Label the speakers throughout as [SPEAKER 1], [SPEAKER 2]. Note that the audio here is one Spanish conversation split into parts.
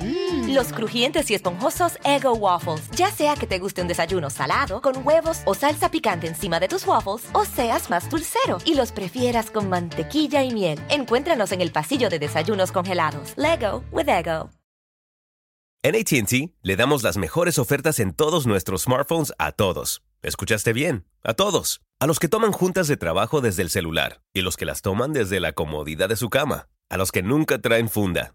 [SPEAKER 1] Mm. Los crujientes y esponjosos Ego Waffles. Ya sea que te guste un desayuno salado, con huevos o salsa picante encima de tus waffles, o seas más dulcero y los prefieras con mantequilla y miel. Encuéntranos en el pasillo de desayunos congelados. Lego with Ego.
[SPEAKER 2] En ATT le damos las mejores ofertas en todos nuestros smartphones a todos. ¿Escuchaste bien? A todos. A los que toman juntas de trabajo desde el celular y los que las toman desde la comodidad de su cama. A los que nunca traen funda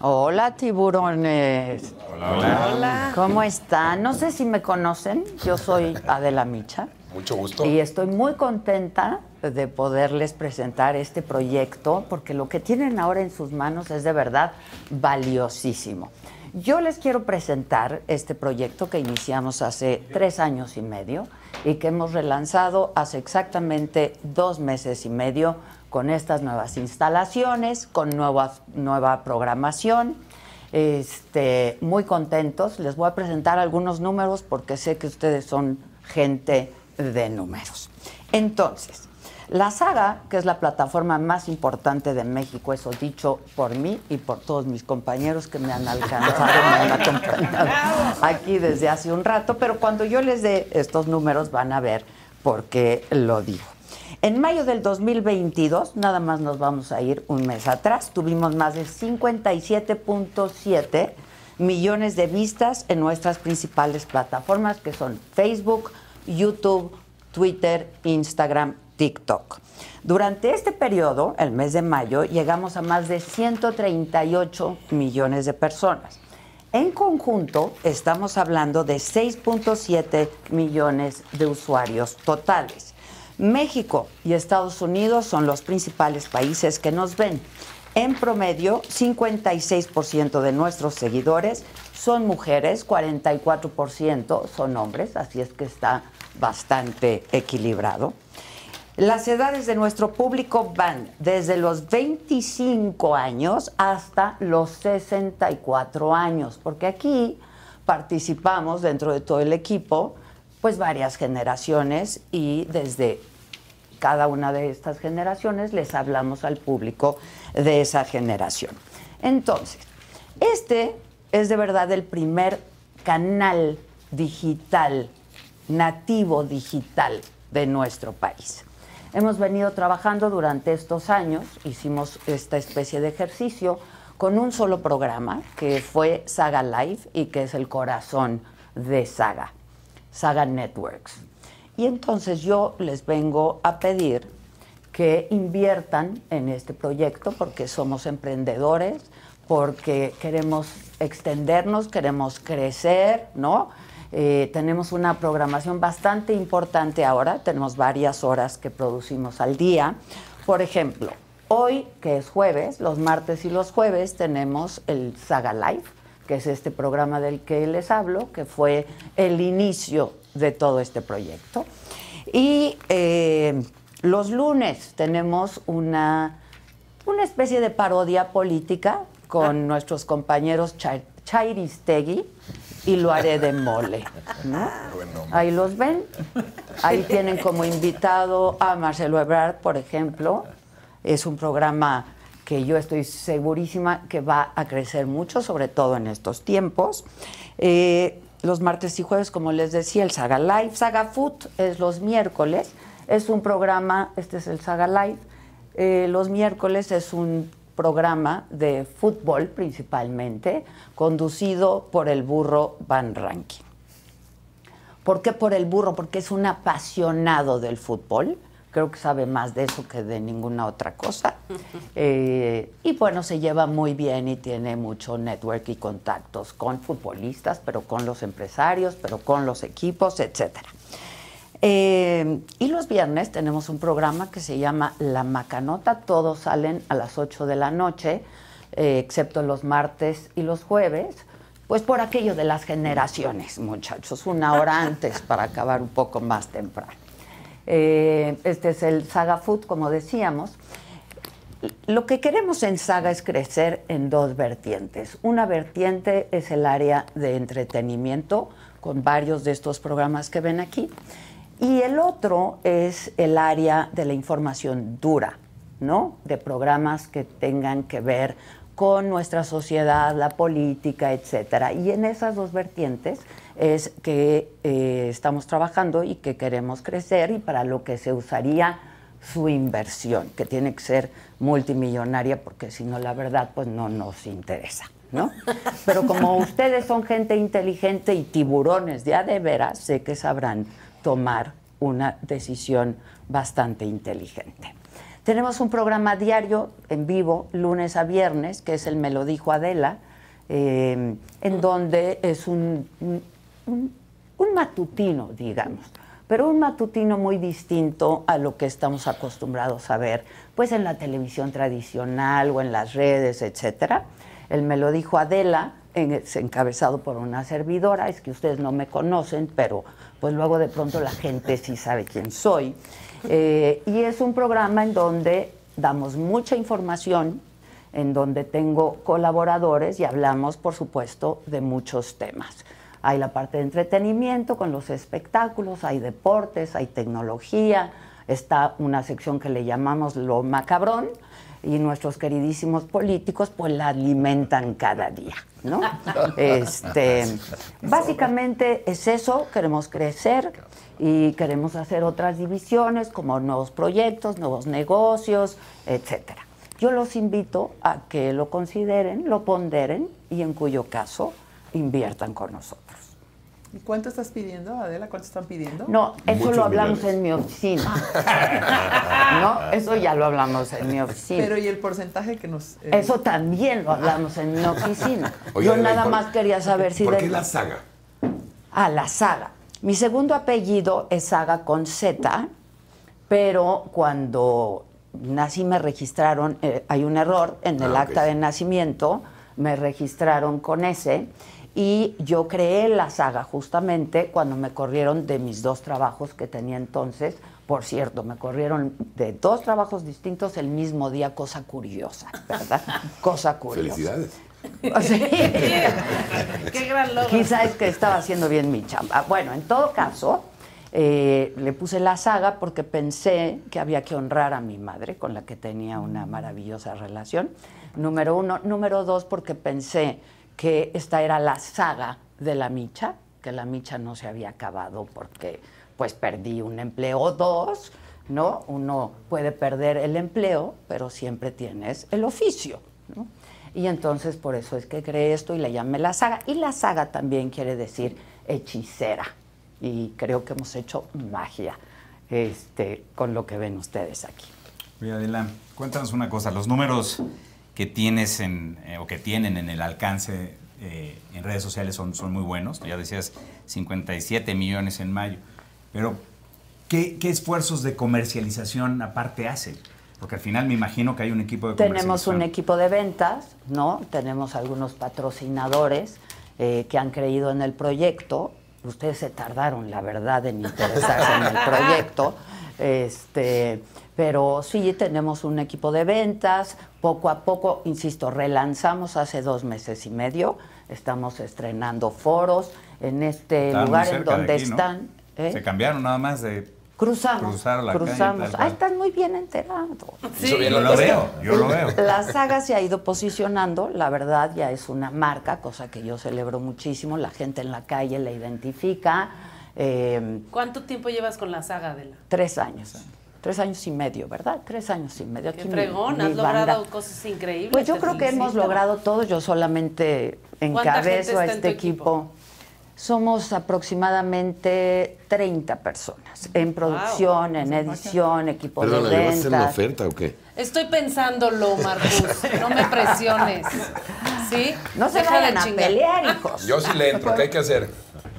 [SPEAKER 3] Hola, tiburones.
[SPEAKER 4] Hola.
[SPEAKER 3] ¿Cómo están? No sé si me conocen. Yo soy Adela Micha.
[SPEAKER 4] Mucho gusto.
[SPEAKER 3] Y estoy muy contenta de poderles presentar este proyecto porque lo que tienen ahora en sus manos es de verdad valiosísimo. Yo les quiero presentar este proyecto que iniciamos hace tres años y medio y que hemos relanzado hace exactamente dos meses y medio con estas nuevas instalaciones, con nueva, nueva programación. Este, muy contentos. Les voy a presentar algunos números porque sé que ustedes son gente de números. Entonces, la saga, que es la plataforma más importante de México, eso dicho por mí y por todos mis compañeros que me han alcanzado, me han acompañado aquí desde hace un rato, pero cuando yo les dé estos números van a ver por qué lo digo. En mayo del 2022, nada más nos vamos a ir un mes atrás, tuvimos más de 57.7 millones de vistas en nuestras principales plataformas, que son Facebook, YouTube, Twitter, Instagram, TikTok. Durante este periodo, el mes de mayo, llegamos a más de 138 millones de personas. En conjunto, estamos hablando de 6.7 millones de usuarios totales. México y Estados Unidos son los principales países que nos ven. En promedio, 56% de nuestros seguidores son mujeres, 44% son hombres, así es que está bastante equilibrado. Las edades de nuestro público van desde los 25 años hasta los 64 años, porque aquí participamos dentro de todo el equipo, pues varias generaciones y desde cada una de estas generaciones les hablamos al público de esa generación. Entonces, este es de verdad el primer canal digital, nativo digital de nuestro país. Hemos venido trabajando durante estos años, hicimos esta especie de ejercicio con un solo programa que fue Saga Live y que es el corazón de Saga, Saga Networks. Y entonces yo les vengo a pedir que inviertan en este proyecto porque somos emprendedores, porque queremos extendernos, queremos crecer, ¿no? Eh, tenemos una programación bastante importante ahora, tenemos varias horas que producimos al día. Por ejemplo, hoy que es jueves, los martes y los jueves tenemos el Saga Live, que es este programa del que les hablo, que fue el inicio de todo este proyecto. Y eh, los lunes tenemos una, una especie de parodia política con ah. nuestros compañeros Ch Chairistegui y lo haré de mole. ¿no? Ahí los ven. Ahí tienen como invitado a Marcelo Ebrard, por ejemplo. Es un programa que yo estoy segurísima que va a crecer mucho, sobre todo en estos tiempos. Eh, los martes y jueves, como les decía, el Saga Live. Saga Food es los miércoles. Es un programa, este es el Saga Live. Eh, los miércoles es un programa de fútbol principalmente, conducido por el burro Van Ranking. ¿Por qué por el burro? Porque es un apasionado del fútbol, creo que sabe más de eso que de ninguna otra cosa. Eh, y bueno, se lleva muy bien y tiene mucho network y contactos con futbolistas, pero con los empresarios, pero con los equipos, etcétera. Eh, y los viernes tenemos un programa que se llama La Macanota. Todos salen a las 8 de la noche, eh, excepto los martes y los jueves. Pues por aquello de las generaciones, muchachos, una hora antes para acabar un poco más temprano. Eh, este es el Saga Food, como decíamos. Lo que queremos en Saga es crecer en dos vertientes. Una vertiente es el área de entretenimiento, con varios de estos programas que ven aquí. Y el otro es el área de la información dura, ¿no? De programas que tengan que ver con nuestra sociedad, la política, etcétera. Y en esas dos vertientes es que eh, estamos trabajando y que queremos crecer y para lo que se usaría su inversión, que tiene que ser multimillonaria, porque si no, la verdad, pues no nos interesa, ¿no? Pero como ustedes son gente inteligente y tiburones ya de veras, sé que sabrán tomar una decisión bastante inteligente. Tenemos un programa diario en vivo, lunes a viernes, que es el Me lo dijo Adela, eh, en donde es un, un, un- un matutino, digamos, pero un matutino muy distinto a lo que estamos acostumbrados a ver, pues en la televisión tradicional o en las redes, etcétera. El me lo dijo Adela, en- es encabezado por una servidora, es que ustedes no me conocen, pero pues luego de pronto la gente sí sabe quién soy. Eh, y es un programa en donde damos mucha información, en donde tengo colaboradores y hablamos, por supuesto, de muchos temas. Hay la parte de entretenimiento con los espectáculos, hay deportes, hay tecnología, está una sección que le llamamos lo macabrón y nuestros queridísimos políticos pues la alimentan cada día, ¿no? Este, básicamente es eso, queremos crecer y queremos hacer otras divisiones como nuevos proyectos, nuevos negocios, etcétera. Yo los invito a que lo consideren, lo ponderen y en cuyo caso inviertan con nosotros.
[SPEAKER 4] ¿Y ¿Cuánto estás pidiendo, Adela? ¿Cuánto están pidiendo?
[SPEAKER 3] No, eso
[SPEAKER 5] Muchos Ah.
[SPEAKER 3] lo hablamos
[SPEAKER 5] niveles.
[SPEAKER 3] en mi oficina. no, eso ya lo hablamos en mi oficina.
[SPEAKER 4] Pero ¿y el porcentaje que nos... eh,
[SPEAKER 3] Eso también lo hablamos en mi oficina.
[SPEAKER 5] Oye,
[SPEAKER 3] Yo
[SPEAKER 5] Adela, ¿y
[SPEAKER 3] nada
[SPEAKER 5] por-
[SPEAKER 3] más quería saber si...
[SPEAKER 5] ¿Por
[SPEAKER 3] de-
[SPEAKER 5] qué la saga?
[SPEAKER 3] a la saga. Mi segundo apellido es Saga con Z, pero cuando nací me registraron, eh, hay un error en el
[SPEAKER 5] Ah, ok.
[SPEAKER 3] acta de nacimiento, me registraron con S y yo creé la saga justamente cuando me corrieron de mis dos trabajos que tenía entonces. Por cierto, me corrieron de dos trabajos distintos el mismo día, cosa curiosa, ¿verdad? Cosa curiosa.
[SPEAKER 5] Felicidades.
[SPEAKER 3] Sí.
[SPEAKER 6] Qué gran logro.
[SPEAKER 3] Quizá es que estaba haciendo bien mi chamba. Bueno, en todo caso, eh, le puse la saga porque pensé que había que honrar a mi madre, con la que tenía una maravillosa relación. Número uno. Número dos, porque pensé que esta era la saga de la micha, que la micha no se había acabado porque pues perdí un empleo o dos, ¿no? Uno puede perder el empleo, pero siempre tienes el oficio, ¿no? Y entonces por eso es que creé esto y la llamé la saga. Y la saga también quiere decir hechicera. Y creo que hemos hecho magia este, con lo que ven ustedes aquí.
[SPEAKER 7] Oye, Adela, cuéntanos una cosa. Los números que tienes en, eh, o que tienen en el alcance eh, en redes sociales son, son muy buenos. Tú Ya decías 57 millones en mayo. Pero, ¿qué, qué esfuerzos de comercialización aparte hacen? Porque al final me imagino que hay un equipo de
[SPEAKER 3] Tenemos
[SPEAKER 7] comercialización.
[SPEAKER 3] un equipo de ventas, ¿no? Tenemos algunos patrocinadores eh, que han creído en el proyecto. Ustedes se tardaron, la verdad, en interesarse en el proyecto. Este, pero sí, tenemos un equipo de ventas. Poco a poco, insisto, relanzamos hace dos meses y medio. Estamos estrenando foros en este
[SPEAKER 7] Estaban muy
[SPEAKER 3] lugar en
[SPEAKER 7] cerca de
[SPEAKER 3] donde
[SPEAKER 7] aquí, ¿no?
[SPEAKER 3] están. ¿eh?
[SPEAKER 7] Se cambiaron nada más de...
[SPEAKER 3] Cruzamos.
[SPEAKER 7] Cruzar la calle,
[SPEAKER 3] cruzamos.
[SPEAKER 7] tal
[SPEAKER 3] Ah,
[SPEAKER 7] cual.
[SPEAKER 3] están muy bien enterados.
[SPEAKER 5] Hizo bien
[SPEAKER 7] Yo
[SPEAKER 5] la
[SPEAKER 7] lo
[SPEAKER 5] tarea.
[SPEAKER 7] veo, yo lo veo.
[SPEAKER 3] La saga se ha ido posicionando, la verdad ya es una marca, cosa que yo celebro muchísimo, la gente en la calle la identifica. eh,
[SPEAKER 6] ¿Cuánto tiempo llevas con la saga, Adela?
[SPEAKER 3] tres años, tres años y medio, ¿verdad? Tres años y medio.
[SPEAKER 6] Qué
[SPEAKER 3] Aquí mi-
[SPEAKER 6] fregón,
[SPEAKER 3] mi
[SPEAKER 6] has
[SPEAKER 3] banda-
[SPEAKER 6] logrado cosas increíbles.
[SPEAKER 3] Pues yo
[SPEAKER 6] te
[SPEAKER 3] creo que hemos
[SPEAKER 6] felicito.
[SPEAKER 3] logrado todo, yo solamente
[SPEAKER 6] ¿Cuánta gente
[SPEAKER 3] encabezo
[SPEAKER 6] está
[SPEAKER 3] a
[SPEAKER 6] en
[SPEAKER 3] este
[SPEAKER 6] tu equipo?
[SPEAKER 3] equipo. somos aproximadamente 30 personas en producción, en edición, equipo
[SPEAKER 5] Perdona,
[SPEAKER 3] de
[SPEAKER 5] ¿le vas a hacer una
[SPEAKER 3] ventas.
[SPEAKER 5] oferta o qué?
[SPEAKER 6] Estoy pensándolo, Marcus. No me presiones. ¿Sí?
[SPEAKER 3] No se
[SPEAKER 6] Deja
[SPEAKER 3] vayan
[SPEAKER 6] de
[SPEAKER 3] a
[SPEAKER 6] chingar.
[SPEAKER 3] pelear, hijos.
[SPEAKER 8] Yo sí le entro, ¿qué hay que hacer?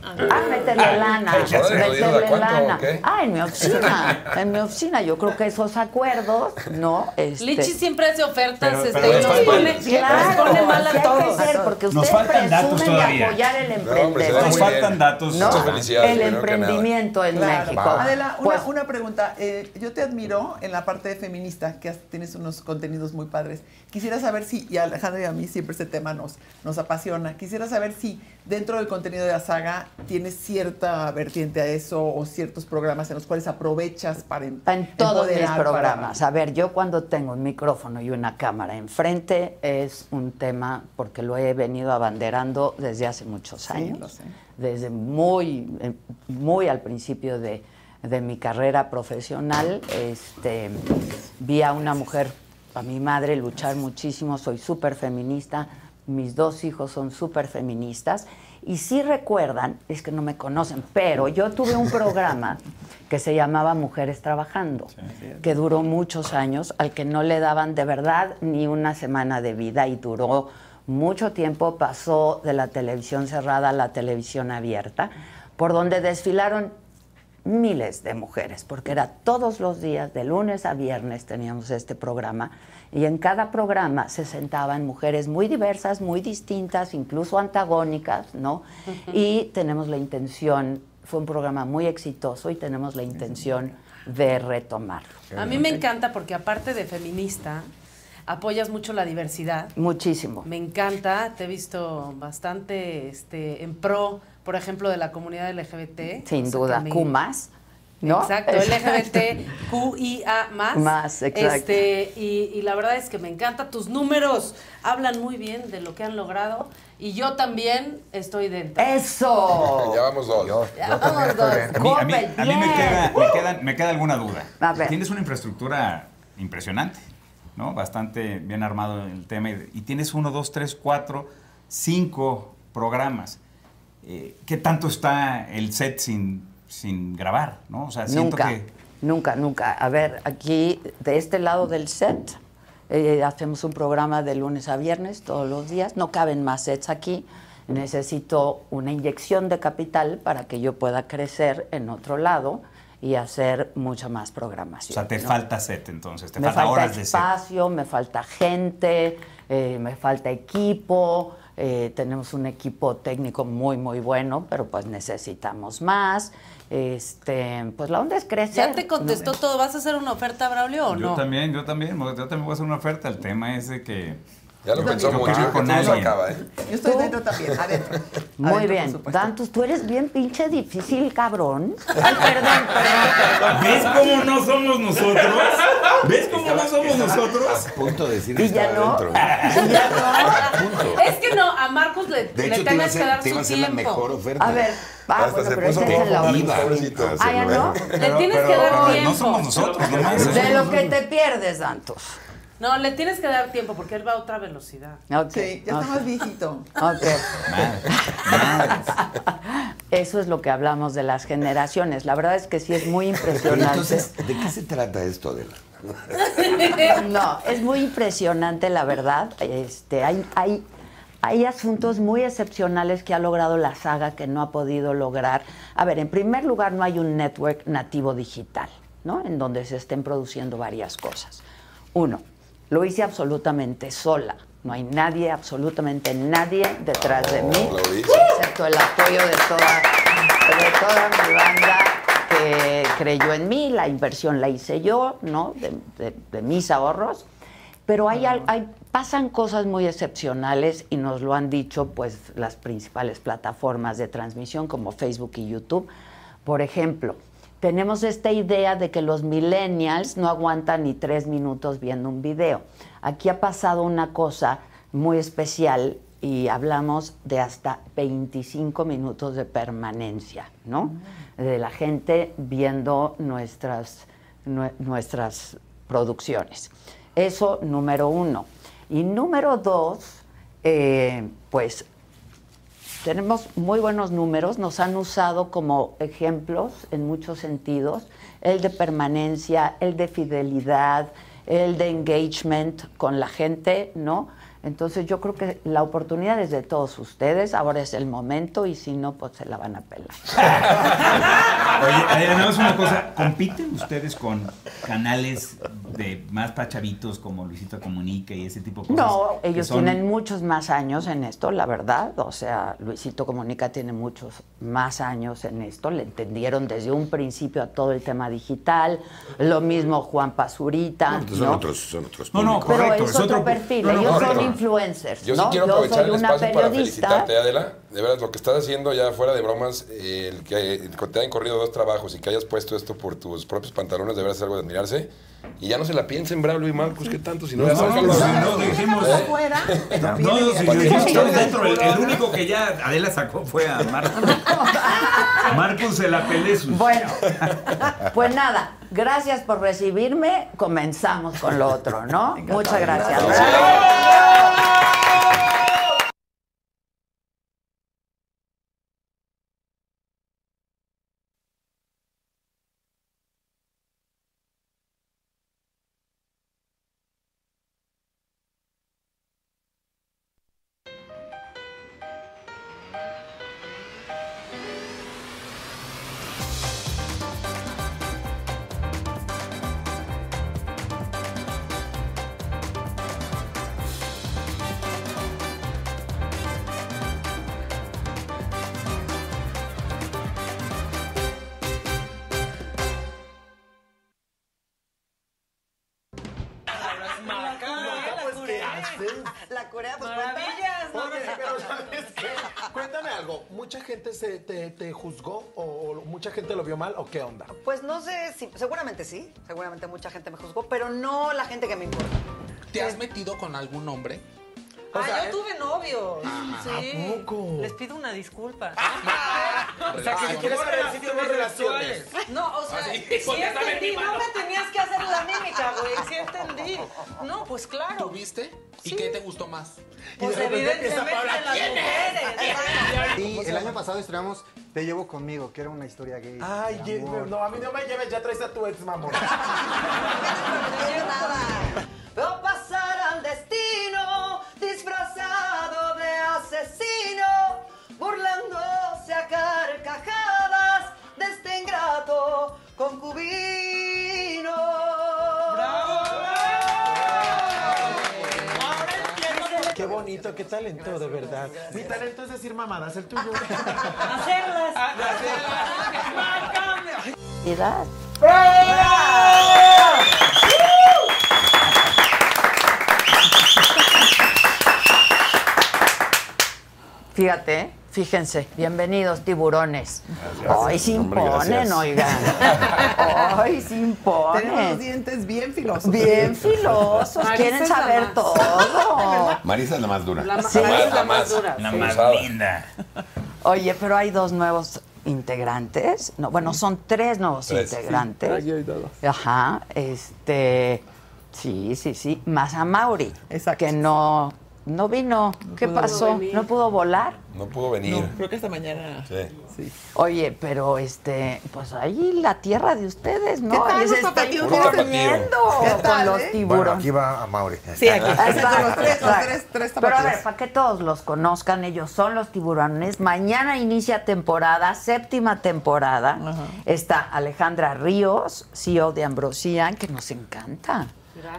[SPEAKER 3] Ah, métele lana,
[SPEAKER 8] ¿qué haces?
[SPEAKER 3] métele
[SPEAKER 8] ¿Cuánto o
[SPEAKER 3] lana.
[SPEAKER 8] qué?
[SPEAKER 3] Ah, en mi oficina, en mi oficina. Yo creo que esos acuerdos, ¿no? Este,
[SPEAKER 6] Lichi siempre hace ofertas
[SPEAKER 7] Pero-
[SPEAKER 6] este,
[SPEAKER 7] pero
[SPEAKER 6] y nos
[SPEAKER 8] después-
[SPEAKER 6] pone, nos
[SPEAKER 3] Claro,
[SPEAKER 6] pone mal
[SPEAKER 3] así
[SPEAKER 6] a
[SPEAKER 3] hay
[SPEAKER 6] todos.
[SPEAKER 3] que ser, porque
[SPEAKER 7] Nos
[SPEAKER 3] ustedes
[SPEAKER 7] faltan datos
[SPEAKER 3] presumen de
[SPEAKER 7] todavía.
[SPEAKER 3] apoyar el
[SPEAKER 8] No, hombre, se va
[SPEAKER 3] emprendedor.
[SPEAKER 8] muy
[SPEAKER 7] Nos faltan
[SPEAKER 8] bien.
[SPEAKER 7] datos.
[SPEAKER 3] ¿no?
[SPEAKER 8] Muchas felicidades.
[SPEAKER 3] el
[SPEAKER 8] primero que nada.
[SPEAKER 3] emprendimiento en
[SPEAKER 4] Claro.
[SPEAKER 3] México.
[SPEAKER 8] Wow.
[SPEAKER 4] Adela, una,
[SPEAKER 3] Pues,
[SPEAKER 4] una pregunta. Eh, yo te admiro en la parte de feminista, que has- tienes unos contenidos muy padres. Quisiera saber si, y a Alejandro y a mí siempre este tema nos, nos apasiona, quisiera saber si dentro del contenido de la saga tienes cierta vertiente a eso o ciertos programas en los cuales aprovechas para em-
[SPEAKER 3] En todos mis
[SPEAKER 4] empoderar, para-
[SPEAKER 3] programas. A ver, yo cuando tengo un micrófono y una cámara enfrente es un tema porque lo he venido abanderando desde hace muchos años.
[SPEAKER 4] lo sé.
[SPEAKER 3] Desde muy, eh, muy al principio de, de mi carrera profesional, este, vi a una mujer, a mi madre, luchar muchísimo. Soy súper feminista. Mis dos hijos son súper feministas. Y sí recuerdan, es que no me conocen, pero yo tuve un programa que se llamaba Mujeres Trabajando, que duró muchos años, al que no le daban de verdad ni una semana de vida y duró mucho tiempo, pasó de la televisión cerrada a la televisión abierta, por donde desfilaron miles de mujeres, porque era todos los días, de lunes a viernes teníamos este programa, y en cada programa se sentaban mujeres muy diversas, muy distintas, incluso antagónicas, ¿no? Y tenemos la intención, fue un programa muy exitoso y tenemos la intención de retomarlo.
[SPEAKER 6] A mí me encanta porque aparte de feminista, apoyas mucho la diversidad.
[SPEAKER 3] Muchísimo.
[SPEAKER 6] Me encanta, te he visto bastante este, en pro, por ejemplo, de la comunidad LGBT.
[SPEAKER 3] Sin
[SPEAKER 6] o sea,
[SPEAKER 3] duda,
[SPEAKER 6] que me-
[SPEAKER 3] Q más, ¿no?
[SPEAKER 6] Exacto, LGBTQIA más.
[SPEAKER 3] Más, exacto.
[SPEAKER 6] Este, y, y la verdad es que me encanta. Tus números hablan muy bien de lo que han logrado. Y yo también estoy dentro.
[SPEAKER 8] Ya
[SPEAKER 3] ¡Eso!
[SPEAKER 8] vamos dos.
[SPEAKER 6] Ya vamos dos.
[SPEAKER 7] A mí, a mí- a mí me,
[SPEAKER 3] ¡Bien!
[SPEAKER 7] queda, me, queda, me queda alguna duda.
[SPEAKER 3] Uh. A ver.
[SPEAKER 7] Tienes una infraestructura impresionante, ¿no? Bastante bien armado el tema. Y, y tienes uno, dos, tres, cuatro, cinco programas. Eh, ¿Qué tanto está el set sin, sin grabar, no? O sea, siento
[SPEAKER 3] Nunca,
[SPEAKER 7] que...
[SPEAKER 3] nunca, nunca. A ver, aquí, de este lado del set, eh, hacemos un programa de lunes a viernes, todos los días. No caben más sets aquí. Necesito una inyección de capital para que yo pueda crecer en otro lado y hacer mucha más
[SPEAKER 7] O
[SPEAKER 3] programación.
[SPEAKER 7] sea, te
[SPEAKER 3] ¿no?
[SPEAKER 7] falta set, entonces. Te
[SPEAKER 3] me
[SPEAKER 7] falta
[SPEAKER 3] falta
[SPEAKER 7] horas de set.
[SPEAKER 3] espacio, me falta gente, eh, me falta equipo. eh, tenemos un equipo técnico muy, muy bueno, pero pues necesitamos más. Este, pues la onda es crecer.
[SPEAKER 6] Ya te contestó
[SPEAKER 3] ¿no?
[SPEAKER 6] todo. ¿Vas a hacer una oferta, Braulio, o
[SPEAKER 7] Yo
[SPEAKER 6] no?
[SPEAKER 7] también, yo también, yo también voy a hacer una oferta. El tema es de que...
[SPEAKER 8] Ya lo
[SPEAKER 7] yo
[SPEAKER 8] pensó
[SPEAKER 7] quiero
[SPEAKER 8] mucho.
[SPEAKER 7] quedar
[SPEAKER 8] Esto
[SPEAKER 7] con
[SPEAKER 8] no se
[SPEAKER 7] alguien.
[SPEAKER 8] acaba, ¿eh?
[SPEAKER 4] Yo estoy dentro también, adentro.
[SPEAKER 3] Muy
[SPEAKER 4] Adentro,
[SPEAKER 3] bien.
[SPEAKER 4] por supuesto.
[SPEAKER 3] Dantus, tú eres bien pinche difícil, cabrón. Ay, perdón,
[SPEAKER 7] ¿Ves cómo no somos nosotros? ¿Ves cómo no somos nosotros?
[SPEAKER 5] A punto de decir
[SPEAKER 3] Y
[SPEAKER 5] que
[SPEAKER 3] ya
[SPEAKER 5] estaba
[SPEAKER 3] no.
[SPEAKER 5] dentro.
[SPEAKER 3] Y ya no.
[SPEAKER 6] Es que no, a Marcus le,
[SPEAKER 5] De
[SPEAKER 6] le
[SPEAKER 5] hecho, te iba a
[SPEAKER 6] tengas que
[SPEAKER 5] hacer,
[SPEAKER 6] dar
[SPEAKER 5] te iba a
[SPEAKER 6] su
[SPEAKER 5] hacer la mejor
[SPEAKER 6] tiempo.
[SPEAKER 5] oferta.
[SPEAKER 3] A ver, ah,
[SPEAKER 8] Hasta
[SPEAKER 3] bueno,
[SPEAKER 8] se
[SPEAKER 3] pero
[SPEAKER 8] puso
[SPEAKER 3] esa es en la
[SPEAKER 8] rojo,
[SPEAKER 3] oficina.
[SPEAKER 8] pobrecito.
[SPEAKER 3] Ah, ya no.
[SPEAKER 6] Le tienes que dar tiempo.
[SPEAKER 7] no somos nosotros, nomás.
[SPEAKER 3] De lo que te pierdes, Dantus.
[SPEAKER 6] No, le tienes que dar tiempo porque él va a otra velocidad.
[SPEAKER 3] Ah, Ok,
[SPEAKER 4] Sí, ya está
[SPEAKER 3] ok.
[SPEAKER 4] más viejito.
[SPEAKER 3] Ok. Eso es lo que hablamos de las generaciones. La verdad es que sí es muy
[SPEAKER 5] Pero
[SPEAKER 3] impresionante.
[SPEAKER 5] entonces, ¿de qué se trata esto, Adela?
[SPEAKER 3] No, es muy impresionante, la verdad. Este, hay, hay, hay asuntos muy excepcionales que ha logrado la saga que no ha podido lograr. A ver, en primer lugar, no hay un network nativo digital, ¿no? En donde se estén produciendo varias cosas. Uno, lo hice absolutamente sola. No hay nadie, absolutamente nadie detrás de mí,
[SPEAKER 8] Claudicia.
[SPEAKER 3] excepto el apoyo de toda, de toda mi banda que creyó en mí, la inversión la hice yo, ¿no? De, de- de mis ahorros. Pero hay, al- hay, pasan cosas muy excepcionales y nos lo han dicho pues las principales plataformas de transmisión como Facebook y YouTube. Por ejemplo, tenemos esta idea de que los millennials no aguantan ni tres minutos viendo un video. Aquí ha pasado una cosa muy especial y hablamos de hasta 25 minutos de permanencia, ¿no? De la gente viendo nuestras, nue- nuestras producciones. Eso número uno. Y número dos, eh, pues Tenemos muy buenos números, nos han usado como ejemplos en muchos sentidos, el de permanencia, el de fidelidad, el de engagement con la gente, ¿no? Entonces yo creo que la oportunidad es de todos ustedes, ahora es el momento y si no, pues se la van a pelar.
[SPEAKER 7] Oye, Adriana, nada más una cosa. ¿Compiten ustedes con canales de más pachavitos como Luisito Comunica y ese tipo de cosas?
[SPEAKER 3] No,
[SPEAKER 7] Pues, que
[SPEAKER 3] ellos
[SPEAKER 7] son-
[SPEAKER 3] tienen muchos más años en esto, la verdad. O sea, Luisito Comunica tiene muchos más años en esto. Le entendieron desde un principio a todo el tema digital. Lo mismo Juan Pasurita.
[SPEAKER 5] No, pues
[SPEAKER 3] ¿no?
[SPEAKER 5] son otros, son otros
[SPEAKER 7] No, no,
[SPEAKER 5] públicos.
[SPEAKER 3] Pero
[SPEAKER 7] correcto,
[SPEAKER 3] es,
[SPEAKER 7] es
[SPEAKER 3] otro,
[SPEAKER 7] otro-
[SPEAKER 3] perfil.
[SPEAKER 7] no, no,
[SPEAKER 3] ellos
[SPEAKER 7] correcto.
[SPEAKER 3] son influencers.
[SPEAKER 8] Yo sí
[SPEAKER 3] ¿no?
[SPEAKER 8] quiero
[SPEAKER 3] Yo
[SPEAKER 8] aprovechar
[SPEAKER 3] soy
[SPEAKER 8] el
[SPEAKER 3] una
[SPEAKER 8] espacio para
[SPEAKER 3] periodista.
[SPEAKER 8] felicitarte, Adela. De verdad, lo que estás haciendo ya fuera de bromas, eh, el que el que te hayan corrido dos trabajos y que hayas puesto esto por tus propios pantalones, de verdad es algo de admirarse. Y ya no se la piensen, Braulio y Marcos, qué tanto, si no, ¿Eh?
[SPEAKER 7] No,
[SPEAKER 8] ya sácalo.
[SPEAKER 7] no, no,
[SPEAKER 4] Sabes
[SPEAKER 7] no,
[SPEAKER 4] que
[SPEAKER 7] dijimos-
[SPEAKER 4] déjalos afuera.
[SPEAKER 7] No,
[SPEAKER 4] Viene
[SPEAKER 7] no,
[SPEAKER 4] y-
[SPEAKER 7] sí,
[SPEAKER 8] Para que
[SPEAKER 7] sí,
[SPEAKER 8] no
[SPEAKER 7] sí,
[SPEAKER 8] salga.
[SPEAKER 7] dentro. El, el único que ya Adela sacó fue a Marcos. Marcos se la pelé sus.
[SPEAKER 3] Bueno, pues nada, gracias por recibirme. Comenzamos con lo otro, ¿no? Muchas gracias.
[SPEAKER 9] pues,
[SPEAKER 4] La Corea, pues,
[SPEAKER 6] Maravillas, ¿no?
[SPEAKER 9] Oye, pero ¿sabes qué? Cuéntame algo. ¿Mucha gente se, te, te juzgó o, o mucha gente lo vio mal o qué onda?
[SPEAKER 10] Pues no sé si, seguramente sí, seguramente mucha gente me juzgó, pero no la gente que me importa.
[SPEAKER 9] ¿Te has metido con algún hombre?
[SPEAKER 10] ah, yo tuve novios. sí.
[SPEAKER 9] ¿a poco?
[SPEAKER 10] Les pido una disculpa.
[SPEAKER 9] O sea, que si quieres saber si tienes relaciones.
[SPEAKER 10] No, o sea,
[SPEAKER 9] Ah, sí,
[SPEAKER 10] sí
[SPEAKER 9] porque ya saben
[SPEAKER 10] entendí,
[SPEAKER 9] mi
[SPEAKER 10] no
[SPEAKER 9] mano.
[SPEAKER 10] me tenías que hacer la mímica, güey, sí entendí. No, pues claro.
[SPEAKER 9] ¿Tuviste? ¿Y qué te gustó más?
[SPEAKER 10] Pues
[SPEAKER 9] Y de repente empieza
[SPEAKER 10] evidentemente
[SPEAKER 9] Paola,
[SPEAKER 10] las
[SPEAKER 9] ¿quién es?
[SPEAKER 10] mujeres.
[SPEAKER 11] Y el año pasado estrenamos Te llevo conmigo, que era una historia gay.
[SPEAKER 9] Ay,
[SPEAKER 11] de
[SPEAKER 9] ye-
[SPEAKER 11] amor.
[SPEAKER 9] no, a mí no me lleves, ya traes a tu ex, mamón.
[SPEAKER 10] No entiendo nada. Veo pasar al destino disfrazado de asesino, burlándose a carcajadas de este ingrato concubino.
[SPEAKER 9] Qué bonito, qué talento, de verdad. Mi talento es decir mamadas, el tuyo.
[SPEAKER 8] Ah,
[SPEAKER 10] Hacerlas.
[SPEAKER 3] Felicidad. Fíjate, fíjense, bienvenidos tiburones. Hoy se
[SPEAKER 5] Hombre,
[SPEAKER 3] imponen,
[SPEAKER 5] gracias.
[SPEAKER 3] oigan. Hoy se
[SPEAKER 4] Tenemos los
[SPEAKER 3] imponen.
[SPEAKER 4] dientes bien filosos.
[SPEAKER 3] Bien filosos,
[SPEAKER 6] Marisa
[SPEAKER 3] quieren
[SPEAKER 6] es la
[SPEAKER 3] saber
[SPEAKER 6] más.
[SPEAKER 3] todo.
[SPEAKER 5] Marisa es la más dura.
[SPEAKER 6] La más,
[SPEAKER 3] Sí.
[SPEAKER 6] es la
[SPEAKER 8] Jamás.
[SPEAKER 6] más dura.
[SPEAKER 7] La
[SPEAKER 8] Sí.
[SPEAKER 7] más
[SPEAKER 8] Usada.
[SPEAKER 7] linda.
[SPEAKER 3] Oye, pero hay dos nuevos integrantes. No, bueno, son tres nuevos
[SPEAKER 8] Tres.
[SPEAKER 3] integrantes. Ajá, este. Sí, sí, sí. Más a Mauri.
[SPEAKER 4] Exacto.
[SPEAKER 3] Que no, no vino. ¿Qué
[SPEAKER 6] pudo
[SPEAKER 3] pasó?
[SPEAKER 6] venir.
[SPEAKER 3] ¿No pudo volar?
[SPEAKER 8] No pudo venir.
[SPEAKER 4] No, creo que esta mañana.
[SPEAKER 8] Sí.
[SPEAKER 4] Sí.
[SPEAKER 3] Oye, pero este, pues ahí la tierra de ustedes, ¿no?
[SPEAKER 4] ¿Qué tal
[SPEAKER 3] Y
[SPEAKER 4] los
[SPEAKER 3] se están
[SPEAKER 4] tapatíos?
[SPEAKER 8] Puro tapatío.
[SPEAKER 3] comiendo
[SPEAKER 4] ¿Qué
[SPEAKER 3] con
[SPEAKER 4] tal,
[SPEAKER 3] los
[SPEAKER 4] eh?
[SPEAKER 3] tiburones.
[SPEAKER 5] va a Mauri.
[SPEAKER 4] Sí, aquí. Exacto, los tres, los
[SPEAKER 3] Exacto.
[SPEAKER 4] tres, tres
[SPEAKER 3] Pero a
[SPEAKER 4] tapatíos.
[SPEAKER 3] ver, para que todos los conozcan, ellos son los tiburones. Mañana inicia temporada, séptima temporada.
[SPEAKER 4] Ajá.
[SPEAKER 3] Está Alejandra Ríos, CEO de Ambrosía, que nos encanta.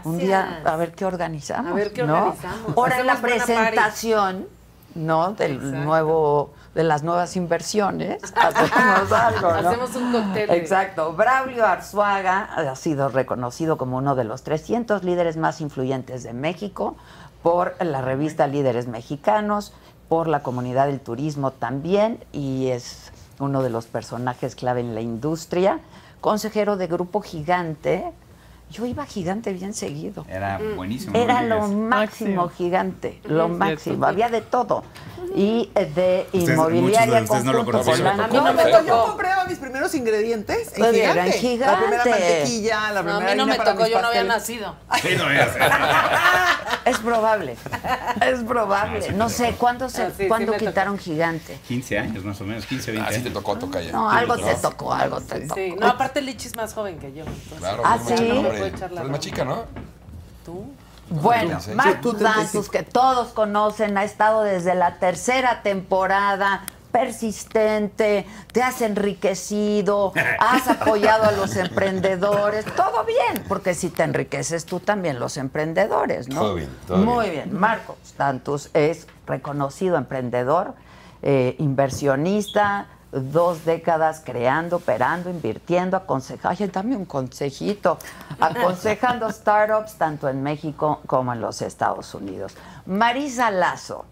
[SPEAKER 3] Un día,
[SPEAKER 6] Gracias.
[SPEAKER 3] a ver qué organizamos.
[SPEAKER 6] A ver qué
[SPEAKER 3] ¿no?
[SPEAKER 6] organizamos.
[SPEAKER 3] Ahora en la
[SPEAKER 6] Hacemos buena party.
[SPEAKER 3] presentación, ¿no? Del
[SPEAKER 6] Exacto.
[SPEAKER 3] nuevo, de las nuevas inversiones. Hacemos algo, ¿no?
[SPEAKER 6] Hacemos un cóctel.
[SPEAKER 3] Exacto. Braulio Arzuaga ha sido reconocido como uno de los 300 líderes más influyentes de México por la revista Líderes Mexicanos, por la comunidad del turismo también, y es uno de los personajes clave en la industria. Consejero de Grupo Gigante. Yo iba a Gigante bien seguido.
[SPEAKER 7] Era buenísimo.
[SPEAKER 3] Era
[SPEAKER 7] ¿no?
[SPEAKER 3] lo máximo
[SPEAKER 4] Máximo.
[SPEAKER 3] gigante, lo máximo. Había de todo. Y eh, de
[SPEAKER 7] Ustedes- muchos de
[SPEAKER 3] inmobiliaria
[SPEAKER 7] ustedes no lo
[SPEAKER 3] conjunto
[SPEAKER 7] conocieron
[SPEAKER 3] Polanco.
[SPEAKER 8] tampoco.
[SPEAKER 6] A mí no me
[SPEAKER 4] Yo
[SPEAKER 6] tocó.
[SPEAKER 4] compré a mi mis primeros ingredientes en
[SPEAKER 3] Pues
[SPEAKER 4] gigante.
[SPEAKER 3] eran
[SPEAKER 4] La primera
[SPEAKER 3] gigantes.
[SPEAKER 4] mantequilla,
[SPEAKER 6] No,
[SPEAKER 4] la primera
[SPEAKER 6] a mí no
[SPEAKER 4] harina
[SPEAKER 6] me
[SPEAKER 4] para
[SPEAKER 6] tocó,
[SPEAKER 4] mis
[SPEAKER 6] yo no había
[SPEAKER 4] pasteles.
[SPEAKER 6] nacido.
[SPEAKER 7] Sí, no es.
[SPEAKER 3] Es probable. Es probable.
[SPEAKER 7] Ah, sí,
[SPEAKER 3] No
[SPEAKER 7] claro.
[SPEAKER 3] sé, ¿cuándo, se,
[SPEAKER 6] Ah, sí, sí
[SPEAKER 3] ¿cuándo
[SPEAKER 6] me tocó.
[SPEAKER 3] quitaron gigante?
[SPEAKER 7] 15 años más o menos, 15, 20
[SPEAKER 8] Así
[SPEAKER 7] años.
[SPEAKER 8] Ah, te tocó, toca ya.
[SPEAKER 3] No, algo te tocó, algo te tocó.
[SPEAKER 6] Sí, no, aparte Lichi es más joven que yo. entonces-
[SPEAKER 8] Claro,
[SPEAKER 3] Ah,
[SPEAKER 8] es más chica,
[SPEAKER 3] ¿sí?
[SPEAKER 8] hombre.
[SPEAKER 6] Puedo echar la
[SPEAKER 8] Pero es más
[SPEAKER 6] broma.
[SPEAKER 8] chica, ¿no?
[SPEAKER 6] ¿Tú?
[SPEAKER 3] Bueno,
[SPEAKER 8] Sí,
[SPEAKER 4] tú,
[SPEAKER 3] Marcus
[SPEAKER 4] 35.
[SPEAKER 3] Dantus, que todos conocen, ha estado desde la tercera temporada, persistente, te has enriquecido, has apoyado a los emprendedores, todo bien, porque si te enriqueces tú también los emprendedores, ¿no?
[SPEAKER 5] Todo bien, todo bien.
[SPEAKER 3] Muy bien, Marcos Dantus es reconocido emprendedor, eh, inversionista, dos décadas creando, operando, invirtiendo, aconsejando, ay, dame un consejito, aconsejando startups tanto en México como en los Estados Unidos. Marisa Lazo.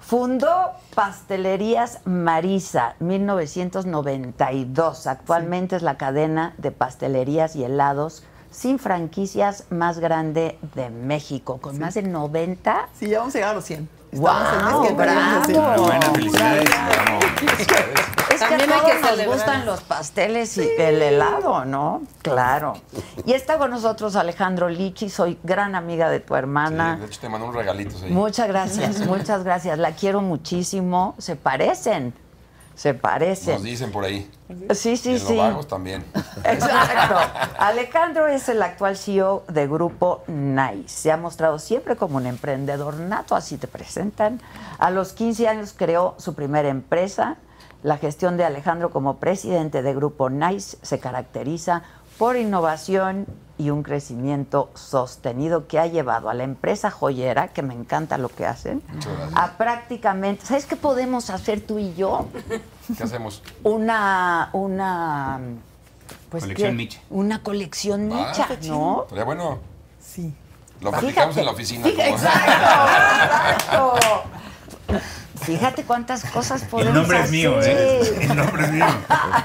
[SPEAKER 3] Fundó Pastelerías Marisa 1992. Actualmente es la cadena de pastelerías y helados sin franquicias más grande de México, con más de 90.
[SPEAKER 4] Sí, ya vamos a llegar a los 100.
[SPEAKER 3] ¡Guau,
[SPEAKER 4] en mes que
[SPEAKER 3] este
[SPEAKER 4] entra,
[SPEAKER 3] bravo!
[SPEAKER 4] ya vamos a
[SPEAKER 7] Enhorabuena, felicidades.
[SPEAKER 3] Es que
[SPEAKER 6] También
[SPEAKER 3] a
[SPEAKER 6] hay
[SPEAKER 3] todos
[SPEAKER 6] que
[SPEAKER 3] nos
[SPEAKER 6] celebrar.
[SPEAKER 3] gustan los pasteles y el helado, ¿no? Claro. Y está con nosotros Alejandro Lichi, soy gran amiga de tu hermana.
[SPEAKER 8] Sí, de hecho, te mandó un regalito. Sí.
[SPEAKER 3] Muchas gracias, muchas gracias. La quiero muchísimo. Se parecen, se
[SPEAKER 8] Nos
[SPEAKER 3] parecen.
[SPEAKER 8] dicen por ahí.
[SPEAKER 3] Sí,
[SPEAKER 8] Y
[SPEAKER 3] sí,
[SPEAKER 8] en los
[SPEAKER 3] sí.
[SPEAKER 8] vagos también.
[SPEAKER 3] Exacto. Alejandro es el actual CEO de Grupo Nice. Se ha mostrado siempre como un emprendedor nato, así te presentan. A los 15 años creó su primera empresa. La gestión de Alejandro como presidente de Grupo Nice se caracteriza por innovación y un crecimiento sostenido que ha llevado a la empresa joyera, que me encanta lo que hacen, a prácticamente, ¿sabes qué podemos hacer tú y yo?
[SPEAKER 8] ¿Qué hacemos?
[SPEAKER 3] una una pues,
[SPEAKER 7] Colección Ah,
[SPEAKER 3] ¿qué?
[SPEAKER 7] Micha.
[SPEAKER 3] Una colección
[SPEAKER 8] Va.
[SPEAKER 3] Micha, ¿no?
[SPEAKER 8] Ah, Estaría bueno.
[SPEAKER 4] Sí.
[SPEAKER 8] Lo platicamos
[SPEAKER 3] Fíjate,
[SPEAKER 8] en la oficina.
[SPEAKER 3] fíjate,
[SPEAKER 8] ¿cómo?
[SPEAKER 3] exacto, exacto. Fíjate cuántas cosas podemos
[SPEAKER 7] El nombre es mío, ¿eh?
[SPEAKER 3] hacer.
[SPEAKER 7] El nombre es mío.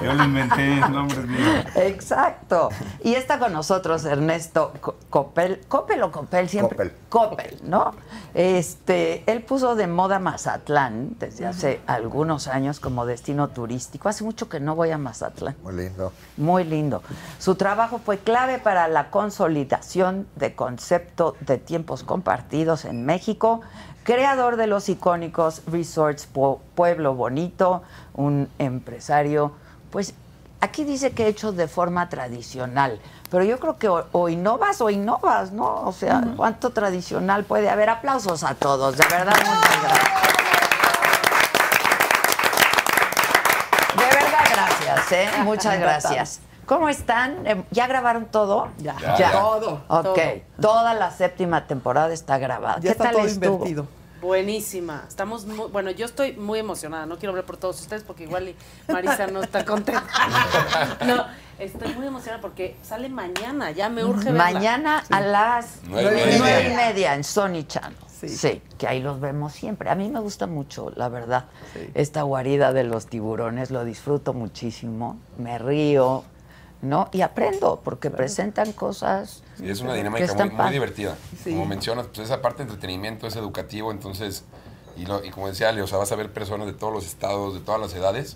[SPEAKER 7] Yo lo inventé, el nombre es mío.
[SPEAKER 3] Exacto. Y está con nosotros Ernesto Co- Copel, Copel o Copel siempre.
[SPEAKER 5] Copel.
[SPEAKER 3] Copel, ¿no? Este, él puso de moda Mazatlán desde hace algunos años como destino turístico. Hace mucho que no voy a Mazatlán.
[SPEAKER 5] Muy lindo.
[SPEAKER 3] Muy lindo. Su trabajo fue clave para la consolidación de concepto de tiempos compartidos en México, creador de los icónicos resorts Pue- Pueblo Bonito, un empresario, pues aquí dice que hecho de forma tradicional, pero yo creo que o, o innovas o innovas, ¿no? O sea, ¿cuánto tradicional puede haber? Aplausos a todos, de verdad, muchas gracias. De verdad, gracias, ¿eh? Muchas gracias. ¿Cómo están? Eh, ¿Ya grabaron todo?
[SPEAKER 4] Ya. Ya, ya. Todo,
[SPEAKER 3] Ok, toda la séptima temporada está grabada.
[SPEAKER 4] Ya
[SPEAKER 3] ¿Qué
[SPEAKER 4] está
[SPEAKER 3] tal
[SPEAKER 4] todo
[SPEAKER 3] estuvo?
[SPEAKER 4] invertido.
[SPEAKER 6] Buenísima. Estamos muy- bueno, yo estoy muy emocionada. No quiero hablar por todos ustedes porque igual y Marisa no está contenta. No, estoy muy emocionada porque sale mañana. Ya me urge verla.
[SPEAKER 3] Mañana a las
[SPEAKER 8] Nueve y
[SPEAKER 3] nueve
[SPEAKER 8] media.
[SPEAKER 3] y media en Sony Channel. Sí.
[SPEAKER 4] Sí.
[SPEAKER 3] que ahí los vemos siempre. A mí me gusta mucho, la verdad, esta guarida de los tiburones. Lo disfruto muchísimo, me río, ¿no? Y aprendo, porque presentan cosas.
[SPEAKER 8] Sí, es una
[SPEAKER 3] que
[SPEAKER 8] dinámica muy,
[SPEAKER 3] están
[SPEAKER 8] muy
[SPEAKER 3] padres.
[SPEAKER 8] divertida.
[SPEAKER 4] Sí.
[SPEAKER 8] Como mencionas, pues esa parte de entretenimiento es educativo, entonces, y, lo- y como decía Ale, o sea, vas a ver personas de todos los estados, de todas las edades,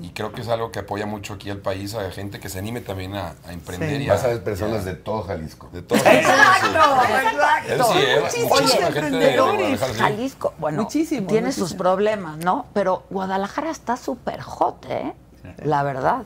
[SPEAKER 8] y creo que es algo que apoya mucho aquí al país, a gente que se anime también a, a emprender. Y
[SPEAKER 5] Vas a ver personas de todo Jalisco.
[SPEAKER 8] de todos
[SPEAKER 3] Exacto,
[SPEAKER 8] Él
[SPEAKER 3] exacto.
[SPEAKER 8] sí, eh,
[SPEAKER 4] Muchísimos
[SPEAKER 8] muchísima gente de- de
[SPEAKER 4] emprendedores.
[SPEAKER 8] Guadalajara, sí.
[SPEAKER 3] Jalisco, bueno,
[SPEAKER 4] Muchísimo,
[SPEAKER 3] tiene
[SPEAKER 4] muchísimo.
[SPEAKER 3] sus problemas, ¿no? Pero Guadalajara está súper hot, ¿eh? La verdad.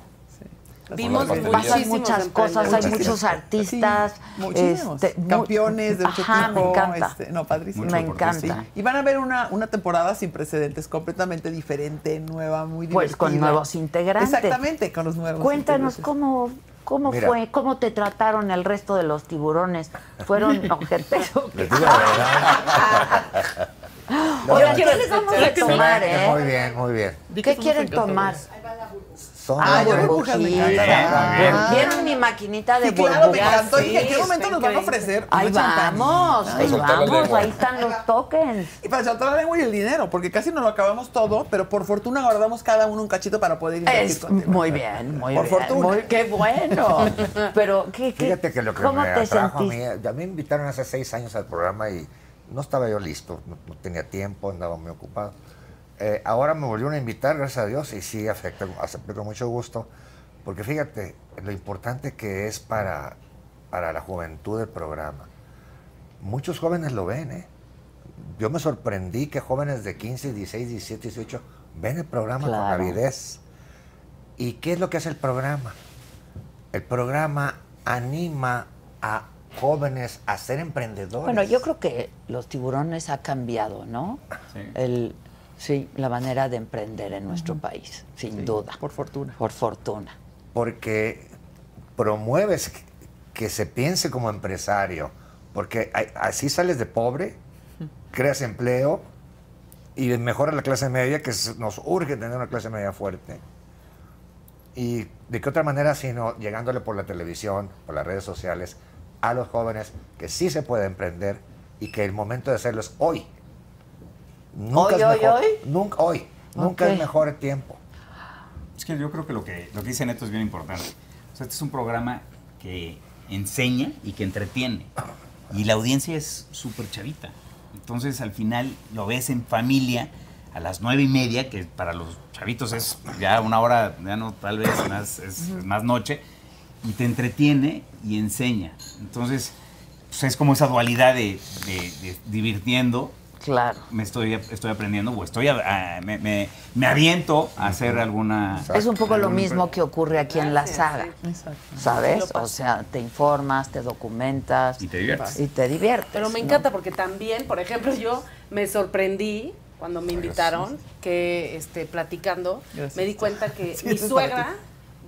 [SPEAKER 6] Vimos
[SPEAKER 8] Pasan
[SPEAKER 3] Pasan
[SPEAKER 6] muchísimos
[SPEAKER 3] muchas cosas, hay
[SPEAKER 6] emprendedores.
[SPEAKER 3] muchos artistas.
[SPEAKER 4] Sí, muchísimos.
[SPEAKER 3] este, mu-
[SPEAKER 4] Campeones de mucho
[SPEAKER 3] Ajá,
[SPEAKER 4] tipo,
[SPEAKER 3] me encanta.
[SPEAKER 4] este, no, padrísimo.
[SPEAKER 3] Me encanta.
[SPEAKER 4] Sí. Y van a ver una, una temporada sin precedentes, completamente diferente, nueva, muy
[SPEAKER 3] Pues,
[SPEAKER 4] divertida.
[SPEAKER 3] con nuevos integrantes.
[SPEAKER 4] Exactamente, con los nuevos
[SPEAKER 3] Cuéntanos
[SPEAKER 4] integrantes.
[SPEAKER 3] cómo, cómo
[SPEAKER 5] Mira.
[SPEAKER 3] fue, cómo te trataron el resto de los tiburones. ¿Fueron objetos?
[SPEAKER 5] Les digo la verdad. No,
[SPEAKER 3] Oigan,
[SPEAKER 5] no,
[SPEAKER 3] ¿qué les vamos a tomar,
[SPEAKER 5] Muy
[SPEAKER 3] eh?
[SPEAKER 5] bien, muy bien.
[SPEAKER 3] ¿Qué quieren tomar?
[SPEAKER 5] Son
[SPEAKER 3] Ah,
[SPEAKER 4] burbujas,
[SPEAKER 3] burbujitas.
[SPEAKER 4] me encantan.
[SPEAKER 5] Bien,
[SPEAKER 4] bien.
[SPEAKER 3] ¿Vieron mi maquinita de
[SPEAKER 4] Sí, claro, me
[SPEAKER 3] burbujas?
[SPEAKER 4] encantó. Dije, ¿en qué
[SPEAKER 6] Sí,
[SPEAKER 4] momento
[SPEAKER 6] está
[SPEAKER 4] nos van a
[SPEAKER 6] increíble.
[SPEAKER 4] ofrecer?
[SPEAKER 3] Ahí
[SPEAKER 4] una champaña?
[SPEAKER 3] vamos,
[SPEAKER 4] Ah.
[SPEAKER 3] ahí
[SPEAKER 8] soltar la
[SPEAKER 3] vamos,
[SPEAKER 8] lengua.
[SPEAKER 3] ahí están los tokens.
[SPEAKER 4] Y para soltar la lengua y el dinero, porque casi no lo acabamos todo, pero por fortuna guardamos cada uno un cachito para poder invertir
[SPEAKER 3] Es,
[SPEAKER 4] contigo.
[SPEAKER 3] muy bien, muy
[SPEAKER 4] Por
[SPEAKER 3] bien.
[SPEAKER 4] fortuna.
[SPEAKER 3] muy- qué bueno. Pero, ¿qué, qué-
[SPEAKER 5] Fíjate que lo que
[SPEAKER 3] ¿cómo
[SPEAKER 5] me
[SPEAKER 3] te
[SPEAKER 5] atrajo a mí,
[SPEAKER 3] sentiste?
[SPEAKER 5] a mí me invitaron hace seis años al programa y no estaba yo listo, no, no tenía tiempo, andaba muy ocupado.
[SPEAKER 12] eh, ahora me volvieron a invitar, gracias a Dios, y sí afecta, acepté con mucho gusto, porque fíjate lo importante que es para, para la juventud el programa. Muchos jóvenes lo ven, ¿eh? Yo me sorprendí que jóvenes de 15, 16, 17, 18 ven el programa
[SPEAKER 3] Claro.
[SPEAKER 12] con avidez. ¿Y qué es lo que hace el programa? El programa anima a jóvenes a ser emprendedores.
[SPEAKER 3] Bueno, yo creo que los tiburones ha cambiado, ¿no?
[SPEAKER 12] Sí.
[SPEAKER 3] El, sí, la manera de emprender en nuestro país, sin duda. Por fortuna. Por fortuna.
[SPEAKER 12] porque promueves que- que se piense como empresario, porque a- así sales de pobre, creas empleo y mejora la clase media, que es- nos urge tener una clase media fuerte. ¿Y de qué otra manera sino llegándole por la televisión, por las redes sociales, a los jóvenes que sí se puede emprender y que el momento de hacerlo es hoy? Nunca
[SPEAKER 3] ¿Hoy,
[SPEAKER 12] es
[SPEAKER 3] hoy,
[SPEAKER 12] mejor-
[SPEAKER 3] hoy?
[SPEAKER 12] Nunca, hoy. Nunca
[SPEAKER 3] Ok.
[SPEAKER 12] es mejor el tiempo.
[SPEAKER 7] Es que yo creo que lo que, lo que dice Neto es bien importante. O sea, este es un programa que enseña y que entretiene. Y la audiencia es súper chavita. Entonces, al final, lo ves en familia a las nueve y media, que para los chavitos es ya una hora, ya no, tal vez más, es, es más noche, y te entretiene y enseña. Entonces, pues, es como esa dualidad de, de- de divirtiendo.
[SPEAKER 3] Claro.
[SPEAKER 7] Me estoy, estoy aprendiendo o estoy, a- a- me, me- me aviento a hacer alguna...
[SPEAKER 3] Es un poco lo
[SPEAKER 7] algún-
[SPEAKER 3] mismo que ocurre aquí en la saga. ¿Sabes? O sea, te informas, te documentas. Y te
[SPEAKER 7] diviertes.
[SPEAKER 3] Y te diviertes.
[SPEAKER 6] Pero me
[SPEAKER 3] ¿no?
[SPEAKER 6] encanta porque también, por ejemplo, yo me sorprendí cuando me invitaron, que este, platicando,
[SPEAKER 3] Gracias.
[SPEAKER 6] me di cuenta que
[SPEAKER 3] Sí,
[SPEAKER 6] mi
[SPEAKER 3] eso es para ti.
[SPEAKER 6] suegra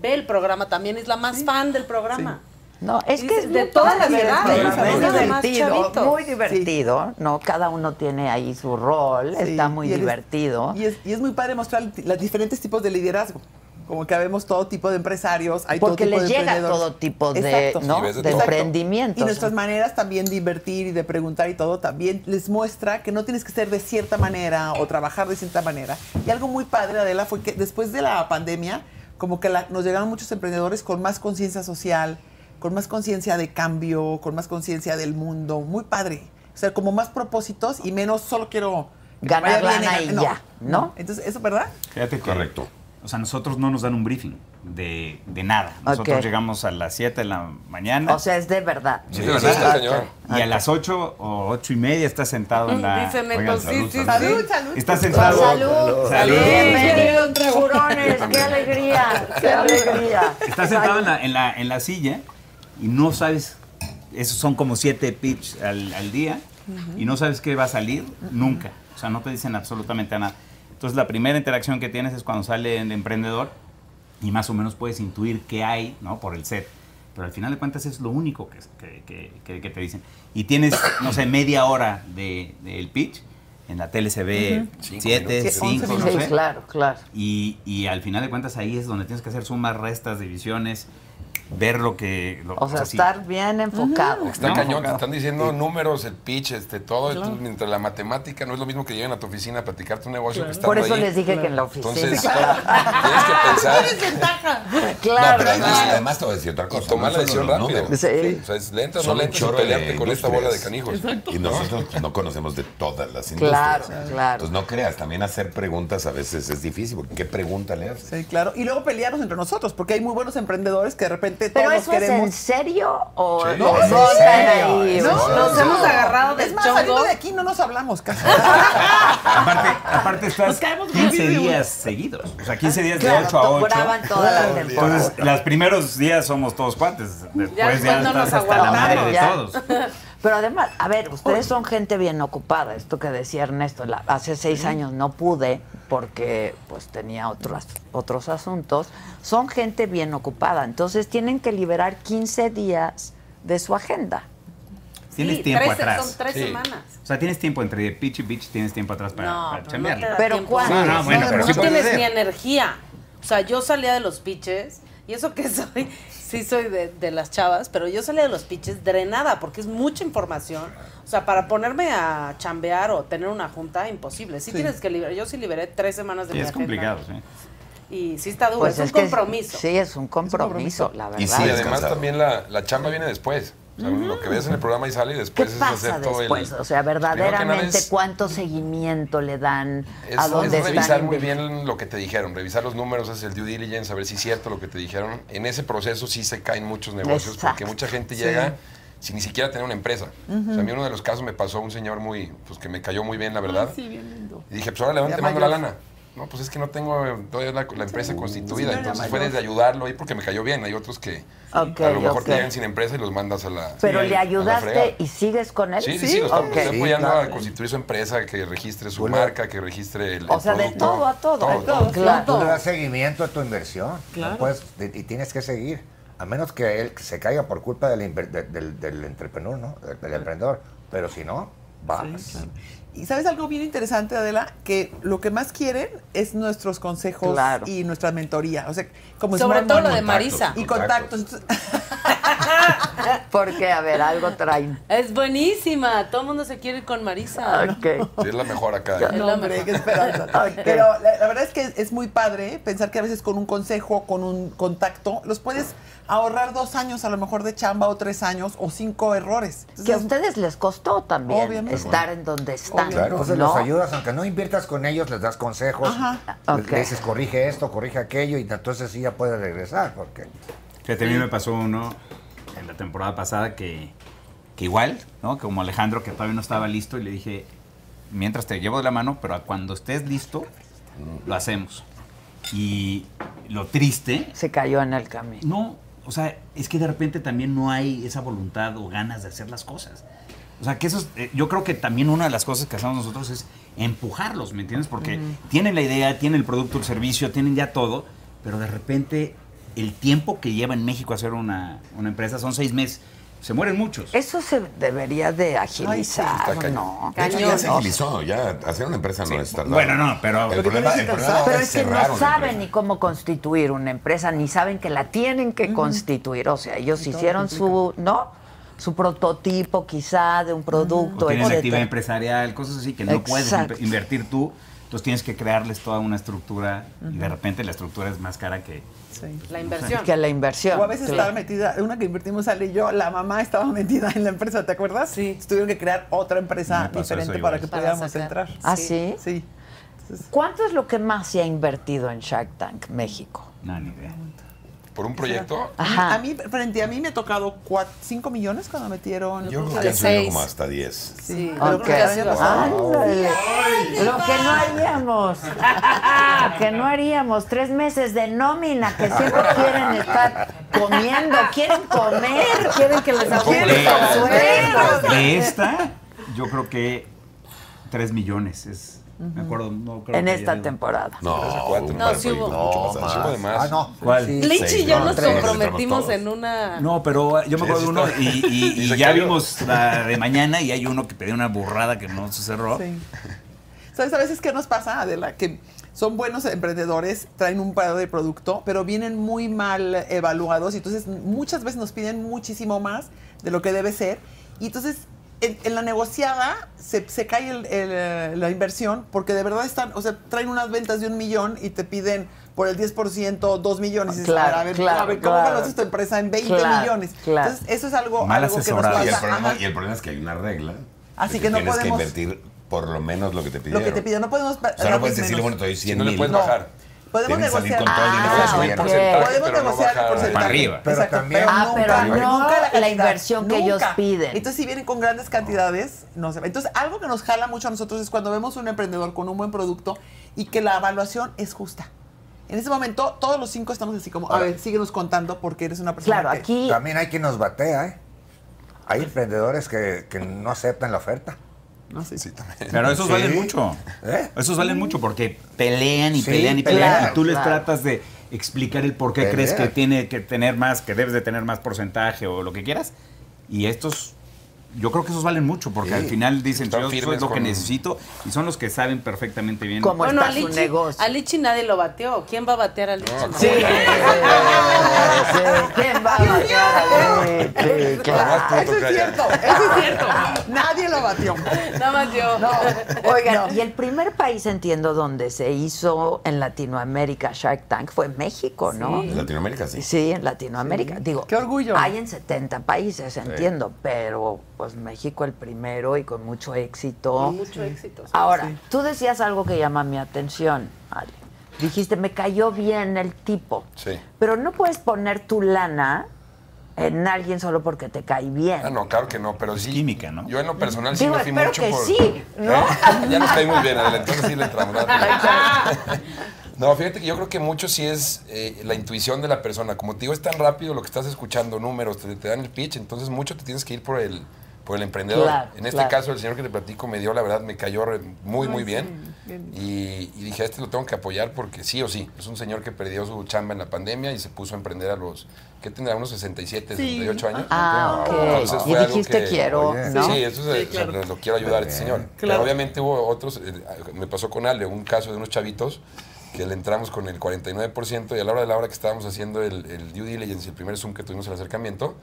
[SPEAKER 6] ve el programa, también es la más fan del programa.
[SPEAKER 3] No, es
[SPEAKER 6] Y
[SPEAKER 3] que
[SPEAKER 6] dices,
[SPEAKER 3] es
[SPEAKER 6] de
[SPEAKER 3] bien
[SPEAKER 6] todas las
[SPEAKER 3] padre el
[SPEAKER 6] edades,
[SPEAKER 3] programa,
[SPEAKER 6] ¿no?
[SPEAKER 3] es
[SPEAKER 6] Los demás
[SPEAKER 3] divertido,
[SPEAKER 6] chavitos.
[SPEAKER 3] muy divertido, ¿no? Cada uno tiene ahí su rol, está muy
[SPEAKER 4] y eres-
[SPEAKER 3] divertido.
[SPEAKER 4] Y es, y es muy padre mostrar los diferentes tipos de liderazgo. Como que vemos todo tipo de empresarios, hay
[SPEAKER 3] Porque
[SPEAKER 4] todo tipo
[SPEAKER 3] les
[SPEAKER 4] de
[SPEAKER 3] llega
[SPEAKER 4] emprendedores.
[SPEAKER 3] todo tipo de, ¿no? Y ves de de todo. emprendimientos.
[SPEAKER 4] Y nuestras maneras también de invertir y de preguntar y todo también les muestra que no tienes que ser de cierta manera o trabajar de cierta manera. Y algo muy padre, Adela, fue que después de la pandemia, como que la- nos llegaron muchos emprendedores con más conciencia social, con más conciencia de cambio, con más conciencia del mundo. Muy padre. O sea, como más propósitos y menos solo quiero que me
[SPEAKER 3] Ganar
[SPEAKER 4] vaya
[SPEAKER 3] lana y ya, ¿no?
[SPEAKER 4] Entonces, eso, ¿verdad?
[SPEAKER 7] Fíjate Correcto. O sea, nosotros no nos dan un briefing de, de nada. Nosotros
[SPEAKER 3] Ok.
[SPEAKER 7] llegamos a las 7 de la mañana.
[SPEAKER 3] O sea, es de verdad.
[SPEAKER 7] Sí, de verdad. Y a las 8 o 8 y media estás sentado en la.
[SPEAKER 3] Dicen,
[SPEAKER 7] Oigan,
[SPEAKER 3] entonces,
[SPEAKER 7] salud,
[SPEAKER 3] sí, sí,
[SPEAKER 7] salud.
[SPEAKER 3] sí. Salud,
[SPEAKER 7] Estás
[SPEAKER 3] salud.
[SPEAKER 7] sentado.
[SPEAKER 3] Salud.
[SPEAKER 7] Salud.
[SPEAKER 3] Bienvenidos, tiburones, qué alegría, qué alegría.
[SPEAKER 7] Estás sentado en la, en, la, en la silla y no sabes. Esos son como 7 pitch al, al día y no sabes qué va a salir nunca. O sea, no te dicen absolutamente nada. Entonces, la primera interacción que tienes es cuando sale el emprendedor y más o menos puedes intuir qué hay, ¿no? Por el set. Pero al final de cuentas es lo único que, que- que- que- que te dicen. Y tienes, no sé, media hora del de, del pitch. En la tele se ve
[SPEAKER 3] Ujú. Cinco
[SPEAKER 7] 7,
[SPEAKER 3] minutos.
[SPEAKER 7] 5,
[SPEAKER 3] Sí,
[SPEAKER 7] no sé.
[SPEAKER 3] claro, claro.
[SPEAKER 7] Y, y al final de cuentas ahí es donde tienes que hacer sumas, restas, divisiones, ver lo que... lo-
[SPEAKER 3] O sea,
[SPEAKER 7] sí.
[SPEAKER 3] estar bien enfocado.
[SPEAKER 7] Ujú.
[SPEAKER 8] Está
[SPEAKER 7] No,
[SPEAKER 8] cañón, te
[SPEAKER 7] claro.
[SPEAKER 8] están diciendo números, el pitch, este, todo,
[SPEAKER 3] Claro.
[SPEAKER 8] entonces, mientras la matemática no es lo mismo que lleguen a tu oficina a platicarte un negocio
[SPEAKER 3] Claro.
[SPEAKER 8] que está
[SPEAKER 3] Por eso les dije que en la oficina.
[SPEAKER 8] Entonces,
[SPEAKER 3] Sí, claro.
[SPEAKER 8] tienes que pensar.
[SPEAKER 3] Claro.
[SPEAKER 13] pero además, además te voy a decir otra cosa.
[SPEAKER 8] tomar la
[SPEAKER 13] no
[SPEAKER 8] decisión
[SPEAKER 13] solo los
[SPEAKER 8] rápido.
[SPEAKER 13] números.
[SPEAKER 8] Sí. O sea, es lenta o no
[SPEAKER 13] Son un
[SPEAKER 8] lenta, es
[SPEAKER 13] chorro
[SPEAKER 8] pelearte
[SPEAKER 13] de
[SPEAKER 8] con esta bola de
[SPEAKER 13] industrias.
[SPEAKER 8] canijos. Exacto.
[SPEAKER 13] Y nosotros pues, no conocemos de todas las
[SPEAKER 4] Claro,
[SPEAKER 13] industrias.
[SPEAKER 4] claro.
[SPEAKER 13] Entonces no creas, también hacer preguntas a veces es difícil, porque ¿qué pregunta le haces?
[SPEAKER 4] Sí, claro. Y luego pelearnos entre nosotros, porque hay muy buenos emprendedores que de repente
[SPEAKER 3] Pero
[SPEAKER 4] todos
[SPEAKER 3] eso
[SPEAKER 4] queremos.
[SPEAKER 3] es en serio o
[SPEAKER 4] Sí.
[SPEAKER 3] o
[SPEAKER 4] ¿Es en
[SPEAKER 3] botan
[SPEAKER 4] serio?
[SPEAKER 3] ahí,
[SPEAKER 4] No,
[SPEAKER 3] o-
[SPEAKER 4] no, no.
[SPEAKER 6] del
[SPEAKER 4] Es más,
[SPEAKER 6] chongo.
[SPEAKER 4] saliendo de aquí no nos hablamos casi.
[SPEAKER 7] Aparte estás 15 días seguidos. O sea, 15 días
[SPEAKER 4] Claro,
[SPEAKER 7] de 8 a
[SPEAKER 4] to-
[SPEAKER 7] 8.
[SPEAKER 4] graban toda la temporada.
[SPEAKER 7] Entonces, los primeros días somos todos cuates. Después ya,
[SPEAKER 3] después no nos
[SPEAKER 7] estás hasta la madre
[SPEAKER 3] aguantamos,
[SPEAKER 7] de
[SPEAKER 3] ya.
[SPEAKER 7] todos.
[SPEAKER 3] Pero además, a ver, ustedes son gente bien ocupada, esto que decía Ernesto, la- hace seis años no pude porque pues tenía otros, otros asuntos, son gente bien ocupada, entonces tienen que liberar 15 días de su agenda.
[SPEAKER 7] Tienes
[SPEAKER 3] Sí,
[SPEAKER 7] tiempo
[SPEAKER 3] tres-
[SPEAKER 7] atrás.
[SPEAKER 3] son tres semanas.
[SPEAKER 7] O sea, tienes tiempo entre pitch y pitch, tienes tiempo atrás para,
[SPEAKER 6] No, pero
[SPEAKER 7] para
[SPEAKER 6] no
[SPEAKER 7] chambearle.
[SPEAKER 6] te da
[SPEAKER 3] Pero
[SPEAKER 6] tiempo.
[SPEAKER 3] ¿cuándo?
[SPEAKER 7] No, no, bueno, pero sí
[SPEAKER 6] no
[SPEAKER 7] puedes
[SPEAKER 6] tienes
[SPEAKER 7] hacer.
[SPEAKER 6] ni energía. O sea, yo salía de los pitches, y eso que soy, sí soy de, de las chavas, pero yo salía de los pitches drenada, porque es mucha información. O sea, para ponerme a chambear o tener una junta, imposible. Sí,
[SPEAKER 7] Sí.
[SPEAKER 6] tienes que liberar. Yo sí liberé tres semanas de
[SPEAKER 7] Sí,
[SPEAKER 6] mi
[SPEAKER 7] es
[SPEAKER 6] agenda.
[SPEAKER 7] complicado, sí.
[SPEAKER 6] Y sí está duro,
[SPEAKER 3] Pues
[SPEAKER 6] es, un
[SPEAKER 3] que
[SPEAKER 6] compromiso.
[SPEAKER 3] sí, es un compromiso, la verdad.
[SPEAKER 8] Y además también la, la chamba viene después. O sea, Lo que ves en el programa y sale y
[SPEAKER 3] ¿Qué
[SPEAKER 8] después es
[SPEAKER 3] pasa
[SPEAKER 8] hacer todo
[SPEAKER 3] después?
[SPEAKER 8] el...
[SPEAKER 3] O sea,
[SPEAKER 8] Primero que nada
[SPEAKER 3] verdaderamente,
[SPEAKER 8] es-
[SPEAKER 3] ¿cuánto seguimiento le dan?
[SPEAKER 8] Es,
[SPEAKER 3] ¿A dónde
[SPEAKER 8] es
[SPEAKER 3] están?
[SPEAKER 8] revisar muy bien lo que te dijeron, revisar los números, hacer el due diligence, a ver si es cierto lo que te dijeron. En ese proceso sí se caen muchos negocios porque
[SPEAKER 3] Exacto.
[SPEAKER 8] mucha gente
[SPEAKER 3] Sí.
[SPEAKER 8] llega sin ni siquiera tener una empresa.
[SPEAKER 3] Ujú.
[SPEAKER 8] O sea, a mí uno de los casos me pasó un señor muy, pues que me cayó muy bien, la verdad.
[SPEAKER 4] Ay, sí, bien lindo.
[SPEAKER 8] Y dije, pues ahora le
[SPEAKER 4] Ya
[SPEAKER 8] van mando la
[SPEAKER 4] mayor.
[SPEAKER 8] lana. No, pues es que no tengo eh, todavía la, la empresa constituida.
[SPEAKER 4] señor ya
[SPEAKER 8] Entonces fue
[SPEAKER 4] mayor.
[SPEAKER 8] desde ayudarlo ahí porque me cayó bien. Hay otros que
[SPEAKER 3] Ok,
[SPEAKER 8] a lo mejor
[SPEAKER 3] ok.
[SPEAKER 8] te llegan sin empresa y los mandas a la.
[SPEAKER 3] Pero
[SPEAKER 8] a
[SPEAKER 3] le
[SPEAKER 8] la fregada.
[SPEAKER 3] ayudaste y sigues con él.
[SPEAKER 8] Sí, sí, sí, lo estamos
[SPEAKER 3] Ok.
[SPEAKER 8] estoy apoyando a constituir su empresa, que registre su marca, que registre el,
[SPEAKER 3] O
[SPEAKER 8] el
[SPEAKER 3] sea, de
[SPEAKER 8] producto.
[SPEAKER 3] todo a todo,
[SPEAKER 8] Todo,
[SPEAKER 3] de todo,
[SPEAKER 8] todo.
[SPEAKER 3] claro.
[SPEAKER 12] Tú le das seguimiento a tu inversión.
[SPEAKER 3] Claro.
[SPEAKER 12] No puedes- de- y tienes que seguir. A menos que él se caiga por culpa del, inver- de- del, del entrepreneur, ¿no? Del, del emprendedor. Pero si no, vas.
[SPEAKER 4] Y sabes algo bien interesante, Adela, que lo que más quieren es nuestros consejos
[SPEAKER 12] Claro.
[SPEAKER 4] y nuestra mentoría. O sea, como
[SPEAKER 6] Sobre
[SPEAKER 4] Smart
[SPEAKER 6] todo
[SPEAKER 4] Money.
[SPEAKER 6] lo de Marisa.
[SPEAKER 4] Y
[SPEAKER 6] Contactos,
[SPEAKER 4] contactos.
[SPEAKER 3] Porque, a ver, algo traen.
[SPEAKER 6] Es buenísima. Todo el mundo se quiere ir con Marisa.
[SPEAKER 8] Sí, es la mejor acá.
[SPEAKER 6] Ya,
[SPEAKER 8] ¿eh?
[SPEAKER 6] no, hombre,
[SPEAKER 4] qué esperanza. Pero la, la verdad es que es muy padre pensar que a veces con un consejo, con un contacto, los puedes ahorrar dos años a lo mejor de chamba o tres años o cinco errores.
[SPEAKER 3] Que a ustedes les costó también
[SPEAKER 4] Obviamente.
[SPEAKER 3] estar en donde están.
[SPEAKER 12] Entonces
[SPEAKER 3] ¿no?
[SPEAKER 12] los ayudas, aunque no inviertas con ellos, les das consejos.
[SPEAKER 3] Ajá.
[SPEAKER 12] les-
[SPEAKER 3] Ok.
[SPEAKER 12] Le dices, corrige esto, corrige aquello, y entonces sí ya puedes regresar. Porque
[SPEAKER 7] Fíjate, a mí me pasó uno en la temporada pasada que, que igual, ¿no? Como Alejandro, que todavía no estaba listo, y le dije, mientras te llevo de la mano, pero cuando estés listo, Este, lo hacemos. Y lo triste...
[SPEAKER 3] Se cayó en el camino.
[SPEAKER 7] No, o sea, es que de repente también no hay esa voluntad o ganas de hacer las cosas. O sea, que eso es, eh, yo creo que también una de las cosas que hacemos nosotros es empujarlos, ¿me entiendes? Porque tienen la idea, tienen el producto, el servicio, tienen ya todo, pero de repente el tiempo que lleva en México hacer una, una empresa son seis meses. Se mueren muchos.
[SPEAKER 3] Eso se debería de agilizar, ¿no?
[SPEAKER 13] De hecho, ya se agilizó, ya hacer una empresa no es tardado.
[SPEAKER 7] Bueno, no, pero...
[SPEAKER 13] El problema, el problema ahora
[SPEAKER 3] Pero
[SPEAKER 13] es
[SPEAKER 3] es que
[SPEAKER 13] cerrar
[SPEAKER 3] no
[SPEAKER 13] una
[SPEAKER 3] saben ni cómo constituir una empresa, ni saben que la tienen que constituir. O sea, ellos hicieron su, ¿no? Su prototipo quizá de un producto,
[SPEAKER 7] o tienen actividad
[SPEAKER 3] etcétera.
[SPEAKER 7] empresarial, cosas así que no puedes
[SPEAKER 3] Exacto.
[SPEAKER 7] imp- invertir tú. Entonces tienes que crearles toda una estructura y de
[SPEAKER 4] Ujú.
[SPEAKER 7] repente la estructura es más cara que...
[SPEAKER 4] La
[SPEAKER 7] inversión.
[SPEAKER 3] Que la inversión.
[SPEAKER 4] O a veces
[SPEAKER 3] claro.
[SPEAKER 4] estar metida, una que invertimos Ale y yo, la mamá estaba metida en la empresa, ¿te acuerdas? Sí. Tuvieron que crear otra empresa
[SPEAKER 3] pasó eso
[SPEAKER 4] Ah, diferente
[SPEAKER 3] igual.
[SPEAKER 4] para que
[SPEAKER 3] Para
[SPEAKER 4] pudiéramos
[SPEAKER 3] sacar.
[SPEAKER 4] entrar.
[SPEAKER 3] ¿Ah, sí?
[SPEAKER 4] Sí.
[SPEAKER 3] ¿Cuánto es lo que más se ha invertido en Shark Tank México?
[SPEAKER 7] No, ni idea.
[SPEAKER 8] Por un proyecto.
[SPEAKER 3] Ajá.
[SPEAKER 4] A mí, frente a mí me ha tocado 5 millones cuando metieron.
[SPEAKER 13] Yo creo
[SPEAKER 4] Ah,
[SPEAKER 13] que han subido
[SPEAKER 4] seis.
[SPEAKER 13] como hasta 10.
[SPEAKER 4] Sí,
[SPEAKER 3] Ok. Ándale. Lo que no haríamos. que no haríamos. Tres meses de nómina que siempre quieren estar comiendo. Quieren comer. Quieren que les
[SPEAKER 7] De,
[SPEAKER 3] abuelen con sueldo.
[SPEAKER 7] de esta, yo creo que 3 millones es... Me acuerdo, no creo
[SPEAKER 3] En
[SPEAKER 7] que
[SPEAKER 3] esta
[SPEAKER 7] haya-
[SPEAKER 3] temporada.
[SPEAKER 13] No,
[SPEAKER 7] cuatro.
[SPEAKER 6] No, sí hubo.
[SPEAKER 13] No, más.
[SPEAKER 7] Ah, no.
[SPEAKER 13] ¿Cuál?
[SPEAKER 6] Lich y yo nos
[SPEAKER 7] Tres.
[SPEAKER 6] comprometimos en una.
[SPEAKER 7] No, pero eh, yo me acuerdo
[SPEAKER 13] Sí,
[SPEAKER 7] de uno
[SPEAKER 13] sí
[SPEAKER 7] y,
[SPEAKER 13] está.
[SPEAKER 7] y-
[SPEAKER 13] Y
[SPEAKER 7] y
[SPEAKER 13] se
[SPEAKER 7] ya
[SPEAKER 13] cayó.
[SPEAKER 7] vimos la de mañana y hay uno que pedía una burrada que no se cerró.
[SPEAKER 4] Sí. ¿Sabes a veces qué nos pasa, Adela? Que son buenos emprendedores, traen un par de producto, pero vienen muy mal evaluados y entonces muchas veces nos piden muchísimo más de lo que debe ser. Y entonces en, en la negociada se, se cae el- el, eh, la inversión porque de verdad están, o sea, traen unas ventas de un millón y te piden por el 10%, dos millones. Y dices,
[SPEAKER 3] Claro,
[SPEAKER 4] a ver,
[SPEAKER 3] claro,
[SPEAKER 4] a ver, ¿cómo
[SPEAKER 3] claro.
[SPEAKER 4] conoces tu empresa en 20
[SPEAKER 3] Claro,
[SPEAKER 4] millones?
[SPEAKER 3] claro.
[SPEAKER 4] Entonces eso es algo,
[SPEAKER 13] Mal
[SPEAKER 4] algo que nos
[SPEAKER 13] asesorado.
[SPEAKER 4] pasa.
[SPEAKER 13] Y el, problema,
[SPEAKER 4] Ajá.
[SPEAKER 13] y el problema es que hay una regla.
[SPEAKER 4] Así
[SPEAKER 13] de
[SPEAKER 4] Ah, que no
[SPEAKER 13] tienes
[SPEAKER 4] podemos-
[SPEAKER 13] que invertir por lo menos lo que te
[SPEAKER 4] Lo
[SPEAKER 13] pidieron.
[SPEAKER 4] que te piden, no podemos...
[SPEAKER 13] O sea, no puedes
[SPEAKER 4] darles
[SPEAKER 13] decir,
[SPEAKER 4] menos.
[SPEAKER 13] bueno, te doy 100
[SPEAKER 8] no le
[SPEAKER 13] mil.
[SPEAKER 8] puedes bajar.
[SPEAKER 4] Podemos
[SPEAKER 13] Tienes que salir
[SPEAKER 4] negociar.
[SPEAKER 13] con todo el dinero
[SPEAKER 4] Ah,
[SPEAKER 13] que subieron.
[SPEAKER 4] ok.
[SPEAKER 13] pero
[SPEAKER 4] Podemos
[SPEAKER 13] no
[SPEAKER 4] negociar el
[SPEAKER 13] bajar
[SPEAKER 4] porcentaje.
[SPEAKER 13] Para arriba.
[SPEAKER 4] Pero Exacto, también- pero
[SPEAKER 3] Ah, pero
[SPEAKER 4] nunca,
[SPEAKER 3] no
[SPEAKER 4] nunca
[SPEAKER 3] la,
[SPEAKER 4] cantidad,
[SPEAKER 3] inversión que ellos
[SPEAKER 4] nunca.
[SPEAKER 3] piden.
[SPEAKER 4] Entonces, si vienen con grandes cantidades, no se va. Entonces, algo que nos jala mucho a nosotros es cuando vemos un emprendedor con un buen producto y que la evaluación es justa. En ese momento, todos los cinco estamos así como, a ver, síguenos contando porque eres una persona que...
[SPEAKER 12] También hay quien nos batea, ¿eh? Hay emprendedores que, que no aceptan la oferta.
[SPEAKER 4] No, sí,
[SPEAKER 12] sí, también.
[SPEAKER 7] Pero esos valen mucho. Esos valen mucho porque pelean y
[SPEAKER 12] Sí,
[SPEAKER 7] pelean y pelean.
[SPEAKER 12] claro,
[SPEAKER 7] y tú les
[SPEAKER 12] claro.
[SPEAKER 7] tratas de explicar el por qué
[SPEAKER 12] Pelear.
[SPEAKER 7] crees que tiene que tener más, que debes de tener más porcentaje o lo que quieras. Y estos yo creo que esos valen mucho porque
[SPEAKER 13] Sí.
[SPEAKER 7] al final dicen,
[SPEAKER 13] Están
[SPEAKER 7] yo soy
[SPEAKER 13] firmes
[SPEAKER 7] lo que
[SPEAKER 13] con-
[SPEAKER 7] necesito y son los que saben perfectamente bien.
[SPEAKER 6] bueno, a Lichi- A Lichi nadie lo bateó. ¿Quién va a batear a Lichi?
[SPEAKER 7] Sí.
[SPEAKER 6] ¿Quién va a
[SPEAKER 3] Eso es cierto,
[SPEAKER 4] eso es cierto. Nadie lo batió.
[SPEAKER 6] Nada más yo.
[SPEAKER 3] Oigan, y el primer país, entiendo, donde se hizo en Latinoamérica Shark Tank fue México, ¿no?
[SPEAKER 13] En Latinoamérica, sí.
[SPEAKER 3] Sí, en Latinoamérica.
[SPEAKER 13] Sí.
[SPEAKER 3] Digo,
[SPEAKER 13] Qué orgullo.
[SPEAKER 3] Hay en 70 países, entiendo, pero pues México el primero y con mucho éxito.
[SPEAKER 6] Con mucho éxito, sí,
[SPEAKER 3] Ahora,
[SPEAKER 6] sí.
[SPEAKER 3] tú decías algo que llama mi atención, Ale. Dijiste, me cayó bien el tipo.
[SPEAKER 8] Sí.
[SPEAKER 3] Pero no puedes poner tu lana en alguien solo porque te cae bien.
[SPEAKER 8] Ah, no, claro que no, pero sí. química, ¿no? Yo en lo personal sí
[SPEAKER 3] Digo,
[SPEAKER 8] me fui
[SPEAKER 3] espero
[SPEAKER 8] mucho
[SPEAKER 3] que
[SPEAKER 8] por.
[SPEAKER 3] sí, ¿no?
[SPEAKER 8] ¿Eh? Ya nos caímos bien, Adela, entonces sí le entramos. ¿no? No, fíjate que yo creo que mucho sí es eh, la intuición de la persona. Como te digo, es tan rápido lo que estás escuchando, números, te, te dan el pitch, entonces mucho te tienes que ir por el, por el emprendedor.
[SPEAKER 13] Claro,
[SPEAKER 8] en este
[SPEAKER 13] claro.
[SPEAKER 8] caso, el señor que te platico me dio, la verdad, me cayó re- muy,
[SPEAKER 13] Ay,
[SPEAKER 8] muy
[SPEAKER 13] sí,
[SPEAKER 8] bien. Y, y dije, a este lo tengo que apoyar porque sí o sí. Es un señor que perdió su chamba en la pandemia y se puso a emprender a los, ¿qué tendrá? Unos 67,
[SPEAKER 3] Sí.
[SPEAKER 8] 68 años.
[SPEAKER 3] Ah, ok. Y
[SPEAKER 8] fue algo
[SPEAKER 3] dijiste, "Quiero", Oye. ¿no?
[SPEAKER 8] Sí, eso se-
[SPEAKER 3] Sí, claro.
[SPEAKER 8] se- lo quiero ayudar a este señor.
[SPEAKER 3] Claro.
[SPEAKER 8] Pero obviamente hubo otros, eh, me pasó con Ale, un caso de unos chavitos que le entramos con el 49% y a la hora de la hora que estábamos haciendo el, el due diligence, el primer Zoom que tuvimos el acercamiento,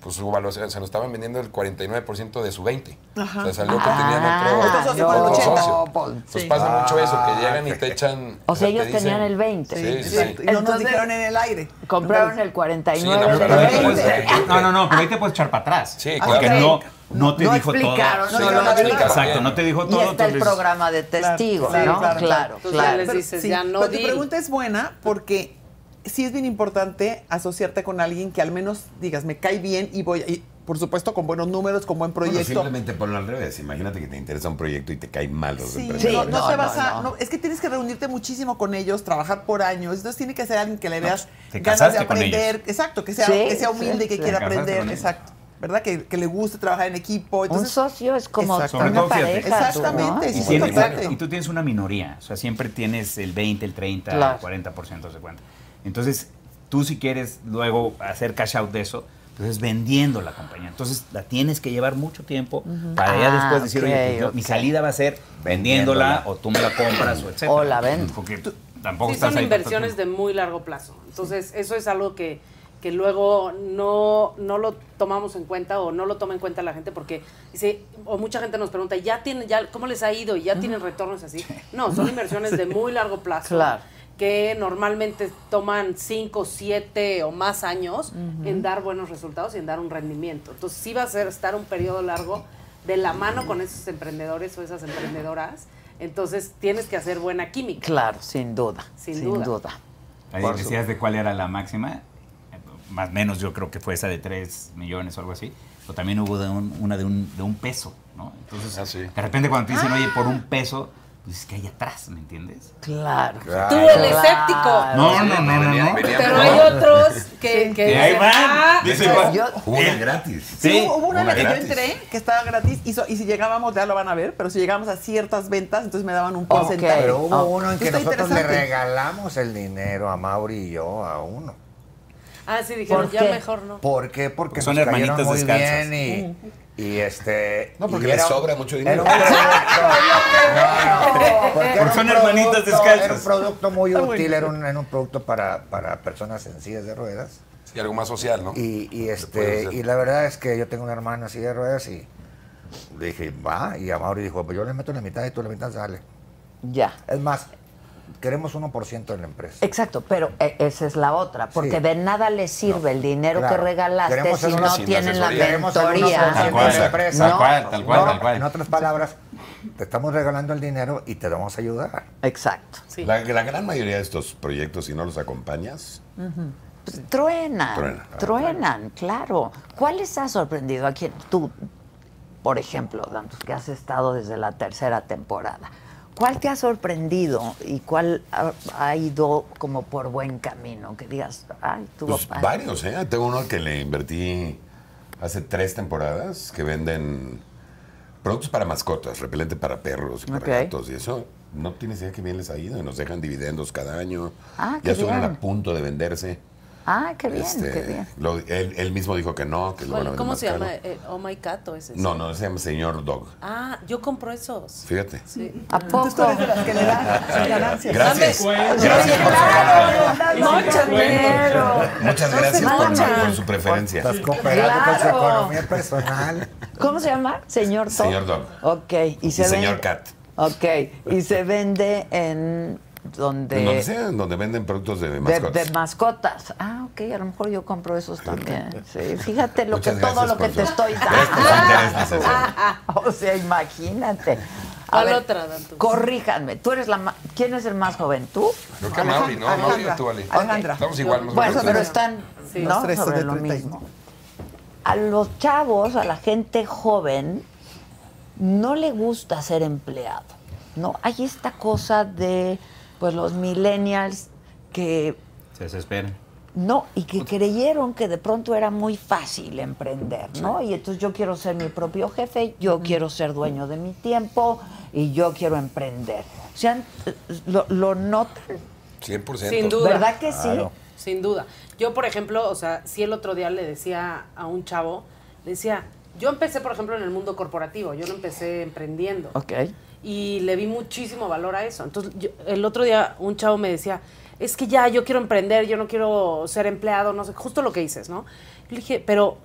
[SPEAKER 8] pues su valoración, se nos estaban vendiendo el 49% de su 20.
[SPEAKER 13] Ajá.
[SPEAKER 8] O sea, salió que
[SPEAKER 13] Ah,
[SPEAKER 8] tenían otro,
[SPEAKER 13] otro socio con el
[SPEAKER 8] otro
[SPEAKER 13] 80.
[SPEAKER 8] socio.
[SPEAKER 13] No, pues,
[SPEAKER 8] Entonces
[SPEAKER 13] sí.
[SPEAKER 8] pasa mucho eso,
[SPEAKER 13] Ah,
[SPEAKER 8] que llegan y te echan...
[SPEAKER 3] O sea,
[SPEAKER 8] te
[SPEAKER 3] ellos
[SPEAKER 8] dicen-
[SPEAKER 3] tenían el 20.
[SPEAKER 8] Sí, sí, sí.
[SPEAKER 3] Exacto.
[SPEAKER 4] Y no nos
[SPEAKER 3] Entonces,
[SPEAKER 4] dijeron en el aire.
[SPEAKER 3] Compraron el 49
[SPEAKER 7] Pero
[SPEAKER 3] del
[SPEAKER 7] ahí te
[SPEAKER 3] 20.
[SPEAKER 7] puedes- No, no, no, pero ahí te puedes echar para atrás. Sí,
[SPEAKER 3] claro.
[SPEAKER 7] Porque
[SPEAKER 3] Ok.
[SPEAKER 7] no, no te
[SPEAKER 3] No
[SPEAKER 7] dijo todo.
[SPEAKER 3] explicaron, no dieron la verdad.
[SPEAKER 7] Exacto, no te dijo
[SPEAKER 3] Y
[SPEAKER 7] todo.
[SPEAKER 3] está el
[SPEAKER 7] entonces-
[SPEAKER 3] programa de testigos, ¿no? Claro, claro.
[SPEAKER 4] Pero sí, pero tu pregunta es buena porque sí es bien importante asociarte con alguien que al menos digas, me cae bien y voy, y, por supuesto, con buenos números, con buen
[SPEAKER 13] Bueno,
[SPEAKER 4] proyecto.
[SPEAKER 13] simplemente ponlo al revés. Imagínate que te interesa un proyecto y te caen mal los
[SPEAKER 4] Sí, no,
[SPEAKER 13] emprendedores.
[SPEAKER 4] no te vas a. no, es que tienes que reunirte muchísimo con ellos, trabajar por años. Entonces tiene que ser alguien que le veas
[SPEAKER 13] te
[SPEAKER 4] ganas de
[SPEAKER 13] casaste con
[SPEAKER 4] aprender.
[SPEAKER 13] ellos.
[SPEAKER 4] Exacto, que sea,
[SPEAKER 3] Sí,
[SPEAKER 4] que sea humilde
[SPEAKER 3] sí,
[SPEAKER 4] y que
[SPEAKER 3] sí.
[SPEAKER 4] quiera
[SPEAKER 3] Te casaste
[SPEAKER 4] aprender.
[SPEAKER 3] con ellos.
[SPEAKER 4] Exacto. ¿Verdad? Que, que le guste trabajar en equipo. Entonces,
[SPEAKER 3] Un socio es como
[SPEAKER 4] Exacto.
[SPEAKER 3] una
[SPEAKER 7] Sobre todo, fíjate.
[SPEAKER 3] pareja. tú, ¿no?
[SPEAKER 4] Exactamente,
[SPEAKER 7] Y,
[SPEAKER 4] sí,
[SPEAKER 7] siempre-
[SPEAKER 4] totalmente.
[SPEAKER 7] exacto, y tú tienes una minoría, o sea, siempre tienes el 20, el 30,
[SPEAKER 3] Claro.
[SPEAKER 7] el 40% de cuenta. Entonces, tú si quieres luego hacer cash out de eso, pues es vendiendo la compañía. Entonces, la tienes que llevar mucho tiempo para ya
[SPEAKER 3] Ah,
[SPEAKER 7] después decir, oye, pues,
[SPEAKER 3] ok,
[SPEAKER 7] yo-
[SPEAKER 3] ok.
[SPEAKER 7] mi salida va a ser vendiéndola, o tú me la compras o etc.
[SPEAKER 3] O la vendo.
[SPEAKER 7] Porque tampoco
[SPEAKER 6] Sí,
[SPEAKER 7] estás
[SPEAKER 6] son
[SPEAKER 7] ahí todo el
[SPEAKER 6] inversiones de muy largo plazo. Entonces, eso es algo que, que luego no, no lo tomamos en cuenta o no lo toma en cuenta la gente porque dice, o mucha gente nos pregunta, ¿ya tienen, ya, cómo les ha ido? ¿Y ¿Ya tienen retornos así? No, son inversiones de muy largo plazo.
[SPEAKER 3] Claro.
[SPEAKER 6] que normalmente toman 5, 7 o más años en dar buenos resultados y en dar un rendimiento. Entonces sí va a ser estar un periodo largo de la mano con esos emprendedores o esas emprendedoras. Entonces tienes que hacer buena química.
[SPEAKER 3] Claro, sin duda.
[SPEAKER 6] Sin
[SPEAKER 3] Sin,
[SPEAKER 6] duda.
[SPEAKER 3] duda.
[SPEAKER 7] Ahí
[SPEAKER 3] Por
[SPEAKER 7] decías de cuál era la máxima, eh, más o menos yo creo que fue esa de 3 millones o algo así, o también hubo de un- una de un, de un peso, ¿no? Entonces, de repente cuando te
[SPEAKER 6] Ah,
[SPEAKER 7] dicen, oye, por un peso, dices que hay atrás, ¿me entiendes?
[SPEAKER 3] Claro.
[SPEAKER 6] Tú, el escéptico.
[SPEAKER 7] No, no, no, no, no.
[SPEAKER 6] Pero hay otros que, que
[SPEAKER 7] Que ahí
[SPEAKER 6] dicen,
[SPEAKER 7] van.
[SPEAKER 6] "Ah,
[SPEAKER 7] Dicen,
[SPEAKER 6] yo-
[SPEAKER 7] "Va".
[SPEAKER 6] yo-
[SPEAKER 13] Una gratis.
[SPEAKER 4] Sí, hubo, hubo una, vez que yo entré que estaba gratis y, so- y si llegábamos, ya lo van a ver, pero si llegábamos a ciertas ventas, entonces me daban un porcentaje.
[SPEAKER 12] Pero hubo
[SPEAKER 4] Ah.
[SPEAKER 12] uno en que
[SPEAKER 4] Está
[SPEAKER 12] nosotros le
[SPEAKER 4] interesante.
[SPEAKER 12] regalamos el dinero a Mauri y yo a uno.
[SPEAKER 6] Ah, sí, dijeron,
[SPEAKER 12] ¿Por
[SPEAKER 6] ya
[SPEAKER 12] qué?
[SPEAKER 6] mejor no.
[SPEAKER 12] ¿Por qué? Porque
[SPEAKER 7] son
[SPEAKER 12] nos cayeron
[SPEAKER 7] hermanitos
[SPEAKER 12] muy
[SPEAKER 7] descalzos.
[SPEAKER 12] bien y, y este.
[SPEAKER 13] No, porque
[SPEAKER 12] y
[SPEAKER 13] les
[SPEAKER 12] era-
[SPEAKER 13] sobra mucho dinero.
[SPEAKER 12] era un
[SPEAKER 13] Porque
[SPEAKER 12] era
[SPEAKER 13] son
[SPEAKER 12] un
[SPEAKER 13] hermanitas
[SPEAKER 12] producto-
[SPEAKER 13] descalzas.
[SPEAKER 12] Era un producto muy
[SPEAKER 13] Está muy
[SPEAKER 12] útil,
[SPEAKER 13] bien.
[SPEAKER 12] era un, era un producto para, para personas en sillas de ruedas.
[SPEAKER 8] Y algo más social, ¿no?
[SPEAKER 12] Y, y,
[SPEAKER 8] puedes
[SPEAKER 12] este,
[SPEAKER 8] hacer.
[SPEAKER 12] y la verdad es que yo tengo un hermano en silla de ruedas y le dije, va. Y a Mauri dijo, pues yo le meto la mitad y tú la mitad sale.
[SPEAKER 3] Ya.
[SPEAKER 12] Es más, queremos 1% de la empresa.
[SPEAKER 3] Exacto, pero e- esa es la otra, porque
[SPEAKER 12] Sí.
[SPEAKER 3] de nada les sirve el dinero
[SPEAKER 12] Claro.
[SPEAKER 3] que regalaste
[SPEAKER 12] Queremos
[SPEAKER 3] si
[SPEAKER 12] ser
[SPEAKER 3] no
[SPEAKER 12] unos-
[SPEAKER 3] tienen la
[SPEAKER 12] Queremos ser unos
[SPEAKER 3] mentoría.
[SPEAKER 12] conscientes de la empresa.
[SPEAKER 7] Tal cual, tal cual, tal cual.
[SPEAKER 12] En otras palabras, te estamos regalando el dinero y te vamos a ayudar.
[SPEAKER 3] Exacto.
[SPEAKER 13] La, la gran mayoría de estos proyectos, si no los acompañas,
[SPEAKER 3] Ujú. Pues, truenan,
[SPEAKER 13] Truena.
[SPEAKER 3] truenan, claro. ¿Cuál les ha sorprendido a quién? Tú, por ejemplo, Dan, tú que has estado desde la tercera temporada. ¿Cuál te ha sorprendido y cuál ha, ha ido como por buen camino? Que digas, ay, tuvo
[SPEAKER 13] pues,
[SPEAKER 3] padre.
[SPEAKER 13] varios, ¿eh? Tengo uno que le invertí hace tres temporadas, que venden productos para mascotas, repelente para perros y para
[SPEAKER 3] Ok.
[SPEAKER 13] gatos y eso. No tienes idea que bien les ha ido y nos dejan dividendos cada año.
[SPEAKER 3] Ah, qué
[SPEAKER 13] ya estuvieron
[SPEAKER 3] bien.
[SPEAKER 13] a punto de venderse.
[SPEAKER 3] Ah, qué bien,
[SPEAKER 8] Este,
[SPEAKER 3] qué bien.
[SPEAKER 8] lo- él, él mismo dijo que no, que lo van a
[SPEAKER 6] ¿Cuál-
[SPEAKER 8] vender
[SPEAKER 6] ¿Cómo
[SPEAKER 8] más
[SPEAKER 6] se
[SPEAKER 8] caro.
[SPEAKER 6] llama? Eh, oh my Cato, ese.
[SPEAKER 8] No,
[SPEAKER 6] sí.
[SPEAKER 8] no, se llama señor Dog.
[SPEAKER 6] Ah, yo compro esos.
[SPEAKER 8] Fíjate.
[SPEAKER 6] Sí.
[SPEAKER 3] ¿A poco?
[SPEAKER 6] que le dan
[SPEAKER 8] ganancias. Gracias.
[SPEAKER 6] Dame-
[SPEAKER 8] Gracias por su
[SPEAKER 6] Claro,
[SPEAKER 8] regalo.
[SPEAKER 6] no,
[SPEAKER 3] chatero.
[SPEAKER 8] Muchas
[SPEAKER 3] No se
[SPEAKER 8] gracias por,
[SPEAKER 3] mancha.
[SPEAKER 8] por su preferencia.
[SPEAKER 12] Estás cooperando con su
[SPEAKER 3] Claro.
[SPEAKER 12] economía personal.
[SPEAKER 3] ¿Cómo se llama? Señor Tom.
[SPEAKER 8] Señor Dog.
[SPEAKER 3] Ok. Y,
[SPEAKER 8] Y
[SPEAKER 3] se
[SPEAKER 8] señor
[SPEAKER 3] vende-
[SPEAKER 8] Cat.
[SPEAKER 3] Ok. Y se vende en donde...
[SPEAKER 8] En donde sea, en donde venden productos de
[SPEAKER 3] De,
[SPEAKER 8] mascotas.
[SPEAKER 3] de mascotas. Ah, ok, a lo mejor yo compro esos también. Sí, fíjate lo
[SPEAKER 8] Muchas
[SPEAKER 3] que, todo
[SPEAKER 8] gracias
[SPEAKER 3] lo que
[SPEAKER 8] por
[SPEAKER 3] te
[SPEAKER 8] su- Este
[SPEAKER 3] estoy dando.
[SPEAKER 8] Es tu interés
[SPEAKER 3] o sea, imagínate.
[SPEAKER 6] ¿Cuál
[SPEAKER 3] ver,
[SPEAKER 6] otra, Dan, tú?
[SPEAKER 3] Corríjanme, tú eres la ma- ¿quién es el más joven? ¿Tú?
[SPEAKER 8] Creo que Mauri, ¿no? Mauri o tú, Ale.
[SPEAKER 3] Alejandra.
[SPEAKER 8] Estamos igual. más o
[SPEAKER 3] Bueno,
[SPEAKER 8] menos.
[SPEAKER 3] pero están
[SPEAKER 8] Sí.
[SPEAKER 3] ¿no?
[SPEAKER 8] Los tres
[SPEAKER 3] sobre
[SPEAKER 8] de
[SPEAKER 3] lo
[SPEAKER 8] 30 y-
[SPEAKER 3] mismo. A los chavos, a la gente joven, no le gusta ser empleado. No, hay esta cosa de pues los millennials que
[SPEAKER 7] Se desesperan.
[SPEAKER 3] no, y que creyeron que de pronto era muy fácil emprender, ¿no? Y entonces yo quiero ser mi propio jefe, yo quiero ser dueño de mi tiempo y yo quiero emprender. O sea, lo, lo notan.
[SPEAKER 8] 100%.
[SPEAKER 6] Sin duda.
[SPEAKER 3] ¿Verdad que sí? Claro.
[SPEAKER 6] Sin duda. Yo, por ejemplo, o sea, si el otro día le decía a un chavo, le decía, yo empecé, por ejemplo, en el mundo corporativo, yo no empecé emprendiendo.
[SPEAKER 3] Ok.
[SPEAKER 6] Y le vi muchísimo valor a eso. Entonces, yo- el otro día un chavo me decía, es que ya yo quiero emprender, yo no quiero ser empleado, no sé, justo lo que dices, ¿no? Yo le dije, pero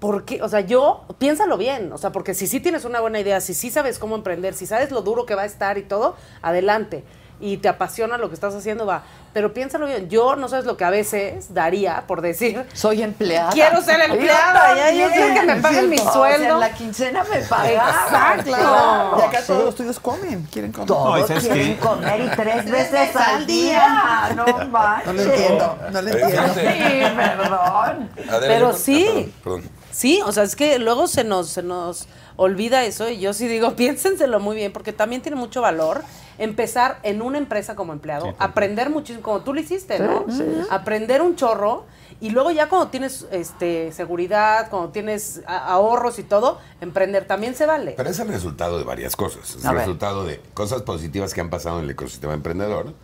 [SPEAKER 6] ¿por qué? O sea, yo, piénsalo bien, o sea, porque si sí tienes una buena idea, si sí sabes cómo emprender, si sabes lo duro que va a estar y todo, adelante. Y te apasiona lo que estás haciendo, va. Pero piénsalo bien, yo no sabes lo que a veces daría por decir...
[SPEAKER 3] Soy empleada.
[SPEAKER 6] Quiero ser empleada, ya, yo quiero que me paguen mi
[SPEAKER 3] O sea,
[SPEAKER 6] sueldo.
[SPEAKER 3] en la quincena me pagan.
[SPEAKER 6] Exacto.
[SPEAKER 3] Claro.
[SPEAKER 4] Y acá
[SPEAKER 3] Sí.
[SPEAKER 4] todos los tuyos comen, quieren comer.
[SPEAKER 3] Todos
[SPEAKER 4] No, ¿y sabes
[SPEAKER 3] quieren
[SPEAKER 4] qué?
[SPEAKER 3] comer y tres veces al día. No manches.
[SPEAKER 4] No lo entiendo, no lo entiendo.
[SPEAKER 3] Sí, perdón.
[SPEAKER 8] Adela,
[SPEAKER 6] Pero
[SPEAKER 8] yo-
[SPEAKER 6] sí,
[SPEAKER 8] Ah, Perdón.
[SPEAKER 6] sí, o sea, es que luego se nos, se nos olvida eso y yo sí digo, piénsenselo muy bien, porque también tiene mucho valor empezar en una empresa como empleado, aprender muchísimo, como tú lo hiciste, ¿no?
[SPEAKER 3] Sí, sí.
[SPEAKER 6] Aprender un chorro y luego ya cuando tienes este seguridad, cuando tienes a- ahorros y todo, emprender también se vale.
[SPEAKER 8] Pero es el resultado de varias cosas. Es
[SPEAKER 6] A
[SPEAKER 8] el
[SPEAKER 6] ver.
[SPEAKER 8] resultado de cosas positivas que han pasado en el ecosistema emprendedor,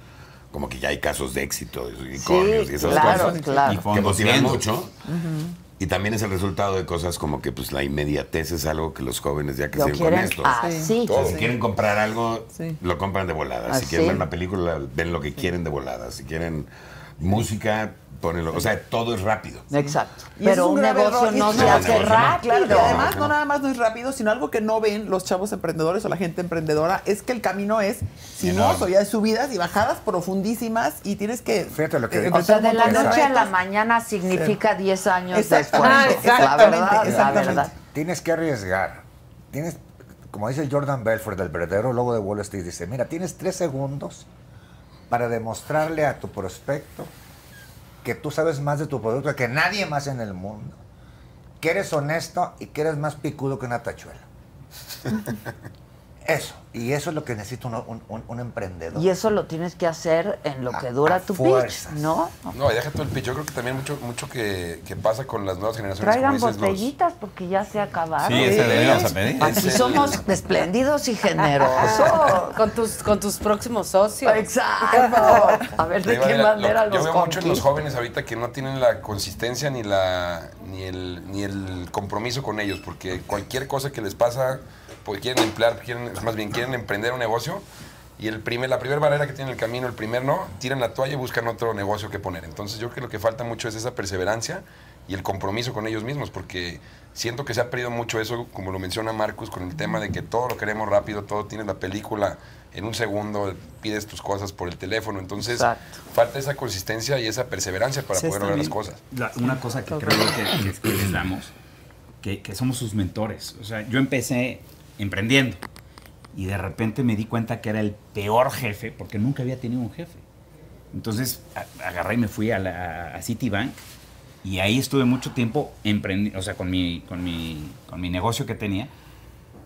[SPEAKER 8] como que ya hay casos de éxito, de unicornios y esas
[SPEAKER 3] claro,
[SPEAKER 8] cosas
[SPEAKER 3] claro. Y
[SPEAKER 8] que
[SPEAKER 3] fondos
[SPEAKER 8] motivan
[SPEAKER 3] viendo.
[SPEAKER 8] mucho. Y también es el resultado de cosas como que pues la inmediatez es algo que los jóvenes ya que
[SPEAKER 3] Lo
[SPEAKER 8] se con
[SPEAKER 3] quieren
[SPEAKER 8] esto.
[SPEAKER 3] así.
[SPEAKER 8] O sea, si
[SPEAKER 3] Sí. Ah,
[SPEAKER 8] quieren comprar algo,
[SPEAKER 3] Sí.
[SPEAKER 8] lo compran de volada.
[SPEAKER 3] Así.
[SPEAKER 8] Si quieren ver una película, ven lo que quieren de volada. Si quieren música, ponenlo. O sea, todo es rápido.
[SPEAKER 3] Exacto.
[SPEAKER 4] Y ese es
[SPEAKER 3] Pero un
[SPEAKER 4] grave
[SPEAKER 3] negocio
[SPEAKER 4] error. Y
[SPEAKER 3] no
[SPEAKER 4] es
[SPEAKER 3] se
[SPEAKER 4] un
[SPEAKER 3] hace
[SPEAKER 4] negocio, ¿no? Claro,
[SPEAKER 3] rápido.
[SPEAKER 4] y además no nada más no es rápido, sino algo que no ven los chavos emprendedores o la gente emprendedora es que el camino es sinuoso,
[SPEAKER 12] Enorme.
[SPEAKER 4] ya hay subidas y bajadas profundísimas y tienes que... eh, Fíjate
[SPEAKER 12] lo que-
[SPEAKER 3] O sea, de la noche a la mañana significa 10 años de
[SPEAKER 4] Exactamente,
[SPEAKER 6] Ah,
[SPEAKER 3] esfuerzo. La
[SPEAKER 4] exactamente,
[SPEAKER 3] verdad, la verdad.
[SPEAKER 12] Tienes que arriesgar. Tienes, como dice Jordan Belfort, el verdadero lobo de Wall Street, dice, mira, tienes tres segundos para demostrarle a tu prospecto que tú sabes más de tu producto que nadie más en el mundo, que eres honesto y que eres más picudo que una tachuela. eso, y eso es lo que necesita uno- un, un- un emprendedor.
[SPEAKER 3] Y eso lo tienes que hacer en lo que dura tu pitch,
[SPEAKER 12] fuerzas.
[SPEAKER 3] ¿no?
[SPEAKER 8] No, y deja todo el pitch. Yo creo que también mucho, mucho que, que pasa con las nuevas generaciones.
[SPEAKER 3] Traigan
[SPEAKER 8] como dices, los-
[SPEAKER 3] botellitas porque ya se acabaron.
[SPEAKER 8] Sí, ese deberíamos a pedir.
[SPEAKER 3] Aquí
[SPEAKER 8] Ese-
[SPEAKER 3] somos espléndidos y generosos.
[SPEAKER 6] Con tus, con tus próximos socios.
[SPEAKER 3] Exacto. A ver,
[SPEAKER 8] Te
[SPEAKER 3] ¿de
[SPEAKER 8] digo,
[SPEAKER 3] qué
[SPEAKER 8] Adela,
[SPEAKER 3] manera
[SPEAKER 8] lo- Yo
[SPEAKER 3] los
[SPEAKER 8] veo mucho en los
[SPEAKER 3] conquisto?
[SPEAKER 8] jóvenes ahorita que no tienen la consistencia ni la ni el, ni el compromiso con ellos, porque cualquier cosa que les pasa, pues quieren emplear, quieren, más bien quieren emprender un negocio y el primer, la primera barrera que tienen en el camino, el primer no, tiran la toalla y buscan otro negocio que poner. Entonces yo creo que lo que falta mucho es esa perseverancia y el compromiso con ellos mismos, porque siento que se ha perdido mucho eso, como lo menciona Marcus, con el tema de que todo lo queremos rápido, todo tienes la película en un segundo, pides tus cosas por el teléfono, entonces falta esa consistencia y esa perseverancia para
[SPEAKER 7] Sí,
[SPEAKER 8] poder
[SPEAKER 7] está
[SPEAKER 8] lograr las
[SPEAKER 7] bien.
[SPEAKER 8] cosas.
[SPEAKER 7] La- una cosa que creo que, que- que les damos, que, que somos sus mentores. O sea, yo empecé emprendiendo y de repente me di cuenta que era el peor jefe porque nunca había tenido un jefe. Entonces a- agarré y me fui a, la, a Citibank y ahí estuve mucho tiempo emprendiendo, o sea, con mi, con, mi, con mi negocio que tenía.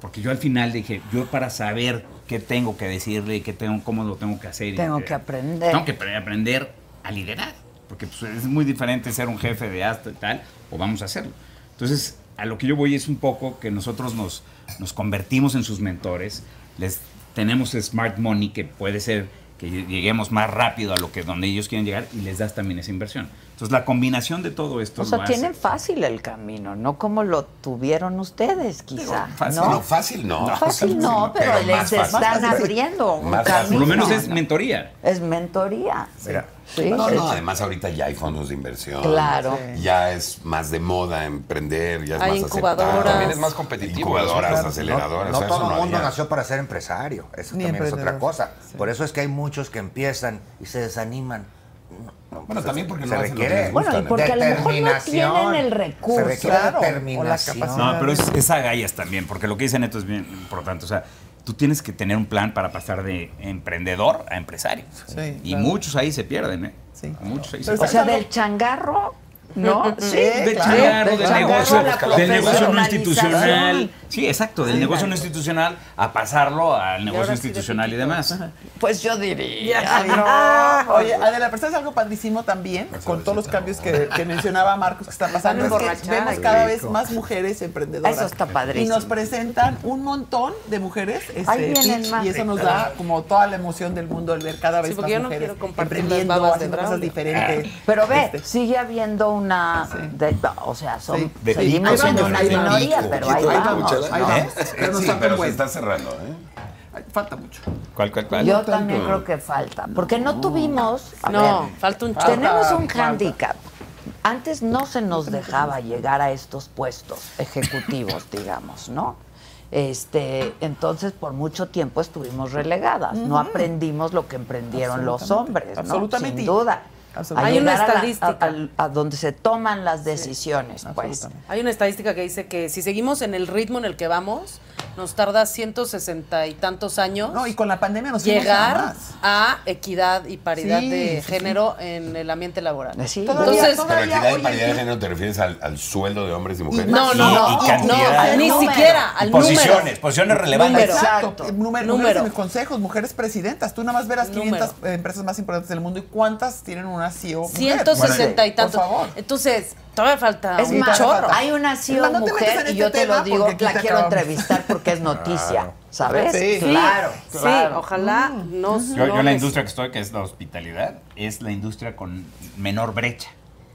[SPEAKER 7] Porque yo al final dije, yo para saber qué tengo que decirle, qué tengo, cómo lo tengo que hacer. y-
[SPEAKER 3] Tengo que aprender.
[SPEAKER 7] tengo que pre- aprender a liderar, porque pues, es muy diferente ser un jefe de hasta y tal, o vamos a hacerlo. Entonces, a lo que yo voy es un poco que nosotros nos, nos convertimos en sus mentores, les tenemos Smart Money, que puede ser que lleguemos más rápido a lo que donde ellos quieren llegar y les das también esa inversión. Entonces la combinación de todo esto.
[SPEAKER 3] O sea, tienen fácil el camino, no como lo tuvieron ustedes, quizá.
[SPEAKER 14] Digo, fácil,
[SPEAKER 3] ¿no?
[SPEAKER 14] no, fácil no.
[SPEAKER 3] No, fácil no, pero,
[SPEAKER 14] Pero
[SPEAKER 3] les
[SPEAKER 14] más fácil.
[SPEAKER 3] están
[SPEAKER 14] Más fácil.
[SPEAKER 3] abriendo un
[SPEAKER 14] Más fácil.
[SPEAKER 3] camino.
[SPEAKER 7] Por lo menos es mentoría.
[SPEAKER 3] Es mentoría.
[SPEAKER 14] Mira,
[SPEAKER 3] Sí.
[SPEAKER 14] no,
[SPEAKER 3] Sí.
[SPEAKER 14] no, además ahorita ya hay fondos de inversión.
[SPEAKER 3] Claro.
[SPEAKER 14] Ya es más de moda emprender, ya es
[SPEAKER 6] Hay
[SPEAKER 14] más
[SPEAKER 6] incubadoras.
[SPEAKER 14] aceptado.
[SPEAKER 6] También es
[SPEAKER 14] más competitivo. Incubadoras,
[SPEAKER 12] No,
[SPEAKER 14] aceleradoras.
[SPEAKER 12] No,
[SPEAKER 14] o sea, eso
[SPEAKER 12] todo
[SPEAKER 14] no
[SPEAKER 12] el mundo
[SPEAKER 14] había.
[SPEAKER 12] nació para ser empresario. Eso
[SPEAKER 14] Ni
[SPEAKER 12] también es otra
[SPEAKER 14] emprendedor.
[SPEAKER 12] cosa. Por eso es que hay muchos que empiezan y se desaniman. No, no,
[SPEAKER 14] Bueno, también porque
[SPEAKER 12] se
[SPEAKER 14] no hacen lo que
[SPEAKER 12] requiere
[SPEAKER 14] les gusta, Bueno, y porque
[SPEAKER 3] a lo mejor no
[SPEAKER 12] determinación.
[SPEAKER 3] tienen el recurso,
[SPEAKER 12] Se requiere
[SPEAKER 3] claro, o la
[SPEAKER 12] determinación.
[SPEAKER 7] No, pero es, es agallas también, porque lo que dice Neto es bien importante. O sea, tú tienes que tener un plan para pasar de emprendedor a empresario.
[SPEAKER 4] Sí,
[SPEAKER 7] y
[SPEAKER 4] claro.
[SPEAKER 7] muchos ahí se pierden, ¿eh? Muchos ahí se
[SPEAKER 3] O sea,
[SPEAKER 7] pierden.
[SPEAKER 3] del changarro, ¿no?
[SPEAKER 7] Sí, de changarro, del negocio, del negocio no institucional. Sí, exacto, del
[SPEAKER 3] Sí,
[SPEAKER 7] negocio no
[SPEAKER 3] exacto.
[SPEAKER 7] institucional a pasarlo al negocio
[SPEAKER 4] ahora sí de
[SPEAKER 7] institucional y demás.
[SPEAKER 3] Pues yo
[SPEAKER 4] Ya,
[SPEAKER 3] diría.
[SPEAKER 4] no. Oye, Adela, pero es algo padrísimo también, con todos los cambios que, que mencionaba Marcos que están pasando.
[SPEAKER 3] Van a
[SPEAKER 4] es que
[SPEAKER 3] emborrachar.
[SPEAKER 4] vemos cada vez
[SPEAKER 3] Rico.
[SPEAKER 4] más mujeres emprendedoras.
[SPEAKER 3] Eso está
[SPEAKER 4] Y
[SPEAKER 3] padrísimo.
[SPEAKER 4] nos presentan un montón de mujeres. este,
[SPEAKER 3] Ahí vienen
[SPEAKER 4] y-
[SPEAKER 3] más.
[SPEAKER 4] Y eso nos da como toda la emoción del mundo el ver cada vez
[SPEAKER 6] Sí,
[SPEAKER 4] más
[SPEAKER 6] porque yo no
[SPEAKER 4] mujeres
[SPEAKER 6] quiero compartir las
[SPEAKER 4] emprendiendo,
[SPEAKER 6] babas de
[SPEAKER 4] haciendo cosas
[SPEAKER 6] Braulio.
[SPEAKER 4] diferentes.
[SPEAKER 3] Pero ve,
[SPEAKER 7] Este.
[SPEAKER 3] sigue habiendo una. de- o sea, son,
[SPEAKER 14] De
[SPEAKER 3] seguimos
[SPEAKER 14] pico,
[SPEAKER 3] siendo
[SPEAKER 14] pero
[SPEAKER 3] una
[SPEAKER 14] de pico,
[SPEAKER 3] minoría,
[SPEAKER 14] poquito,
[SPEAKER 3] pero ahí
[SPEAKER 14] poquito,
[SPEAKER 3] vamos. ¿eh? ahí vamos.
[SPEAKER 14] cuchara, ¿no? Sí,
[SPEAKER 4] Pero nos
[SPEAKER 14] sí,
[SPEAKER 4] falta un
[SPEAKER 14] pero se
[SPEAKER 4] buen.
[SPEAKER 14] está cerrando, ¿eh?
[SPEAKER 4] Falta mucho.
[SPEAKER 7] ¿Cuál, cuál, cuál?
[SPEAKER 3] Yo también creo que falta, porque no, tuvimos. a
[SPEAKER 6] No,
[SPEAKER 3] ver,
[SPEAKER 6] falta un chorro.
[SPEAKER 3] Tenemos un
[SPEAKER 6] Falta.
[SPEAKER 3] hándicap. Antes no se nos dejaba llegar a estos puestos ejecutivos, digamos, ¿no? Este, entonces por mucho tiempo estuvimos relegadas, no
[SPEAKER 4] Ujú.
[SPEAKER 3] aprendimos lo que emprendieron los
[SPEAKER 4] Absolutamente,
[SPEAKER 3] hombres, ¿no?
[SPEAKER 4] absolutamente.
[SPEAKER 3] Sin duda. A
[SPEAKER 4] Absolutamente.
[SPEAKER 6] Hay una
[SPEAKER 3] llegar a la-
[SPEAKER 6] estadística.
[SPEAKER 3] a- a- a donde se toman las decisiones, pues.
[SPEAKER 6] Hay una estadística que dice que si seguimos en el ritmo en el que vamos, nos tarda 160 y tantos años
[SPEAKER 4] No, y con la pandemia nos fuimos a
[SPEAKER 6] llegar
[SPEAKER 4] más.
[SPEAKER 6] a equidad y paridad
[SPEAKER 4] Sí,
[SPEAKER 6] de
[SPEAKER 4] sí, sí.
[SPEAKER 6] género en el ambiente laboral.
[SPEAKER 3] Sí.
[SPEAKER 6] Entonces,
[SPEAKER 14] Pero equidad y
[SPEAKER 6] oye,
[SPEAKER 14] paridad de género te refieres al, al sueldo de hombres y mujeres.
[SPEAKER 6] no, no, no, no,
[SPEAKER 14] cantidad.
[SPEAKER 6] ni
[SPEAKER 4] Número.
[SPEAKER 6] siquiera al número.
[SPEAKER 14] Posiciones, posiciones relevantes.
[SPEAKER 4] Número.
[SPEAKER 3] Exacto.
[SPEAKER 4] Exacto. Eh, Número, mujeres
[SPEAKER 6] Número.
[SPEAKER 4] en mis consejos, mujeres presidentas. Tú nada más verás 500 empresas más importantes del mundo y cuántas tienen una CEO. mujer?
[SPEAKER 6] 160 y tantos.
[SPEAKER 4] Por favor.
[SPEAKER 6] Entonces, todavía falta
[SPEAKER 3] Es
[SPEAKER 6] un
[SPEAKER 3] más,
[SPEAKER 6] chorro.
[SPEAKER 3] hay una CEO
[SPEAKER 4] Además, no te metas
[SPEAKER 3] mujer
[SPEAKER 4] en
[SPEAKER 3] y
[SPEAKER 4] este
[SPEAKER 3] yo te lo
[SPEAKER 4] tema
[SPEAKER 3] digo,
[SPEAKER 4] porque aquí
[SPEAKER 3] la
[SPEAKER 4] te
[SPEAKER 3] quiero
[SPEAKER 4] acabamos.
[SPEAKER 3] entrevistar porque es noticia, ¿sabes?
[SPEAKER 4] Sí.
[SPEAKER 3] Claro,
[SPEAKER 6] Sí,
[SPEAKER 3] claro.
[SPEAKER 6] ojalá
[SPEAKER 4] Mm.
[SPEAKER 6] no
[SPEAKER 7] Yo, yo
[SPEAKER 6] no
[SPEAKER 7] la
[SPEAKER 6] les-
[SPEAKER 7] industria que estoy, que es la hospitalidad, es la industria con menor brecha.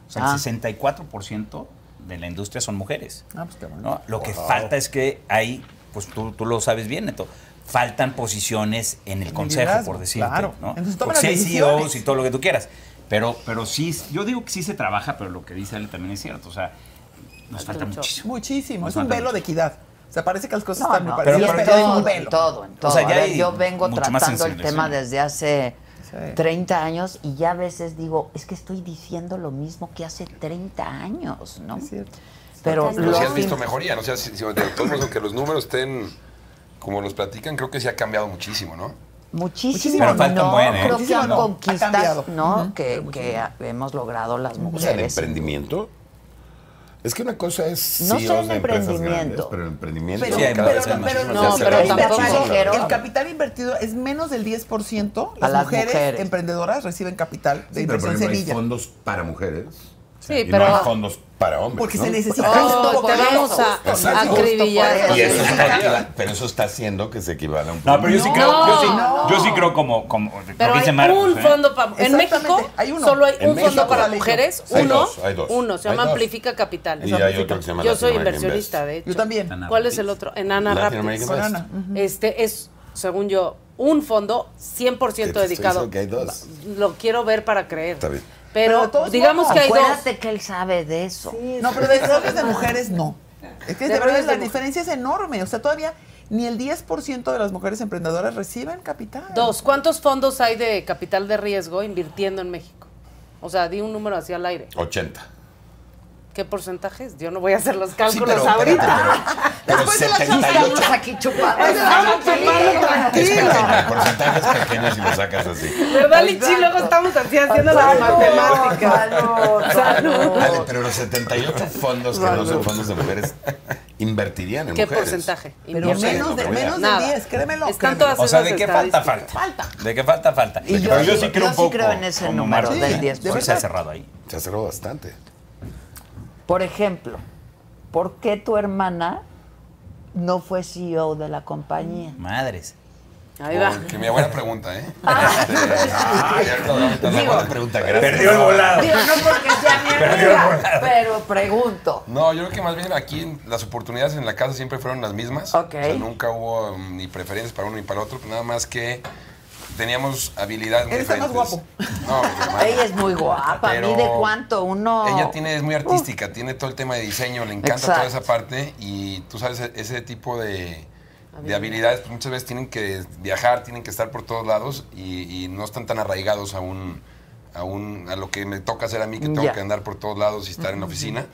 [SPEAKER 7] O sea,
[SPEAKER 4] Ah.
[SPEAKER 7] el 64% de la industria son mujeres.
[SPEAKER 4] Ah, pues qué bueno.
[SPEAKER 7] ¿no? Lo que
[SPEAKER 4] Wow.
[SPEAKER 7] falta es que hay, pues tú, tú lo sabes bien, Neto, faltan posiciones en el consejo,
[SPEAKER 4] liderazgo,
[SPEAKER 7] por decirte.
[SPEAKER 4] claro.
[SPEAKER 7] ¿no?
[SPEAKER 4] Entonces toma
[SPEAKER 7] Porque sí hay
[SPEAKER 4] las decisiones.
[SPEAKER 7] CEOs y todo lo que tú quieras. Pero, pero sí, yo digo que sí se trabaja, pero lo que dice él también es cierto. O sea, nos falta muchísimo.
[SPEAKER 4] Muchísimo.
[SPEAKER 7] Nos
[SPEAKER 4] Es un
[SPEAKER 7] falta
[SPEAKER 4] velo de equidad. O sea, parece que las cosas
[SPEAKER 3] No,
[SPEAKER 4] están
[SPEAKER 3] no,
[SPEAKER 4] muy
[SPEAKER 3] y
[SPEAKER 4] parecidas,
[SPEAKER 3] en
[SPEAKER 4] pero, hay
[SPEAKER 3] todo,
[SPEAKER 4] un
[SPEAKER 3] en
[SPEAKER 4] velo.
[SPEAKER 3] todo, en todo.
[SPEAKER 7] O sea,
[SPEAKER 3] A
[SPEAKER 7] ya
[SPEAKER 3] ver,
[SPEAKER 7] hay
[SPEAKER 3] yo vengo
[SPEAKER 7] mucho más
[SPEAKER 3] tratando el
[SPEAKER 7] sensibilización.
[SPEAKER 3] tema desde hace 30 años y ya a veces digo, es que estoy diciendo lo mismo que hace 30 años, ¿no? Pero
[SPEAKER 8] Pero
[SPEAKER 3] los
[SPEAKER 8] si has visto
[SPEAKER 3] in-
[SPEAKER 8] mejoría, ¿no? O sea, si, si- de todos modos, aunque los números estén como los platican, creo que sí ha cambiado muchísimo, ¿no?
[SPEAKER 3] Muchísimo,
[SPEAKER 8] Pero falta
[SPEAKER 3] no,
[SPEAKER 8] un buen, ¿eh?
[SPEAKER 3] creo que
[SPEAKER 8] Muchísimo
[SPEAKER 3] han
[SPEAKER 8] no, ha
[SPEAKER 3] conquistas,
[SPEAKER 8] cambiado.
[SPEAKER 3] ¿no? que, que ha- hemos logrado las
[SPEAKER 14] O sea, el
[SPEAKER 3] mujeres.
[SPEAKER 14] emprendimiento. Es que una cosa es
[SPEAKER 3] No
[SPEAKER 14] CEOs
[SPEAKER 3] soy
[SPEAKER 14] de emprendimiento.
[SPEAKER 3] emprendimiento.
[SPEAKER 14] pero el emprendimiento
[SPEAKER 4] Pero,
[SPEAKER 14] cada
[SPEAKER 4] pero,
[SPEAKER 14] vez hay
[SPEAKER 4] no,
[SPEAKER 14] más.
[SPEAKER 4] pero
[SPEAKER 14] O sea,
[SPEAKER 4] no,
[SPEAKER 14] se
[SPEAKER 4] pero
[SPEAKER 14] ve mucho
[SPEAKER 4] tampoco.
[SPEAKER 14] más.
[SPEAKER 4] El capital invertido es menos del 10%. Las,
[SPEAKER 14] las
[SPEAKER 4] mujeres,
[SPEAKER 14] mujeres.
[SPEAKER 4] emprendedoras reciben capital de
[SPEAKER 14] Sí, pero por
[SPEAKER 4] inversión
[SPEAKER 14] ejemplo hay
[SPEAKER 4] semilla.
[SPEAKER 14] fondos para mujeres.
[SPEAKER 6] Sí,
[SPEAKER 14] y
[SPEAKER 6] pero-
[SPEAKER 14] no hay fondos para hombres.
[SPEAKER 4] Porque
[SPEAKER 14] ¿no?
[SPEAKER 4] se necesita
[SPEAKER 6] Oh,
[SPEAKER 4] justo por
[SPEAKER 6] te vamos
[SPEAKER 4] eso.
[SPEAKER 6] a-
[SPEAKER 4] Justo
[SPEAKER 6] a
[SPEAKER 4] por eso.
[SPEAKER 6] acribillar.
[SPEAKER 14] Y eso
[SPEAKER 6] Sí.
[SPEAKER 14] está equiva- pero eso está haciendo que se equivale a un
[SPEAKER 7] No, pero yo sí
[SPEAKER 6] No.
[SPEAKER 7] creo, yo sí,
[SPEAKER 6] No.
[SPEAKER 7] yo sí creo como, como
[SPEAKER 6] Pero
[SPEAKER 7] lo que
[SPEAKER 6] hay
[SPEAKER 7] dice Marcos,
[SPEAKER 6] un
[SPEAKER 7] ¿eh?
[SPEAKER 6] fondo para en
[SPEAKER 4] Exactamente,
[SPEAKER 6] México
[SPEAKER 4] hay uno.
[SPEAKER 6] solo hay
[SPEAKER 14] En
[SPEAKER 6] un fondo
[SPEAKER 14] México.
[SPEAKER 6] para mujeres,
[SPEAKER 14] Hay
[SPEAKER 6] uno,
[SPEAKER 14] dos, hay dos.
[SPEAKER 6] uno se
[SPEAKER 14] Hay
[SPEAKER 6] llama
[SPEAKER 14] dos.
[SPEAKER 6] Amplifica Capital.
[SPEAKER 14] Y hay otro que se llama
[SPEAKER 6] Yo soy
[SPEAKER 14] Latin American
[SPEAKER 6] inversionista, de hecho.
[SPEAKER 4] Yo también.
[SPEAKER 6] ¿Cuál es el otro? En Ana
[SPEAKER 14] Latin
[SPEAKER 6] Rapids.
[SPEAKER 14] American
[SPEAKER 6] Con
[SPEAKER 14] Best.
[SPEAKER 6] Ana. Este es según yo un fondo 100%
[SPEAKER 14] Te estoy
[SPEAKER 6] dedicado.
[SPEAKER 14] diciendo que hay dos.
[SPEAKER 6] Lo quiero ver para creer.
[SPEAKER 14] Está bien.
[SPEAKER 4] Pero
[SPEAKER 6] Pero,
[SPEAKER 4] de todos
[SPEAKER 6] digamos
[SPEAKER 4] modos,
[SPEAKER 6] que hay dos.
[SPEAKER 3] Acuérdate que él sabe de eso.
[SPEAKER 4] No, pero de hombres de mujeres no. Es que
[SPEAKER 6] De
[SPEAKER 4] de verdad
[SPEAKER 6] hombres de
[SPEAKER 4] la
[SPEAKER 6] mujeres.
[SPEAKER 4] diferencia es enorme. O sea, todavía ni el 10% de las mujeres emprendedoras reciben capital.
[SPEAKER 6] Dos, ¿cuántos fondos hay de capital de riesgo invirtiendo en México? O sea, di un número hacia el aire.
[SPEAKER 14] 80.
[SPEAKER 6] ¿Qué porcentaje es? Yo no voy a hacer los
[SPEAKER 14] Sí,
[SPEAKER 6] cálculos
[SPEAKER 14] pero
[SPEAKER 6] ahorita.
[SPEAKER 14] espérate, pero- pero
[SPEAKER 3] Estamos
[SPEAKER 14] 78.
[SPEAKER 3] aquí chupando.
[SPEAKER 6] Estamos chupando
[SPEAKER 14] Es
[SPEAKER 6] tranquilo.
[SPEAKER 14] pequeño, el porcentaje es pequeño si lo sacas así.
[SPEAKER 6] ¿Verdad, Lichi? Luego estamos así haciendo las matemáticas.
[SPEAKER 14] Vale, pero los 78 fondos que no son fondos de mujeres invertirían en
[SPEAKER 6] ¿Qué
[SPEAKER 14] mujeres.
[SPEAKER 6] porcentaje?
[SPEAKER 4] Pero
[SPEAKER 14] No sé,
[SPEAKER 4] menos, de,
[SPEAKER 14] no tengo
[SPEAKER 4] menos
[SPEAKER 6] idea.
[SPEAKER 4] de 10, créemelo.
[SPEAKER 6] Están
[SPEAKER 4] créemelo.
[SPEAKER 6] todas
[SPEAKER 7] O sea,
[SPEAKER 6] esas
[SPEAKER 7] ¿de qué falta
[SPEAKER 6] estadísticas.
[SPEAKER 7] falta? De qué falta falta.
[SPEAKER 3] Y yo
[SPEAKER 7] pero yo
[SPEAKER 3] sí-
[SPEAKER 7] sí creo
[SPEAKER 3] yo
[SPEAKER 7] un
[SPEAKER 3] sí
[SPEAKER 7] poco.
[SPEAKER 3] creo en ese
[SPEAKER 7] como
[SPEAKER 3] número
[SPEAKER 7] Marcos,
[SPEAKER 3] del
[SPEAKER 7] ¿eh?
[SPEAKER 3] 10%.
[SPEAKER 7] Sí se ha cerrado ahí.
[SPEAKER 14] Se cerró bastante.
[SPEAKER 3] Por ejemplo, ¿por qué tu hermana no fue CEO de E la compañía?
[SPEAKER 7] Madres.
[SPEAKER 6] Ahí va.
[SPEAKER 8] Porque mi abuela pregunta, ¿eh?
[SPEAKER 4] Ah.
[SPEAKER 8] Ah.
[SPEAKER 14] Ay, ahorita la buena pregunta, gracias.
[SPEAKER 12] Perdió el volado.
[SPEAKER 3] Digo, no porque sea mi amiga, pero pregunto.
[SPEAKER 8] No, yo creo que más bien aquí en- las oportunidades en la casa siempre fueron las mismas.
[SPEAKER 3] Ok.
[SPEAKER 8] O sea, nunca hubo mm, ni preferencias para uno ni para otro, pues nada más que teníamos habilidades muy
[SPEAKER 3] Él está más
[SPEAKER 8] diferentes. No, mi hermana.
[SPEAKER 3] Ella es muy guapa.
[SPEAKER 8] Pero-
[SPEAKER 3] ¿Mide cuánto? Uno.
[SPEAKER 8] Ella tiene, es muy artística, tiene todo el tema de diseño, le encanta toda
[SPEAKER 3] Exacto.
[SPEAKER 8] esa parte y tú sabes, e- ese tipo de, de
[SPEAKER 3] Habilidades.
[SPEAKER 8] habilidades pues, muchas veces tienen que viajar, tienen que estar por todos lados y, y no están tan arraigados a, un, a, un- a lo que me toca hacer a mí, que tengo
[SPEAKER 3] Mm, Ya.
[SPEAKER 8] que andar por todos lados y estar en la oficina.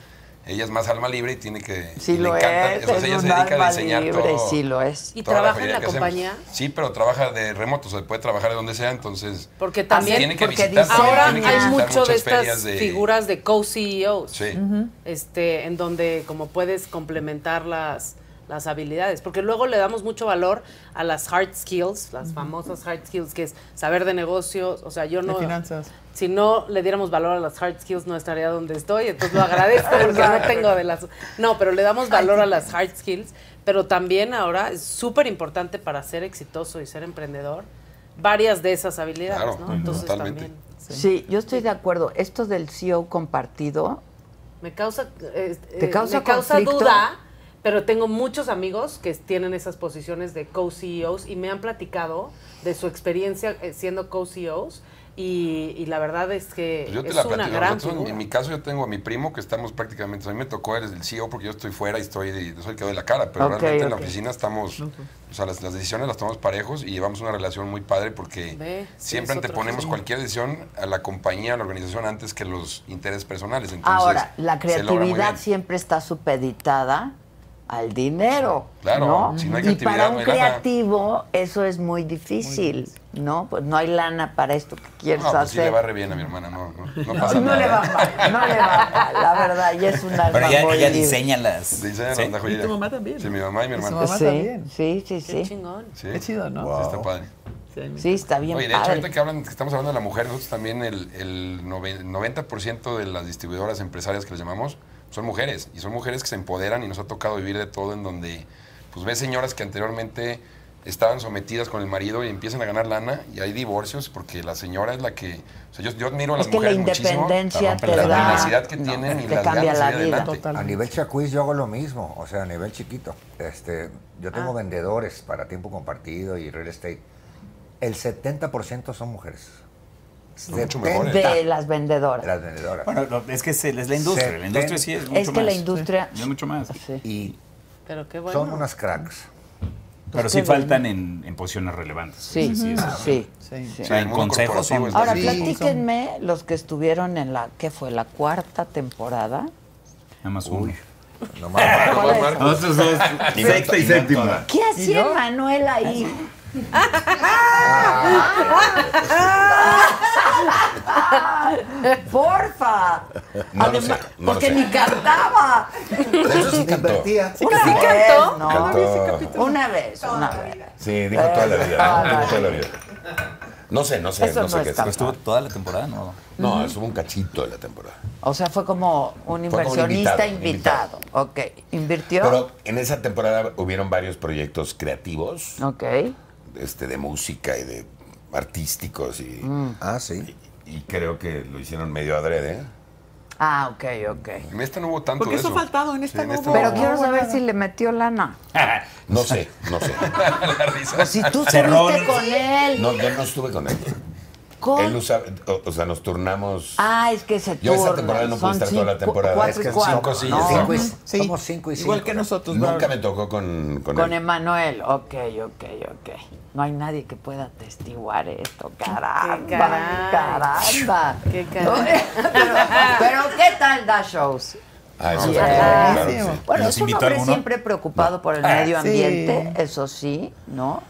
[SPEAKER 8] Ella es más alma libre y tiene que...
[SPEAKER 3] Sí
[SPEAKER 8] y
[SPEAKER 3] lo
[SPEAKER 8] encanta,
[SPEAKER 3] es,
[SPEAKER 8] o sea,
[SPEAKER 3] es
[SPEAKER 8] ella se
[SPEAKER 3] un
[SPEAKER 8] dedica
[SPEAKER 3] alma
[SPEAKER 8] a diseñar
[SPEAKER 3] libre,
[SPEAKER 8] todo-
[SPEAKER 3] sí lo es.
[SPEAKER 6] ¿Y
[SPEAKER 8] toda
[SPEAKER 6] trabaja en
[SPEAKER 8] joyería
[SPEAKER 6] la
[SPEAKER 8] que hacemos.
[SPEAKER 6] compañía?
[SPEAKER 8] Sí, pero trabaja de remoto, o sea, puede trabajar de donde sea, entonces...
[SPEAKER 6] Porque también
[SPEAKER 8] tiene que
[SPEAKER 6] porque
[SPEAKER 8] visitar, también
[SPEAKER 6] ahora
[SPEAKER 8] tiene que
[SPEAKER 6] hay
[SPEAKER 8] visitar
[SPEAKER 6] mucho de
[SPEAKER 8] muchas ferias
[SPEAKER 6] estas
[SPEAKER 8] de-
[SPEAKER 6] figuras de co-CEOs.
[SPEAKER 8] Sí.
[SPEAKER 6] este, en donde como puedes complementar las, las habilidades. Porque luego le damos mucho valor a las hard skills, las
[SPEAKER 4] Ujú.
[SPEAKER 6] famosas hard skills, que es saber de negocios. O sea, yo no.
[SPEAKER 4] de finanzas.
[SPEAKER 6] Si no le diéramos valor a las hard skills, no estaría donde estoy. Entonces lo agradezco porque no tengo de las. No, pero le damos valor a las hard skills. Pero también ahora es súper importante para ser exitoso y ser emprendedor varias de esas habilidades,
[SPEAKER 8] Claro,
[SPEAKER 6] ¿no? Entonces
[SPEAKER 8] totalmente.
[SPEAKER 6] también.
[SPEAKER 3] Sí. yo estoy de acuerdo. Esto del CEO compartido,
[SPEAKER 6] Me causa, eh,
[SPEAKER 3] ¿Te
[SPEAKER 6] eh,
[SPEAKER 3] causa
[SPEAKER 6] me causa
[SPEAKER 3] conflicto?
[SPEAKER 6] duda, pero tengo muchos amigos que tienen esas posiciones de co-CEOs y me han platicado de su experiencia eh, siendo co-CEOs y, y la verdad es que
[SPEAKER 8] Pues yo te
[SPEAKER 6] es
[SPEAKER 8] la
[SPEAKER 6] una
[SPEAKER 8] platico.
[SPEAKER 6] gran
[SPEAKER 8] Nosotros,
[SPEAKER 6] figura.
[SPEAKER 8] en mi caso, yo tengo a mi primo que estamos prácticamente. A mí me tocó eres el CEO porque yo estoy fuera y estoy, de- yo soy el que doy la cara, pero
[SPEAKER 3] Ok,
[SPEAKER 8] realmente en la
[SPEAKER 3] ok.
[SPEAKER 8] oficina estamos. O sea, las, las decisiones las tomamos parejos y llevamos una relación muy padre porque
[SPEAKER 6] Ve, sí,
[SPEAKER 8] siempre
[SPEAKER 6] es otro
[SPEAKER 8] anteponemos
[SPEAKER 6] nivel.
[SPEAKER 8] cualquier decisión a la compañía, a la organización, antes que los intereses personales. Entonces,
[SPEAKER 3] ahora, la
[SPEAKER 8] se logra muy
[SPEAKER 3] creatividad
[SPEAKER 8] bien.
[SPEAKER 3] siempre está supeditada al dinero.
[SPEAKER 8] Claro,
[SPEAKER 3] ¿no?
[SPEAKER 8] si no hay
[SPEAKER 3] y
[SPEAKER 8] creatividad,
[SPEAKER 3] para
[SPEAKER 8] no
[SPEAKER 3] un
[SPEAKER 8] hay lana.
[SPEAKER 3] creativo eso es muy difícil, ¿no? Pues no hay lana para esto que quieres
[SPEAKER 8] No, pues sí le
[SPEAKER 3] hacer.
[SPEAKER 8] va re bien a mi hermana, no, no, no pasa
[SPEAKER 3] no
[SPEAKER 8] nada.
[SPEAKER 3] le va mal, no le va mal, la verdad, y es un alma
[SPEAKER 14] Pero ella,
[SPEAKER 3] muy
[SPEAKER 14] ella
[SPEAKER 3] libre.
[SPEAKER 14] diseña las.
[SPEAKER 8] Diseña
[SPEAKER 14] ¿Sí?
[SPEAKER 8] la joyería.
[SPEAKER 4] Y tu mamá también.
[SPEAKER 8] Sí, mi mamá y mi
[SPEAKER 4] Y su
[SPEAKER 8] hermana.
[SPEAKER 4] mamá
[SPEAKER 3] Sí,
[SPEAKER 4] también.
[SPEAKER 3] sí, sí,
[SPEAKER 6] Qué
[SPEAKER 3] sí.
[SPEAKER 6] chingón.
[SPEAKER 8] Sí.
[SPEAKER 4] Qué chido, ¿no?
[SPEAKER 8] Sí, está padre.
[SPEAKER 3] Sí, está bien
[SPEAKER 8] Oye, de hecho,
[SPEAKER 3] padre.
[SPEAKER 8] ahorita que, hablan, que estamos hablando de la mujer, nosotros también el, el noven- 90% de las distribuidoras empresarias que les llamamos son mujeres. Y son mujeres que se empoderan y nos ha tocado vivir de todo en donde, pues ves señoras que anteriormente estaban sometidas con el marido y empiezan a ganar lana y hay divorcios porque la señora es la que... O sea, yo, yo admiro a las
[SPEAKER 3] Es que la
[SPEAKER 8] mujeres muchísimo.
[SPEAKER 3] independencia
[SPEAKER 8] la
[SPEAKER 3] te da-
[SPEAKER 8] tenacidad que
[SPEAKER 3] no,
[SPEAKER 8] tienen y
[SPEAKER 3] te
[SPEAKER 8] las
[SPEAKER 3] cambia
[SPEAKER 8] ganas de
[SPEAKER 3] la
[SPEAKER 8] ir
[SPEAKER 3] vida.
[SPEAKER 8] adelante.
[SPEAKER 12] A nivel chacuiz yo hago lo mismo, o sea, a nivel chiquito. Este, yo tengo
[SPEAKER 3] Ah.
[SPEAKER 12] vendedores para tiempo compartido y real estate. El 70% son mujeres. 70.
[SPEAKER 8] Mucho mejores.
[SPEAKER 3] de las vendedoras.
[SPEAKER 12] Las vendedoras.
[SPEAKER 7] Bueno, lo- es que se- es la industria. La industria sí es mucho
[SPEAKER 3] Es que la
[SPEAKER 7] más.
[SPEAKER 3] industria- Ah,
[SPEAKER 7] Sí, Es mucho más.
[SPEAKER 12] Y
[SPEAKER 6] Pero qué bueno.
[SPEAKER 12] son unas cracks.
[SPEAKER 7] Pero
[SPEAKER 3] Pues
[SPEAKER 7] sí
[SPEAKER 3] qué bueno.
[SPEAKER 7] faltan en, en posiciones relevantes.
[SPEAKER 3] Sí,
[SPEAKER 7] Ese
[SPEAKER 3] sí,
[SPEAKER 7] es-
[SPEAKER 3] sí.
[SPEAKER 7] O sea, en consejos son-
[SPEAKER 3] Ahora,
[SPEAKER 7] sí,
[SPEAKER 3] platíquenme los que estuvieron en la, ¿qué fue? La cuarta temporada.
[SPEAKER 7] Nada más uno.
[SPEAKER 12] Nomás
[SPEAKER 3] Por
[SPEAKER 12] Marco.
[SPEAKER 3] eso.
[SPEAKER 7] Nosotros dos, sexta y séptima.
[SPEAKER 3] ¿Qué hacía Manuel ahí? Porfa.
[SPEAKER 14] No lo
[SPEAKER 3] Además,
[SPEAKER 14] sé, no lo
[SPEAKER 3] porque
[SPEAKER 14] sé.
[SPEAKER 3] ni cantaba.
[SPEAKER 12] Pues
[SPEAKER 14] De hecho, sí cantó.
[SPEAKER 3] Una
[SPEAKER 14] cantó.
[SPEAKER 3] vez,
[SPEAKER 14] Cantó.
[SPEAKER 3] ¿no?
[SPEAKER 14] Cantó.
[SPEAKER 3] Una vez, una vez.
[SPEAKER 14] Sí, dijo toda la vida.
[SPEAKER 3] Eso,
[SPEAKER 14] ¿eh? Dijo
[SPEAKER 3] no.
[SPEAKER 14] toda la vida. No sé, no sé,
[SPEAKER 3] Eso
[SPEAKER 14] no sé
[SPEAKER 3] no
[SPEAKER 14] qué
[SPEAKER 3] está
[SPEAKER 14] es.
[SPEAKER 7] ¿Estuvo toda la temporada? No,
[SPEAKER 14] no estuvo un cachito de la temporada.
[SPEAKER 3] O sea, fue como un inversionista
[SPEAKER 14] invitado,
[SPEAKER 3] invitado.
[SPEAKER 14] un
[SPEAKER 3] Ok, invirtió.
[SPEAKER 14] Pero en esa temporada hubieron varios proyectos creativos,
[SPEAKER 3] ok.
[SPEAKER 14] este, de música y de artísticos y,
[SPEAKER 3] Mm.
[SPEAKER 12] Ah, sí.
[SPEAKER 14] y creo que lo hicieron medio adrede.
[SPEAKER 3] Ah, ok, ok.
[SPEAKER 8] En esta no hubo tanto
[SPEAKER 4] Porque
[SPEAKER 8] de
[SPEAKER 4] eso ha
[SPEAKER 8] eso.
[SPEAKER 4] faltado en esta
[SPEAKER 8] Sí, en
[SPEAKER 4] no
[SPEAKER 8] esta
[SPEAKER 4] hubo-
[SPEAKER 3] Pero quiero
[SPEAKER 4] no,
[SPEAKER 3] saber
[SPEAKER 4] nada.
[SPEAKER 3] si le metió lana.
[SPEAKER 14] No sé, no sé.
[SPEAKER 8] la risa.
[SPEAKER 3] Pues si tú
[SPEAKER 14] Cerró.
[SPEAKER 3] estuviste con él.
[SPEAKER 14] No, yo no estuve con él.
[SPEAKER 3] Con-
[SPEAKER 14] Él usaba, o, o sea, nos turnamos.
[SPEAKER 3] Ah, es que se
[SPEAKER 14] Yo esa
[SPEAKER 3] turna,
[SPEAKER 14] temporada no pude
[SPEAKER 3] son
[SPEAKER 14] estar toda la
[SPEAKER 3] cinco-
[SPEAKER 14] temporada.
[SPEAKER 3] cuatro
[SPEAKER 14] Es que
[SPEAKER 3] y cuatro,
[SPEAKER 14] cinco sillas.
[SPEAKER 3] ¿no?
[SPEAKER 14] Cinco y-
[SPEAKER 4] Sí.
[SPEAKER 3] Ah,
[SPEAKER 12] Somos cinco y cinco.
[SPEAKER 4] Igual que nosotros.
[SPEAKER 14] Nunca
[SPEAKER 4] Bárbara.
[SPEAKER 14] me tocó con, con,
[SPEAKER 3] Con
[SPEAKER 14] él.
[SPEAKER 3] Emanuel, ok, ok, ok. No hay nadie que pueda atestiguar esto, caramba,
[SPEAKER 6] Qué caray.
[SPEAKER 3] caramba.
[SPEAKER 6] Qué caray.
[SPEAKER 3] pero, pero ¿qué tal da shows?
[SPEAKER 14] Ah, eso
[SPEAKER 3] Sí,
[SPEAKER 14] sí, claro, claro que sí.
[SPEAKER 3] Bueno,
[SPEAKER 7] ¿Nos
[SPEAKER 3] es un
[SPEAKER 7] invitó
[SPEAKER 3] hombre
[SPEAKER 7] alguno?
[SPEAKER 3] siempre preocupado por el
[SPEAKER 4] Ah,
[SPEAKER 3] medio
[SPEAKER 4] sí.
[SPEAKER 3] ambiente, eso sí, ¿no?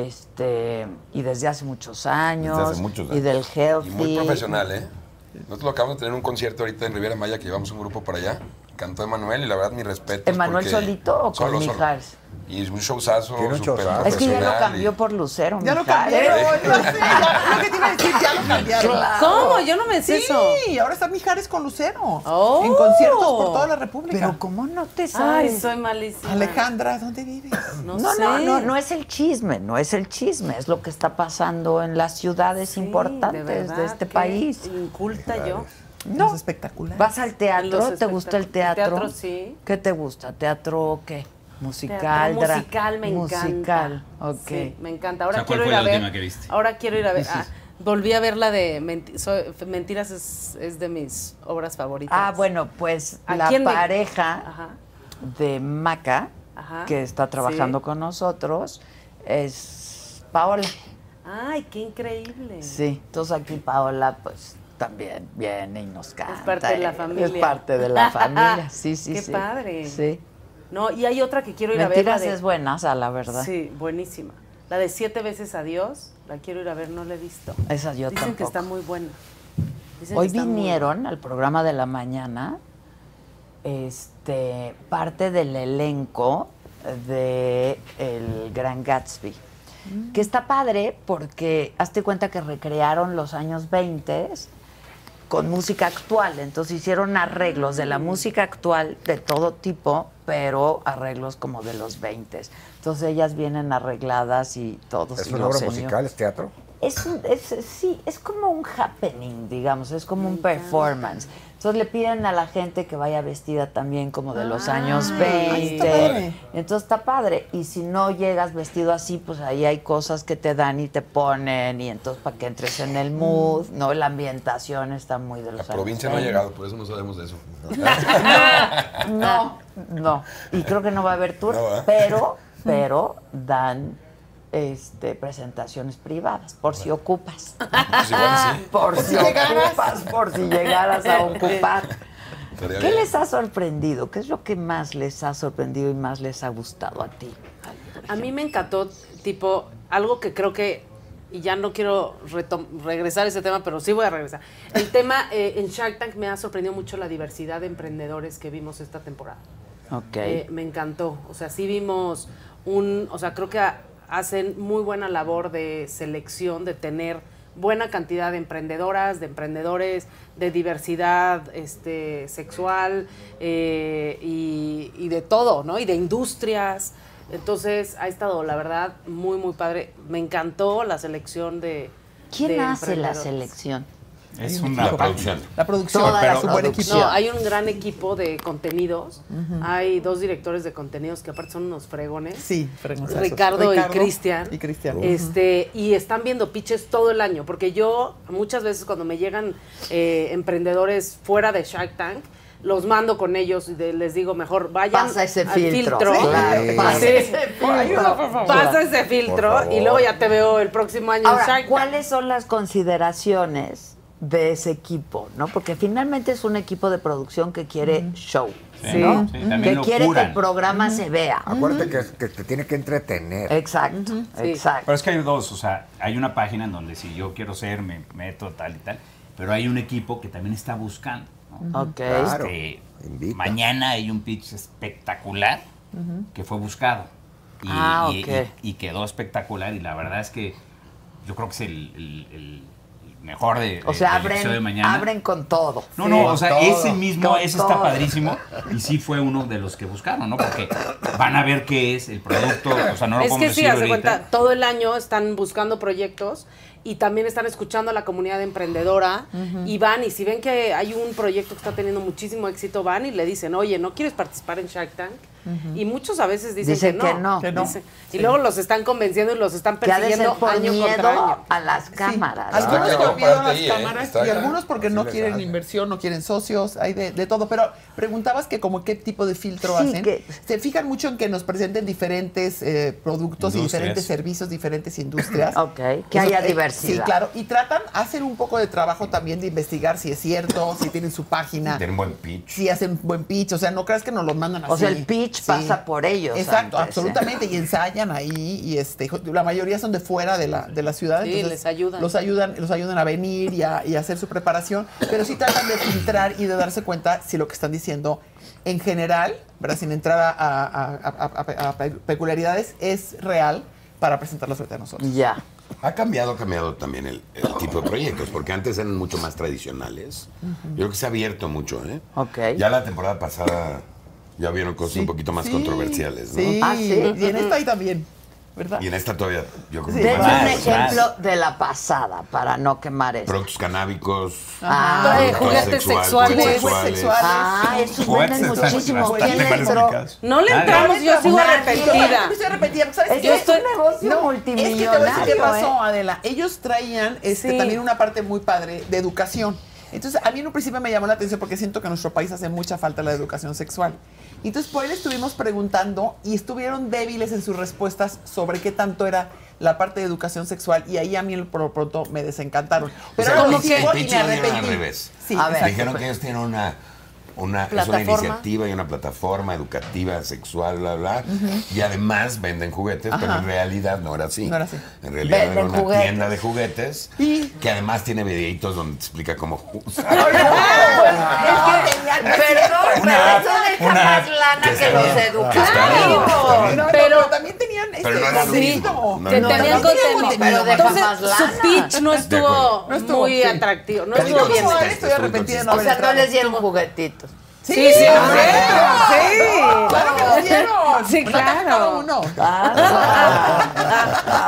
[SPEAKER 3] Este, y desde hace muchos años.
[SPEAKER 14] Desde hace muchos
[SPEAKER 3] Y del healthy.
[SPEAKER 8] Y muy profesional, ¿eh? Nosotros lo acabamos de tener un concierto ahorita en Riviera Maya que llevamos un grupo para allá. Cantó Emanuel y la verdad mi respeto.
[SPEAKER 3] ¿Emanuel solito o con
[SPEAKER 8] solo, solo.
[SPEAKER 3] Mijares?
[SPEAKER 8] Y es un showzazo.
[SPEAKER 12] Tiene un
[SPEAKER 8] súper
[SPEAKER 12] showzazo.
[SPEAKER 3] Es que ya lo
[SPEAKER 8] profesional
[SPEAKER 3] cambió por Lucero.
[SPEAKER 4] Ya lo
[SPEAKER 3] mija,
[SPEAKER 4] cambiaron,
[SPEAKER 3] ¿eh?
[SPEAKER 4] ya sé, ya, lo que te iba a decir, ya lo cambiaron.
[SPEAKER 3] Claro.
[SPEAKER 6] ¿Cómo? Yo no me sé
[SPEAKER 4] sí,
[SPEAKER 6] eso. Oh.
[SPEAKER 4] ahora está Mijares con Lucero. En conciertos por toda la República.
[SPEAKER 3] Pero ¿cómo no te sabes?
[SPEAKER 6] Ay, soy malísima.
[SPEAKER 4] Alejandra, ¿dónde vives?
[SPEAKER 3] No, no, no, no, es el chisme, no es el chisme, es lo que está pasando en las ciudades importantes de,
[SPEAKER 6] verdad,
[SPEAKER 3] este
[SPEAKER 6] qué
[SPEAKER 3] país.
[SPEAKER 6] Inculta yo.
[SPEAKER 3] No.
[SPEAKER 4] espectacular.
[SPEAKER 3] ¿Vas al
[SPEAKER 6] Los
[SPEAKER 3] teatro? ¿Te gusta el
[SPEAKER 6] espectac-
[SPEAKER 3] teatro?
[SPEAKER 6] teatro, sí.
[SPEAKER 3] ¿Qué te gusta? ¿Teatro qué? Musical,
[SPEAKER 6] Teatro
[SPEAKER 3] dra-
[SPEAKER 6] musical me
[SPEAKER 3] musical.
[SPEAKER 6] encanta.
[SPEAKER 3] ok.
[SPEAKER 6] Sí, me encanta. Ahora
[SPEAKER 3] O sea, ¿cuál
[SPEAKER 6] quiero
[SPEAKER 3] fue
[SPEAKER 6] ir a
[SPEAKER 3] la
[SPEAKER 6] ver.
[SPEAKER 3] última que viste?
[SPEAKER 6] Ahora quiero ir a ver. ah, volví a ver la de Menti- soy- Mentiras es, es de mis obras favoritas.
[SPEAKER 3] Ah, bueno, pues
[SPEAKER 6] ¿A
[SPEAKER 3] la
[SPEAKER 6] quién me-
[SPEAKER 3] pareja de Maca,
[SPEAKER 6] Ajá.
[SPEAKER 3] que está trabajando
[SPEAKER 6] Sí.
[SPEAKER 3] con nosotros, es Paola.
[SPEAKER 6] Ay, qué increíble.
[SPEAKER 3] Sí, entonces aquí Paola, pues también viene y nos canta.
[SPEAKER 6] parte de la
[SPEAKER 3] eh,
[SPEAKER 6] familia.
[SPEAKER 3] Es parte de la familia, sí, sí,
[SPEAKER 6] Qué
[SPEAKER 3] sí.
[SPEAKER 6] padre.
[SPEAKER 3] Sí.
[SPEAKER 6] No, y hay otra que quiero ir a
[SPEAKER 3] Mentiras
[SPEAKER 6] ver. la de-
[SPEAKER 3] es buenas, a la verdad.
[SPEAKER 6] Sí, buenísima. La de siete veces adiós, la quiero ir a ver, no la he visto.
[SPEAKER 3] Esa yo
[SPEAKER 6] Dicen que
[SPEAKER 3] tampoco.
[SPEAKER 6] está muy buena. Dicen que
[SPEAKER 3] Hoy
[SPEAKER 6] está muy-
[SPEAKER 3] vinieron al programa de la mañana este parte del elenco de El Gran Gatsby. Que está padre porque hazte cuenta que recrearon los años 20 con música actual. Entonces hicieron arreglos de la música actual de todo tipo, pero arreglos como de los 20. Entonces ellas vienen arregladas y todo.
[SPEAKER 12] ¿Es
[SPEAKER 3] y
[SPEAKER 12] una
[SPEAKER 3] lo
[SPEAKER 12] obra
[SPEAKER 3] señor-
[SPEAKER 12] musical, es teatro?
[SPEAKER 3] es, un- es- sí, es como un happening, digamos, es como un performance. Entonces le piden a la gente que vaya vestida también como de los años
[SPEAKER 10] ay,
[SPEAKER 3] 20.
[SPEAKER 10] está padre.
[SPEAKER 3] Entonces está padre. Y si no llegas vestido así, pues ahí hay cosas que te dan y te ponen. Y entonces para que entres en el mood,
[SPEAKER 10] Mm.
[SPEAKER 3] ¿no? La ambientación está muy de los
[SPEAKER 8] La
[SPEAKER 3] años
[SPEAKER 8] provincia no ha
[SPEAKER 3] 20.
[SPEAKER 8] llegado, por eso no sabemos de eso.
[SPEAKER 3] No, Ah, no. Y creo que no va a haber tour,
[SPEAKER 8] No, ¿verdad?
[SPEAKER 3] pero, pero dan este presentaciones privadas, por si ocupas. Ah, Por si ocupas, por si llegaras a ocupar.
[SPEAKER 8] Estaría
[SPEAKER 3] ¿Qué
[SPEAKER 8] bien.
[SPEAKER 3] les ha sorprendido? ¿Qué es lo que más les ha sorprendido y más les ha gustado a ti?
[SPEAKER 6] A mí me encantó, tipo, algo que creo que, y ya no quiero retom- regresar a ese tema, pero sí voy a regresar. El tema eh, en Shark Tank me ha sorprendido mucho la diversidad de emprendedores que vimos esta temporada.
[SPEAKER 3] Ok.
[SPEAKER 6] Eh, me encantó. O sea, sí vimos un, o sea, creo que ha- hacen muy buena labor de selección, de tener buena cantidad de emprendedoras, de emprendedores, de diversidad este, sexual eh, y, y de todo, ¿no? Y de industrias. Entonces ha estado, la verdad, muy, muy padre. Me encantó la selección de...
[SPEAKER 3] ¿Quién
[SPEAKER 6] de
[SPEAKER 3] hace la
[SPEAKER 6] emprendedores.
[SPEAKER 3] selección?
[SPEAKER 7] Es
[SPEAKER 6] un
[SPEAKER 7] una
[SPEAKER 6] equipo.
[SPEAKER 7] producción.
[SPEAKER 4] La producción,
[SPEAKER 3] Toda la
[SPEAKER 4] es un buen equipo.
[SPEAKER 3] producción.
[SPEAKER 6] No, hay un gran equipo de contenidos.
[SPEAKER 4] Ujú.
[SPEAKER 6] Hay dos directores de contenidos que aparte son unos fregones.
[SPEAKER 4] Sí, fregonzazos.
[SPEAKER 6] Ricardo,
[SPEAKER 4] Ricardo
[SPEAKER 6] y Cristian.
[SPEAKER 4] y Cristian.
[SPEAKER 6] Este, y están viendo pitches todo el año. Porque yo, muchas veces cuando me llegan eh, emprendedores fuera de Shark Tank, los mando con ellos y de- les digo, mejor vayan
[SPEAKER 3] Pasa ese
[SPEAKER 6] al
[SPEAKER 3] filtro.
[SPEAKER 6] filtro.
[SPEAKER 3] Claro,
[SPEAKER 6] Sí.
[SPEAKER 3] pasa
[SPEAKER 6] Sí.
[SPEAKER 3] ese filtro.
[SPEAKER 6] Ayuda, por favor. Pasa ese
[SPEAKER 3] Por
[SPEAKER 6] filtro
[SPEAKER 3] favor.
[SPEAKER 6] y luego ya te veo el próximo año en Shark
[SPEAKER 3] Ahora,
[SPEAKER 6] Tank.
[SPEAKER 3] ¿cuáles son las consideraciones de ese equipo? ¿no? Porque finalmente es un equipo de producción que quiere show.
[SPEAKER 12] Sí,
[SPEAKER 3] ¿no?
[SPEAKER 12] sí, también
[SPEAKER 3] que
[SPEAKER 12] lo
[SPEAKER 3] quiere que el
[SPEAKER 12] curan.
[SPEAKER 3] programa se vea.
[SPEAKER 12] Acuérdate que, que te tiene que entretener.
[SPEAKER 3] Exacto, exacto.
[SPEAKER 7] Pero es que hay dos, o sea, hay una página en donde si yo quiero ser, me meto tal y tal, pero hay un equipo que también está buscando. ¿no?
[SPEAKER 3] Ok.
[SPEAKER 12] Claro,
[SPEAKER 7] Este, mañana hay un pitch espectacular que fue buscado. Y,
[SPEAKER 3] Ah,
[SPEAKER 7] y-
[SPEAKER 3] ok.
[SPEAKER 7] y- y quedó espectacular y la verdad es que yo creo que es el, el- el- el mejor de,
[SPEAKER 3] O
[SPEAKER 7] de-
[SPEAKER 3] sea,
[SPEAKER 7] del
[SPEAKER 3] abren,
[SPEAKER 7] episodio de mañana.
[SPEAKER 3] abren con todo.
[SPEAKER 7] No,
[SPEAKER 3] Sí.
[SPEAKER 7] no, o sea,
[SPEAKER 3] Con
[SPEAKER 7] ese
[SPEAKER 3] todo,
[SPEAKER 7] mismo,
[SPEAKER 3] con
[SPEAKER 7] ese
[SPEAKER 3] todo.
[SPEAKER 7] está padrísimo y sí fue uno de los que buscaron, ¿no? Porque van a ver qué es el producto, o sea, no lo
[SPEAKER 6] es
[SPEAKER 7] podemos
[SPEAKER 6] que sí,
[SPEAKER 7] decir
[SPEAKER 6] hace
[SPEAKER 7] ahorita.
[SPEAKER 6] cuenta, todo el año están buscando proyectos y también están escuchando a la comunidad emprendedora
[SPEAKER 15] Ujú.
[SPEAKER 6] y van y si ven que hay un proyecto que está teniendo muchísimo éxito, van y le dicen, oye, ¿no quieres participar en Shark Tank? Y muchos a veces dicen,
[SPEAKER 3] Dicen
[SPEAKER 6] que,
[SPEAKER 3] que
[SPEAKER 6] no.
[SPEAKER 3] no. Que no.
[SPEAKER 6] Dicen- Y luego los están convenciendo y los están
[SPEAKER 3] Que ha de ser
[SPEAKER 6] persiguiendo
[SPEAKER 3] por
[SPEAKER 6] año
[SPEAKER 3] miedo
[SPEAKER 6] contra año.
[SPEAKER 3] a las cámaras.
[SPEAKER 4] Algunos
[SPEAKER 8] Está
[SPEAKER 4] por
[SPEAKER 8] cabrón,
[SPEAKER 4] miedo a
[SPEAKER 8] aparte
[SPEAKER 4] las
[SPEAKER 8] ahí, ¿eh?
[SPEAKER 4] cámaras
[SPEAKER 8] Está
[SPEAKER 4] y
[SPEAKER 8] cabrón.
[SPEAKER 4] algunos porque
[SPEAKER 8] Sí
[SPEAKER 4] no
[SPEAKER 8] les
[SPEAKER 4] quieren
[SPEAKER 8] hacen.
[SPEAKER 4] inversión, no quieren socios, hay de, de todo. Pero preguntabas que como qué tipo de filtro
[SPEAKER 3] Sí,
[SPEAKER 4] hacen.
[SPEAKER 3] que-
[SPEAKER 4] Se fijan mucho en que nos presenten diferentes eh, productos y
[SPEAKER 3] Industrias.
[SPEAKER 4] diferentes servicios, diferentes industrias.
[SPEAKER 3] Ok, que
[SPEAKER 4] Eso,
[SPEAKER 3] haya
[SPEAKER 4] eh, Sí,
[SPEAKER 3] universidad.
[SPEAKER 4] claro. Y tratan, hacen un poco de trabajo también de investigar si es cierto, si tienen su página.
[SPEAKER 14] Tienen buen pitch.
[SPEAKER 4] Si hacen buen pitch. O sea, no creas que nos los mandan así.
[SPEAKER 3] O sea, el pitch pasa por ellos antes,
[SPEAKER 4] Exacto,
[SPEAKER 3] ¿eh?
[SPEAKER 4] absolutamente. Y ensayan ahí. Y este, jo- la mayoría son de fuera de la, de la ciudad.
[SPEAKER 6] Sí,
[SPEAKER 4] entonces
[SPEAKER 6] les ayudan.
[SPEAKER 4] Los ayudan, los ayudan a venir y a, y a hacer su preparación. Pero sí tratan de filtrar y de darse cuenta si lo que están diciendo en general, ¿verdad? sin entrar a, a- a- a- a- a pe- peculiaridades, es real para presentarlo frente a nosotros.
[SPEAKER 3] Ya.
[SPEAKER 14] Ha cambiado, ha cambiado también el, el tipo de proyectos, porque antes eran mucho más tradicionales. Yo creo que se ha abierto mucho, ¿eh?
[SPEAKER 3] Ok.
[SPEAKER 14] Ya la temporada pasada ya vieron cosas un poquito más
[SPEAKER 4] sí,
[SPEAKER 14] controversiales, ¿no?
[SPEAKER 4] Sí,
[SPEAKER 3] Ah, sí.
[SPEAKER 4] y en esta ahí también, ¿verdad?
[SPEAKER 14] Y en esta todavía, yo creo
[SPEAKER 3] De
[SPEAKER 14] que
[SPEAKER 3] hecho,
[SPEAKER 14] más,
[SPEAKER 3] un
[SPEAKER 14] más.
[SPEAKER 3] ejemplo de la pasada, para no quemar esto.
[SPEAKER 14] Productos canábicos,
[SPEAKER 3] Ah.
[SPEAKER 4] Eh,
[SPEAKER 14] productos
[SPEAKER 3] Juguetes
[SPEAKER 14] sexual-
[SPEAKER 3] sexuales.
[SPEAKER 14] juguetes
[SPEAKER 3] Juguetes sexuales. Ah, esos
[SPEAKER 14] Juguetes
[SPEAKER 3] venden
[SPEAKER 14] sexuales
[SPEAKER 3] muchísimo.
[SPEAKER 14] bastante
[SPEAKER 3] ¿Quién le
[SPEAKER 14] mal
[SPEAKER 3] entró?
[SPEAKER 14] ubicados.
[SPEAKER 6] No le
[SPEAKER 14] Nadie.
[SPEAKER 6] entramos, yo sigo
[SPEAKER 4] Nadie.
[SPEAKER 6] arrepentida.
[SPEAKER 4] Yo estoy arrepentida, porque ¿sabes
[SPEAKER 3] Es
[SPEAKER 4] qué?
[SPEAKER 3] que es un negocio
[SPEAKER 4] Es que te voy a decir qué
[SPEAKER 3] multimillonario,
[SPEAKER 4] pasó,
[SPEAKER 3] ¿eh?
[SPEAKER 4] Adela. Ellos traían este,
[SPEAKER 3] Sí.
[SPEAKER 4] también una parte muy padre de educación. Entonces, a mí en un principio me llamó la atención porque siento que en nuestro país hace mucha falta la educación sexual. Y Entonces, por ahí le estuvimos preguntando y estuvieron débiles en sus respuestas sobre qué tanto era la parte de educación sexual y ahí a mí por lo pronto me desencantaron. Pero
[SPEAKER 14] sea,
[SPEAKER 4] como
[SPEAKER 14] el
[SPEAKER 4] que
[SPEAKER 14] pitch- el
[SPEAKER 4] y
[SPEAKER 14] pitch
[SPEAKER 4] me
[SPEAKER 14] lo dieron
[SPEAKER 4] arrepentí.
[SPEAKER 14] al revés.
[SPEAKER 4] Sí, A ver. exacto.
[SPEAKER 14] Dijeron que ellos tienen una, una, es una
[SPEAKER 4] Plataforma.
[SPEAKER 14] iniciativa y una plataforma educativa, sexual, bla, bla.
[SPEAKER 4] Ujú.
[SPEAKER 14] Y además venden juguetes, pero
[SPEAKER 4] Ajá.
[SPEAKER 14] en realidad no era así.
[SPEAKER 4] No era así.
[SPEAKER 14] En realidad
[SPEAKER 4] Venden
[SPEAKER 14] era una
[SPEAKER 4] juguetes.
[SPEAKER 14] tienda de juguetes
[SPEAKER 4] Y-
[SPEAKER 14] que además tiene videitos donde te explica cómo usar.
[SPEAKER 3] Ah. Perdón, pero eso deja
[SPEAKER 14] una
[SPEAKER 3] más
[SPEAKER 14] app
[SPEAKER 3] lana
[SPEAKER 14] que
[SPEAKER 3] que
[SPEAKER 14] está
[SPEAKER 3] los
[SPEAKER 14] bien,
[SPEAKER 3] educados.
[SPEAKER 14] está bien, está bien.
[SPEAKER 4] No, no,
[SPEAKER 6] Pero-
[SPEAKER 4] pero también tenían este
[SPEAKER 14] Pero no era lo mismo,
[SPEAKER 4] contenido.
[SPEAKER 14] no era lo
[SPEAKER 6] Tenían
[SPEAKER 14] mismo.
[SPEAKER 6] contenido.
[SPEAKER 3] pero deja
[SPEAKER 6] Entonces,
[SPEAKER 3] más lana.
[SPEAKER 6] su pitch no estuvo,
[SPEAKER 3] No estuvo,
[SPEAKER 6] muy
[SPEAKER 3] sí.
[SPEAKER 6] atractivo. No
[SPEAKER 3] Pero
[SPEAKER 6] estuvo
[SPEAKER 3] yo
[SPEAKER 6] bien.
[SPEAKER 3] como
[SPEAKER 14] este
[SPEAKER 3] él estoy
[SPEAKER 14] arrepentida
[SPEAKER 3] de no O haber sea, no entrado. les dieron juguetitos.
[SPEAKER 6] Sí, sí, sí.
[SPEAKER 3] Ah,
[SPEAKER 6] sí.
[SPEAKER 4] Claro que lo dieron.
[SPEAKER 6] Sí, claro.
[SPEAKER 4] Uno.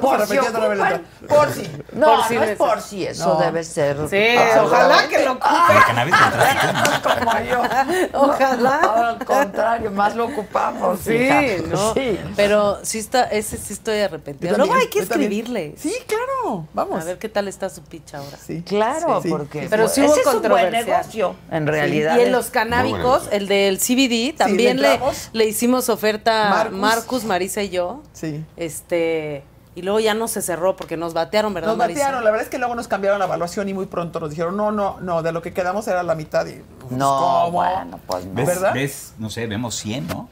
[SPEAKER 3] Por si ocupan- por si. No,
[SPEAKER 10] Por si
[SPEAKER 3] no es
[SPEAKER 10] les-
[SPEAKER 3] por si, eso
[SPEAKER 10] No.
[SPEAKER 3] debe ser.
[SPEAKER 10] Sí,
[SPEAKER 3] Ah,
[SPEAKER 10] ojalá que lo
[SPEAKER 3] Ah,
[SPEAKER 14] cannabis lo trafican.
[SPEAKER 3] como yo.
[SPEAKER 6] Ojalá.
[SPEAKER 3] Ahora, al contrario, más lo ocupamos.
[SPEAKER 6] Sí,
[SPEAKER 3] hija.
[SPEAKER 6] no.
[SPEAKER 3] Sí.
[SPEAKER 6] Pero sí está, ese sí estoy arrepentida.
[SPEAKER 3] Yo
[SPEAKER 6] Luego
[SPEAKER 3] también,
[SPEAKER 6] hay que
[SPEAKER 3] yo también.
[SPEAKER 6] escribirle.
[SPEAKER 4] Sí, claro. Vamos.
[SPEAKER 6] A ver qué tal está su pitch ahora.
[SPEAKER 4] Sí.
[SPEAKER 3] Claro, porque
[SPEAKER 6] Pero
[SPEAKER 3] fue-
[SPEAKER 6] sí hubo
[SPEAKER 3] ese es un buen
[SPEAKER 6] controversia.
[SPEAKER 3] negocio, en realidad.
[SPEAKER 6] Y
[SPEAKER 3] es-
[SPEAKER 6] en ¿eh? los
[SPEAKER 3] Muy buen
[SPEAKER 6] canábicos,
[SPEAKER 3] negocio.
[SPEAKER 6] el del CBD, también
[SPEAKER 3] le
[SPEAKER 6] le,
[SPEAKER 3] entramos.
[SPEAKER 6] le hicimos oferta Marcus.
[SPEAKER 3] Marcus.
[SPEAKER 6] Marisa y yo.
[SPEAKER 4] Sí.
[SPEAKER 6] Este, y luego ya no se cerró porque nos batearon, ¿verdad,
[SPEAKER 4] Nos
[SPEAKER 6] Marisa?
[SPEAKER 4] batearon, la verdad es que luego nos cambiaron la evaluación y muy pronto nos dijeron, no, no, no, de lo que quedamos era la mitad. Y, pues, ¿cómo? pues,
[SPEAKER 7] ¿Ves,
[SPEAKER 4] ¿Verdad?
[SPEAKER 7] ves, no sé, vemos 100, ¿no?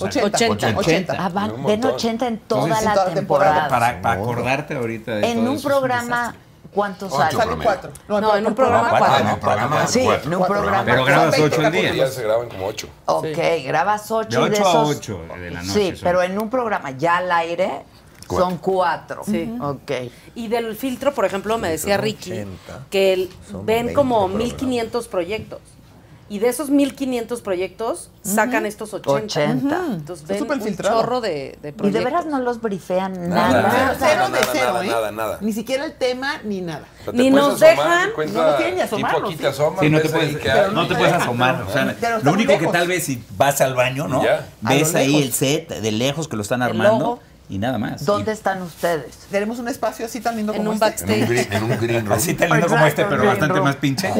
[SPEAKER 7] O
[SPEAKER 4] 80, 80.
[SPEAKER 3] Ah, van-
[SPEAKER 7] Un
[SPEAKER 3] ven
[SPEAKER 7] montón.
[SPEAKER 3] 80 en toda la temporada.
[SPEAKER 7] Para, para acordarte ahorita de
[SPEAKER 3] En
[SPEAKER 7] todo
[SPEAKER 3] un
[SPEAKER 7] eso.
[SPEAKER 3] programa, ¿cuántos
[SPEAKER 7] Ocho
[SPEAKER 3] salen?
[SPEAKER 7] promedio. Cuatro.
[SPEAKER 4] No,
[SPEAKER 3] en un programa
[SPEAKER 7] cuatro.
[SPEAKER 3] cuatro.
[SPEAKER 7] Ah, en un programa
[SPEAKER 3] Sí,
[SPEAKER 7] cuatro.
[SPEAKER 3] en un
[SPEAKER 7] Cuatro.
[SPEAKER 3] programa
[SPEAKER 7] Pero grabas
[SPEAKER 3] cuatro.
[SPEAKER 7] ocho al día.
[SPEAKER 8] Ya se graban como ocho.
[SPEAKER 3] Ok, grabas ocho
[SPEAKER 7] De ocho
[SPEAKER 3] de
[SPEAKER 7] a
[SPEAKER 3] esos-
[SPEAKER 7] ocho de la noche
[SPEAKER 3] Sí,
[SPEAKER 7] son.
[SPEAKER 3] pero en un programa ya al aire son cuatro. Sí. Ok.
[SPEAKER 6] Y del filtro, por ejemplo, me decía Ricky
[SPEAKER 3] 180,
[SPEAKER 6] que el-
[SPEAKER 3] son
[SPEAKER 6] ven
[SPEAKER 3] 20
[SPEAKER 6] como
[SPEAKER 3] programas.
[SPEAKER 6] 1500 proyectos. Y de esos 1500 proyectos sacan estos 80.
[SPEAKER 3] 80.
[SPEAKER 6] Ujú. Entonces
[SPEAKER 3] Está
[SPEAKER 6] ven
[SPEAKER 3] súper
[SPEAKER 6] un
[SPEAKER 3] filtrado.
[SPEAKER 6] chorro de, de
[SPEAKER 3] Y de
[SPEAKER 6] proyectos.
[SPEAKER 3] veras no los brifean
[SPEAKER 6] Nada,
[SPEAKER 3] nada.
[SPEAKER 4] Cero, cero
[SPEAKER 8] nada,
[SPEAKER 4] de cero,
[SPEAKER 8] nada,
[SPEAKER 4] ¿eh?
[SPEAKER 8] nada, nada.
[SPEAKER 4] Ni siquiera el tema, ni nada.
[SPEAKER 8] sea, te Ni puedes nos asomar, dejan. te cuenta,
[SPEAKER 4] No nos quieren ni
[SPEAKER 8] tipo,
[SPEAKER 4] asomar.
[SPEAKER 8] aquí te asomas,
[SPEAKER 7] Sí, no te
[SPEAKER 8] ves ahí
[SPEAKER 7] puedes,
[SPEAKER 8] que hay.
[SPEAKER 7] no te puedes asomar. O sea,
[SPEAKER 4] Pero está
[SPEAKER 7] lo
[SPEAKER 4] muy
[SPEAKER 7] único que
[SPEAKER 4] lejos.
[SPEAKER 7] tal vez si vas al baño, ¿no?
[SPEAKER 8] Ya.
[SPEAKER 7] Ves
[SPEAKER 4] A lo
[SPEAKER 7] ahí
[SPEAKER 4] lejos.
[SPEAKER 7] el set de lejos que lo están
[SPEAKER 4] El
[SPEAKER 7] armando
[SPEAKER 4] logo.
[SPEAKER 7] y nada más.
[SPEAKER 4] ¿Dónde
[SPEAKER 3] están ustedes?
[SPEAKER 4] Tenemos un espacio así tan lindo como
[SPEAKER 7] un
[SPEAKER 4] este.
[SPEAKER 7] backstage. En un green- en un green room. Así tan lindo
[SPEAKER 4] Exacto,
[SPEAKER 7] como este, pero
[SPEAKER 4] green
[SPEAKER 7] bastante
[SPEAKER 4] room.
[SPEAKER 7] más pinche.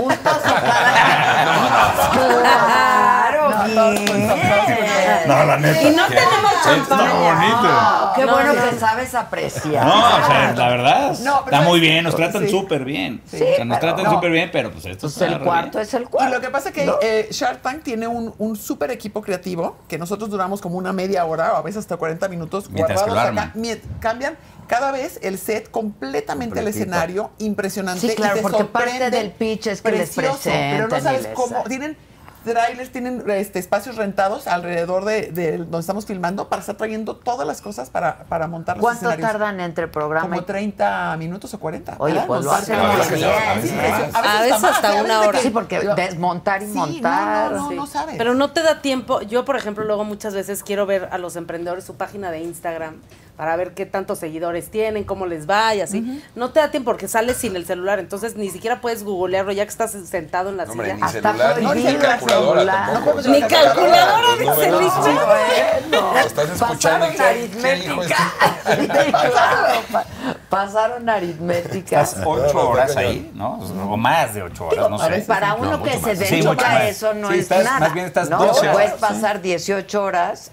[SPEAKER 3] Claro, bien.
[SPEAKER 7] No, la neta.
[SPEAKER 3] Y no
[SPEAKER 7] ¿Qué?
[SPEAKER 3] tenemos
[SPEAKER 7] Está
[SPEAKER 3] champaña.
[SPEAKER 7] bonito.
[SPEAKER 3] Qué
[SPEAKER 7] No,
[SPEAKER 3] bueno
[SPEAKER 7] no.
[SPEAKER 3] que sabes apreciar.
[SPEAKER 7] No, o sea, la verdad,
[SPEAKER 3] No, pero
[SPEAKER 7] está
[SPEAKER 3] es-
[SPEAKER 7] muy bien, nos tratan
[SPEAKER 4] sí.
[SPEAKER 7] súper bien.
[SPEAKER 4] Sí,
[SPEAKER 7] o sea, nos
[SPEAKER 4] pero
[SPEAKER 7] tratan
[SPEAKER 4] no.
[SPEAKER 7] súper bien, pero pues esto está re bien.
[SPEAKER 3] es el
[SPEAKER 4] cuarto. Y lo que pasa es que eh, Shark Tank tiene un, un súper equipo creativo que nosotros duramos como una media hora o a veces hasta 40 minutos
[SPEAKER 7] Mientras que lo
[SPEAKER 4] guardados acá.
[SPEAKER 7] arman.
[SPEAKER 4] Mie- Cambian cada vez el set completamente el
[SPEAKER 3] Completito.
[SPEAKER 4] escenario, impresionante.
[SPEAKER 3] Sí, claro,
[SPEAKER 4] y te
[SPEAKER 3] porque parte
[SPEAKER 4] sorprenden.
[SPEAKER 3] del pitch es que les
[SPEAKER 4] Pero
[SPEAKER 3] presentan
[SPEAKER 4] no
[SPEAKER 3] y
[SPEAKER 4] sabes
[SPEAKER 3] les-
[SPEAKER 4] cómo. Tienen trailers, tienen este, espacios rentados alrededor de, de donde estamos filmando para estar trayendo todas las cosas para, para montar los
[SPEAKER 3] ¿Cuánto
[SPEAKER 4] escenarios.
[SPEAKER 3] tardan entre programa y
[SPEAKER 4] Como 30 minutos o Ah, 40.
[SPEAKER 3] Oye,
[SPEAKER 4] ¿verdad?
[SPEAKER 3] pues lo
[SPEAKER 4] Nos
[SPEAKER 3] hacen
[SPEAKER 4] tardan.
[SPEAKER 3] muy bien.
[SPEAKER 6] A veces hasta
[SPEAKER 4] más,
[SPEAKER 6] una
[SPEAKER 4] de
[SPEAKER 6] hora.
[SPEAKER 4] que-
[SPEAKER 3] Sí, porque desmontar y
[SPEAKER 4] Sí, no,
[SPEAKER 3] montar.
[SPEAKER 4] no, no, no
[SPEAKER 3] Sí.
[SPEAKER 4] sabes.
[SPEAKER 6] Pero no te da tiempo. Yo, por ejemplo, luego muchas veces quiero ver a los emprendedores su página de Instagram para ver qué tantos seguidores tienen, cómo les va y así. No te da tiempo porque sales sin el celular, entonces ni siquiera puedes googlearlo ya que estás sentado en la
[SPEAKER 8] Hombre,
[SPEAKER 6] silla.
[SPEAKER 8] ni Hasta celular, ni prohibido calculadora el celular. tampoco, o sea,
[SPEAKER 6] Ni
[SPEAKER 8] te agarran
[SPEAKER 6] calculadora,
[SPEAKER 8] los
[SPEAKER 6] dice
[SPEAKER 8] números.
[SPEAKER 6] Richie.
[SPEAKER 8] Estás escuchando y qué- qué hijo es-
[SPEAKER 3] Claro, pa- pasaron aritmética.
[SPEAKER 7] Estás ocho horas ahí, ¿no? O más de ocho horas,
[SPEAKER 3] Digo,
[SPEAKER 7] no
[SPEAKER 3] a ver,
[SPEAKER 7] sé.
[SPEAKER 3] para
[SPEAKER 7] No,
[SPEAKER 3] uno que
[SPEAKER 7] mucho
[SPEAKER 3] se
[SPEAKER 7] más. Sí, mucho
[SPEAKER 3] dedica a
[SPEAKER 7] más.
[SPEAKER 3] eso no
[SPEAKER 7] Sí,
[SPEAKER 3] es
[SPEAKER 7] estás-
[SPEAKER 3] nada.
[SPEAKER 7] Más bien estás
[SPEAKER 3] no,
[SPEAKER 7] doce
[SPEAKER 3] puedes
[SPEAKER 7] horas.
[SPEAKER 3] pasar 18 horas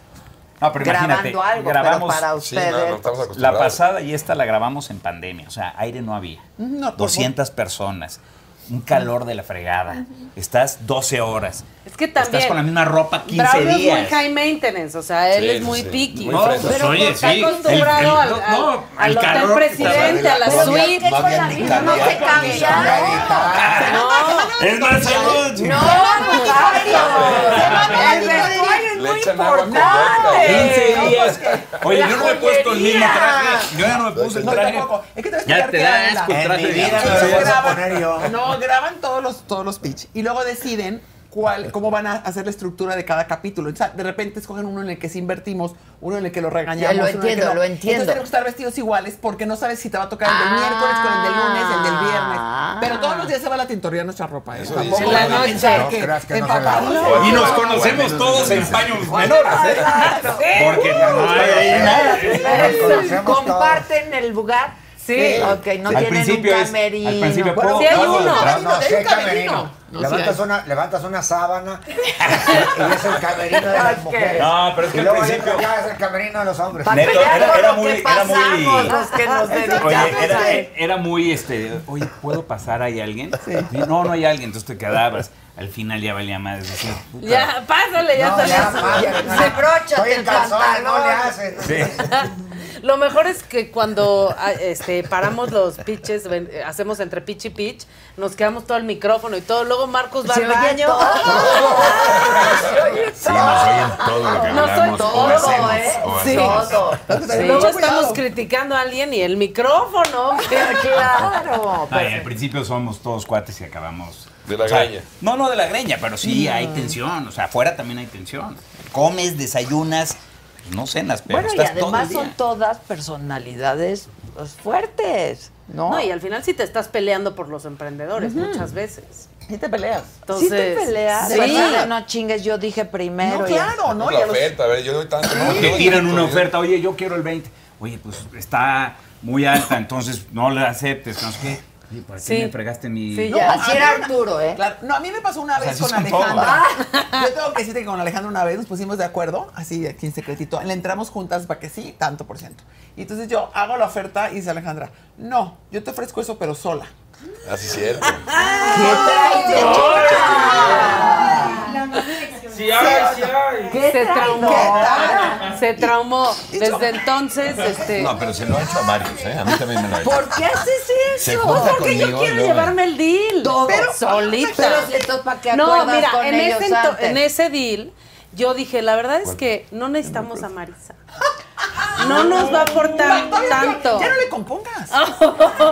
[SPEAKER 7] No, pero imagínate,
[SPEAKER 3] grabando algo, pero
[SPEAKER 7] grabamos
[SPEAKER 3] para ustedes.
[SPEAKER 7] la pasada y esta la grabamos en pandemia, o sea, aire no había.
[SPEAKER 3] No, por
[SPEAKER 7] 200 personas, un calor de la fregada, estás 12 horas,
[SPEAKER 6] Es que también.
[SPEAKER 7] estás con la misma ropa 15
[SPEAKER 6] Braulio
[SPEAKER 7] días.
[SPEAKER 6] es muy high maintenance, o sea, él
[SPEAKER 7] Sí,
[SPEAKER 6] es muy
[SPEAKER 7] sí.
[SPEAKER 6] picky.
[SPEAKER 7] Muy fresas.
[SPEAKER 6] pero
[SPEAKER 7] Oye,
[SPEAKER 6] está
[SPEAKER 7] sí,
[SPEAKER 6] acostumbrado
[SPEAKER 7] el- el-
[SPEAKER 6] al, al-
[SPEAKER 7] no,
[SPEAKER 6] al
[SPEAKER 7] el
[SPEAKER 6] hotel
[SPEAKER 7] calor,
[SPEAKER 6] presidente, a la
[SPEAKER 7] no había-
[SPEAKER 6] suite.
[SPEAKER 7] no había ni
[SPEAKER 6] no se
[SPEAKER 7] cambiaron, ni
[SPEAKER 6] cambiaron.
[SPEAKER 7] Es más salud.
[SPEAKER 5] No,
[SPEAKER 7] Le echan
[SPEAKER 5] importante.
[SPEAKER 7] Oye,
[SPEAKER 5] La
[SPEAKER 7] yo no me he puesto el mismo traje. Yo ya no me puse el
[SPEAKER 4] No,
[SPEAKER 7] traje.
[SPEAKER 4] tampoco. Es que te vas a
[SPEAKER 7] Ya
[SPEAKER 4] quedar
[SPEAKER 7] te
[SPEAKER 4] quedada
[SPEAKER 7] da
[SPEAKER 4] en la-
[SPEAKER 7] asco el En traje. mi vida
[SPEAKER 4] Ellos
[SPEAKER 7] me lo voy a
[SPEAKER 4] graban-
[SPEAKER 7] poner yo.
[SPEAKER 4] No, graban todos los, todos los pitch y luego deciden cuál, cómo van a hacer la estructura de cada capítulo. O sea, de repente escogen uno en el que sí invertimos, uno en el que lo regañamos.
[SPEAKER 3] Ya lo
[SPEAKER 4] uno en el que
[SPEAKER 3] entiendo,
[SPEAKER 4] no.
[SPEAKER 3] lo entiendo.
[SPEAKER 4] Entonces tenemos que estar vestidos iguales porque no sabes si te va a tocar el del
[SPEAKER 3] Ah.
[SPEAKER 4] miércoles con el del lunes, el del viernes. Pero todos los días se va la tintoría a nuestra ropa. ¿eh?
[SPEAKER 7] Eso
[SPEAKER 4] Tampoco
[SPEAKER 7] dice.
[SPEAKER 4] van a
[SPEAKER 7] No
[SPEAKER 4] pensar
[SPEAKER 7] creas
[SPEAKER 4] que empapamos.
[SPEAKER 7] Y nos conocemos todos en paños menores, ¿eh? Porque no hay ahí nada.
[SPEAKER 3] Comparten el lugar.
[SPEAKER 6] Sí.
[SPEAKER 3] Eh, Ok, no
[SPEAKER 7] Al
[SPEAKER 3] tienen un
[SPEAKER 7] principio es-
[SPEAKER 3] camerino.
[SPEAKER 7] al principio
[SPEAKER 3] Bueno,
[SPEAKER 7] puedo-
[SPEAKER 3] sí hay
[SPEAKER 7] puedo
[SPEAKER 3] uno.
[SPEAKER 7] entrar.
[SPEAKER 12] No, sí hay
[SPEAKER 3] Es un camerino.
[SPEAKER 12] camerino.
[SPEAKER 3] No, sí
[SPEAKER 12] levantas,
[SPEAKER 3] hay.
[SPEAKER 12] una, levantas una sábana y es el camerino de las
[SPEAKER 3] Ok.
[SPEAKER 12] mujeres.
[SPEAKER 7] No, pero es que
[SPEAKER 12] Y
[SPEAKER 7] al
[SPEAKER 12] luego
[SPEAKER 7] principio-
[SPEAKER 12] entra Ya es el camerino de los hombres.
[SPEAKER 7] Neto, era, era muy, era muy,
[SPEAKER 3] los que nos
[SPEAKER 7] oye,
[SPEAKER 3] dedicamos a
[SPEAKER 7] era, eh, era muy, este, oye, ¿puedo pasar? ¿Hay alguien? Sí, No, no hay alguien, entonces te quedabas. Al final ya valía más.
[SPEAKER 6] Ya, pásale, ya
[SPEAKER 7] No,
[SPEAKER 6] está
[SPEAKER 7] ya,
[SPEAKER 6] listo.
[SPEAKER 7] pásale.
[SPEAKER 6] Se brocha
[SPEAKER 12] Estoy en
[SPEAKER 6] el
[SPEAKER 12] calzones,
[SPEAKER 6] pantalón.
[SPEAKER 12] no le haces.
[SPEAKER 6] Lo mejor es que cuando ah, este, paramos los pitches, ven- eh, hacemos entre pitch y pitch, nos quedamos todo el micrófono y todo. Luego Marcos va
[SPEAKER 5] Se
[SPEAKER 6] al
[SPEAKER 5] oye
[SPEAKER 6] baño. ¡Ah!
[SPEAKER 5] todo.
[SPEAKER 14] Sí, nos oyen todo lo que
[SPEAKER 6] No soy
[SPEAKER 14] hablamos
[SPEAKER 6] todo,
[SPEAKER 14] o hacemos.
[SPEAKER 6] ¿eh?
[SPEAKER 14] o
[SPEAKER 6] Sí.
[SPEAKER 14] hacemos.
[SPEAKER 6] Sí, ya estamos criticando a alguien y el micrófono.
[SPEAKER 3] claro.
[SPEAKER 7] Ay, al principio somos todos cuates y acabamos.
[SPEAKER 8] De la
[SPEAKER 7] o sea,
[SPEAKER 8] greña.
[SPEAKER 7] No, no de la greña, pero sí hay tensión. O sea, afuera también hay tensión. Comes, desayunas, no cenas, pero
[SPEAKER 3] Bueno, y
[SPEAKER 7] estás todo el
[SPEAKER 3] además
[SPEAKER 7] día.
[SPEAKER 3] son todas personalidades pues, fuertes, ¿no?
[SPEAKER 6] No, y al final sí te estás peleando por los emprendedores muchas veces.
[SPEAKER 4] Sí te peleas.
[SPEAKER 6] Entonces,
[SPEAKER 3] sí te peleas.
[SPEAKER 6] Sí.
[SPEAKER 3] De verdad, no chingues, yo dije primero.
[SPEAKER 4] No,
[SPEAKER 3] y-
[SPEAKER 4] claro, ¿no?
[SPEAKER 8] La oferta, a ver, yo doy tanto.
[SPEAKER 7] No, te tiran una oferta, oye, yo quiero el 20. Oye, pues está muy alta, entonces no la aceptes. No sé qué. Oye, ¿Para qué
[SPEAKER 4] Sí.
[SPEAKER 7] me fregaste mi.?
[SPEAKER 4] No,
[SPEAKER 7] ah,
[SPEAKER 4] a mí me-
[SPEAKER 3] ¿eh?
[SPEAKER 4] Claro, no, a mí me pasó una
[SPEAKER 7] sea,
[SPEAKER 4] vez
[SPEAKER 7] sí
[SPEAKER 4] con
[SPEAKER 7] son todos.
[SPEAKER 4] Alejandra. Yo tengo que decirte que con Alejandra una vez nos pusimos de acuerdo, así aquí en secretito. Le entramos juntas para que sí, tanto por ciento. Y entonces yo hago la oferta y dice Alejandra, no, yo te ofrezco eso, pero sola.
[SPEAKER 8] Así es Ah, cierto.
[SPEAKER 5] Sí hay, sí hay.
[SPEAKER 6] se traumó.
[SPEAKER 5] traidora!
[SPEAKER 6] Se traumó. Desde entonces, este.
[SPEAKER 14] No, pero se lo ha hecho a varios, ¿eh? A mí también me lo ha hecho.
[SPEAKER 6] ¿Por qué haces
[SPEAKER 14] Se junta
[SPEAKER 6] porque yo
[SPEAKER 14] conmigo,
[SPEAKER 6] quiero
[SPEAKER 14] yo-
[SPEAKER 6] llevarme el deal.
[SPEAKER 3] Pero-
[SPEAKER 6] solita.
[SPEAKER 3] Pero si entonces, ¿para qué
[SPEAKER 6] no,
[SPEAKER 3] acuerdas
[SPEAKER 6] mira,
[SPEAKER 3] con
[SPEAKER 6] en,
[SPEAKER 3] ellos
[SPEAKER 6] ese, ento-
[SPEAKER 3] antes?
[SPEAKER 6] en ese deal, yo dije, la verdad es que no necesitamos a Marisa. No nos va a aportar tanto.
[SPEAKER 4] Ya no le compongas.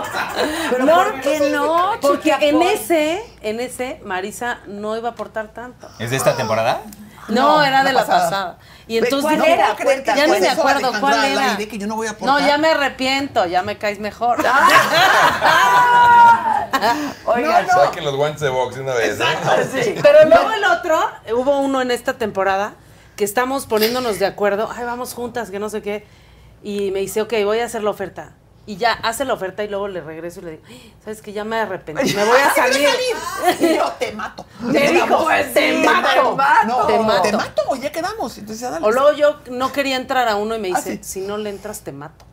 [SPEAKER 6] Pero
[SPEAKER 4] ¿por qué no, chica,
[SPEAKER 6] Porque en
[SPEAKER 4] por-
[SPEAKER 6] ese, en ese, Marisa no iba a aportar tanto.
[SPEAKER 7] ¿Es de esta temporada?
[SPEAKER 6] No,
[SPEAKER 7] No,
[SPEAKER 6] era
[SPEAKER 7] la
[SPEAKER 6] de la pasada.
[SPEAKER 7] pasada.
[SPEAKER 6] Y entonces
[SPEAKER 4] ¿Cuál
[SPEAKER 6] dije,
[SPEAKER 4] era? Cuenta,
[SPEAKER 6] ya ni
[SPEAKER 4] ¿cuál
[SPEAKER 6] me
[SPEAKER 4] es?
[SPEAKER 6] acuerdo
[SPEAKER 4] Alejandra,
[SPEAKER 6] cuál
[SPEAKER 4] la
[SPEAKER 6] era.
[SPEAKER 4] idea que yo no voy a aportar.
[SPEAKER 6] No, ya me arrepiento, ya me caes mejor. Oigan,
[SPEAKER 8] Saquen los guantes de box de una vez. ¿eh?
[SPEAKER 6] Pero luego el otro, hubo uno en esta temporada que estamos poniéndonos de acuerdo, ay, vamos juntas, que no sé qué. Y me dice, ok, voy a hacer la oferta. Y ya hace la oferta y luego le regreso y le digo, "Ay, ¿sabes que Ya me arrepentí, me voy a salir.
[SPEAKER 4] Y yo te mato.
[SPEAKER 6] Te
[SPEAKER 4] Digamos,
[SPEAKER 6] dijo, "Pues, te mato.
[SPEAKER 4] No,
[SPEAKER 6] Te
[SPEAKER 4] te
[SPEAKER 6] mato.
[SPEAKER 4] mato. o ya quedamos. Entonces, ya dale.
[SPEAKER 6] O luego yo no quería entrar a uno y me
[SPEAKER 4] Ah,
[SPEAKER 6] dice, si no le entras, te mato.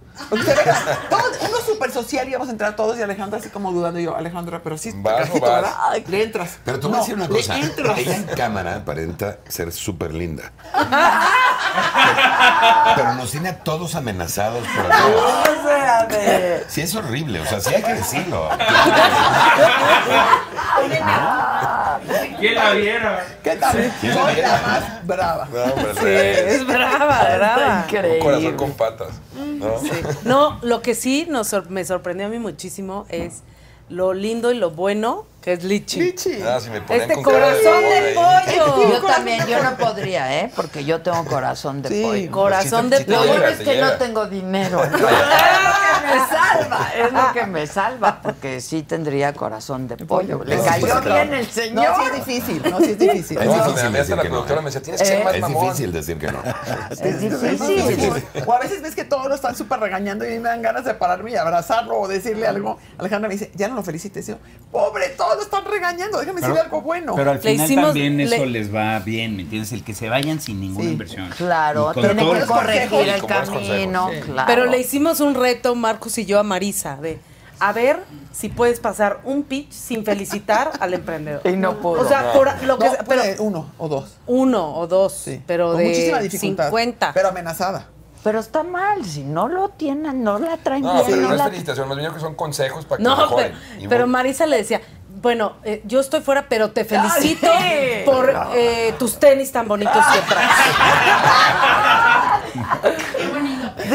[SPEAKER 4] Todos, uno súper social íbamos a entrar todos y Alejandra así como dudando. Y yo, Alejandra, pero sí,
[SPEAKER 14] ¿Vas o
[SPEAKER 4] cajito,
[SPEAKER 14] vas?
[SPEAKER 4] ¿verdad? Ay, le entras.
[SPEAKER 14] Pero te voy
[SPEAKER 4] No,
[SPEAKER 14] a decir una
[SPEAKER 4] le
[SPEAKER 14] cosa.
[SPEAKER 4] entras.
[SPEAKER 14] Ella en cámara aparenta ser súper linda. Pero nos tiene a todos amenazados por atrás. Sí, es horrible. O sea, sí hay que decirlo.
[SPEAKER 5] ¿Quién la viera?
[SPEAKER 4] ¿Qué tal?
[SPEAKER 14] ¿Quién la
[SPEAKER 4] Soy
[SPEAKER 14] viera?
[SPEAKER 4] la más brava.
[SPEAKER 8] No, hombre,
[SPEAKER 6] Sí, es brava,
[SPEAKER 8] Está
[SPEAKER 6] brava.
[SPEAKER 8] Un corazón con patas. ¿no?
[SPEAKER 6] No, lo que sí nos sor- me sorprendió a mí muchísimo es lo lindo y lo bueno que es Lichi.
[SPEAKER 8] Ah, si me ponen
[SPEAKER 6] Este
[SPEAKER 8] con cara
[SPEAKER 6] corazón de
[SPEAKER 8] bola ahí.
[SPEAKER 6] pollo.
[SPEAKER 3] Yo también, yo no podría, ¿eh? Porque yo tengo corazón de
[SPEAKER 6] Sí,
[SPEAKER 4] pues,
[SPEAKER 3] pollo.
[SPEAKER 6] corazón
[SPEAKER 7] Pues
[SPEAKER 6] de
[SPEAKER 3] Lo
[SPEAKER 6] pollo.
[SPEAKER 3] bueno es
[SPEAKER 6] Te
[SPEAKER 3] que
[SPEAKER 6] llega.
[SPEAKER 3] no tengo dinero. Es lo que me salva, Ah, es lo que me salva. Porque sí tendría corazón de pollo. Le
[SPEAKER 4] No,
[SPEAKER 3] cayó
[SPEAKER 4] pues, claro.
[SPEAKER 3] bien el señor.
[SPEAKER 4] No, sí es difícil, no, sí es difícil.
[SPEAKER 14] Es
[SPEAKER 8] No,
[SPEAKER 14] difícil
[SPEAKER 8] me- me hasta
[SPEAKER 14] decir
[SPEAKER 8] la
[SPEAKER 14] que no.
[SPEAKER 8] productora me decía, tienes que ser
[SPEAKER 14] ¿Eh?
[SPEAKER 8] más
[SPEAKER 14] Es
[SPEAKER 8] mamón.
[SPEAKER 14] difícil decir que no.
[SPEAKER 3] Es
[SPEAKER 4] difícil. O a veces ves que todos lo están súper regañando y a mí me dan ganas de pararme y abrazarlo o decirle algo. Alejandra me dice, ya no lo felicites. Y yo, pobre, todo todos lo están regañando, déjame
[SPEAKER 14] Pues
[SPEAKER 7] Pero-
[SPEAKER 4] decirle algo bueno.
[SPEAKER 7] Pero al
[SPEAKER 4] Le
[SPEAKER 7] final
[SPEAKER 4] hicimos-
[SPEAKER 7] también
[SPEAKER 4] le-
[SPEAKER 7] eso les va bien, ¿me entiendes? El que se vayan sin ninguna
[SPEAKER 4] Sí,
[SPEAKER 7] inversión.
[SPEAKER 3] claro,
[SPEAKER 7] Y con
[SPEAKER 3] tiene
[SPEAKER 7] todos
[SPEAKER 3] que
[SPEAKER 7] los
[SPEAKER 3] corregir
[SPEAKER 7] consejos.
[SPEAKER 3] el camino, claro.
[SPEAKER 6] Pero le hicimos un reto, Marcos y yo, a Marisa, de a ver si puedes pasar un pitch sin felicitar al emprendedor.
[SPEAKER 4] Y no pudo.
[SPEAKER 6] O sea, por lo que
[SPEAKER 4] No,
[SPEAKER 6] sea, pero
[SPEAKER 4] puede uno o dos.
[SPEAKER 6] uno o dos, pero
[SPEAKER 4] Con
[SPEAKER 6] de
[SPEAKER 4] muchísima dificultad.
[SPEAKER 6] 50.
[SPEAKER 4] Pero amenazada.
[SPEAKER 3] Pero está mal, si no lo tienen, no la traen
[SPEAKER 8] No,
[SPEAKER 3] bien,
[SPEAKER 8] pero
[SPEAKER 3] no
[SPEAKER 8] no es
[SPEAKER 3] la-
[SPEAKER 8] felicitación, más bien yo creo que son consejos para que
[SPEAKER 6] No,
[SPEAKER 8] mejoren.
[SPEAKER 6] pero,
[SPEAKER 8] Y
[SPEAKER 6] pero
[SPEAKER 8] bueno,
[SPEAKER 6] Marisa le decía, bueno, eh, yo estoy fuera, pero te felicito
[SPEAKER 8] Ay.
[SPEAKER 6] por eh, tus tenis tan bonitos que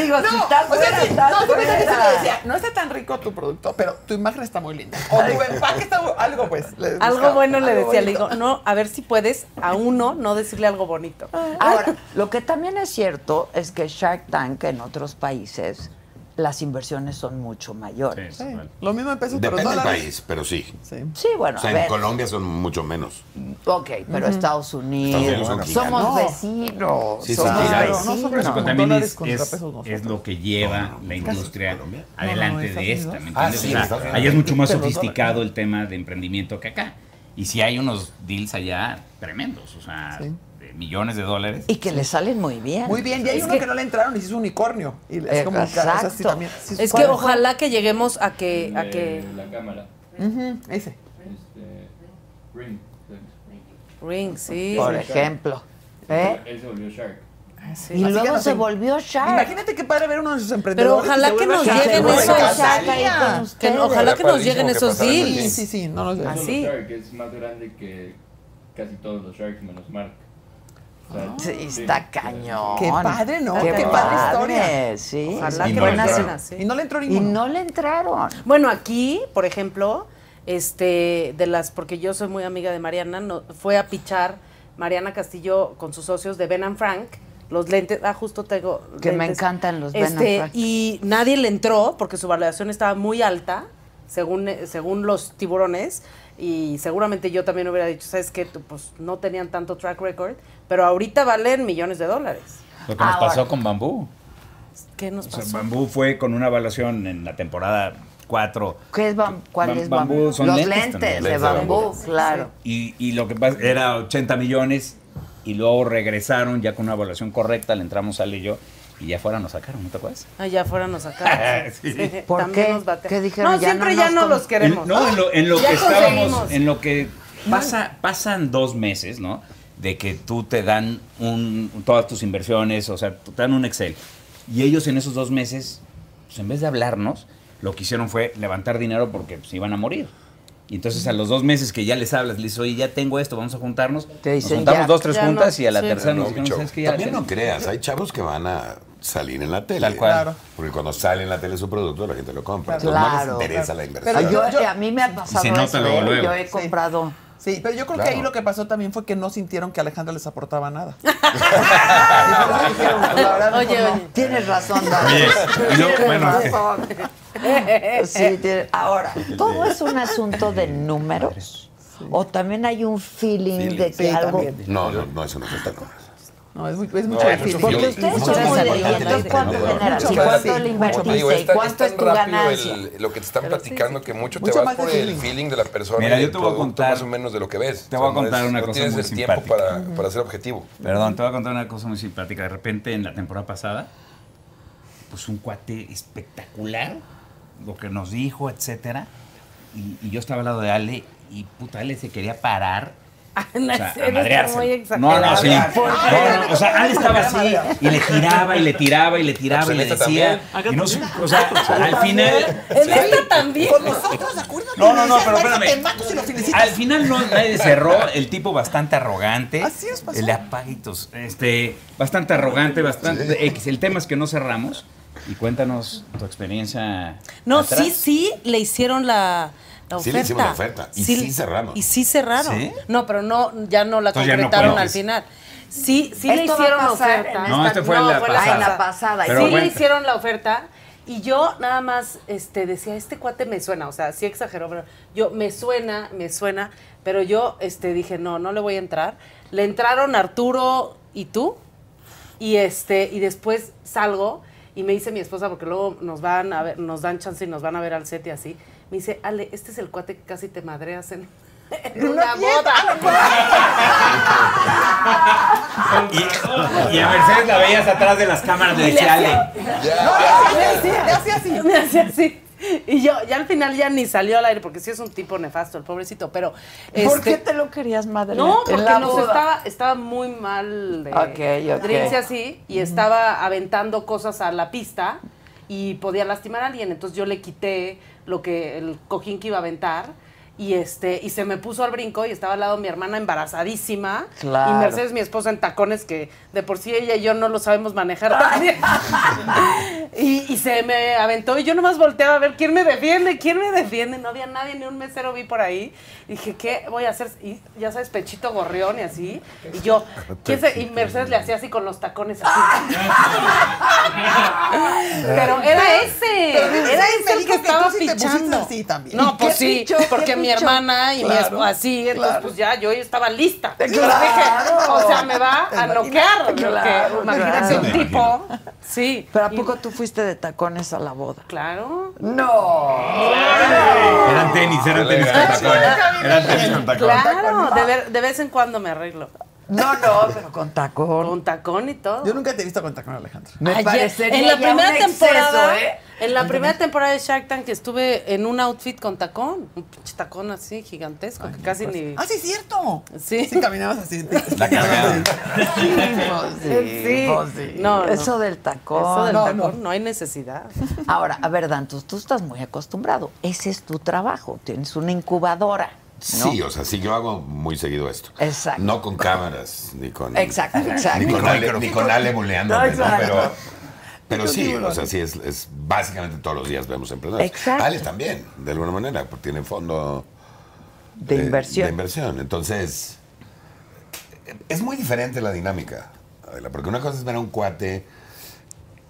[SPEAKER 3] Digo,
[SPEAKER 4] no,
[SPEAKER 3] si estás
[SPEAKER 4] o sea,
[SPEAKER 3] fuera,
[SPEAKER 4] sí,
[SPEAKER 3] estás
[SPEAKER 4] no, tú me estás diciendo,
[SPEAKER 3] fuera.
[SPEAKER 4] decía, no está tan rico tu producto, pero tu imagen está muy linda. O tu empaque está bu- algo pues. le
[SPEAKER 6] Algo
[SPEAKER 4] buscaba,
[SPEAKER 6] bueno le
[SPEAKER 4] algo
[SPEAKER 6] decía, le
[SPEAKER 4] bonito.
[SPEAKER 6] digo, no, a ver si puedes a uno no decirle algo bonito.
[SPEAKER 3] Ahora, lo que también es cierto es que Shark Tank en otros países las inversiones son mucho mayores.
[SPEAKER 4] Sí, Lo mismo en pesos, pero no
[SPEAKER 14] Depende del
[SPEAKER 4] la
[SPEAKER 14] país, pero sí.
[SPEAKER 3] Sí, bueno,
[SPEAKER 14] O sea,
[SPEAKER 3] a
[SPEAKER 14] en
[SPEAKER 3] ver.
[SPEAKER 14] Colombia son mucho menos.
[SPEAKER 3] Ok, pero
[SPEAKER 14] Ujú.
[SPEAKER 3] Estados Unidos,
[SPEAKER 14] Estados Unidos son gigantes.
[SPEAKER 3] somos
[SPEAKER 14] No.
[SPEAKER 3] vecinos.
[SPEAKER 14] Sí, sí,
[SPEAKER 3] somos
[SPEAKER 14] sí, claro.
[SPEAKER 3] vecinos.
[SPEAKER 14] No,
[SPEAKER 7] Pero eso
[SPEAKER 14] no,
[SPEAKER 7] también
[SPEAKER 14] dólares
[SPEAKER 7] es,
[SPEAKER 14] contra
[SPEAKER 7] es-
[SPEAKER 14] pesos
[SPEAKER 7] es lo que lleva la industria
[SPEAKER 14] No, no,
[SPEAKER 7] adelante
[SPEAKER 14] Estados
[SPEAKER 7] de esta,
[SPEAKER 14] Unidos. Ah,
[SPEAKER 7] ¿me entiendes?
[SPEAKER 14] sí,
[SPEAKER 7] O sea,
[SPEAKER 14] Estados Unidos.
[SPEAKER 7] allá es mucho más
[SPEAKER 14] Pero los
[SPEAKER 7] sofisticado el tema de emprendimiento que acá. Y si hay unos deals allá tremendos, o sea,
[SPEAKER 4] Sí.
[SPEAKER 7] de millones de dólares.
[SPEAKER 3] Y que le salen muy bien.
[SPEAKER 4] Muy bien, y hay
[SPEAKER 7] Es
[SPEAKER 4] uno que...
[SPEAKER 7] que-
[SPEAKER 4] no le entraron y se hizo unicornio. Y es como que, o sea, sí,
[SPEAKER 6] Exacto.
[SPEAKER 4] también, sí,
[SPEAKER 6] es que
[SPEAKER 4] puede-
[SPEAKER 6] ojalá que lleguemos a que, a que
[SPEAKER 15] La cámara.
[SPEAKER 4] Ujú, ese.
[SPEAKER 15] Este, Ring.
[SPEAKER 6] Ring, sí.
[SPEAKER 3] Por ejemplo. ¿Eh?
[SPEAKER 15] Él se volvió Shark.
[SPEAKER 6] Ah,
[SPEAKER 3] Y
[SPEAKER 4] Así
[SPEAKER 3] luego
[SPEAKER 4] que nos
[SPEAKER 3] se
[SPEAKER 4] en-
[SPEAKER 3] volvió Shark.
[SPEAKER 4] Imagínate qué padre ver uno de sus emprendedores.
[SPEAKER 6] ojalá que nos lleguen esos- que- ojalá que nos lleguen esos deals.
[SPEAKER 4] Sí, sí, sí. No nos
[SPEAKER 15] Solo
[SPEAKER 4] Así.
[SPEAKER 15] Shark es más grande que casi todos los Sharks menos Mark. O sea,
[SPEAKER 3] Ah, Sí, está cañón.
[SPEAKER 4] Qué padre, ¿no?
[SPEAKER 3] Qué,
[SPEAKER 4] Qué padre historia.
[SPEAKER 3] Sí.
[SPEAKER 6] Ojalá
[SPEAKER 3] sí,
[SPEAKER 6] que
[SPEAKER 3] buena
[SPEAKER 6] buenas
[SPEAKER 3] cena.
[SPEAKER 6] cenas.
[SPEAKER 4] Y no le entró
[SPEAKER 3] Y
[SPEAKER 4] ninguno.
[SPEAKER 3] no le entraron.
[SPEAKER 6] Bueno, aquí, por ejemplo, este, de las, porque yo soy muy amiga de Mariana, no, fue a pichar Mariana Castillo con sus socios de Ben and Frank, los lentes, ah, justo tengo.
[SPEAKER 3] Que me
[SPEAKER 6] lentes.
[SPEAKER 3] encantan los Ben and
[SPEAKER 6] Este,
[SPEAKER 3] Frank.
[SPEAKER 6] Y nadie le entró porque su valoración estaba muy alta, según, eh, según los tiburones. Y seguramente yo también hubiera dicho, ¿sabes qué? Tú, Pues no tenían tanto track record, pero ahorita valen millones de dólares.
[SPEAKER 7] Lo que nos
[SPEAKER 6] Ahora.
[SPEAKER 7] pasó con Bambú.
[SPEAKER 6] ¿Qué nos
[SPEAKER 7] O sea,
[SPEAKER 6] pasó?
[SPEAKER 7] Bambú fue con una evaluación en la temporada 4.
[SPEAKER 3] ¿Qué es bam- ¿Cuál
[SPEAKER 7] Bam-
[SPEAKER 3] es
[SPEAKER 7] bambú
[SPEAKER 3] bambú?
[SPEAKER 7] son
[SPEAKER 3] Los
[SPEAKER 7] lentes
[SPEAKER 3] lentes,
[SPEAKER 7] también.
[SPEAKER 3] de
[SPEAKER 7] Lentes de
[SPEAKER 3] bambú,
[SPEAKER 7] bambú.
[SPEAKER 3] claro.
[SPEAKER 7] Y, y lo que pasa era 80 millones y luego regresaron ya con una evaluación correcta, le entramos Ale y yo y ya fuera nos sacaron, ¿no te acuerdas?
[SPEAKER 6] Allá afuera nos sacaron.
[SPEAKER 7] Sí.
[SPEAKER 3] ¿Por
[SPEAKER 6] también
[SPEAKER 3] qué?
[SPEAKER 6] nos batearon.
[SPEAKER 3] ¿Qué dijeron?
[SPEAKER 6] No,
[SPEAKER 3] Ya
[SPEAKER 6] siempre
[SPEAKER 3] no
[SPEAKER 6] ya
[SPEAKER 3] nos
[SPEAKER 6] no
[SPEAKER 3] con-
[SPEAKER 6] los queremos.
[SPEAKER 7] En- no, en lo, en lo
[SPEAKER 6] Ya
[SPEAKER 7] que estábamos,
[SPEAKER 6] conseguimos.
[SPEAKER 7] en lo que pasa, pasan dos meses, ¿no? De que tú te dan un, todas tus inversiones, o sea, tú- te dan un Excel. Y ellos en esos dos meses, pues en vez de hablarnos, lo que hicieron fue levantar dinero porque se iban a morir. Y entonces a los dos meses que ya les hablas, les dices, oye, ya tengo esto, vamos a juntarnos. nos
[SPEAKER 14] dicen,
[SPEAKER 7] juntamos
[SPEAKER 14] ya.
[SPEAKER 7] dos, tres
[SPEAKER 14] Ya
[SPEAKER 7] juntas
[SPEAKER 14] no,
[SPEAKER 7] y a la
[SPEAKER 14] sí.
[SPEAKER 7] tercera
[SPEAKER 14] No,
[SPEAKER 7] nos dijeron,
[SPEAKER 14] Micho,
[SPEAKER 7] ¿sabes qué? Ya
[SPEAKER 14] también
[SPEAKER 7] la-
[SPEAKER 14] no creas, hay chavos que van a salir en la tele.
[SPEAKER 7] Tal cual. Claro.
[SPEAKER 14] Porque cuando sale en la tele su producto, la gente lo compra.
[SPEAKER 4] Claro.
[SPEAKER 14] Entonces no
[SPEAKER 4] Claro.
[SPEAKER 14] les interesa la inversión.
[SPEAKER 3] Pero yo, eh, a mí me ha pasado
[SPEAKER 14] se nota
[SPEAKER 3] eso,
[SPEAKER 14] luego,
[SPEAKER 3] ¿eh?
[SPEAKER 14] luego.
[SPEAKER 3] Yo he
[SPEAKER 14] Sí.
[SPEAKER 3] comprado.
[SPEAKER 4] Sí, pero yo creo que
[SPEAKER 14] Claro.
[SPEAKER 4] ahí lo que pasó también fue que no sintieron que Alejandra les aportaba nada. pues,
[SPEAKER 6] Oye, oye.
[SPEAKER 3] Tienes razón, Dani.
[SPEAKER 4] Oye, y luego,
[SPEAKER 3] Tienes
[SPEAKER 4] bueno.
[SPEAKER 3] razón. Eh, Sí, tiene- ah, ahora, todo es un asunto de números. O también hay un feeling eh, de que
[SPEAKER 4] Sí,
[SPEAKER 3] algo.
[SPEAKER 4] también.
[SPEAKER 14] No, no, no, eso no se está comprando.
[SPEAKER 4] No, es, muy, es
[SPEAKER 14] No,
[SPEAKER 4] mucho
[SPEAKER 14] es
[SPEAKER 4] difícil.
[SPEAKER 14] mucho Porque feeling. ustedes Mucho son más muy de- importante entonces, el ¿cuánto emprendedor. generas?
[SPEAKER 4] Mucho
[SPEAKER 14] ¿Y
[SPEAKER 4] más,
[SPEAKER 14] cuánto
[SPEAKER 4] sí.
[SPEAKER 14] le
[SPEAKER 3] invertiste?
[SPEAKER 4] Mucho más.
[SPEAKER 3] ¿Y cuánto es tu ganancia?
[SPEAKER 8] el- lo que te están platicando que mucho te
[SPEAKER 14] Mucho
[SPEAKER 8] vas
[SPEAKER 14] más de
[SPEAKER 8] por el
[SPEAKER 14] feeling.
[SPEAKER 8] feeling de la persona.
[SPEAKER 7] Mira,
[SPEAKER 8] y
[SPEAKER 7] yo
[SPEAKER 8] el
[SPEAKER 7] te voy a
[SPEAKER 8] producto
[SPEAKER 7] contar-
[SPEAKER 8] más o menos de lo que ves.
[SPEAKER 7] te voy a
[SPEAKER 8] O sea, no
[SPEAKER 7] contar
[SPEAKER 8] es-
[SPEAKER 7] una
[SPEAKER 8] no
[SPEAKER 7] cosa
[SPEAKER 8] tienes
[SPEAKER 7] muy
[SPEAKER 8] el tiempo
[SPEAKER 7] simpática.
[SPEAKER 8] para, para ser objetivo.
[SPEAKER 7] Perdón, te voy a contar una cosa muy simpática. De repente, en la temporada pasada, pues un cuate espectacular, lo que nos dijo, etcétera. Y, y yo estaba al lado de Ale y puta, Ale se quería parar.
[SPEAKER 6] No,
[SPEAKER 7] O sea,
[SPEAKER 6] eres
[SPEAKER 7] amadreárselo.
[SPEAKER 6] muy
[SPEAKER 7] No, no, sí.
[SPEAKER 6] exagerado.
[SPEAKER 7] No, no, o sea, Ale estaba así y le tiraba y le tiraba y le tiraba y le
[SPEAKER 8] Pues en
[SPEAKER 7] decía.
[SPEAKER 8] esta
[SPEAKER 7] Y no sé, o sea, al final.
[SPEAKER 6] En esta también.
[SPEAKER 4] Con nosotros, acuérdate.
[SPEAKER 7] No, no, no,
[SPEAKER 4] Dice,
[SPEAKER 7] pero
[SPEAKER 4] "Alberto,
[SPEAKER 7] espérame.
[SPEAKER 4] Te mato si lo felicitas.
[SPEAKER 7] Al final no, nadie cerró, el tipo bastante arrogante.
[SPEAKER 4] Así nos pasó.
[SPEAKER 7] El de apaguitos. Este, bastante arrogante, bastante X. El tema es que no cerramos. Y cuéntanos tu experiencia.
[SPEAKER 6] No,
[SPEAKER 7] atrás.
[SPEAKER 6] sí, sí, le hicieron la, la oferta.
[SPEAKER 7] Sí, le hicimos la oferta, y sí cerraron.
[SPEAKER 6] Y sí cerraron.
[SPEAKER 7] ¿Sí?
[SPEAKER 6] No, pero no, ya no la
[SPEAKER 7] Entonces ya no
[SPEAKER 6] concretaron al
[SPEAKER 7] cuentes.
[SPEAKER 6] final. Sí, sí le
[SPEAKER 3] Esto va a
[SPEAKER 6] hicieron la
[SPEAKER 3] pasar
[SPEAKER 6] oferta.
[SPEAKER 3] en
[SPEAKER 7] No, esta- este fue en la
[SPEAKER 6] en
[SPEAKER 3] pasada. Ah, en la pasada.
[SPEAKER 7] Pero
[SPEAKER 6] sí le
[SPEAKER 7] bueno.
[SPEAKER 6] hicieron la oferta y yo nada más este, decía, este cuate me suena, o sea, sí exageró, pero yo me suena, me suena, pero yo este, dije, no, no le voy a entrar. Le entraron Arturo y tú. Y este, y después salgo y me dice mi esposa, porque luego nos van a ver, nos dan chance y nos van a ver al set y así. Me dice, Ale, este es el cuate que casi te madreas en, en
[SPEAKER 4] En
[SPEAKER 6] una
[SPEAKER 4] una fiesta,
[SPEAKER 7] Ah, Y, y a Mercedes la veías atrás de las cámaras, le
[SPEAKER 6] Y le
[SPEAKER 7] decía, Ale,
[SPEAKER 6] hacía- No, le hacía- le hacía así. Me hacía así. Y yo, ya al final ya ni salió al aire, porque sí es un tipo nefasto, el pobrecito, pero...
[SPEAKER 4] ¿Por qué
[SPEAKER 6] este,
[SPEAKER 4] te lo querías madre?
[SPEAKER 6] No,
[SPEAKER 4] En
[SPEAKER 6] porque
[SPEAKER 4] la
[SPEAKER 6] nos
[SPEAKER 4] boda.
[SPEAKER 6] estaba, estaba muy mal de
[SPEAKER 4] Ok, ok.
[SPEAKER 6] drinks y así, y estaba aventando cosas a la pista y podía lastimar a alguien. Entonces yo le quité lo que el cojín que iba a aventar. Y este, y se me puso al brinco y estaba al lado mi hermana embarazadísima.
[SPEAKER 4] Claro.
[SPEAKER 6] Y Mercedes, mi esposa, en tacones, que de por sí ella y yo no lo sabemos manejar también. y, y se me aventó y yo nomás volteaba a ver quién me defiende, quién me defiende. No había nadie, ni un mesero vi por ahí. Y dije, ¿qué voy a hacer? Y ya sabes, pechito gorrión y así. Y yo, ¿quién se? Y Mercedes le hacía así con los tacones así. Pero era ese.
[SPEAKER 4] Ah. Pero dices,
[SPEAKER 6] Era
[SPEAKER 4] "Ay, me
[SPEAKER 6] ese el
[SPEAKER 4] dijo
[SPEAKER 6] que
[SPEAKER 4] que tú
[SPEAKER 6] estaba
[SPEAKER 4] sí te pusiste
[SPEAKER 6] pichando.
[SPEAKER 4] así también.
[SPEAKER 6] No,
[SPEAKER 4] ¿Y
[SPEAKER 6] pues
[SPEAKER 4] qué
[SPEAKER 6] sí,
[SPEAKER 4] pichó?
[SPEAKER 6] porque
[SPEAKER 4] ¿Qué
[SPEAKER 6] mi
[SPEAKER 4] pichó?
[SPEAKER 6] hermana y mi
[SPEAKER 4] Claro,
[SPEAKER 6] esposa así, entonces
[SPEAKER 4] claro.
[SPEAKER 6] pues ya yo estaba lista. Entonces
[SPEAKER 4] Claro.
[SPEAKER 6] dije, o sea, me va a noquear.
[SPEAKER 4] Claro,
[SPEAKER 6] porque imagínate un
[SPEAKER 4] claro.
[SPEAKER 6] tipo. Sí.
[SPEAKER 3] ¿Pero a poco tú fuiste de tacones a la boda?
[SPEAKER 6] Claro.
[SPEAKER 3] ¡No!
[SPEAKER 7] Eran tenis, eran tenis con tacones. Eran tenis con tacones.
[SPEAKER 6] Claro, de, ver- de vez en cuando me arreglo.
[SPEAKER 3] No, no, pero con tacón.
[SPEAKER 6] Con tacón y todo.
[SPEAKER 4] Yo nunca te he visto con tacón, Alejandro.
[SPEAKER 6] Ayer, en la primera temporada, en la primera temporada de Shark Tank estuve en un outfit con tacón, un pinche tacón así gigantesco que casi ni
[SPEAKER 4] Ah, sí, es cierto.
[SPEAKER 6] Sí.
[SPEAKER 4] Sí, caminabas así.
[SPEAKER 7] La cargada.
[SPEAKER 6] pues Sí.
[SPEAKER 3] pues sí.
[SPEAKER 6] No, no.
[SPEAKER 3] Eso del tacón.
[SPEAKER 6] Eso del
[SPEAKER 3] No,
[SPEAKER 6] tacón,
[SPEAKER 3] no.
[SPEAKER 6] no. hay necesidad.
[SPEAKER 3] Ahora, a ver, Dantus, tú estás muy acostumbrado. Ese es tu trabajo. Tienes una incubadora. ¿no?
[SPEAKER 14] Sí, o sea, sí, yo hago muy seguido esto.
[SPEAKER 3] Exacto.
[SPEAKER 14] No con cámaras, ni con.
[SPEAKER 3] Exacto, exacto.
[SPEAKER 14] Ni con
[SPEAKER 3] Ni
[SPEAKER 14] Ale,
[SPEAKER 3] con-
[SPEAKER 14] ni con Ale boleándome,
[SPEAKER 3] No,
[SPEAKER 14] ¿no?
[SPEAKER 3] exacto.
[SPEAKER 14] Pero, pero
[SPEAKER 3] Ni con
[SPEAKER 14] sí, o
[SPEAKER 3] tiburones.
[SPEAKER 14] sea, sí, es, es básicamente todos los días vemos empresas.
[SPEAKER 3] Exacto.
[SPEAKER 14] Ale también, de alguna manera, porque tiene fondo.
[SPEAKER 3] De
[SPEAKER 14] eh,
[SPEAKER 3] inversión.
[SPEAKER 14] de inversión. Entonces, es muy diferente la dinámica, Adela, porque una cosa es ver a un cuate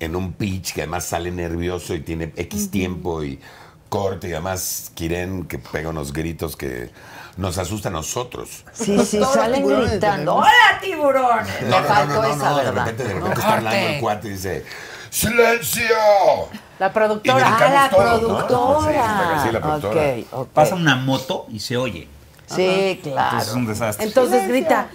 [SPEAKER 14] en un pitch que además sale nervioso y tiene X tiempo y corte y además quieren que pega unos gritos que nos asusta a nosotros.
[SPEAKER 3] Sí, sí, salen
[SPEAKER 4] tiburones
[SPEAKER 3] gritando.
[SPEAKER 4] tenemos.
[SPEAKER 3] ¡Hola, tiburones!
[SPEAKER 14] No,
[SPEAKER 3] Me
[SPEAKER 14] no,
[SPEAKER 3] faltó
[SPEAKER 14] no, no,
[SPEAKER 3] esa
[SPEAKER 14] no, de
[SPEAKER 3] verdad.
[SPEAKER 14] repente, de repente
[SPEAKER 3] No,
[SPEAKER 14] está hablando el
[SPEAKER 3] corte.
[SPEAKER 14] cuate y dice ¡Silencio!
[SPEAKER 6] La
[SPEAKER 14] Y
[SPEAKER 6] productora.
[SPEAKER 14] brincamos
[SPEAKER 3] la
[SPEAKER 14] todos, ¿no?
[SPEAKER 7] Ah,
[SPEAKER 3] productora.
[SPEAKER 14] Sí, pues, sí, la productora.
[SPEAKER 3] Ok, ok.
[SPEAKER 7] Pasa una moto y se oye.
[SPEAKER 3] Sí,
[SPEAKER 7] Entonces es
[SPEAKER 3] claro.
[SPEAKER 7] un desastre.
[SPEAKER 6] Entonces grita,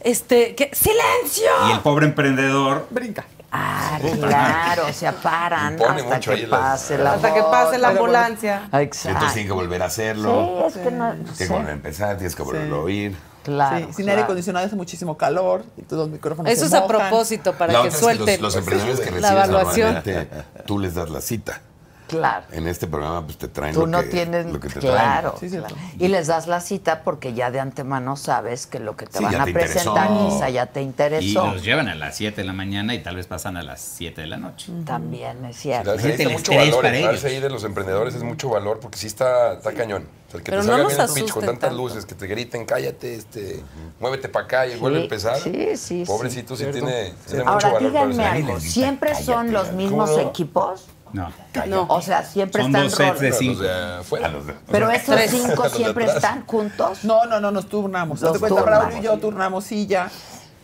[SPEAKER 6] este, ¿qué? ¡Silencio!
[SPEAKER 7] Y el pobre emprendedor
[SPEAKER 4] Brinca.
[SPEAKER 3] Ah, claro, o sea, paran
[SPEAKER 14] Impone
[SPEAKER 3] hasta
[SPEAKER 14] mucho
[SPEAKER 3] que
[SPEAKER 14] ahí las-
[SPEAKER 3] pase la
[SPEAKER 6] Hasta que pase la
[SPEAKER 4] Pero bueno.
[SPEAKER 6] ambulancia.
[SPEAKER 3] Ah,
[SPEAKER 14] Y entonces tienen
[SPEAKER 3] Exacto.
[SPEAKER 14] que volver a
[SPEAKER 3] Sí,
[SPEAKER 14] hacerlo,
[SPEAKER 3] es que no.
[SPEAKER 14] tienes que volver a empezar, tienes que volver a oír.
[SPEAKER 3] Claro.
[SPEAKER 4] Sí, sin
[SPEAKER 3] claro.
[SPEAKER 4] aire acondicionado hace muchísimo calor. Y todos los micrófonos
[SPEAKER 6] Eso
[SPEAKER 4] se
[SPEAKER 6] es a
[SPEAKER 4] mojan.
[SPEAKER 6] propósito, para
[SPEAKER 14] La
[SPEAKER 6] que
[SPEAKER 14] otra es que los-
[SPEAKER 6] suelten.
[SPEAKER 14] los, emprendedores que
[SPEAKER 6] la
[SPEAKER 14] recibes
[SPEAKER 6] evaluación.
[SPEAKER 14] normalmente, tú les das la cita.
[SPEAKER 3] Claro.
[SPEAKER 14] En este programa, pues te traen
[SPEAKER 3] Tú
[SPEAKER 14] lo
[SPEAKER 3] no
[SPEAKER 14] que,
[SPEAKER 3] tienes.
[SPEAKER 14] lo que te
[SPEAKER 3] claro.
[SPEAKER 4] Sí, sí,
[SPEAKER 3] claro.
[SPEAKER 4] claro.
[SPEAKER 3] Y les das la cita porque ya de antemano sabes que lo que te
[SPEAKER 14] Sí,
[SPEAKER 3] van
[SPEAKER 14] ya
[SPEAKER 3] a
[SPEAKER 14] te interesó.
[SPEAKER 3] presentar quizá ya te
[SPEAKER 7] y
[SPEAKER 3] interesó.
[SPEAKER 7] los llevan a las 7 de la mañana y tal vez pasan a las 7 de la noche.
[SPEAKER 3] También es
[SPEAKER 8] La
[SPEAKER 3] cierto.
[SPEAKER 7] Imagínate
[SPEAKER 8] verdad,
[SPEAKER 7] el
[SPEAKER 8] es mucho
[SPEAKER 7] estrés
[SPEAKER 8] valor,
[SPEAKER 7] para
[SPEAKER 8] entrarse
[SPEAKER 7] ellos.
[SPEAKER 8] ahí de los emprendedores es mucho valor porque sí está, está cañón. O sea, el que
[SPEAKER 6] Pero
[SPEAKER 8] te
[SPEAKER 6] no
[SPEAKER 8] salga
[SPEAKER 6] nos
[SPEAKER 8] bien un pitch con
[SPEAKER 6] asusten
[SPEAKER 8] tantas
[SPEAKER 6] tanto.
[SPEAKER 8] luces, que te griten, cállate, este, muévete para acá y vuelve a empezar.
[SPEAKER 3] sí, sí,
[SPEAKER 8] Pobrecito, sí,
[SPEAKER 3] cierto.
[SPEAKER 8] tiene, tiene mucho
[SPEAKER 3] Ahora
[SPEAKER 8] valor. para
[SPEAKER 3] díganme
[SPEAKER 8] eso.
[SPEAKER 3] algo, ¿siempre son los mismos
[SPEAKER 8] ¿Cómo no?
[SPEAKER 3] equipos?
[SPEAKER 7] No.
[SPEAKER 6] No.
[SPEAKER 3] O sea, siempre
[SPEAKER 7] Son
[SPEAKER 3] están
[SPEAKER 7] dos sets de
[SPEAKER 3] rol-
[SPEAKER 7] cinco.
[SPEAKER 8] Fuera.
[SPEAKER 3] Pero esos
[SPEAKER 6] Tres.
[SPEAKER 3] cinco
[SPEAKER 8] Los de
[SPEAKER 3] siempre
[SPEAKER 8] atrás.
[SPEAKER 3] están juntos.
[SPEAKER 4] No, no, no, nos turnamos.
[SPEAKER 3] Los
[SPEAKER 4] Hazte cuenta,
[SPEAKER 3] turnamos.
[SPEAKER 4] Braulio y yo turnamos silla.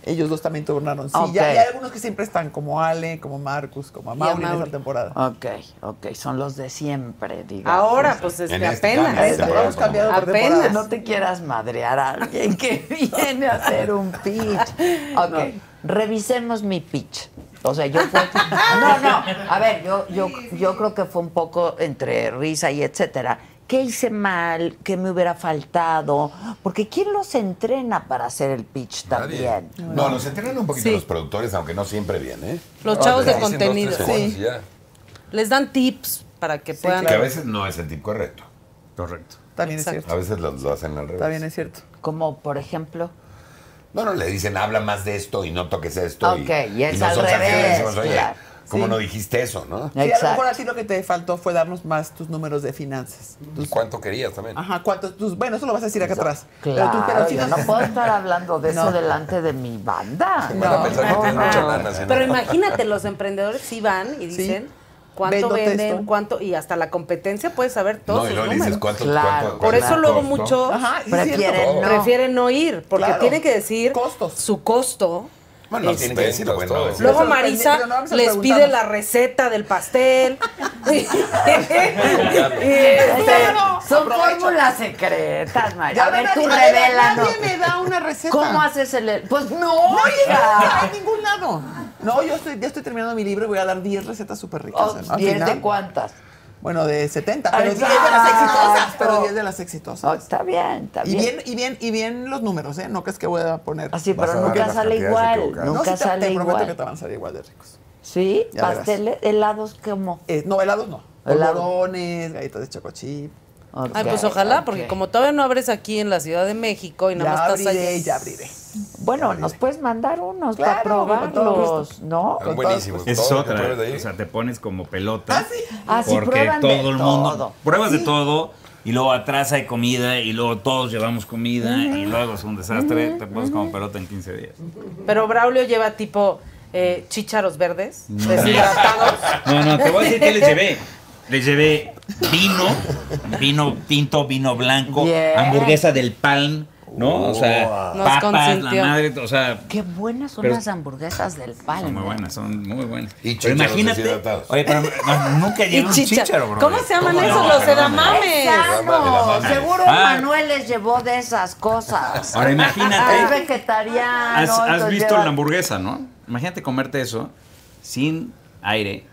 [SPEAKER 4] Ellos dos también turnaron silla.
[SPEAKER 3] Ok.
[SPEAKER 4] Y hay algunos que siempre están, como Ale, como Marcus, como a
[SPEAKER 6] a
[SPEAKER 4] Mauri en esa
[SPEAKER 6] Mauri.
[SPEAKER 4] temporada.
[SPEAKER 3] Ok, ok, son los de siempre, digamos.
[SPEAKER 6] Ahora, pues este,
[SPEAKER 14] En este
[SPEAKER 6] apenas.
[SPEAKER 14] cambio,
[SPEAKER 4] Este, hemos cambiado por
[SPEAKER 6] Apenas.
[SPEAKER 4] temporadas.
[SPEAKER 3] No te quieras madrear a alguien que viene a hacer un pitch. Ok, revisemos mi pitch. O sea, yo fue... No, no, a ver, yo, yo, yo creo que fue un poco entre risa y etcétera. ¿Qué hice mal? ¿Qué me hubiera faltado? Porque ¿quién los entrena para hacer el pitch también?
[SPEAKER 14] No, nos entrenan un poquito
[SPEAKER 6] Sí.
[SPEAKER 14] los productores, aunque no siempre bien, ¿eh?
[SPEAKER 6] Los chavos de
[SPEAKER 8] Dicen dos, tres
[SPEAKER 6] contenido.
[SPEAKER 8] cosas
[SPEAKER 6] Sí.
[SPEAKER 8] y ya.
[SPEAKER 6] Les dan tips para que puedan.
[SPEAKER 14] Que a veces no es el tip correcto.
[SPEAKER 7] Correcto.
[SPEAKER 4] También
[SPEAKER 6] Exacto.
[SPEAKER 4] es
[SPEAKER 14] A
[SPEAKER 4] cierto.
[SPEAKER 14] veces lo, lo hacen al revés.
[SPEAKER 4] También es cierto.
[SPEAKER 3] Como, por ejemplo...
[SPEAKER 14] No, no, le dicen, habla más de esto y no toques esto.
[SPEAKER 3] Ok, y es al
[SPEAKER 14] nosotros así le
[SPEAKER 3] revés,
[SPEAKER 14] decimos, oye,
[SPEAKER 3] claro.
[SPEAKER 14] ¿cómo
[SPEAKER 4] Sí.
[SPEAKER 14] no dijiste eso,
[SPEAKER 4] Sí,
[SPEAKER 14] no?
[SPEAKER 4] a lo mejor
[SPEAKER 3] Exacto.
[SPEAKER 4] a ti lo que te faltó fue darnos más tus números de finanzas.
[SPEAKER 8] ¿Y
[SPEAKER 4] Tus-
[SPEAKER 8] cuánto querías también?
[SPEAKER 4] ajá, cuántos tus. Bueno, eso lo vas a decir acá atrás.
[SPEAKER 3] Claro,
[SPEAKER 4] tú- sí
[SPEAKER 3] yo no
[SPEAKER 4] nos-
[SPEAKER 3] puedo estar hablando de eso
[SPEAKER 4] No.
[SPEAKER 3] delante de mi banda.
[SPEAKER 8] Van a pensar que tienes mucha lana, si no.
[SPEAKER 6] Pero imagínate, los emprendedores sí van y dicen cuánto
[SPEAKER 4] Véndote
[SPEAKER 6] venden,
[SPEAKER 4] esto.
[SPEAKER 6] cuánto, y hasta la competencia puede saber todos
[SPEAKER 14] No, y
[SPEAKER 6] sus
[SPEAKER 14] luego le
[SPEAKER 6] números.
[SPEAKER 14] dices cuánto,
[SPEAKER 3] Claro,
[SPEAKER 14] cuánto,
[SPEAKER 6] Por eso
[SPEAKER 14] cuánto
[SPEAKER 6] luego
[SPEAKER 14] costó.
[SPEAKER 6] muchos
[SPEAKER 4] Ajá, sí es
[SPEAKER 3] Prefieren
[SPEAKER 4] cierto.
[SPEAKER 3] no.
[SPEAKER 6] prefieren no ir, porque
[SPEAKER 4] Claro.
[SPEAKER 6] tienen que decir
[SPEAKER 4] Costos.
[SPEAKER 6] su costo Este,
[SPEAKER 14] Bueno, no tienen que decirlo, bueno,
[SPEAKER 6] Luego
[SPEAKER 10] Pues
[SPEAKER 14] es-
[SPEAKER 6] Luego
[SPEAKER 14] eso-
[SPEAKER 6] Marisa
[SPEAKER 4] pero no vamos a
[SPEAKER 6] les
[SPEAKER 4] preguntarnos.
[SPEAKER 6] pide la receta del pastel.
[SPEAKER 3] Este,
[SPEAKER 4] Claro,
[SPEAKER 3] son
[SPEAKER 4] aprovecha.
[SPEAKER 3] fórmulas secretas, María.
[SPEAKER 4] Ya
[SPEAKER 3] A ver,
[SPEAKER 4] ven,
[SPEAKER 3] tú
[SPEAKER 4] a ver,
[SPEAKER 3] revélanos.
[SPEAKER 4] Nadie me da una receta.
[SPEAKER 3] ¿Cómo haces el.? Pues no,
[SPEAKER 4] No está
[SPEAKER 3] hija.
[SPEAKER 4] en ningún lado. No, yo estoy, ya estoy terminando mi libro y voy a dar 10 recetas súper ricas.
[SPEAKER 3] Oh,
[SPEAKER 4] al
[SPEAKER 3] 10
[SPEAKER 4] final.
[SPEAKER 3] de cuántas.
[SPEAKER 4] Bueno, de 70, pero 10 de las exitosas. Pero 10 de las exitosas.
[SPEAKER 3] Oh, está bien, está
[SPEAKER 4] Y
[SPEAKER 3] bien.
[SPEAKER 4] bien, y bien, y bien los números, ¿eh? No crees que voy a poner.
[SPEAKER 3] Así, pero Vas a dar nunca las sale cantidades igual, equivocadas. nunca
[SPEAKER 4] sí te-
[SPEAKER 3] sale
[SPEAKER 4] Te prometo
[SPEAKER 3] igual.
[SPEAKER 4] que te van a salir igual de ricos.
[SPEAKER 3] ¿Sí?
[SPEAKER 4] Ya verás.
[SPEAKER 3] ¿Pasteles? ¿Helados como
[SPEAKER 4] Eh, no, helados no.
[SPEAKER 3] Helado.
[SPEAKER 4] Polvorones, galletas de chocochip.
[SPEAKER 6] Ay, pues ojalá, porque como todavía no abres aquí en la Ciudad de México y nada
[SPEAKER 4] Ya
[SPEAKER 6] más estás
[SPEAKER 4] abriré,
[SPEAKER 6] ahí.
[SPEAKER 4] ya abriré.
[SPEAKER 3] Bueno, nos puedes mandar unos para
[SPEAKER 4] Claro, con todo
[SPEAKER 3] probarlos, ¿no?
[SPEAKER 4] Con
[SPEAKER 7] Esa Es otra. O sea, te pones como pelota.
[SPEAKER 3] Ah, sí,
[SPEAKER 7] porque
[SPEAKER 3] prueban de
[SPEAKER 7] todo el mundo.
[SPEAKER 3] todo.
[SPEAKER 7] Pruebas de todo. Y luego atrás hay comida. Y luego todos llevamos comida. Y luego es un desastre. te pones como pelota en 15 días.
[SPEAKER 6] Pero Braulio lleva tipo eh, chícharos verdes,
[SPEAKER 7] No.
[SPEAKER 6] deshidratados.
[SPEAKER 7] No, no, te voy a decir que les llevé. Les llevé vino, vino tinto, vino blanco,
[SPEAKER 3] Bien.
[SPEAKER 7] hamburguesa del pan, ¿no? O sea,
[SPEAKER 3] Wow. Nos
[SPEAKER 7] papas, la
[SPEAKER 3] consintió.
[SPEAKER 7] madre, o sea,
[SPEAKER 3] Qué buenas son
[SPEAKER 7] Pero-
[SPEAKER 3] las hamburguesas del
[SPEAKER 7] son muy
[SPEAKER 3] palmo.
[SPEAKER 7] buenas, son muy buenas.
[SPEAKER 14] Y
[SPEAKER 7] Pero
[SPEAKER 14] chícharos
[SPEAKER 7] imagínate,
[SPEAKER 14] deshidratados.
[SPEAKER 7] oye, pero no, nunca
[SPEAKER 6] Y
[SPEAKER 7] llevé un
[SPEAKER 6] chícharo.
[SPEAKER 7] chícharo, bro.
[SPEAKER 6] ¿Cómo se llaman esos? Los edamames.
[SPEAKER 3] Sano, seguro
[SPEAKER 7] Ah.
[SPEAKER 3] Manuel les llevó de esas cosas.
[SPEAKER 7] Ahora imagínate.
[SPEAKER 3] Es vegetariano.
[SPEAKER 7] ¿Has, has
[SPEAKER 3] entonces
[SPEAKER 7] visto
[SPEAKER 3] lleva-
[SPEAKER 7] la hamburguesa, no? Imagínate comerte eso sin aire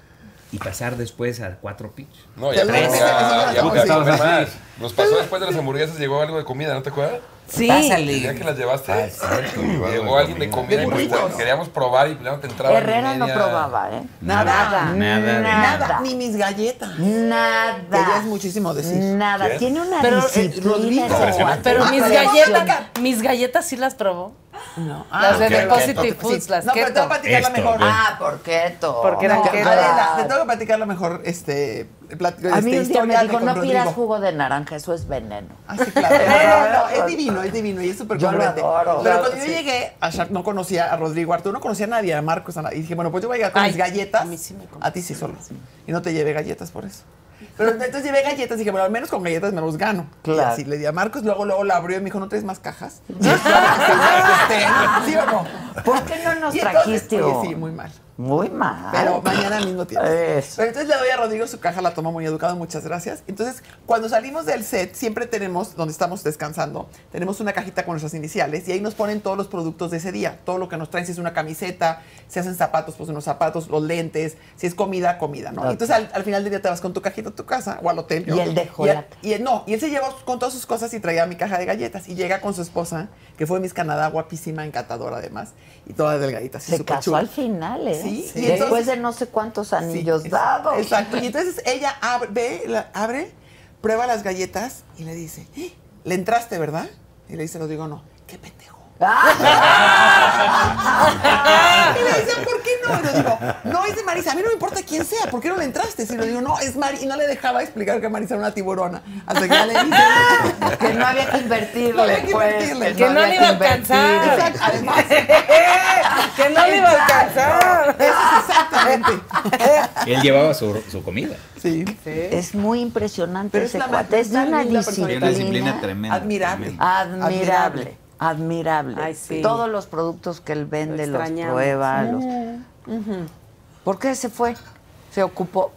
[SPEAKER 7] y pasar después a cuatro pitch.
[SPEAKER 8] No, ya,
[SPEAKER 7] Tres.
[SPEAKER 8] ya, ya,
[SPEAKER 7] Puta,
[SPEAKER 8] puedes
[SPEAKER 7] estabas
[SPEAKER 8] comer
[SPEAKER 7] así.
[SPEAKER 8] más. Nos pasó después de las hamburguesas, llegó algo de comida, ¿no te acuerdas?
[SPEAKER 6] Sí.
[SPEAKER 7] Pásale.
[SPEAKER 8] El día que las llevaste, llegó
[SPEAKER 14] algo de
[SPEAKER 8] alguien de comida
[SPEAKER 14] comida.
[SPEAKER 8] y
[SPEAKER 14] De
[SPEAKER 8] pues,
[SPEAKER 14] burritos.
[SPEAKER 8] queríamos probar y no te entraba. ni
[SPEAKER 3] Herrera no
[SPEAKER 8] media.
[SPEAKER 3] probaba, ¿eh?
[SPEAKER 4] Nada.
[SPEAKER 7] Nada.
[SPEAKER 4] Nada. Ni mis galletas.
[SPEAKER 3] Nada.
[SPEAKER 4] Que ya es muchísimo decir.
[SPEAKER 3] Nada.
[SPEAKER 4] ¿Qué?
[SPEAKER 3] Tiene una
[SPEAKER 6] Pero, eh,
[SPEAKER 3] disciplina
[SPEAKER 4] los vino.
[SPEAKER 3] ese cuate.
[SPEAKER 6] Pero
[SPEAKER 4] Ah,
[SPEAKER 6] mis galletas, mis galletas sí las probó.
[SPEAKER 4] No.
[SPEAKER 6] las de
[SPEAKER 4] Ah, ok.
[SPEAKER 6] The Positive
[SPEAKER 4] Sí.
[SPEAKER 6] Foods, las
[SPEAKER 4] No, pero te voy a
[SPEAKER 6] keto.
[SPEAKER 4] platicar la
[SPEAKER 7] Esto,
[SPEAKER 4] mejor.
[SPEAKER 7] bien.
[SPEAKER 3] Ah, ¿por qué todo?
[SPEAKER 6] Porque era
[SPEAKER 4] No,
[SPEAKER 6] keto.
[SPEAKER 4] Adela, te tengo que platicar la mejor este, plat-
[SPEAKER 3] A mí
[SPEAKER 4] este,
[SPEAKER 3] un día me
[SPEAKER 4] historia
[SPEAKER 3] dijo,
[SPEAKER 4] con
[SPEAKER 3] no
[SPEAKER 4] Rodrigo.
[SPEAKER 3] pidas jugo de naranja, eso es veneno.
[SPEAKER 4] Ah, sí, claro. No, no, no, es divino, es divino y es súper
[SPEAKER 3] Yo lo
[SPEAKER 4] congruente.
[SPEAKER 3] adoro.
[SPEAKER 4] Pero
[SPEAKER 3] Claro
[SPEAKER 4] cuando yo
[SPEAKER 3] que sí.
[SPEAKER 4] llegué, a Shark no conocía a Rodrigo Arturo, no conocía a nadie, a Marcos, a nadie. Y dije, bueno, pues yo voy a llegar con
[SPEAKER 6] Ay,
[SPEAKER 4] mis galletas.
[SPEAKER 6] a mí sí me comes.
[SPEAKER 4] A ti sí solo. Y no te llevé galletas por eso. Pero entonces llevé galletas y dije, bueno, al menos con galletas me los gano.
[SPEAKER 3] Claro.
[SPEAKER 4] Y así le di a Marcos, luego, luego la abrió y me dijo, ¿no traes más cajas? Y yo, "Claro que sí, claro que sí, ¿Sí o no?
[SPEAKER 3] ¿Por qué no nos
[SPEAKER 4] Y entonces,
[SPEAKER 3] trajiste?
[SPEAKER 4] oye,
[SPEAKER 3] o-
[SPEAKER 4] sí, muy mal.
[SPEAKER 3] Muy mal.
[SPEAKER 4] Pero mañana al mismo tiempo.
[SPEAKER 3] Eso.
[SPEAKER 4] Pero entonces le doy a Rodrigo su caja, la toma muy educado, muchas gracias. Entonces, cuando salimos del set, siempre tenemos, donde estamos descansando, tenemos una cajita con nuestras iniciales y ahí nos ponen todos los productos de ese día. Todo lo que nos traen, si es una camiseta, si hacen zapatos, pues unos zapatos, los lentes, si es comida, comida, ¿no?
[SPEAKER 3] Ok.
[SPEAKER 4] Entonces, al, al final del día te vas con tu cajita a tu casa o al hotel.
[SPEAKER 3] Y él dejó
[SPEAKER 4] y, a-
[SPEAKER 3] la caja.
[SPEAKER 4] y él- no, y él se llevó con todas sus cosas y traía mi caja de galletas y llega con su esposa, que fue Miss Canadá, guapísima, encantadora además, y toda delgadita. así,
[SPEAKER 3] Se
[SPEAKER 4] súper
[SPEAKER 3] casó
[SPEAKER 4] chula.
[SPEAKER 3] al final, ¿eh?
[SPEAKER 4] Sí, y
[SPEAKER 3] Después
[SPEAKER 4] entonces-
[SPEAKER 3] de no sé cuántos
[SPEAKER 4] Sí,
[SPEAKER 3] anillos
[SPEAKER 4] es-
[SPEAKER 3] dados.
[SPEAKER 4] Exacto. Y entonces ella abre, ve, la- abre, prueba las galletas y le dice, "Eh, ¿le entraste, verdad? Y le dice, lo digo, no, qué pendejo. Y le dice, ¿por qué no? Y le digo, no es de Marisa, a mí no me importa quién sea, ¿por qué no le entraste? Y le digo, no, es Marisa. Y no le dejaba explicar que Marisa era una tiburona. Hasta que ya le dije,
[SPEAKER 3] Que no había que
[SPEAKER 4] No había
[SPEAKER 3] invertirle,
[SPEAKER 4] que
[SPEAKER 3] pues.
[SPEAKER 4] invertirle.
[SPEAKER 6] Que no
[SPEAKER 3] había
[SPEAKER 6] le iba a
[SPEAKER 3] que invertirle.
[SPEAKER 6] alcanzar.
[SPEAKER 4] Exacto, además,
[SPEAKER 6] Que no le iba a alcanzar.
[SPEAKER 4] exactamente.
[SPEAKER 7] Él llevaba su, su comida.
[SPEAKER 4] Sí.
[SPEAKER 3] Es muy impresionante
[SPEAKER 4] Pero es
[SPEAKER 3] ese
[SPEAKER 4] la ma-
[SPEAKER 3] cuate. Es de
[SPEAKER 4] una
[SPEAKER 3] una
[SPEAKER 4] linda persona.
[SPEAKER 3] disciplina.
[SPEAKER 7] Tiene una disciplina tremenda.
[SPEAKER 4] Admirable.
[SPEAKER 7] tremenda.
[SPEAKER 3] Admirable, admirable.
[SPEAKER 6] Ay, sí.
[SPEAKER 3] Todos los productos que él vende
[SPEAKER 6] Lo
[SPEAKER 3] los
[SPEAKER 6] extrañamos.
[SPEAKER 3] prueba. los- ¿Por qué se fue? Se ocupó.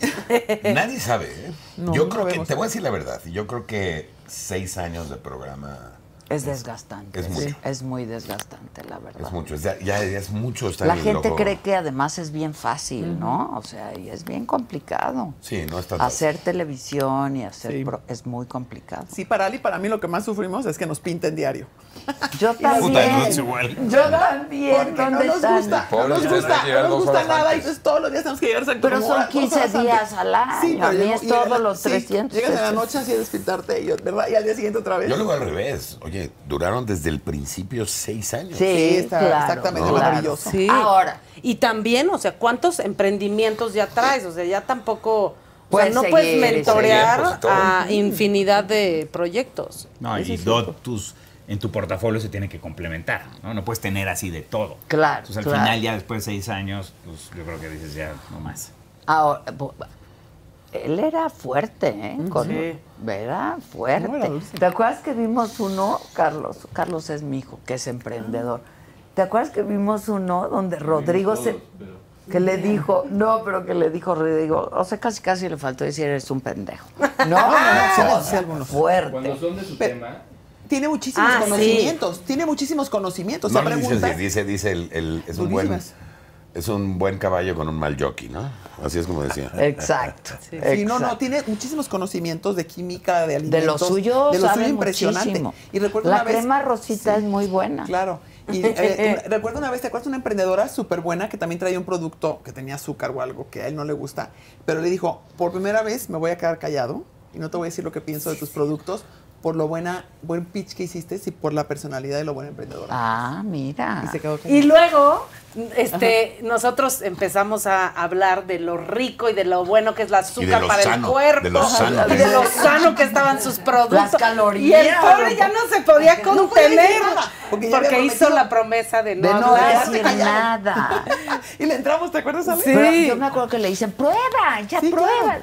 [SPEAKER 14] Nadie sabe. ¿eh?
[SPEAKER 4] No,
[SPEAKER 14] yo
[SPEAKER 4] no
[SPEAKER 14] creo que,
[SPEAKER 4] vemos.
[SPEAKER 14] te voy a decir la verdad, yo creo que seis años de programa
[SPEAKER 3] Es desgastante.
[SPEAKER 14] Es mucho.
[SPEAKER 3] Es muy desgastante, la verdad.
[SPEAKER 14] es mucho. es ya, ya- ya es mucho estar
[SPEAKER 3] La
[SPEAKER 14] en el
[SPEAKER 3] gente
[SPEAKER 14] ojo.
[SPEAKER 3] cree que además es bien fácil, ¿no? O sea, y es bien complicado.
[SPEAKER 14] Sí, no está
[SPEAKER 3] Hacer televisión y hacer
[SPEAKER 4] Sí.
[SPEAKER 3] pro- es muy complicado.
[SPEAKER 4] Sí, para Ali, para mí lo que más sufrimos es que nos pinten diario.
[SPEAKER 3] Yo
[SPEAKER 7] Puta, no
[SPEAKER 3] también.
[SPEAKER 7] es igual.
[SPEAKER 3] Yo también.
[SPEAKER 4] Porque no
[SPEAKER 3] ¿Dónde
[SPEAKER 4] nos
[SPEAKER 3] están?
[SPEAKER 4] gusta, no
[SPEAKER 8] Pobre,
[SPEAKER 4] nos
[SPEAKER 8] ustedes
[SPEAKER 4] gusta,
[SPEAKER 8] tienen que llegar
[SPEAKER 4] no nos
[SPEAKER 8] dos
[SPEAKER 4] gusta
[SPEAKER 8] horas
[SPEAKER 4] nada y
[SPEAKER 8] antes.
[SPEAKER 4] entonces todos los días tenemos que llegar exacto
[SPEAKER 3] Pero
[SPEAKER 4] como
[SPEAKER 3] son
[SPEAKER 4] horas, dos
[SPEAKER 3] 15
[SPEAKER 4] horas antes.
[SPEAKER 3] días al año, a mí
[SPEAKER 4] pero
[SPEAKER 3] es
[SPEAKER 4] y en la-
[SPEAKER 3] todos los
[SPEAKER 4] sí,
[SPEAKER 3] 300.
[SPEAKER 4] llegas en la noche así a despintarte y, ¿verdad? y al día siguiente otra vez.
[SPEAKER 14] Yo lo veo al revés. Oye, duraron desde el principio seis años.
[SPEAKER 3] Sí,
[SPEAKER 4] Sí, está
[SPEAKER 3] claro,
[SPEAKER 4] exactamente
[SPEAKER 3] claro.
[SPEAKER 4] maravilloso.
[SPEAKER 6] Sí.
[SPEAKER 3] Ahora.
[SPEAKER 6] Y también, o sea, ¿cuántos emprendimientos ya traes? O sea, ya tampoco. O sea,
[SPEAKER 3] Puedes
[SPEAKER 6] no puedes
[SPEAKER 3] seguir,
[SPEAKER 8] seguir,
[SPEAKER 6] mentorear
[SPEAKER 8] pues, todo.
[SPEAKER 6] a infinidad de proyectos.
[SPEAKER 7] No, y do- tus, en tu portafolio se tiene que complementar, ¿no? No puedes tener así de todo.
[SPEAKER 3] Claro,
[SPEAKER 7] Entonces Pues al
[SPEAKER 3] claro.
[SPEAKER 7] final, ya después de seis años, pues yo creo que dices ya no más.
[SPEAKER 3] Ahora, bu- él era fuerte, ¿eh? Con-
[SPEAKER 6] Sí.
[SPEAKER 3] Era fuerte.
[SPEAKER 4] No, Mm, era dulce.
[SPEAKER 3] ¿Te acuerdas que vimos uno, Carlos? Carlos es mi hijo, que es emprendedor. ¿Te acuerdas que vimos uno donde Rodrigo se... Que le dijo, no, pero que le dijo Rodrigo, o sea, casi casi le faltó decir, eres un pendejo. No, no, no, sí,
[SPEAKER 15] Cuando
[SPEAKER 3] algunos. Fuerte.
[SPEAKER 15] son de su tema,
[SPEAKER 4] Tiene muchísimos
[SPEAKER 3] Ah, sí.
[SPEAKER 4] conocimientos, tiene muchísimos conocimientos.
[SPEAKER 14] No
[SPEAKER 4] se
[SPEAKER 14] le dices
[SPEAKER 4] pregunta-
[SPEAKER 14] que dice, dice el, el- es un buen
[SPEAKER 4] Durísimas.
[SPEAKER 14] es un buen caballo con un mal jockey, ¿no? Así es como decía.
[SPEAKER 3] Exacto.
[SPEAKER 4] Sí, no, no, tiene muchísimos conocimientos de química, de alimentos.
[SPEAKER 3] De lo suyo,
[SPEAKER 4] de lo
[SPEAKER 3] sabe
[SPEAKER 4] suyo impresionante.
[SPEAKER 3] muchísimo.
[SPEAKER 4] Y recuerdo
[SPEAKER 3] La
[SPEAKER 4] una vez,
[SPEAKER 3] crema rosita es muy buena.
[SPEAKER 4] Claro. Y eh, una- recuerdo una vez, ¿te acuerdas? Una emprendedora súper buena que también traía un producto que tenía azúcar o algo que a él no le gusta, pero le dijo, por primera vez me voy a quedar callado y no te voy a decir lo que pienso de tus productos por lo buena, buen pitch que hiciste y por la personalidad de lo buena emprendedora.
[SPEAKER 3] Ah, mira.
[SPEAKER 4] Y se quedó callado.
[SPEAKER 6] Y luego, este, nosotros empezamos a hablar de lo rico y de lo bueno que es la azúcar
[SPEAKER 14] lo
[SPEAKER 6] para
[SPEAKER 14] sano,
[SPEAKER 6] el cuerpo.
[SPEAKER 14] de lo sano.
[SPEAKER 6] Y de lo sano que estaban sus productos.
[SPEAKER 3] Las calorías.
[SPEAKER 6] Y el pobre ya no se podía
[SPEAKER 4] No podía decir
[SPEAKER 6] contener.
[SPEAKER 4] nada, porque
[SPEAKER 6] porque
[SPEAKER 4] ya había
[SPEAKER 6] hizo
[SPEAKER 4] prometido
[SPEAKER 6] la promesa de no,
[SPEAKER 3] de no
[SPEAKER 6] hablar.
[SPEAKER 3] decir nada.
[SPEAKER 4] y le entramos, ¿te acuerdas? Ale?
[SPEAKER 3] Pero yo me acuerdo que le dicen, prueba, ya prueba.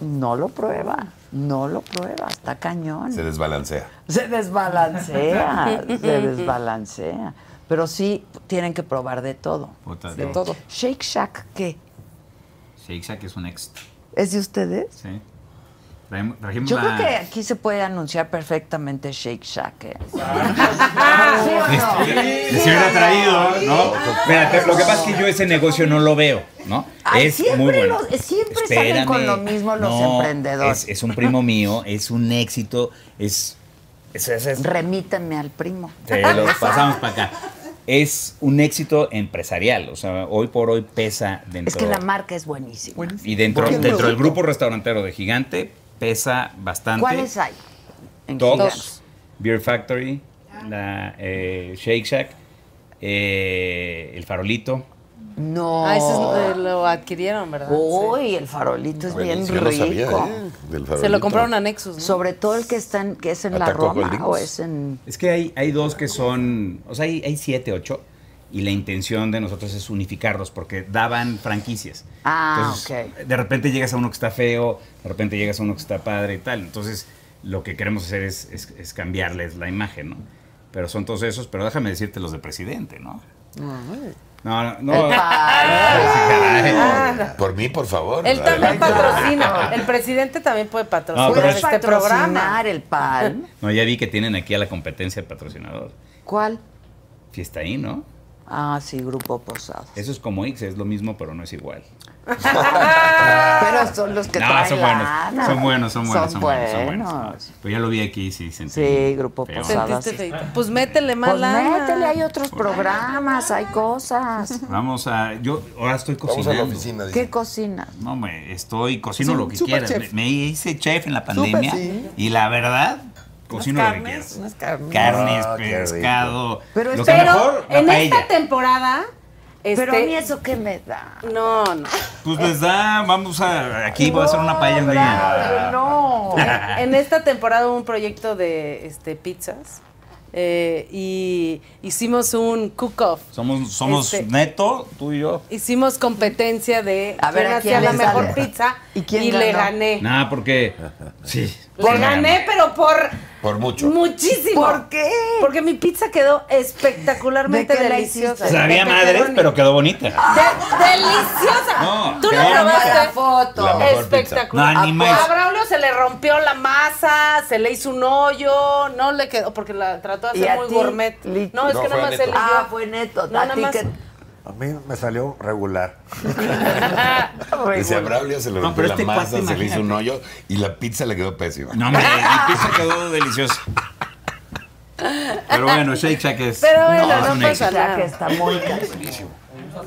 [SPEAKER 3] No lo prueba, no lo prueba, está cañón.
[SPEAKER 14] Se desbalancea.
[SPEAKER 3] Se desbalancea, se desbalancea. Pero sí tienen que probar de todo.
[SPEAKER 7] Puta,
[SPEAKER 3] de
[SPEAKER 7] no.
[SPEAKER 3] todo. Shake Shack, ¿qué?
[SPEAKER 7] Shake Shack es un extra.
[SPEAKER 3] ¿Es de ustedes?
[SPEAKER 7] Sí. Traemos- trajimos
[SPEAKER 3] Yo creo
[SPEAKER 7] la-
[SPEAKER 3] que aquí se puede anunciar perfectamente Shake Shack. ¿eh?
[SPEAKER 7] Ah, Si se hubiera traído, ¿no? Mira, te- lo que pasa es que yo ese negocio no lo veo, ¿no?
[SPEAKER 3] Ay,
[SPEAKER 7] es
[SPEAKER 3] siempre
[SPEAKER 7] muy bueno.
[SPEAKER 3] los- siempre salen con lo mismo los
[SPEAKER 7] no,
[SPEAKER 3] emprendedores.
[SPEAKER 7] Es, es un primo mío, es un éxito, es. es, es- es-
[SPEAKER 3] Remítanme al primo.
[SPEAKER 7] te lo pasamos para acá. Es un éxito empresarial, o sea, hoy por hoy pesa dentro.
[SPEAKER 3] Es que la marca es buenísima.
[SPEAKER 7] y dentro,
[SPEAKER 3] ¿Qué
[SPEAKER 7] dentro del
[SPEAKER 3] producto?
[SPEAKER 7] grupo restaurantero de Gigante pesa bastante.
[SPEAKER 3] ¿Cuáles hay? En
[SPEAKER 7] Todos.
[SPEAKER 3] Gigante?
[SPEAKER 7] Beer Factory, la, eh, Shake Shack, eh, El Farolito.
[SPEAKER 3] No.
[SPEAKER 6] Ah, ese es- eh, lo adquirieron, ¿verdad?
[SPEAKER 3] Uy, el farolito es bien
[SPEAKER 14] Yo
[SPEAKER 3] rico.
[SPEAKER 14] no sabía, ¿eh? Del
[SPEAKER 6] Se
[SPEAKER 14] farolito.
[SPEAKER 6] lo compraron a Nexus.
[SPEAKER 3] Sobre todo el que está en, que es en la
[SPEAKER 7] Ataco
[SPEAKER 3] Roma
[SPEAKER 7] Holdings.
[SPEAKER 3] o es en
[SPEAKER 7] Es que hay, hay dos que son, o sea, hay, hay siete, ocho, y la intención de nosotros es unificarlos porque daban franquicias.
[SPEAKER 3] Ah,
[SPEAKER 7] Entonces, De repente llegas a uno que está feo, de repente llegas a uno que está padre y tal. Entonces, lo que queremos hacer es, es- es cambiarles la imagen, ¿no? Pero son todos esos, pero déjame decirte los de presidente, ¿no? No, no, no.
[SPEAKER 6] El
[SPEAKER 7] Caray.
[SPEAKER 6] Ah,
[SPEAKER 14] Por mí, por favor.
[SPEAKER 6] Él también
[SPEAKER 14] adelante.
[SPEAKER 6] patrocina. El presidente también puede patrocinar
[SPEAKER 7] No, Ah, pero es-
[SPEAKER 6] este programa.
[SPEAKER 3] el pan.
[SPEAKER 7] No, ya vi que tienen aquí a la competencia de patrocinador.
[SPEAKER 3] ¿Cuál?
[SPEAKER 7] Fiesta ahí, ¿no?
[SPEAKER 3] Ah, sí, Grupo Posada.
[SPEAKER 7] Eso es como X, es lo mismo, pero no es igual.
[SPEAKER 3] Pero son los que
[SPEAKER 7] no,
[SPEAKER 3] traen
[SPEAKER 7] son buenos,
[SPEAKER 3] lana.
[SPEAKER 7] son buenos, son buenos, son buenos, son buenos.
[SPEAKER 3] buenos.
[SPEAKER 7] Pero ya lo vi aquí, sí, sentí.
[SPEAKER 3] Sí, Grupo
[SPEAKER 7] feo.
[SPEAKER 3] Posada.
[SPEAKER 6] Sentiste
[SPEAKER 3] sí.
[SPEAKER 6] feito. Pues métele más
[SPEAKER 3] Pues
[SPEAKER 6] lana.
[SPEAKER 3] métele, hay otros programas, hay cosas.
[SPEAKER 7] Vamos a, yo ahora estoy
[SPEAKER 3] a la
[SPEAKER 7] cocinando.
[SPEAKER 14] oficina.
[SPEAKER 3] ¿Qué cocinas?
[SPEAKER 7] No, me estoy, cocino
[SPEAKER 3] Sí,
[SPEAKER 7] lo que
[SPEAKER 3] super
[SPEAKER 7] quieras. Me,
[SPEAKER 3] chef.
[SPEAKER 7] me hice chef en la pandemia
[SPEAKER 3] Super, sí.
[SPEAKER 7] y la verdad, cocino Pues lo que quieras.
[SPEAKER 4] unas carnes.
[SPEAKER 7] Carnes,
[SPEAKER 3] Ah, qué rico.
[SPEAKER 7] pescado.
[SPEAKER 3] Pero
[SPEAKER 7] lo que
[SPEAKER 6] Pero
[SPEAKER 7] mejor, la
[SPEAKER 6] en
[SPEAKER 7] paella.
[SPEAKER 6] esta temporada.
[SPEAKER 3] Pero a
[SPEAKER 6] este,
[SPEAKER 3] mí eso qué me da.
[SPEAKER 6] No, no.
[SPEAKER 7] Pues les da, vamos a, aquí voy a hacer una paella un día.
[SPEAKER 3] No.
[SPEAKER 6] en esta temporada hubo un proyecto de este, pizzas eh, y hicimos un cook-off.
[SPEAKER 7] Somos, somos
[SPEAKER 6] Este-
[SPEAKER 7] neto, tú y yo.
[SPEAKER 6] Hicimos competencia de
[SPEAKER 3] A ver,
[SPEAKER 6] quién
[SPEAKER 3] ¿a quién
[SPEAKER 6] hacía la
[SPEAKER 3] le
[SPEAKER 6] mejor
[SPEAKER 3] sale?
[SPEAKER 6] pizza y,
[SPEAKER 3] ¿Y quién
[SPEAKER 6] le
[SPEAKER 3] ganó?
[SPEAKER 6] gané.
[SPEAKER 7] Nada, porque. Sí.
[SPEAKER 6] Le
[SPEAKER 7] sí,
[SPEAKER 6] gané, pero por
[SPEAKER 14] Por mucho.
[SPEAKER 6] muchísimo.
[SPEAKER 3] ¿Por qué?
[SPEAKER 6] Porque mi pizza quedó espectacularmente
[SPEAKER 3] ¿De qué la
[SPEAKER 6] deliciosa.
[SPEAKER 3] hiciste?
[SPEAKER 7] Sabía
[SPEAKER 6] De
[SPEAKER 7] madres,
[SPEAKER 6] pepperoni.
[SPEAKER 7] pero quedó bonita.
[SPEAKER 6] De- ¡Deliciosa!
[SPEAKER 7] No,
[SPEAKER 6] Tú
[SPEAKER 7] qué
[SPEAKER 6] la
[SPEAKER 7] bonita.
[SPEAKER 6] probaste
[SPEAKER 3] La foto.
[SPEAKER 7] La mejor pizza.
[SPEAKER 6] Espectacular.
[SPEAKER 7] No, ni
[SPEAKER 6] A-
[SPEAKER 7] más.
[SPEAKER 6] a Braulio se le rompió la masa, se le hizo un hoyo, no le quedó, porque la trató de
[SPEAKER 3] ¿Y a
[SPEAKER 6] hacer muy
[SPEAKER 3] ti,
[SPEAKER 6] gourmet.
[SPEAKER 3] Liti?
[SPEAKER 6] No, es
[SPEAKER 12] No,
[SPEAKER 6] que
[SPEAKER 12] fue
[SPEAKER 6] nada más
[SPEAKER 12] neto.
[SPEAKER 6] él y yo.
[SPEAKER 3] Ah, fue neto.
[SPEAKER 6] No,
[SPEAKER 3] a
[SPEAKER 6] nada
[SPEAKER 3] ti
[SPEAKER 6] más.
[SPEAKER 3] que-
[SPEAKER 12] A mí me salió regular.
[SPEAKER 14] Dice a Braulio se le
[SPEAKER 7] No,
[SPEAKER 14] rompió
[SPEAKER 7] pero
[SPEAKER 14] la
[SPEAKER 7] este
[SPEAKER 14] masa,
[SPEAKER 7] cuate,
[SPEAKER 14] se le hizo un
[SPEAKER 7] imagínate.
[SPEAKER 14] hoyo y la pizza le quedó pésima.
[SPEAKER 7] No, hombre, mi pizza quedó deliciosa. Pero bueno, Shake Shack es.
[SPEAKER 6] Pero bueno,
[SPEAKER 7] es
[SPEAKER 6] no
[SPEAKER 7] un
[SPEAKER 6] pasa
[SPEAKER 7] éxito.
[SPEAKER 6] nada.
[SPEAKER 3] que está muy caro.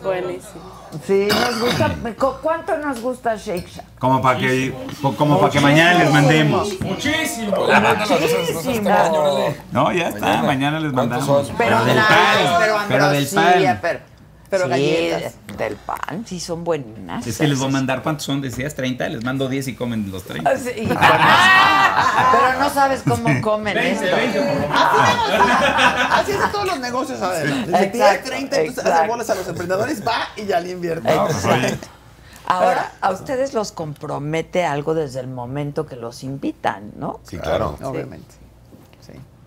[SPEAKER 6] Buenísimo.
[SPEAKER 3] Sí, nos gusta. ¿cu- ¿Cuánto nos gusta Shake Shack?
[SPEAKER 7] Como para que, como para que mañana les mandemos.
[SPEAKER 15] Muchísimo.
[SPEAKER 3] Muchísimo.
[SPEAKER 7] No, ya está, mañana, les mandamos.
[SPEAKER 3] Pero
[SPEAKER 7] del
[SPEAKER 3] claro,
[SPEAKER 7] pan.
[SPEAKER 3] pero
[SPEAKER 7] pero del pan.
[SPEAKER 3] ambrosía, pero,
[SPEAKER 4] Pero
[SPEAKER 3] sí,
[SPEAKER 4] galletas.
[SPEAKER 3] de- del pan, sí son buenas.
[SPEAKER 7] Es que les voy a mandar, ¿cuántos son? Decías 30, les mando 10 y comen los 30.
[SPEAKER 3] Ah, sí, y con- Pero no sabes cómo comen esto.
[SPEAKER 4] Así es en todos los negocios, además. Si
[SPEAKER 3] Exacto,
[SPEAKER 4] tienes 30, entonces hace
[SPEAKER 3] exacto.
[SPEAKER 4] bolas a los emprendedores, va y ya le invierte.
[SPEAKER 3] Ah, pues,
[SPEAKER 7] pues,
[SPEAKER 3] Ahora, a ustedes los compromete algo desde el momento que los invitan, ¿no?
[SPEAKER 14] Sí, claro.
[SPEAKER 4] Obviamente.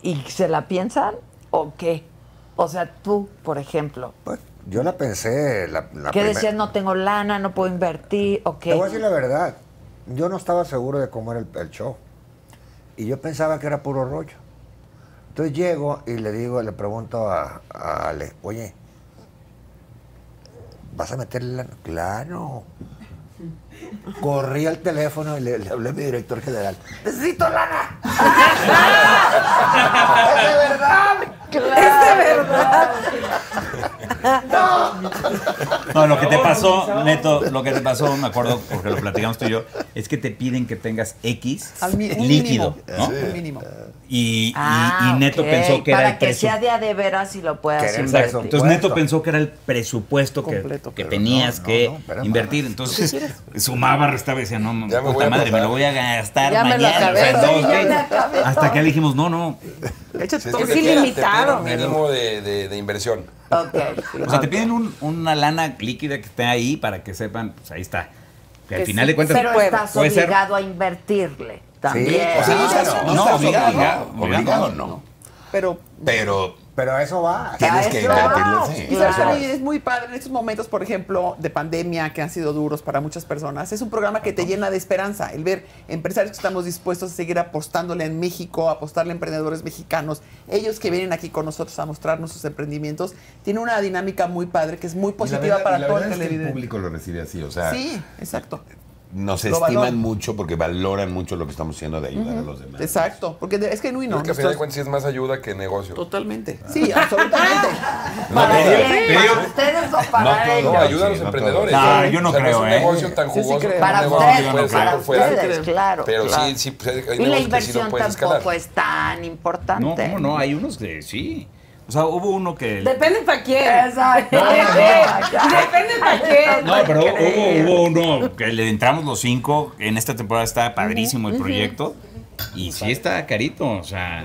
[SPEAKER 3] ¿Y se la piensan o qué? O sea, tú, por ejemplo,
[SPEAKER 7] Pues,
[SPEAKER 12] Yo la pensé. La, la
[SPEAKER 3] que
[SPEAKER 12] primer-
[SPEAKER 3] decías no tengo lana, no puedo invertir, ok.
[SPEAKER 12] Te voy a decir la verdad. Yo no estaba seguro de cómo era el, el show. Y yo pensaba que era puro rollo. Entonces llego y le digo, le pregunto a, a Ale, oye, ¿vas a meterle lana? Claro. Corrí al teléfono y le, le hablé a mi director general. ¡Necesito lana!
[SPEAKER 5] ¡Es de verdad! ¡Es de verdad! ¡No!
[SPEAKER 7] No, lo que te pasó, Neto, lo que te pasó, me acuerdo, porque lo platicamos tú y yo, es que te piden que tengas X
[SPEAKER 4] Al mi- un
[SPEAKER 7] líquido,
[SPEAKER 4] mínimo,
[SPEAKER 7] ¿no?
[SPEAKER 4] un mínimo.
[SPEAKER 7] Y, y-
[SPEAKER 3] Ah,
[SPEAKER 7] y Neto
[SPEAKER 3] ok,
[SPEAKER 7] pensó que
[SPEAKER 3] para
[SPEAKER 7] era el
[SPEAKER 3] que
[SPEAKER 7] precio.
[SPEAKER 3] sea de a de veras y lo puedas
[SPEAKER 7] Exacto.
[SPEAKER 3] invertir.
[SPEAKER 7] Entonces Neto pensó que era el presupuesto que, que tenías
[SPEAKER 12] no,
[SPEAKER 7] que
[SPEAKER 12] no, espérame.
[SPEAKER 7] invertir. Entonces sumaba, restaba y decía, no, me
[SPEAKER 12] me voy
[SPEAKER 7] puta
[SPEAKER 12] a
[SPEAKER 7] madre, me
[SPEAKER 12] matar.
[SPEAKER 7] lo voy a gastar
[SPEAKER 6] Ya me lo
[SPEAKER 7] mañana. o sea,
[SPEAKER 6] acabé,
[SPEAKER 7] en dos
[SPEAKER 6] ya me
[SPEAKER 7] días.
[SPEAKER 6] acabé todo.
[SPEAKER 7] Hasta que le dijimos, no, no.
[SPEAKER 8] Es
[SPEAKER 3] Pues
[SPEAKER 6] todo.
[SPEAKER 8] que
[SPEAKER 6] Es
[SPEAKER 8] te piden-
[SPEAKER 6] ilimitado.
[SPEAKER 8] te piden Un mínimo de, de- de inversión.
[SPEAKER 7] O sea, te piden un- una lana líquida que esté ahí para que sepan, pues ahí está. Que al
[SPEAKER 3] Que
[SPEAKER 7] final
[SPEAKER 3] sí,
[SPEAKER 7] de cuentas
[SPEAKER 3] pero
[SPEAKER 7] puede,
[SPEAKER 3] estás
[SPEAKER 7] puede ser
[SPEAKER 3] obligado a invertirle también.
[SPEAKER 12] o sea, no estás-
[SPEAKER 3] Claro.
[SPEAKER 12] no
[SPEAKER 7] No,
[SPEAKER 12] estás
[SPEAKER 7] obligado,
[SPEAKER 12] obligado,
[SPEAKER 7] obligado,
[SPEAKER 12] obligado,
[SPEAKER 7] no.
[SPEAKER 12] no.
[SPEAKER 4] Pero
[SPEAKER 12] Pero, pero a eso va.
[SPEAKER 4] A
[SPEAKER 12] Tienes
[SPEAKER 4] eso
[SPEAKER 12] que
[SPEAKER 4] vamos.
[SPEAKER 12] invertirle. sí.
[SPEAKER 4] Y sabes, Ari, es muy padre en estos momentos, por ejemplo, de pandemia que han sido duros para muchas personas. Es un programa que te llena de esperanza, el ver empresarios que estamos dispuestos a seguir apostándole en México, apostarle a emprendedores mexicanos. Ellos que vienen aquí con nosotros a mostrarnos sus emprendimientos, tiene una dinámica muy padre que es muy
[SPEAKER 14] Y la
[SPEAKER 4] positiva
[SPEAKER 14] verdad-
[SPEAKER 4] para
[SPEAKER 14] la
[SPEAKER 4] todo el
[SPEAKER 14] verdad es que el
[SPEAKER 4] televidente.
[SPEAKER 14] público lo recibe así, o sea,
[SPEAKER 4] Sí, exacto.
[SPEAKER 14] nos
[SPEAKER 4] Lo
[SPEAKER 14] estiman
[SPEAKER 4] valoran.
[SPEAKER 14] mucho porque valoran mucho lo que estamos haciendo de ayudar a
[SPEAKER 4] Ujú.
[SPEAKER 14] los demás.
[SPEAKER 4] Exacto, porque de- es genuino.
[SPEAKER 14] Es que a final de cuentas sí es más ayuda que negocio.
[SPEAKER 4] Totalmente. Sí, absolutamente.
[SPEAKER 14] Para
[SPEAKER 4] Para
[SPEAKER 14] ellos,
[SPEAKER 4] ellos.
[SPEAKER 14] para ellos.
[SPEAKER 3] ustedes o
[SPEAKER 14] No,
[SPEAKER 3] para
[SPEAKER 14] todo,
[SPEAKER 3] ellos.
[SPEAKER 14] no, ayuda a los
[SPEAKER 8] Sí, no
[SPEAKER 14] emprendedores.
[SPEAKER 8] todo.
[SPEAKER 14] ¿sabes?
[SPEAKER 8] No, yo no
[SPEAKER 14] O sea, es un
[SPEAKER 8] creo, ¿eh?
[SPEAKER 14] negocio tan
[SPEAKER 8] Yo sí
[SPEAKER 14] jugoso
[SPEAKER 8] creo.
[SPEAKER 14] como
[SPEAKER 3] Para
[SPEAKER 14] un negocio
[SPEAKER 3] ustedes,
[SPEAKER 14] que puede ser
[SPEAKER 3] Pues para
[SPEAKER 14] por fuera.
[SPEAKER 3] ustedes, claro,
[SPEAKER 14] Pero
[SPEAKER 3] claro.
[SPEAKER 14] sí, sí, pues, hay- hay
[SPEAKER 7] este
[SPEAKER 3] Y la
[SPEAKER 14] negocios que sí
[SPEAKER 3] inversión
[SPEAKER 14] lo puedes
[SPEAKER 3] tampoco
[SPEAKER 14] escalar.
[SPEAKER 3] es tan importante.
[SPEAKER 7] No, ¿cómo no? Hay unos que sí. O sea, hubo uno que.
[SPEAKER 6] Depende para quién.
[SPEAKER 3] Exacto.
[SPEAKER 6] Depende para quién.
[SPEAKER 7] No, pero hubo, hubo uno que le entramos los cinco. En esta temporada está padrísimo el
[SPEAKER 3] Ujú, ujú.
[SPEAKER 7] proyecto. Y sí está carito, o sea.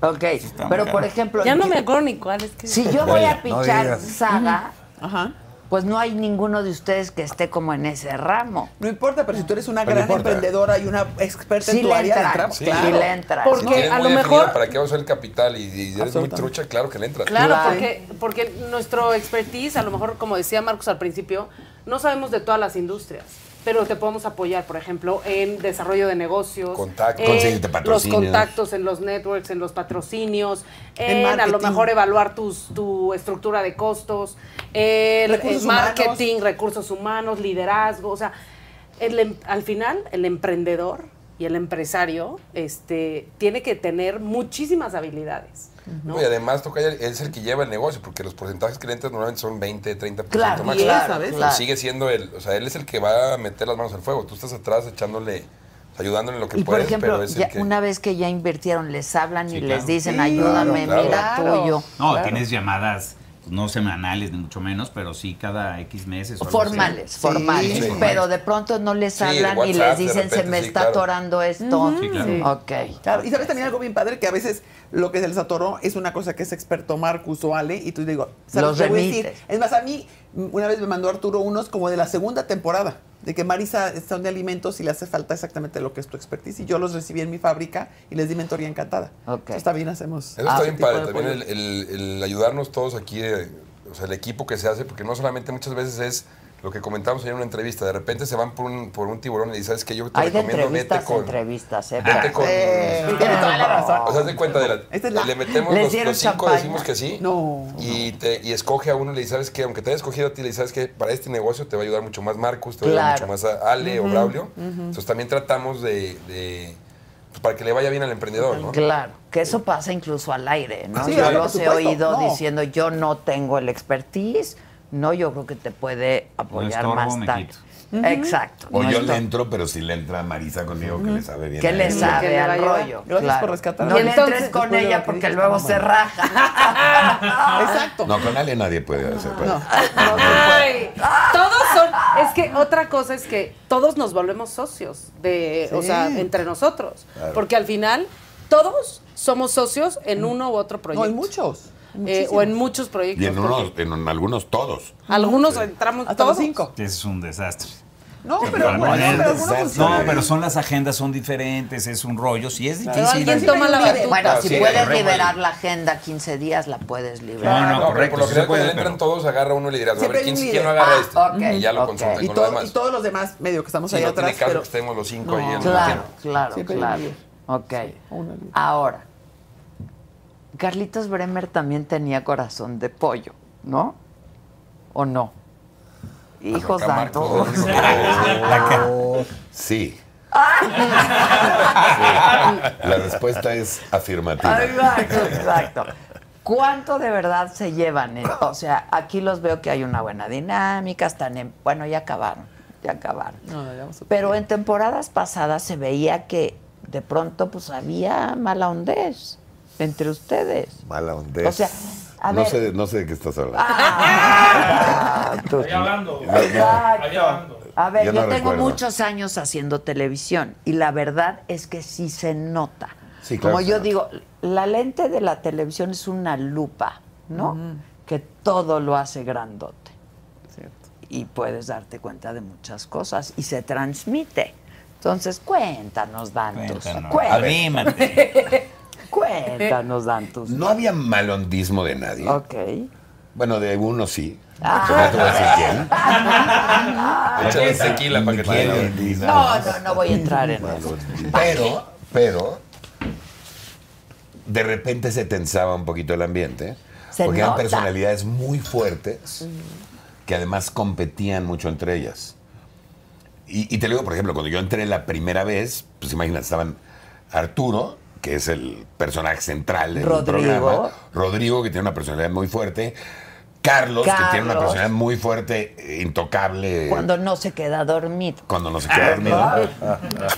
[SPEAKER 3] Ok, pero
[SPEAKER 7] muy
[SPEAKER 3] por
[SPEAKER 7] caro.
[SPEAKER 3] ejemplo,
[SPEAKER 6] Ya no me acuerdo ni cuál es que.
[SPEAKER 3] si yo voy a
[SPEAKER 7] No
[SPEAKER 3] pichar
[SPEAKER 7] digas.
[SPEAKER 3] saga, pues no hay ninguno de ustedes que esté como en ese ramo.
[SPEAKER 4] No importa, pero si tú eres una
[SPEAKER 3] Pero
[SPEAKER 4] gran
[SPEAKER 3] importa.
[SPEAKER 4] emprendedora y una experta
[SPEAKER 3] Sí
[SPEAKER 4] en tu
[SPEAKER 3] le
[SPEAKER 4] área,
[SPEAKER 3] entran,
[SPEAKER 4] le entramos,
[SPEAKER 3] sí.
[SPEAKER 4] claro.
[SPEAKER 3] Sí le entran.
[SPEAKER 6] Porque
[SPEAKER 8] Si eres
[SPEAKER 6] a
[SPEAKER 8] muy
[SPEAKER 6] lo
[SPEAKER 8] definida
[SPEAKER 6] mejor-
[SPEAKER 8] ¿Para qué usar el capital? Y, y eres muy trucha, claro que le entras.
[SPEAKER 6] Claro, porque, porque nuestro expertise, a lo mejor, como decía Marcos al principio, no sabemos de todas las industrias, pero te podemos apoyar, por ejemplo, en desarrollo de negocios,
[SPEAKER 14] Contactos.
[SPEAKER 6] en
[SPEAKER 14] Conseguirte
[SPEAKER 6] los
[SPEAKER 14] patrocinios.
[SPEAKER 6] contactos en los networks, en los patrocinios,
[SPEAKER 4] En
[SPEAKER 6] en, a lo
[SPEAKER 4] marketing.
[SPEAKER 6] mejor evaluar tus, tu estructura de costos, en
[SPEAKER 4] Recursos
[SPEAKER 6] en marketing, recursos humanos, liderazgo, o sea, el em- al final, el emprendedor y el empresario este, tiene que tener muchísimas habilidades. ¿no?
[SPEAKER 8] No, y además toca él es el que lleva el negocio, porque los porcentajes que le entran normalmente son 20, 30%
[SPEAKER 3] Claro,
[SPEAKER 8] más.
[SPEAKER 3] y claro, ¿sabes?
[SPEAKER 8] Pero
[SPEAKER 3] claro.
[SPEAKER 8] sigue siendo él, o sea, él es el que va a meter las manos al fuego. Tú estás atrás echándole, o sea, ayudándole en lo que
[SPEAKER 3] Y por
[SPEAKER 8] puedes,
[SPEAKER 3] ejemplo,
[SPEAKER 8] pero es
[SPEAKER 3] ya
[SPEAKER 8] el que
[SPEAKER 3] una vez que ya invirtieron, les hablan y
[SPEAKER 7] Sí,
[SPEAKER 3] les
[SPEAKER 7] claro.
[SPEAKER 3] dicen,
[SPEAKER 7] Sí,
[SPEAKER 3] ayúdame,
[SPEAKER 7] claro,
[SPEAKER 3] mira
[SPEAKER 7] claro.
[SPEAKER 3] tuyo.
[SPEAKER 7] No, tienes llamadas, pues, no semanales, ni mucho menos, pero sí cada X meses. o algo así.
[SPEAKER 3] Formales, formales.
[SPEAKER 7] Sí,
[SPEAKER 3] Pero de pronto no les
[SPEAKER 7] Sí,
[SPEAKER 3] hablan y
[SPEAKER 7] WhatsApp,
[SPEAKER 3] les
[SPEAKER 7] de
[SPEAKER 3] dicen, se
[SPEAKER 7] repente,
[SPEAKER 3] me
[SPEAKER 7] sí,
[SPEAKER 3] está
[SPEAKER 7] claro.
[SPEAKER 3] atorando esto.
[SPEAKER 4] Ujú. Sí, claro. Sí.
[SPEAKER 3] Ok.
[SPEAKER 4] Claro, y sabes también algo bien padre que a veces lo que se les atoró es una cosa que es experto Marcus o Ale y tú digo, ¿sabes
[SPEAKER 3] Los
[SPEAKER 4] qué voy a
[SPEAKER 3] remites.
[SPEAKER 4] decir? Es más, a mí m- una vez me mandó Arturo unos como de la segunda temporada, de que Marisa son de alimentos y le hace falta exactamente lo que es tu expertise y yo los recibí en mi fábrica y les di mentoría encantada. Entonces también hacemos.
[SPEAKER 8] Eso
[SPEAKER 3] Ah,
[SPEAKER 8] está
[SPEAKER 4] ese
[SPEAKER 8] bien
[SPEAKER 4] tipo
[SPEAKER 8] padre,
[SPEAKER 4] de
[SPEAKER 8] también el,
[SPEAKER 4] apoyo.
[SPEAKER 8] el- el ayudarnos todos aquí, eh, o sea, el equipo que se hace, porque no solamente muchas veces es lo que comentamos ayer en una entrevista, de repente se van por un, por un tiburón y dicen, ¿sabes qué? Yo te
[SPEAKER 3] Hay de
[SPEAKER 8] recomiendo,
[SPEAKER 3] entrevistas
[SPEAKER 8] vete
[SPEAKER 3] a
[SPEAKER 8] con...
[SPEAKER 3] entrevistas, ¿eh?
[SPEAKER 8] Vete con...
[SPEAKER 3] Sí, tienes toda la razón.
[SPEAKER 8] O sea, haz de cuenta, de la- le metemos
[SPEAKER 3] Les
[SPEAKER 8] los,
[SPEAKER 3] dieron
[SPEAKER 8] los cinco,
[SPEAKER 3] champaña.
[SPEAKER 8] decimos que sí,
[SPEAKER 4] no,
[SPEAKER 8] y, te- y escoge a uno y le dices, ¿sabes qué? Aunque te haya escogido a ti, le dices, ¿sabes qué? Para este negocio te va a ayudar mucho más Marcus, te va a ayudar
[SPEAKER 3] Claro.
[SPEAKER 8] mucho más a Ale
[SPEAKER 3] Ujú,
[SPEAKER 8] o Braulio.
[SPEAKER 3] ujú.
[SPEAKER 8] Entonces también tratamos de... de- pues, para que le vaya bien al emprendedor, ¿no?
[SPEAKER 3] Claro, que eso pasa incluso al aire, ¿no?
[SPEAKER 8] Sí,
[SPEAKER 3] yo
[SPEAKER 8] claro,
[SPEAKER 3] los
[SPEAKER 8] por
[SPEAKER 3] he
[SPEAKER 8] supuesto,
[SPEAKER 3] oído
[SPEAKER 8] no.
[SPEAKER 3] diciendo, yo no tengo el expertise, no, yo creo que te puede apoyar
[SPEAKER 14] estorbo,
[SPEAKER 3] más
[SPEAKER 14] me
[SPEAKER 3] tarde.
[SPEAKER 14] quito.
[SPEAKER 3] Exacto.
[SPEAKER 14] O
[SPEAKER 3] no
[SPEAKER 14] yo
[SPEAKER 3] es-
[SPEAKER 14] le entro, pero si le entra Marisa conmigo, que le sabe bien.
[SPEAKER 3] que
[SPEAKER 14] a
[SPEAKER 3] le
[SPEAKER 14] eso.
[SPEAKER 3] sabe
[SPEAKER 6] le va a
[SPEAKER 3] al
[SPEAKER 6] llevar.
[SPEAKER 3] rollo.
[SPEAKER 4] Gracias
[SPEAKER 3] claro.
[SPEAKER 4] por
[SPEAKER 10] Pues,
[SPEAKER 4] rescatarme.
[SPEAKER 3] No
[SPEAKER 4] Y
[SPEAKER 3] le
[SPEAKER 4] entonces,
[SPEAKER 3] entres con
[SPEAKER 4] después de
[SPEAKER 3] ella
[SPEAKER 4] lo que
[SPEAKER 3] porque
[SPEAKER 4] dices,
[SPEAKER 3] luego
[SPEAKER 4] está
[SPEAKER 3] se
[SPEAKER 4] bueno.
[SPEAKER 3] raja.
[SPEAKER 4] Exacto.
[SPEAKER 14] No, con Ale nadie puede hacer. pues.
[SPEAKER 6] Ay, Pues, todos son. Es que otra cosa es que todos nos volvemos socios de, o
[SPEAKER 10] Sí.
[SPEAKER 6] sea, entre nosotros,
[SPEAKER 10] Claro.
[SPEAKER 6] porque al final todos somos socios en uno u otro proyecto. Eh,
[SPEAKER 4] en muchos.
[SPEAKER 6] o en muchos proyectos.
[SPEAKER 14] Y en,
[SPEAKER 6] porque Ah,
[SPEAKER 14] unos, en algunos todos.
[SPEAKER 6] Algunos entramos todos.
[SPEAKER 4] cinco.
[SPEAKER 7] Es un desastre.
[SPEAKER 4] No, pero bueno, pero alguno funciona.
[SPEAKER 7] No, pero son las agendas, son diferentes, es un rollo, sí es
[SPEAKER 3] Pero
[SPEAKER 7] difícil.
[SPEAKER 3] alguien toma la batuta. Bueno, si
[SPEAKER 7] Sí,
[SPEAKER 3] puedes
[SPEAKER 7] correcto.
[SPEAKER 3] liberar la agenda 15 días, la puedes liberar.
[SPEAKER 7] No, no,
[SPEAKER 8] pero
[SPEAKER 7] correcto,
[SPEAKER 8] Por lo
[SPEAKER 7] sí
[SPEAKER 8] que
[SPEAKER 7] se
[SPEAKER 8] sea,
[SPEAKER 7] puede,
[SPEAKER 8] cuando entran
[SPEAKER 7] pero-
[SPEAKER 8] todos, agarra uno liderazgo. A ver,
[SPEAKER 4] Siempre
[SPEAKER 8] ¿quién,
[SPEAKER 4] hay un
[SPEAKER 8] quién lo
[SPEAKER 4] líder.
[SPEAKER 8] agarra
[SPEAKER 4] Ah,
[SPEAKER 8] este?
[SPEAKER 4] ok.
[SPEAKER 8] Y ya lo
[SPEAKER 4] Ok.
[SPEAKER 8] consulta
[SPEAKER 4] Y
[SPEAKER 8] con los
[SPEAKER 4] todo-
[SPEAKER 8] demás.
[SPEAKER 4] y todos los demás, medio que estamos
[SPEAKER 8] Sí,
[SPEAKER 4] ahí
[SPEAKER 8] no
[SPEAKER 4] atrás.
[SPEAKER 8] tiene caso
[SPEAKER 4] pero-
[SPEAKER 8] que estemos los cinco
[SPEAKER 4] No,
[SPEAKER 8] ahí. al mismo
[SPEAKER 3] Claro,
[SPEAKER 8] tiempo.
[SPEAKER 3] claro,
[SPEAKER 4] Siempre hay un
[SPEAKER 3] claro.
[SPEAKER 4] líder.
[SPEAKER 3] Ok. Ahora, Carlitos Bremer también tenía corazón de pollo, ¿no? ¿O no? Hijos
[SPEAKER 14] Acá
[SPEAKER 3] santos.
[SPEAKER 14] Marcos. Acá. Sí.
[SPEAKER 3] Ah.
[SPEAKER 14] Sí. La respuesta es afirmativa.
[SPEAKER 3] Exacto, exacto. ¿Cuánto de verdad se llevan? eh? O sea, aquí los veo que hay una buena dinámica, están en... Bueno, ya acabaron, ya acabaron. Pero en temporadas pasadas se veía que de pronto pues había mala hondez entre ustedes.
[SPEAKER 14] Mala onda.
[SPEAKER 3] O sea, a
[SPEAKER 14] no
[SPEAKER 3] ver. Ah.
[SPEAKER 14] sé, no sé de qué estás hablando.
[SPEAKER 3] Estoy
[SPEAKER 15] hablando. Estoy hablando.
[SPEAKER 3] A ver, yo,
[SPEAKER 14] Yo no
[SPEAKER 3] tengo
[SPEAKER 14] recuerdo.
[SPEAKER 3] muchos años haciendo televisión y la verdad es que sí se nota.
[SPEAKER 14] Sí, claro
[SPEAKER 3] Como
[SPEAKER 14] que
[SPEAKER 3] yo
[SPEAKER 14] se
[SPEAKER 3] digo, la lente de la televisión es una lupa, ¿no? Que todo lo hace grandote. Y puedes darte cuenta de muchas cosas y se transmite. Entonces, cuéntanos, Dantus.
[SPEAKER 7] Cuéntanos.
[SPEAKER 3] Cuéntanos,
[SPEAKER 7] Arrímate.
[SPEAKER 3] cuéntanos Dantus.
[SPEAKER 14] No había malondismo de nadie.
[SPEAKER 3] Ok.
[SPEAKER 14] Bueno, de uno sí.
[SPEAKER 10] Ah,
[SPEAKER 14] No te voy a decir quién.
[SPEAKER 8] Échale tequila para que te
[SPEAKER 14] Quién malondismo.
[SPEAKER 8] diga.
[SPEAKER 3] Ah. No, no, no voy a entrar en eso.
[SPEAKER 14] Pero, pero, de repente se tensaba un poquito el ambiente.
[SPEAKER 3] Se
[SPEAKER 14] porque eran
[SPEAKER 3] nota.
[SPEAKER 14] personalidades muy fuertes que además competían mucho entre ellas. Y, y te lo digo, por ejemplo, cuando yo entré la primera vez, pues imagínate, estaban Arturo, que es el personaje central del
[SPEAKER 3] Rodrigo.
[SPEAKER 14] programa. Rodrigo, que tiene una personalidad muy fuerte. Carlos, que tiene una
[SPEAKER 3] Carlos.
[SPEAKER 14] personalidad muy fuerte, eh, intocable,
[SPEAKER 3] Cuando no se queda dormido.
[SPEAKER 14] cuando no se queda dormido.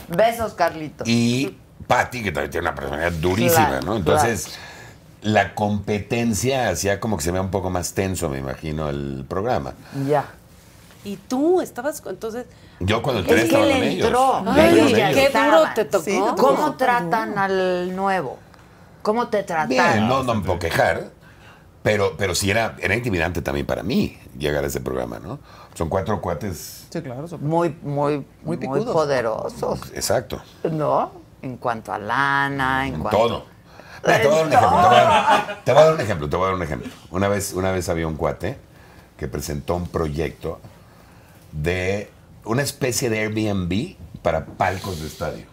[SPEAKER 3] Besos, Carlitos.
[SPEAKER 14] Y Patty, que también tiene una personalidad durísima,
[SPEAKER 3] Claro,
[SPEAKER 14] ¿no? Entonces, la competencia hacía como que se vea un poco más tenso, me imagino, el programa.
[SPEAKER 3] Ya.
[SPEAKER 6] Y tú estabas, con- entonces,
[SPEAKER 14] Yo cuando entré
[SPEAKER 3] es que
[SPEAKER 14] estaba
[SPEAKER 3] él
[SPEAKER 14] con ellos.
[SPEAKER 3] entró.
[SPEAKER 14] Yo entré
[SPEAKER 6] Ay,
[SPEAKER 14] con
[SPEAKER 6] qué
[SPEAKER 14] ellos.
[SPEAKER 6] duro te tocó.
[SPEAKER 3] Sí, ¿Cómo tratan al nuevo? ¿Cómo te
[SPEAKER 14] Bien,
[SPEAKER 3] trataron?
[SPEAKER 14] no, no me puedo quejar. Pero, pero sí era, era intimidante también para mí llegar a ese programa, ¿no? Son cuatro cuates,
[SPEAKER 4] Sí, claro. eso-
[SPEAKER 3] Muy, muy, muy,
[SPEAKER 4] picudos.
[SPEAKER 3] poderosos,
[SPEAKER 14] exacto,
[SPEAKER 3] ¿no? En cuanto a lana, en, cuanto
[SPEAKER 14] todo. Mira, Te voy a dar un ejemplo, te voy a dar- te voy a dar un ejemplo, te voy a dar un ejemplo. Una vez, una vez había un cuate que presentó un proyecto de una especie de Airbnb para palcos de estadio.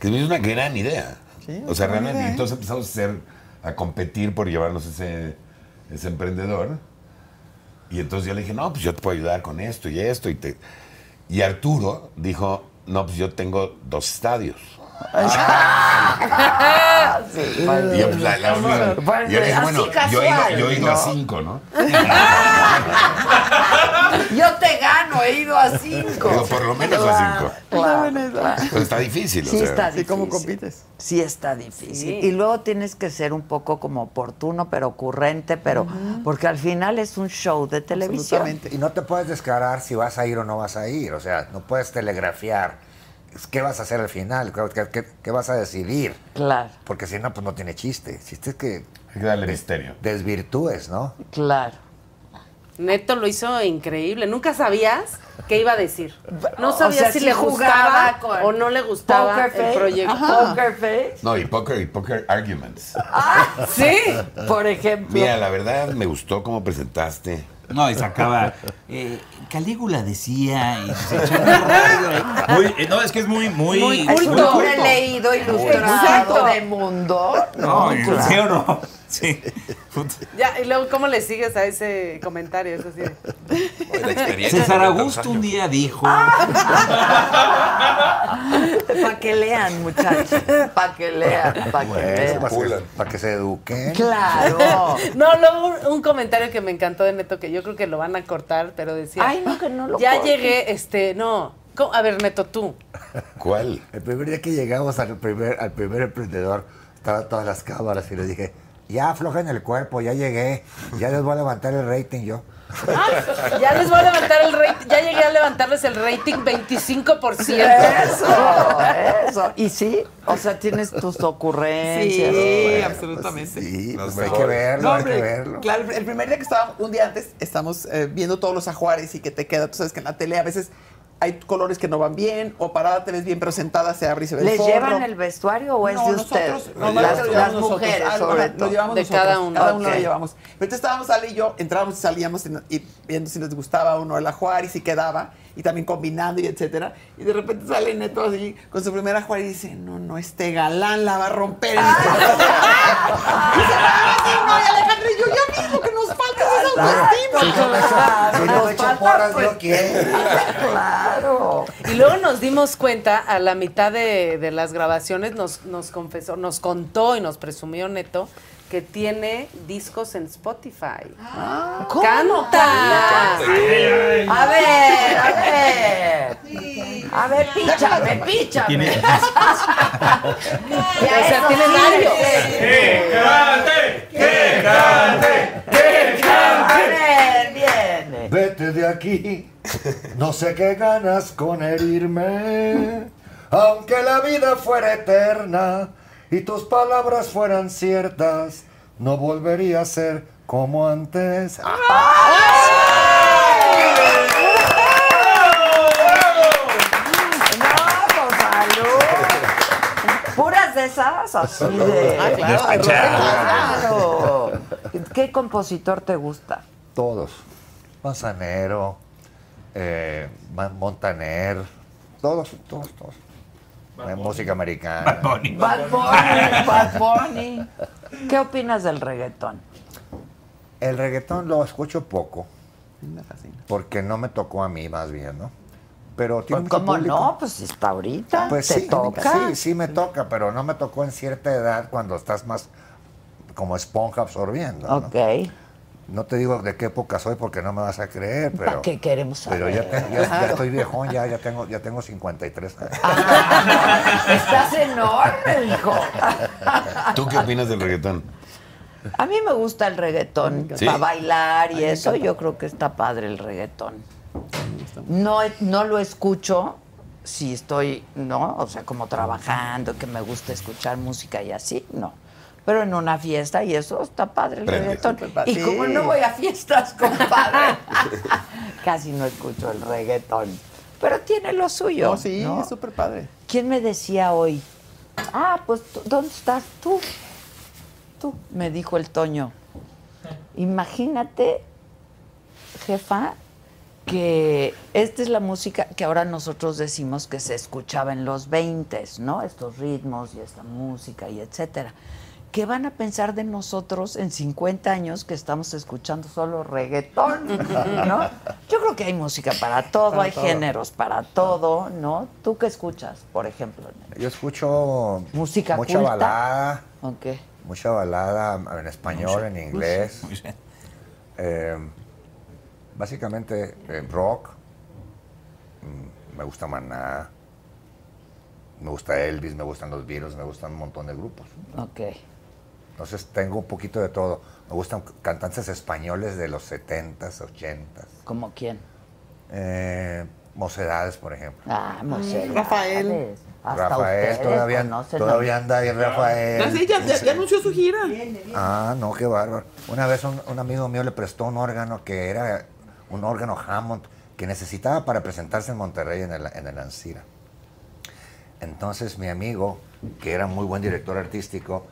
[SPEAKER 14] Que es una gran idea. o sea, realmente.
[SPEAKER 3] ¿eh?
[SPEAKER 14] y Entonces empezamos a hacer, a competir por llevarnos ese, ese emprendedor. Y entonces yo le dije, no, pues yo te puedo ayudar con esto y esto. Y, te... y Arturo dijo, no, pues yo tengo dos estadios.
[SPEAKER 3] Sí,
[SPEAKER 14] Y yo, pues, la- la-
[SPEAKER 3] Bueno,
[SPEAKER 14] y yo le dije,
[SPEAKER 3] así
[SPEAKER 14] bueno, yo he
[SPEAKER 3] casual,
[SPEAKER 14] ido, yo he ido
[SPEAKER 3] ¿no?
[SPEAKER 14] a cinco, ¿no?
[SPEAKER 3] Yo te gano, he ido a cinco.
[SPEAKER 14] Digo, por lo menos a cinco. Pero está difícil, o
[SPEAKER 3] Sí
[SPEAKER 14] sea.
[SPEAKER 3] está
[SPEAKER 4] Sí,
[SPEAKER 3] difícil.
[SPEAKER 4] ¿cómo compites?
[SPEAKER 3] Sí está difícil.
[SPEAKER 6] Sí.
[SPEAKER 3] Y luego tienes que ser un poco como oportuno, pero ocurrente, pero porque al final es un show de televisión.
[SPEAKER 4] Absolutamente.
[SPEAKER 12] Y no te puedes descarar si vas a ir o no vas a ir. O sea, no puedes telegrafiar Es, qué vas a hacer al final, qué, qué- qué vas a decidir.
[SPEAKER 3] Claro,
[SPEAKER 12] Porque si no, pues no tiene chiste. El chiste es que
[SPEAKER 14] Hay que darle misterio.
[SPEAKER 12] desvirtúes, ¿no?
[SPEAKER 3] claro.
[SPEAKER 6] Neto lo hizo increíble. Nunca sabías qué iba a decir. No
[SPEAKER 3] O
[SPEAKER 6] sabías
[SPEAKER 3] sea,
[SPEAKER 6] si,
[SPEAKER 3] si
[SPEAKER 6] le
[SPEAKER 3] jugaba
[SPEAKER 6] gustaba
[SPEAKER 3] con
[SPEAKER 6] o no le gustaba
[SPEAKER 3] Poker
[SPEAKER 6] el
[SPEAKER 3] face,
[SPEAKER 6] proyecto.
[SPEAKER 3] Poker face.
[SPEAKER 14] No, y poker, y poker arguments.
[SPEAKER 4] Ah,
[SPEAKER 6] Sí.
[SPEAKER 3] Por ejemplo.
[SPEAKER 14] Mira, la verdad me gustó cómo presentaste.
[SPEAKER 7] No, y sacaba. eh, Calígula decía. Y se echaba- Muy- eh, no, es que es muy, muy.
[SPEAKER 6] Muy
[SPEAKER 7] es
[SPEAKER 6] culto.
[SPEAKER 7] culto.
[SPEAKER 3] Hombre leído, ilustrado,
[SPEAKER 6] Exacto.
[SPEAKER 3] de mundo.
[SPEAKER 7] No,
[SPEAKER 3] No,
[SPEAKER 7] ¿sí
[SPEAKER 3] claro.
[SPEAKER 7] o no? Sí. Puta.
[SPEAKER 6] Ya, y luego, ¿cómo le sigues a ese comentario? Es así de,
[SPEAKER 8] Oye, la experiencia
[SPEAKER 7] César
[SPEAKER 8] de tantos
[SPEAKER 7] Augusto un
[SPEAKER 8] años.
[SPEAKER 7] día dijo.
[SPEAKER 3] Para que lean, muchachos. Para que lean, para que lean.
[SPEAKER 12] Para que, para que se eduquen.
[SPEAKER 3] Claro.
[SPEAKER 6] No, luego un, un comentario que me encantó de Neto, que yo creo que lo van a cortar, pero decía.
[SPEAKER 3] Ay, no, que no lo
[SPEAKER 6] Ya
[SPEAKER 3] cortes.
[SPEAKER 6] llegué, este, no. ¿Cómo? A ver, Neto, tú.
[SPEAKER 14] ¿Cuál?
[SPEAKER 12] El primer día que llegamos al primer, al primer emprendedor, estaban todas las cámaras y le dije, ya aflojen el cuerpo, ya llegué, ya les voy a levantar el rating yo.
[SPEAKER 6] Ah, ya les voy a levantar el rating. Ya llegué a levantarles el rating 25%.
[SPEAKER 3] Eso, eso. Y sí, o sea, tienes tus ocurrencias.
[SPEAKER 10] pues
[SPEAKER 4] Sí, absolutamente.
[SPEAKER 12] Sí, pues hay que verlo,
[SPEAKER 4] No,
[SPEAKER 12] hay
[SPEAKER 4] hombre,
[SPEAKER 12] que verlo.
[SPEAKER 4] Claro, el primer día que estábamos, un día antes, estamos eh, viendo todos los ajuares y que te queda. Tú sabes que en la tele a veces hay colores que no van bien, o parada te ves bien, pero sentada se abre y se ve el
[SPEAKER 3] ¿Les
[SPEAKER 4] forro.
[SPEAKER 3] llevan el vestuario o es
[SPEAKER 4] No,
[SPEAKER 3] de
[SPEAKER 4] nosotros,
[SPEAKER 3] ustedes?
[SPEAKER 4] no,
[SPEAKER 3] las
[SPEAKER 4] nosotros lo
[SPEAKER 3] las
[SPEAKER 4] llevamos nosotros.
[SPEAKER 3] mujeres,
[SPEAKER 4] Ah,
[SPEAKER 3] sobre
[SPEAKER 4] ajá,
[SPEAKER 3] todo.
[SPEAKER 4] Lo llevamos
[SPEAKER 3] de
[SPEAKER 4] nosotros,
[SPEAKER 3] cada uno.
[SPEAKER 4] lo
[SPEAKER 3] Ok.
[SPEAKER 4] llevamos. Pero entonces estábamos Ale y yo, entrábamos y salíamos y, y viendo si les gustaba o no el ajuar y si quedaba, y también combinando y etcétera. Y de repente sale Neto así con su primera ajuar y dice, no, no, este galán la va a romper. en este programa". y se va a decir, no, y Alejandro y yo, ya mismo que nos falta esa autoestima.
[SPEAKER 12] Si no me echo porras, yo quiero.
[SPEAKER 3] pues. Claro.
[SPEAKER 6] Y luego nos dimos cuenta, a la mitad de, de las grabaciones, nos, nos confesó, nos contó y nos presumió Neto que tiene discos en Spotify.
[SPEAKER 4] Ah.
[SPEAKER 6] ¡Canta!
[SPEAKER 3] Sí. A ver, a ver. A ver, píchame, píchame.
[SPEAKER 7] Tiene-
[SPEAKER 3] Ya
[SPEAKER 6] O sea,
[SPEAKER 3] eso
[SPEAKER 6] tiene
[SPEAKER 3] sí
[SPEAKER 6] varios.
[SPEAKER 3] es. A ver, bien.
[SPEAKER 12] Vete de aquí, no sé qué ganas con herirme. Aunque la vida fuera eterna y tus palabras fueran ciertas, no volvería a ser como antes.
[SPEAKER 3] ¡Ah! Puras de esas, así de.
[SPEAKER 12] Ah, claro,
[SPEAKER 3] Claro. ¿Qué compositor te gusta?
[SPEAKER 12] Todos. Manzanero, eh, Ma- Montaner, todos, todos, todos. Eh, Música americana.
[SPEAKER 3] Bad Bunny, Bad Bunny. ¿Qué opinas del reggaetón?
[SPEAKER 12] El reggaetón lo escucho poco.
[SPEAKER 4] Me fascina.
[SPEAKER 12] Porque no me tocó a mí, más bien, ¿no? Pero tiene
[SPEAKER 3] Pues,
[SPEAKER 12] mucho
[SPEAKER 3] ¿cómo
[SPEAKER 12] público.
[SPEAKER 3] no? Pues está ahorita.
[SPEAKER 12] Pues
[SPEAKER 3] te
[SPEAKER 12] sí,
[SPEAKER 3] toca.
[SPEAKER 12] sí, sí me toca, pero no me tocó en cierta edad cuando estás más como esponja absorbiendo. ¿no?
[SPEAKER 3] Ok.
[SPEAKER 12] No te digo de qué época soy porque no me vas a creer, pero.
[SPEAKER 3] ¿Para qué queremos saber?
[SPEAKER 12] Pero ya, te- ya- ya estoy viejón, ya, ya tengo, ya tengo 53 años.
[SPEAKER 3] Estás enorme, hijo.
[SPEAKER 14] ¿Tú qué opinas del reggaetón?
[SPEAKER 3] A mí me gusta el reggaetón
[SPEAKER 14] Sí.
[SPEAKER 3] para bailar
[SPEAKER 14] A
[SPEAKER 3] y
[SPEAKER 14] mí me
[SPEAKER 3] eso.
[SPEAKER 14] encanta.
[SPEAKER 3] Yo creo que está padre el reggaetón. No, no lo escucho si estoy, ¿no? O sea, como trabajando, que me gusta escuchar música y así, no. Pero en una fiesta y eso está padre el
[SPEAKER 14] Prende.
[SPEAKER 3] reggaetón.
[SPEAKER 14] Súper
[SPEAKER 3] Y
[SPEAKER 14] padre.
[SPEAKER 3] como
[SPEAKER 14] Sí.
[SPEAKER 3] no voy a fiestas, compadre, casi no escucho el reggaetón. Pero tiene lo suyo.
[SPEAKER 4] No, sí,
[SPEAKER 3] ¿no?
[SPEAKER 4] es súper padre.
[SPEAKER 3] ¿Quién me decía hoy? Ah, pues, tú- ¿dónde estás tú? Tú, me dijo el Toño. Imagínate, jefa, que esta es la música que ahora nosotros decimos que se escuchaba en los 20, ¿no? Estos ritmos y esta música y etcétera. ¿Qué van a pensar de nosotros en 50 años que estamos escuchando solo reggaetón? ¿no? Yo creo que hay música para todo,
[SPEAKER 12] Para
[SPEAKER 3] hay
[SPEAKER 12] todo.
[SPEAKER 3] géneros para todo, ¿no? ¿Tú qué escuchas, por ejemplo?
[SPEAKER 12] Yo escucho
[SPEAKER 3] Música
[SPEAKER 12] mucha
[SPEAKER 3] culta.
[SPEAKER 12] balada,
[SPEAKER 3] Ok.
[SPEAKER 12] mucha balada um, en español, en inglés. Eh, básicamente eh, rock. Mm, Me gusta Maná. Me gusta Elvis, me gustan los Beatles, me gustan un montón de grupos.
[SPEAKER 3] Ok.
[SPEAKER 12] Entonces tengo un poquito de todo. Me gustan cantantes españoles de los 70s, 80s.
[SPEAKER 3] ¿Como quién?
[SPEAKER 12] Eh, Mocedades, por ejemplo.
[SPEAKER 3] Ah, Mocedades.
[SPEAKER 4] Rafael.
[SPEAKER 3] Hasta
[SPEAKER 12] Rafael,
[SPEAKER 3] ustedes
[SPEAKER 12] todavía,
[SPEAKER 3] conocen
[SPEAKER 12] todavía
[SPEAKER 3] a-
[SPEAKER 12] anda ahí Rafael.
[SPEAKER 4] Ya, sé, ya- ya- ya anunció su gira.
[SPEAKER 12] Ah, no, qué bárbaro. Una vez un, un amigo mío le prestó un órgano que era un órgano Hammond que necesitaba para presentarse en Monterrey en el, en el Ancira. Entonces mi amigo, que era muy buen director artístico,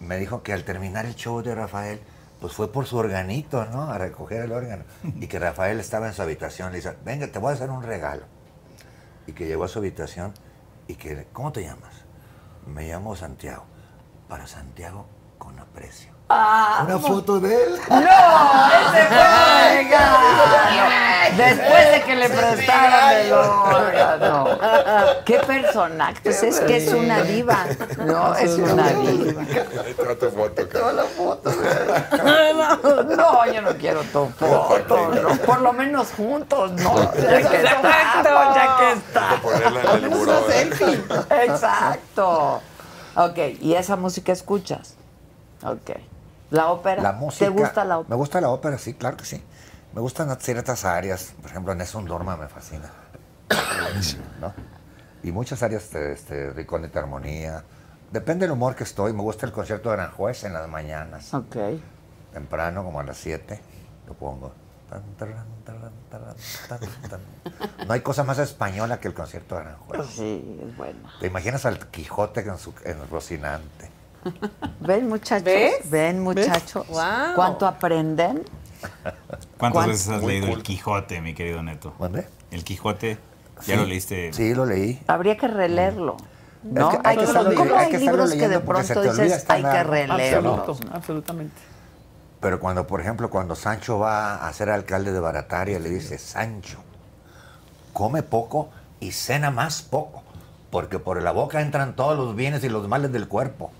[SPEAKER 12] me dijo que al terminar el show de Rafael, pues fue por su organito, ¿no? A recoger el órgano. Y que Rafael estaba en su habitación. Le dice, venga, te voy a hacer un regalo. Y que llegó a su habitación y que, ¿cómo te llamas? Me llamo Santiago. Para Santiago, con aprecio.
[SPEAKER 3] Ah,
[SPEAKER 12] Una
[SPEAKER 3] Mo-
[SPEAKER 12] foto de él.
[SPEAKER 3] ¡No! ¡Ese fue!
[SPEAKER 12] Venga.
[SPEAKER 3] Después de que le prestaran el
[SPEAKER 12] años.
[SPEAKER 3] órgano. ¡Qué personaje! Pues es que es una diva. No, es una diva.
[SPEAKER 14] Trato foto, cara.
[SPEAKER 3] No, yo no quiero tu foto. no. Por lo menos juntos, ¿no? Ya que estamos, ya que está.
[SPEAKER 14] Ponerla en el buró.
[SPEAKER 3] ¿eh? Exacto. Ok, ¿y esa música escuchas? Ok. ¿La ópera?
[SPEAKER 12] La música.
[SPEAKER 3] ¿Te gusta la ópera?
[SPEAKER 12] Me gusta la ópera, sí, claro que sí. Me gustan ciertas áreas, por ejemplo, Nelson Dorma me fascina. ¿no? Y muchas áreas, de este, Ricón de Armonía. Depende del humor que estoy. Me gusta el concierto de Aranjuez en las mañanas.
[SPEAKER 3] Ok.
[SPEAKER 12] Temprano, como a las 7, lo pongo. Tan, tarán, tarán, tarán, tan, tan. No hay cosa más española que el concierto de Aranjuez.
[SPEAKER 3] Sí, es bueno.
[SPEAKER 12] ¿Te imaginas al Quijote en, su, en el Rocinante?
[SPEAKER 3] ¿Ven, muchachos?
[SPEAKER 6] ¿Ves?
[SPEAKER 3] ¿Ven, muchachos?
[SPEAKER 6] Wow.
[SPEAKER 3] ¿Cuánto aprenden?
[SPEAKER 7] ¿Cuántas veces has leído El Quijote, mi querido Neto?
[SPEAKER 12] ¿Dónde?
[SPEAKER 7] El Quijote, ¿ya
[SPEAKER 12] Sí,
[SPEAKER 7] lo leíste?
[SPEAKER 12] Sí, lo leí.
[SPEAKER 3] Habría que releerlo. ¿No?
[SPEAKER 12] Es que
[SPEAKER 3] hay que
[SPEAKER 12] estarlo-
[SPEAKER 3] ¿Cómo
[SPEAKER 12] hay
[SPEAKER 3] hay
[SPEAKER 12] que estarlo
[SPEAKER 3] libros que de
[SPEAKER 12] leyendo porque se
[SPEAKER 3] pronto
[SPEAKER 12] te olvida,
[SPEAKER 3] dices
[SPEAKER 12] está
[SPEAKER 3] hay que
[SPEAKER 12] largo.
[SPEAKER 3] releerlo?
[SPEAKER 4] Absoluto, absolutamente.
[SPEAKER 12] Pero cuando, por ejemplo, cuando Sancho va a ser alcalde de Barataria, le dice, Sancho, come poco y cena más poco, porque por la boca entran todos los bienes y los males del cuerpo.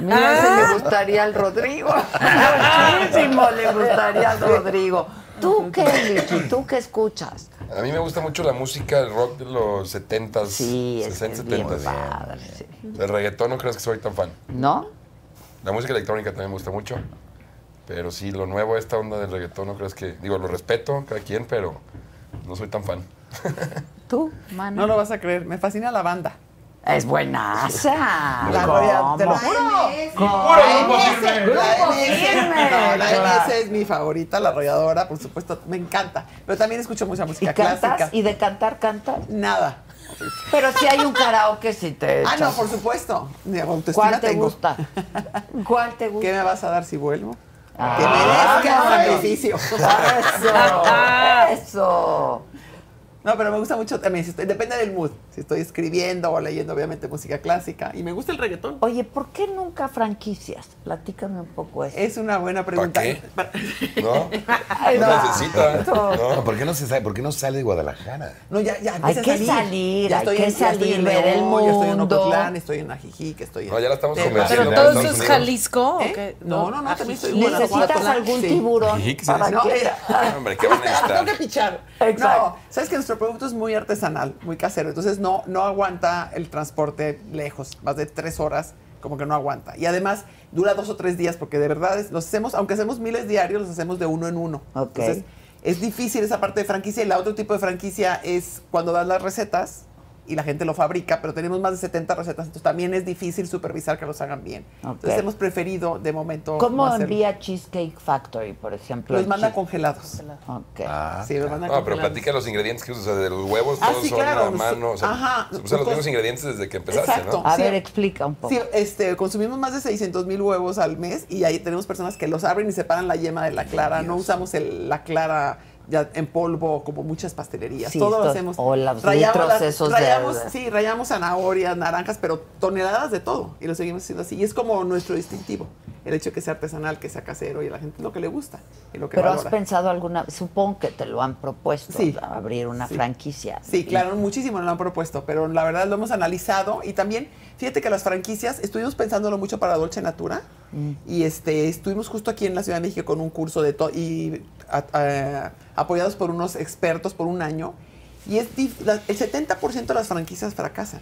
[SPEAKER 3] Mira, ese le gustaría al Rodrigo. Muchísimo le gustaría al Rodrigo. ¿Tú qué, Lichi? ¿Tú qué escuchas?
[SPEAKER 8] A mí me gusta mucho la música, el rock de los 70s, 60s, 70s. El reggaetón no creas que soy tan fan.
[SPEAKER 3] ¿No?
[SPEAKER 8] La música electrónica también me gusta mucho. Pero sí, lo nuevo, esta onda del reggaetón, no creas que. Digo, lo respeto, cada quien, pero no soy tan fan.
[SPEAKER 3] ¿Tú, mano?
[SPEAKER 4] No lo vas a creer. Me fascina la banda.
[SPEAKER 3] Es buenaza.
[SPEAKER 4] La gloria, te lo
[SPEAKER 3] ¿Cómo?
[SPEAKER 4] juro.
[SPEAKER 3] ¿Cómo? Grupo firme.
[SPEAKER 4] No, la
[SPEAKER 3] Claro.
[SPEAKER 4] NS es mi favorita, la arrolladora, por supuesto. Me encanta. Pero también escucho mucha
[SPEAKER 3] ¿Y
[SPEAKER 4] música clásica.
[SPEAKER 3] cantas? ¿Y de cantar cantas?
[SPEAKER 4] Nada.
[SPEAKER 3] Pero si hay un karaoke, si te
[SPEAKER 4] Ah,
[SPEAKER 3] echas.
[SPEAKER 4] no, por supuesto. Ni autoestima
[SPEAKER 3] ¿Cuál te
[SPEAKER 4] tengo.
[SPEAKER 3] gusta? ¿Cuál te gusta?
[SPEAKER 4] ¿Qué me vas a dar si vuelvo?
[SPEAKER 8] Ah.
[SPEAKER 3] que
[SPEAKER 4] merezca el sacrificio.
[SPEAKER 3] Eso, eso.
[SPEAKER 4] No, pero me gusta mucho también. si estoy- depende del mood. Si estoy escribiendo o leyendo, obviamente, música clásica. Y me gusta el reggaetón.
[SPEAKER 3] Oye, ¿por qué nunca franquicias? Platícame un poco eso.
[SPEAKER 4] Es una buena pregunta.
[SPEAKER 14] ¿No?
[SPEAKER 3] Ay,
[SPEAKER 14] No
[SPEAKER 3] no.
[SPEAKER 14] necesita.
[SPEAKER 3] No.
[SPEAKER 14] No, ¿Por qué no se sale? ¿Por qué no sale de Guadalajara?
[SPEAKER 4] No, ya, ya.
[SPEAKER 3] Hay
[SPEAKER 4] empecé a
[SPEAKER 3] que salir,
[SPEAKER 4] Ya
[SPEAKER 3] hay
[SPEAKER 4] estoy
[SPEAKER 3] que
[SPEAKER 4] en- ya estoy
[SPEAKER 3] salir,
[SPEAKER 4] en
[SPEAKER 3] ver el
[SPEAKER 4] León, Ya estoy en
[SPEAKER 3] mundo.
[SPEAKER 4] Ocotlán, estoy en Ajijic, estoy en...
[SPEAKER 8] No, ya la estamos
[SPEAKER 4] Pero-
[SPEAKER 8] convenciendo.
[SPEAKER 4] pero todo
[SPEAKER 8] Estamos
[SPEAKER 4] eso es
[SPEAKER 8] convenciendo.
[SPEAKER 6] ¿Jalisco? ¿o qué?
[SPEAKER 4] ¿Eh? No, no, no, también estoy en
[SPEAKER 3] Ah, ¿Necesitas
[SPEAKER 4] Guanajuato.
[SPEAKER 3] algún
[SPEAKER 4] Sí.
[SPEAKER 3] tiburón? ¿Para
[SPEAKER 4] No,
[SPEAKER 3] qué?
[SPEAKER 4] mira.
[SPEAKER 14] Hombre, ¿qué van a
[SPEAKER 4] Tengo
[SPEAKER 14] necesitar?
[SPEAKER 4] que pichar.
[SPEAKER 3] Exacto.
[SPEAKER 4] No, sabes que nuestro producto es muy artesanal, muy casero. Entonces no, no aguanta el transporte lejos, más de tres horas, como que no aguanta. Y además dura dos o tres días, porque de verdad es- los hacemos, aunque hacemos miles diarios, los hacemos de uno en uno.
[SPEAKER 3] Ok.
[SPEAKER 4] Entonces es difícil esa parte de franquicia. Y la otro tipo de franquicia es cuando das las recetas y la gente lo fabrica, pero tenemos más de 70 recetas, entonces también es difícil supervisar que los hagan bien. Entonces
[SPEAKER 3] Ok.
[SPEAKER 4] hemos preferido de momento...
[SPEAKER 3] ¿Cómo
[SPEAKER 4] no hacerlo.
[SPEAKER 3] envía Cheesecake Factory, por ejemplo?
[SPEAKER 4] Los manda
[SPEAKER 3] Che-
[SPEAKER 4] congelados.
[SPEAKER 3] Ok.
[SPEAKER 14] Ah,
[SPEAKER 4] Sí, los manda
[SPEAKER 8] No, pero
[SPEAKER 4] congelados.
[SPEAKER 8] platica los ingredientes que usas, o sea, de los huevos,
[SPEAKER 4] Ah,
[SPEAKER 8] todos
[SPEAKER 4] sí,
[SPEAKER 8] son
[SPEAKER 4] claro,
[SPEAKER 8] a mano. O sea,
[SPEAKER 4] ajá. pues,
[SPEAKER 8] se usan los mismos ingredientes desde que empezaste,
[SPEAKER 4] Exacto.
[SPEAKER 8] ¿no?
[SPEAKER 3] A
[SPEAKER 4] Sí.
[SPEAKER 3] ver, explica un poco.
[SPEAKER 4] Sí, este, consumimos más de 600 mil huevos al mes y ahí tenemos personas que los abren y separan la yema de la clara. No usamos el- la clara ya en polvo como muchas pastelerías.
[SPEAKER 3] Sí,
[SPEAKER 4] Todo lo
[SPEAKER 3] estos-
[SPEAKER 4] hacemos.
[SPEAKER 3] o los litros esos de-
[SPEAKER 4] rayamos, Sí, rayamos zanahorias, naranjas, pero toneladas de todo y lo seguimos haciendo así. Y es como nuestro distintivo, el hecho que sea artesanal, que sea casero y a la gente es lo que le gusta y lo que
[SPEAKER 3] Pero has
[SPEAKER 4] valora.
[SPEAKER 3] pensado alguna, supongo que te lo han propuesto,
[SPEAKER 4] Sí.
[SPEAKER 3] abrir una
[SPEAKER 4] Sí.
[SPEAKER 3] franquicia.
[SPEAKER 4] Sí, claro, muchísimo nos lo han propuesto, pero la verdad lo hemos analizado y también, fíjate que las franquicias, estuvimos pensándolo mucho para Dolce Natura y este, estuvimos justo aquí en la Ciudad de México con un curso de todo y a- a- apoyados por unos expertos por un año y es dif- la- el 70% de las franquicias fracasan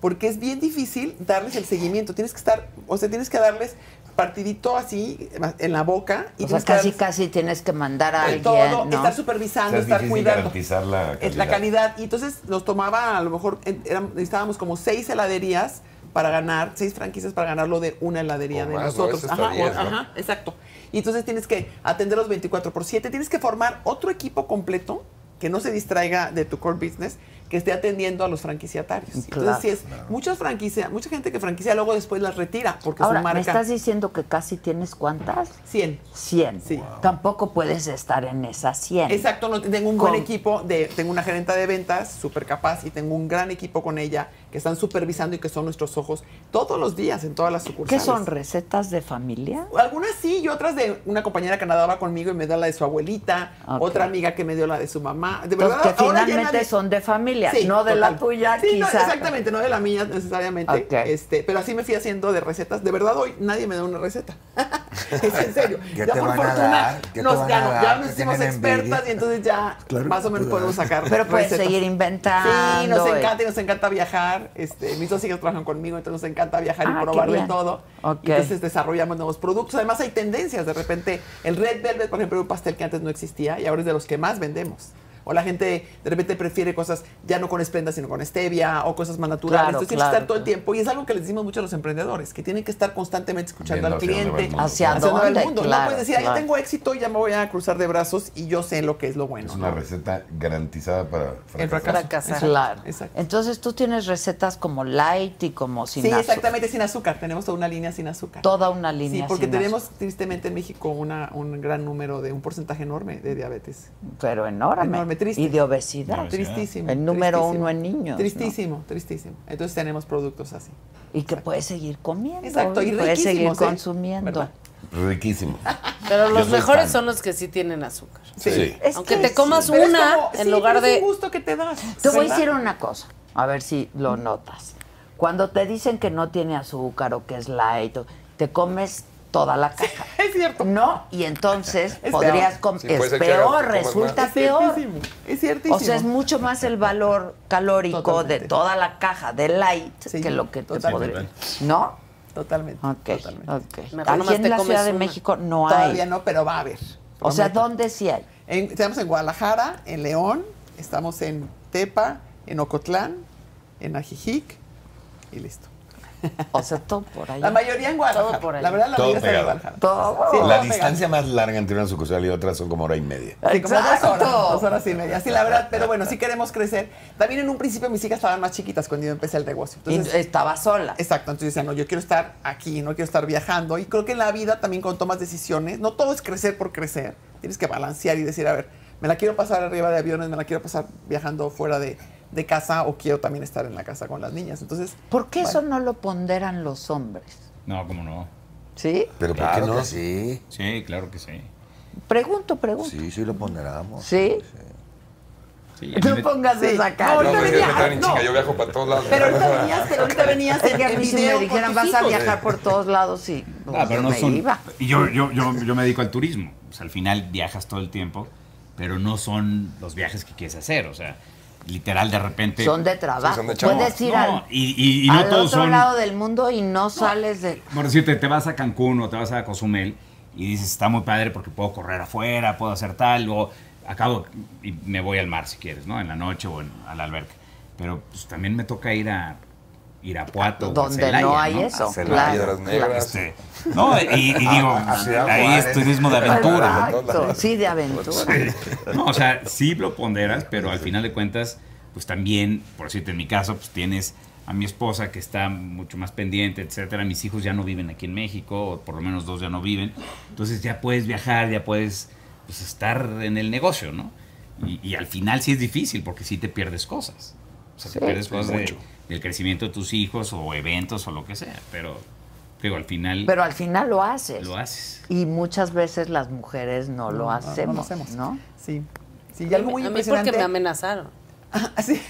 [SPEAKER 4] porque es bien difícil darles el seguimiento, tienes que estar, o sea, tienes que darles partidito así en la boca y
[SPEAKER 3] O sea,
[SPEAKER 4] tienes que
[SPEAKER 3] casi,
[SPEAKER 4] darles
[SPEAKER 3] casi tienes que mandar a alguien,
[SPEAKER 4] todo,
[SPEAKER 3] ¿no?
[SPEAKER 4] estar
[SPEAKER 14] O
[SPEAKER 4] supervisando,
[SPEAKER 14] sea, es
[SPEAKER 4] estar
[SPEAKER 14] difícil
[SPEAKER 4] cuidando
[SPEAKER 14] garantizar la
[SPEAKER 4] es la calidad. Y entonces nos tomaba, a lo mejor en- eran- necesitábamos como seis heladerías para ganar, seis franquicias para ganar lo de una heladería
[SPEAKER 8] O
[SPEAKER 4] de
[SPEAKER 8] más, ¿no?
[SPEAKER 4] nosotros.
[SPEAKER 8] Eso está
[SPEAKER 4] Ajá,
[SPEAKER 8] bien,
[SPEAKER 4] o-
[SPEAKER 8] ¿no?
[SPEAKER 4] ajá, exacto. Y entonces tienes que atender los 24 por 7, tienes que formar otro equipo completo que no se distraiga de tu core business, que esté atendiendo a los franquiciatarios.
[SPEAKER 3] Claro.
[SPEAKER 4] Entonces, sí es muchas franquicias, mucha gente que franquicia luego después las retira porque
[SPEAKER 3] Ahora,
[SPEAKER 4] su
[SPEAKER 3] ¿me
[SPEAKER 4] marca
[SPEAKER 3] estás diciendo que casi tienes cuántas?
[SPEAKER 4] 100.
[SPEAKER 3] 100.
[SPEAKER 4] Sí.
[SPEAKER 3] Tampoco puedes estar en esas 100.
[SPEAKER 4] Exacto, no, tengo un buen
[SPEAKER 3] Con-
[SPEAKER 4] equipo, de, tengo una gerente de ventas súper capaz y tengo un gran equipo con ella que están supervisando y que son nuestros ojos todos los días en todas las
[SPEAKER 3] ¿Qué
[SPEAKER 4] sucursales.
[SPEAKER 3] son, recetas de familia?
[SPEAKER 4] Algunas sí y otras de una compañera que nadaba conmigo y me da la de su abuelita,
[SPEAKER 3] Ok.
[SPEAKER 4] otra amiga que me dio la de su mamá. De verdad,
[SPEAKER 3] Entonces, que
[SPEAKER 4] ahora ya
[SPEAKER 3] finalmente
[SPEAKER 4] nadie-
[SPEAKER 3] son de familia,
[SPEAKER 4] Sí,
[SPEAKER 3] no de la
[SPEAKER 4] total.
[SPEAKER 3] tuya,
[SPEAKER 4] Sí, no,
[SPEAKER 3] quizás.
[SPEAKER 4] exactamente, no de la mía necesariamente.
[SPEAKER 3] Ok.
[SPEAKER 4] Este, pero así me fui haciendo de recetas. De verdad, hoy nadie me da una receta. Es en serio.
[SPEAKER 12] ¿Qué
[SPEAKER 4] ya
[SPEAKER 12] te
[SPEAKER 4] por
[SPEAKER 12] van a
[SPEAKER 4] fortuna
[SPEAKER 12] dar? ¿Qué te
[SPEAKER 4] nos,
[SPEAKER 12] van
[SPEAKER 4] ya,
[SPEAKER 12] a
[SPEAKER 4] no,
[SPEAKER 12] dar?
[SPEAKER 4] ya
[SPEAKER 12] ¿Te
[SPEAKER 4] nos hicimos
[SPEAKER 12] tienen envidia?
[SPEAKER 4] expertas y entonces ya
[SPEAKER 12] Claro
[SPEAKER 4] más o menos
[SPEAKER 12] que te
[SPEAKER 4] podemos
[SPEAKER 12] dan.
[SPEAKER 4] sacar.
[SPEAKER 3] Pero puedes
[SPEAKER 4] recetas.
[SPEAKER 3] seguir inventando,
[SPEAKER 4] Sí, nos
[SPEAKER 3] eh.
[SPEAKER 4] encanta y nos encanta viajar. Este, mis dos hijas trabajan conmigo, entonces nos encanta viajar
[SPEAKER 3] Ah,
[SPEAKER 4] y
[SPEAKER 3] qué
[SPEAKER 4] probar de
[SPEAKER 3] bien.
[SPEAKER 4] todo.
[SPEAKER 3] Ok.
[SPEAKER 4] Y entonces desarrollamos nuevos productos. Además hay tendencias. De repente, el Red Velvet, por ejemplo, era un pastel que antes no existía y ahora es de los que más vendemos. O la gente de repente prefiere cosas ya no con esplendas, sino con stevia o cosas más naturales.
[SPEAKER 3] Claro,
[SPEAKER 4] Entonces tienes que
[SPEAKER 3] claro,
[SPEAKER 4] estar todo el tiempo. Y es algo que les decimos mucho a los emprendedores, que tienen que estar constantemente
[SPEAKER 3] Viendo
[SPEAKER 4] escuchando al
[SPEAKER 3] hacia dónde va el
[SPEAKER 4] cliente.
[SPEAKER 3] mundo. Hacia
[SPEAKER 4] va el
[SPEAKER 3] dónde,
[SPEAKER 4] mundo.
[SPEAKER 3] claro,
[SPEAKER 4] no puedes decir,
[SPEAKER 3] claro.
[SPEAKER 4] "Ay, tengo éxito, ya me voy a cruzar de brazos y yo sé lo que es lo bueno.
[SPEAKER 14] Es una receta garantizada para
[SPEAKER 4] El
[SPEAKER 14] fracasar.
[SPEAKER 4] fracaso.
[SPEAKER 3] Claro.
[SPEAKER 4] Exacto.
[SPEAKER 3] Entonces tú tienes recetas como light y como sin
[SPEAKER 4] sí,
[SPEAKER 3] azúcar.
[SPEAKER 4] exactamente, sin azúcar. Tenemos toda una línea sin azúcar.
[SPEAKER 3] Toda una línea
[SPEAKER 4] Sí, porque
[SPEAKER 3] sin
[SPEAKER 4] tenemos tristemente en México una, un gran número de, un porcentaje enorme de diabetes.
[SPEAKER 3] azúcar. Pero enorme.
[SPEAKER 4] Enorme, triste.
[SPEAKER 3] Y de obesidad.
[SPEAKER 4] Tristísimo.
[SPEAKER 3] El número
[SPEAKER 4] tristísimo.
[SPEAKER 3] uno en niños. ¿no?
[SPEAKER 4] Tristísimo, tristísimo. Entonces tenemos productos así.
[SPEAKER 3] Y que puedes seguir comiendo.
[SPEAKER 4] Exacto, y
[SPEAKER 3] Puedes seguir
[SPEAKER 4] riquísimos, ¿eh?
[SPEAKER 3] consumiendo.
[SPEAKER 14] Riquísimo.
[SPEAKER 4] Ah,
[SPEAKER 6] Pero
[SPEAKER 14] Yo
[SPEAKER 6] los
[SPEAKER 14] soy
[SPEAKER 6] mejores
[SPEAKER 14] fan.
[SPEAKER 6] son los que sí tienen azúcar.
[SPEAKER 14] Sí. Sí.
[SPEAKER 3] Es
[SPEAKER 6] Aunque
[SPEAKER 3] que
[SPEAKER 6] te comas
[SPEAKER 3] sí. Pero es
[SPEAKER 6] una
[SPEAKER 3] como-
[SPEAKER 6] en
[SPEAKER 3] sí,
[SPEAKER 6] lugar
[SPEAKER 3] pero es
[SPEAKER 6] de...
[SPEAKER 3] un
[SPEAKER 4] gusto que te das.
[SPEAKER 3] Te voy a decir una cosa, a ver si lo notas. Cuando te dicen que no tiene azúcar o que es light, o- te comes toda la caja.
[SPEAKER 4] es cierto.
[SPEAKER 3] No, y entonces
[SPEAKER 4] Es
[SPEAKER 3] podrías
[SPEAKER 4] peor.
[SPEAKER 3] comer.
[SPEAKER 4] Sí,
[SPEAKER 3] es
[SPEAKER 4] puede ser que hagas-
[SPEAKER 3] peor,
[SPEAKER 4] que comas
[SPEAKER 3] resulta
[SPEAKER 4] más. Es
[SPEAKER 3] peor.
[SPEAKER 4] ciertísimo, Es ciertísimo.
[SPEAKER 3] O sea, es mucho más el valor calórico de toda la caja de light que lo que te
[SPEAKER 4] totalmente.
[SPEAKER 3] podría. ¿No?
[SPEAKER 4] Totalmente.
[SPEAKER 3] Ok, ok.
[SPEAKER 4] Mejor
[SPEAKER 3] Aquí
[SPEAKER 4] nomás
[SPEAKER 3] en
[SPEAKER 4] te
[SPEAKER 3] la
[SPEAKER 4] comes
[SPEAKER 3] Ciudad de
[SPEAKER 4] una.
[SPEAKER 3] México no hay.
[SPEAKER 4] Todavía no, pero va a haber.
[SPEAKER 3] O sea,
[SPEAKER 4] Prometo.
[SPEAKER 3] ¿dónde sí hay?
[SPEAKER 4] En- estamos en Guadalajara, en León, estamos en Tepa, en Ocotlán, en Ajijic y listo.
[SPEAKER 3] O sea, todo por ahí.
[SPEAKER 4] La mayoría en Guadalajara.
[SPEAKER 3] Todo por ahí.
[SPEAKER 4] La verdad, la
[SPEAKER 14] Todo
[SPEAKER 4] mayoría está en
[SPEAKER 14] pegado.
[SPEAKER 4] Guadalajara. Sí,
[SPEAKER 14] la
[SPEAKER 4] todo
[SPEAKER 14] distancia más larga entre una sucursal y otra son como hora y media.
[SPEAKER 4] Sí, como dos
[SPEAKER 3] Exacto.
[SPEAKER 4] horas, dos horas y media. Sí, la verdad, pero bueno, sí queremos crecer. También en un principio mis hijas estaban más chiquitas cuando yo empecé el negocio.
[SPEAKER 3] Y estaba sola.
[SPEAKER 4] Exacto, entonces decían, no, yo quiero estar aquí, no quiero estar viajando. Y creo que en la vida también cuando tomas decisiones, no todo es crecer por crecer. Tienes que balancear y decir, a ver, me la quiero pasar arriba de aviones, me la quiero pasar viajando fuera de, de casa o quiero también estar en la casa con las niñas. Entonces,
[SPEAKER 3] ¿Por qué
[SPEAKER 4] vale.
[SPEAKER 3] eso no lo ponderan los hombres?
[SPEAKER 7] No, cómo no.
[SPEAKER 3] ¿Sí?
[SPEAKER 12] Pero ¿por
[SPEAKER 7] Claro
[SPEAKER 12] qué
[SPEAKER 7] que
[SPEAKER 12] no? Sí.
[SPEAKER 7] Sí, claro que sí.
[SPEAKER 3] Pregunto, pregunto.
[SPEAKER 12] Sí, sí lo ponderamos.
[SPEAKER 3] ¿sí?
[SPEAKER 7] Sí,
[SPEAKER 3] No pongas esa cara.
[SPEAKER 4] No,
[SPEAKER 8] No,
[SPEAKER 4] ahorita
[SPEAKER 8] güey,
[SPEAKER 4] venía-
[SPEAKER 8] me traen en
[SPEAKER 4] no.
[SPEAKER 8] chinga, yo viajo para todos lados.
[SPEAKER 4] Pero ahorita venías, pero ahorita venías
[SPEAKER 3] Es que a
[SPEAKER 4] en
[SPEAKER 3] mí si
[SPEAKER 4] video
[SPEAKER 3] me
[SPEAKER 4] con
[SPEAKER 3] dijeran,
[SPEAKER 4] tus
[SPEAKER 3] vas a
[SPEAKER 4] hijos".
[SPEAKER 3] viajar por todos lados y pues,
[SPEAKER 7] Ah, pero no
[SPEAKER 3] me
[SPEAKER 7] son-
[SPEAKER 3] iba.
[SPEAKER 7] y Yo, yo, yo, yo me dedico al turismo. O sea, al final viajas todo el tiempo, pero no son los viajes que quieres hacer. O sea, literal, de repente.
[SPEAKER 3] Son de trabajo. Sí, son de chamba. Puedes ir al-
[SPEAKER 7] y, y- y no
[SPEAKER 3] Al
[SPEAKER 7] todos
[SPEAKER 3] otro
[SPEAKER 7] son.
[SPEAKER 3] lado del mundo y no, sales de...
[SPEAKER 7] Por decirte, te vas a Cancún o te vas a Cozumel y dices, está muy padre porque puedo correr afuera, puedo hacer tal, o acabo y me voy al mar si quieres, ¿no? En la noche o en, a la alberca. Pero pues, también me toca ir a Irapuato. o a
[SPEAKER 3] Donde
[SPEAKER 7] Celaya,
[SPEAKER 3] no hay eso, A Celaya, claro, Piedras claro. Negras.
[SPEAKER 7] Este, no, y, y digo,
[SPEAKER 14] A- a Ciudad
[SPEAKER 7] ahí
[SPEAKER 14] Juárez.
[SPEAKER 7] es turismo de aventura.
[SPEAKER 3] Exacto, sí, de aventura.
[SPEAKER 7] No, o sea, sí lo ponderas, pero al final de cuentas, pues también, por decirte, en mi caso, pues tienes a mi esposa que está mucho más pendiente, etcétera. Mis hijos ya no viven aquí en México, o por lo menos dos ya no viven. Entonces ya puedes viajar, ya puedes pues, estar en el negocio, ¿no? Y, y al final sí es difícil, porque sí te pierdes cosas. O sea,
[SPEAKER 14] Sí,
[SPEAKER 7] te pierdes
[SPEAKER 14] sí,
[SPEAKER 7] cosas de-
[SPEAKER 14] mucho.
[SPEAKER 7] del crecimiento de tus hijos, o eventos, o lo que sea. Pero, digo, al final
[SPEAKER 3] Pero al final lo haces.
[SPEAKER 7] lo haces.
[SPEAKER 3] Y muchas veces las mujeres no, lo hacemos, ¿no?
[SPEAKER 4] Sí. Sí, y algo muy
[SPEAKER 6] a mí
[SPEAKER 4] impresionante. Ah,
[SPEAKER 6] porque me amenazaron.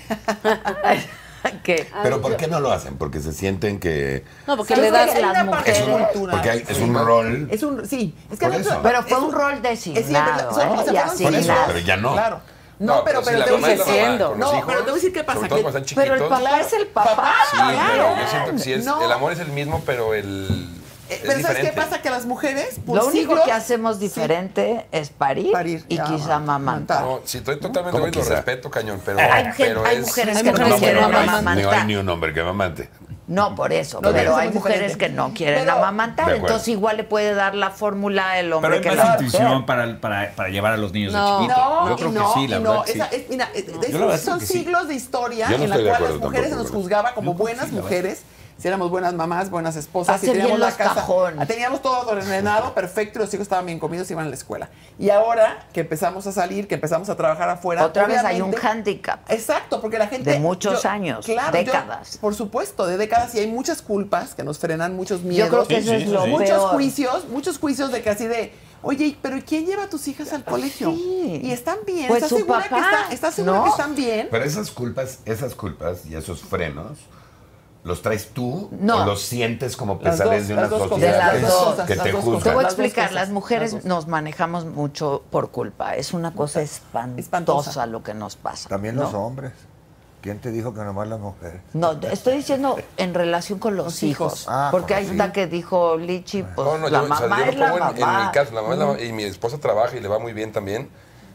[SPEAKER 3] ¿Qué?
[SPEAKER 14] Pero ¿por qué no lo hacen? Porque se sienten que
[SPEAKER 6] No, porque
[SPEAKER 4] Yo
[SPEAKER 6] le
[SPEAKER 4] creo
[SPEAKER 6] das
[SPEAKER 4] que hay
[SPEAKER 6] las
[SPEAKER 4] una parte
[SPEAKER 6] mujeres.
[SPEAKER 4] de cultura.
[SPEAKER 14] porque hay- es un rol.
[SPEAKER 4] Es un, sí, es que
[SPEAKER 14] Por
[SPEAKER 4] no-
[SPEAKER 14] eso.
[SPEAKER 3] Pero fue
[SPEAKER 4] es
[SPEAKER 3] un rol
[SPEAKER 4] verdad,
[SPEAKER 3] designado,
[SPEAKER 4] o sea,
[SPEAKER 3] ¿eh?
[SPEAKER 4] o
[SPEAKER 3] Y
[SPEAKER 4] sea, fueron
[SPEAKER 14] Por eso,
[SPEAKER 3] asignado.
[SPEAKER 14] pero ya no.
[SPEAKER 4] Claro. No,
[SPEAKER 14] No,
[SPEAKER 4] pero,
[SPEAKER 14] pero
[SPEAKER 4] pero,
[SPEAKER 14] si la
[SPEAKER 4] te voy
[SPEAKER 14] mamá
[SPEAKER 4] a
[SPEAKER 14] es la
[SPEAKER 4] decir.
[SPEAKER 14] mamá con
[SPEAKER 4] no,
[SPEAKER 14] los hijos,
[SPEAKER 4] pero te voy a decir qué pasa.
[SPEAKER 8] sobre todo
[SPEAKER 4] que-
[SPEAKER 8] cuando están
[SPEAKER 3] Pero el
[SPEAKER 8] chiquitos.
[SPEAKER 3] papá es el papá,
[SPEAKER 8] Sí,
[SPEAKER 3] claro.
[SPEAKER 8] pero yo siento que sí es,
[SPEAKER 4] No.
[SPEAKER 8] el amor es el mismo, pero el.
[SPEAKER 4] Eh,
[SPEAKER 8] es
[SPEAKER 4] pero ¿sabes qué
[SPEAKER 8] diferente.
[SPEAKER 4] pasa? Que las mujeres, por
[SPEAKER 3] Lo único
[SPEAKER 4] siglos,
[SPEAKER 3] que hacemos diferente es parir, y
[SPEAKER 4] ya,
[SPEAKER 3] quizá mamantar.
[SPEAKER 8] No, sí, estoy totalmente
[SPEAKER 14] ¿Cómo
[SPEAKER 8] de acuerdo,
[SPEAKER 14] quizá?
[SPEAKER 8] respeto, cañón, pero.
[SPEAKER 3] Hay gente-
[SPEAKER 8] pero
[SPEAKER 3] hay
[SPEAKER 8] es-
[SPEAKER 3] mujeres
[SPEAKER 8] Hay
[SPEAKER 3] que no
[SPEAKER 8] mujeres
[SPEAKER 3] quieren
[SPEAKER 8] no, pero-
[SPEAKER 3] amamantar.
[SPEAKER 14] No hay ni un hombre que me amante.
[SPEAKER 3] No, por eso,
[SPEAKER 14] No,
[SPEAKER 3] pero
[SPEAKER 14] pero
[SPEAKER 3] hay
[SPEAKER 14] somos
[SPEAKER 3] mujeres que no quieren amamantar,
[SPEAKER 14] De acuerdo.
[SPEAKER 3] entonces igual le puede dar la fórmula el
[SPEAKER 7] Pero
[SPEAKER 3] hombre
[SPEAKER 7] hay
[SPEAKER 3] que
[SPEAKER 7] más
[SPEAKER 3] la
[SPEAKER 7] intuición para, para, para llevar a los niños
[SPEAKER 4] No,
[SPEAKER 7] de chiquito.
[SPEAKER 4] no,
[SPEAKER 7] Yo creo
[SPEAKER 4] y no,
[SPEAKER 7] que sí, la
[SPEAKER 4] y
[SPEAKER 7] verdad.
[SPEAKER 4] no,
[SPEAKER 7] que sí.
[SPEAKER 4] esa es- mira, es- de-
[SPEAKER 7] Yo la verdad
[SPEAKER 4] son
[SPEAKER 7] creo que sí.
[SPEAKER 4] siglos de historia
[SPEAKER 7] Yo no
[SPEAKER 4] en la
[SPEAKER 7] estoy de
[SPEAKER 4] cual las
[SPEAKER 7] acuerdo
[SPEAKER 4] mujeres se
[SPEAKER 7] tampoco,
[SPEAKER 4] nos
[SPEAKER 7] pero-
[SPEAKER 4] juzgaba como
[SPEAKER 7] Yo creo que
[SPEAKER 4] buenas
[SPEAKER 7] sí, la verdad.
[SPEAKER 4] mujeres, si éramos buenas mamás, buenas esposas, si
[SPEAKER 3] Hacer
[SPEAKER 4] teníamos
[SPEAKER 3] bien
[SPEAKER 4] la
[SPEAKER 3] los
[SPEAKER 4] casa,
[SPEAKER 3] cajones.
[SPEAKER 4] teníamos todo ordenado, perfecto, y los hijos estaban bien comidos y iban a la escuela. Y ahora que empezamos a salir, que empezamos a trabajar afuera,
[SPEAKER 3] Otra vez hay un
[SPEAKER 4] obviamente-
[SPEAKER 3] hándicap.
[SPEAKER 4] Exacto, porque la gente...
[SPEAKER 3] De muchos años,
[SPEAKER 4] claro, yo-
[SPEAKER 3] décadas.
[SPEAKER 4] por supuesto, de décadas y hay muchas culpas que nos frenan, muchos miedos.
[SPEAKER 3] Yo creo que eso es lo
[SPEAKER 4] Muchos
[SPEAKER 3] peor.
[SPEAKER 4] juicios, muchos juicios de que así de... Oye, pero ¿y quién lleva a tus hijas al colegio? ¿Y están bien?
[SPEAKER 3] Pues
[SPEAKER 4] ¿Estás
[SPEAKER 3] su
[SPEAKER 4] segura,
[SPEAKER 3] papá,
[SPEAKER 4] que, está- ¿estás segura
[SPEAKER 3] ¿no?
[SPEAKER 4] que están bien?
[SPEAKER 14] Pero esas culpas, esas culpas y esos frenos ¿Los traes tú
[SPEAKER 3] No.
[SPEAKER 14] o los sientes como
[SPEAKER 3] Las
[SPEAKER 14] pesares
[SPEAKER 3] dos,
[SPEAKER 14] de una
[SPEAKER 3] las dos cosas.
[SPEAKER 14] sociedad
[SPEAKER 3] De
[SPEAKER 14] que-
[SPEAKER 3] las dos cosas,
[SPEAKER 14] que
[SPEAKER 3] las
[SPEAKER 14] te
[SPEAKER 3] dos cosas. Te
[SPEAKER 14] juzga?
[SPEAKER 3] voy voy a a explicar, las las mujeres mujeres
[SPEAKER 12] nos manejamos mucho por culpa. Es una cosa espantosa
[SPEAKER 3] lo que nos pasa.
[SPEAKER 12] También
[SPEAKER 3] ¿no?
[SPEAKER 12] los hombres. ¿Quién te dijo que nomás las mujeres?
[SPEAKER 3] No, estoy diciendo en relación con los, hijos.
[SPEAKER 12] Ah,
[SPEAKER 3] porque
[SPEAKER 12] con
[SPEAKER 3] ahí
[SPEAKER 12] los
[SPEAKER 3] está que dijo Lichi, pues
[SPEAKER 8] No, no,
[SPEAKER 3] la
[SPEAKER 8] yo, o sea,
[SPEAKER 3] mamá
[SPEAKER 8] yo
[SPEAKER 3] es
[SPEAKER 8] lo
[SPEAKER 3] la
[SPEAKER 8] pongo
[SPEAKER 3] mamá. Mm.
[SPEAKER 8] en- en, mi casa, la mamá es la mamá, y mi esposa trabaja y le va muy bien también.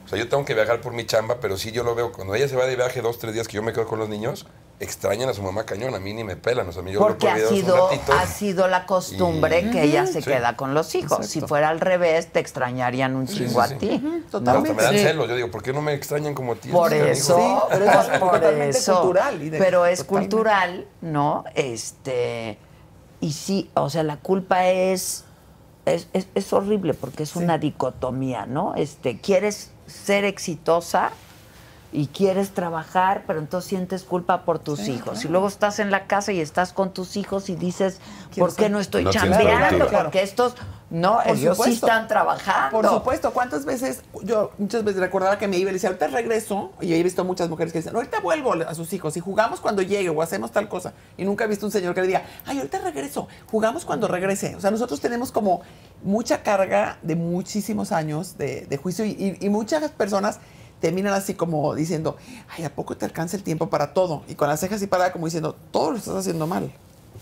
[SPEAKER 8] O sea, yo tengo que viajar por mi chamba, pero sí yo lo veo. Cuando ella se va de viaje dos, tres días que yo me quedo con los niños, extrañan a su mamá cañón, a mí ni me pelan. O sea, a mí yo
[SPEAKER 3] Porque
[SPEAKER 8] veo
[SPEAKER 3] ha
[SPEAKER 8] por videos un
[SPEAKER 3] sido,
[SPEAKER 8] ratito.
[SPEAKER 3] ha sido la costumbre
[SPEAKER 8] y-
[SPEAKER 3] que ella
[SPEAKER 8] Ujú.
[SPEAKER 3] se
[SPEAKER 8] Sí.
[SPEAKER 3] queda con los hijos. Si fuera al revés, te extrañarían un
[SPEAKER 8] Sí, sí,
[SPEAKER 3] chingo
[SPEAKER 8] sí.
[SPEAKER 3] a ti.
[SPEAKER 8] Ujú.
[SPEAKER 3] ¿no?
[SPEAKER 8] Hasta me dan celos. Yo digo, ¿por qué no me extrañan como a ti?
[SPEAKER 3] Por
[SPEAKER 8] Este,
[SPEAKER 3] eso,
[SPEAKER 8] hijo.
[SPEAKER 3] pues, por eso. pero es cultural, ¿no? Este, y sí, o sea, la culpa es, es, es- es horrible porque es una dicotomía, ¿no? Este, quieres ser exitosa y quieres trabajar, pero entonces sientes culpa por tus
[SPEAKER 10] Sí,
[SPEAKER 3] hijos.
[SPEAKER 10] claro.
[SPEAKER 3] Y luego estás en la casa y estás con tus hijos y dices,
[SPEAKER 10] Quiero
[SPEAKER 3] ¿por qué
[SPEAKER 10] ser-
[SPEAKER 3] no estoy
[SPEAKER 10] No siento
[SPEAKER 3] chambeando?
[SPEAKER 10] productiva.
[SPEAKER 3] Porque estos, no,
[SPEAKER 4] Por
[SPEAKER 3] ellos sí
[SPEAKER 4] supuesto.
[SPEAKER 3] están trabajando.
[SPEAKER 4] Por supuesto, ¿cuántas veces? Yo muchas veces recordaba que me iba y le decía, ahorita regreso, y he visto muchas mujeres que dicen, "No, ahorita vuelvo a sus hijos y jugamos cuando llegue o hacemos tal cosa. Y nunca he visto un señor que le diga, ay, ahorita regreso, jugamos cuando regrese. O sea, nosotros tenemos como mucha carga de muchísimos años de, de juicio y, y- y muchas personas terminan así como diciendo, ay, ¿a poco te alcanza el tiempo para todo? Y con las cejas y parada como diciendo, todo lo estás haciendo mal.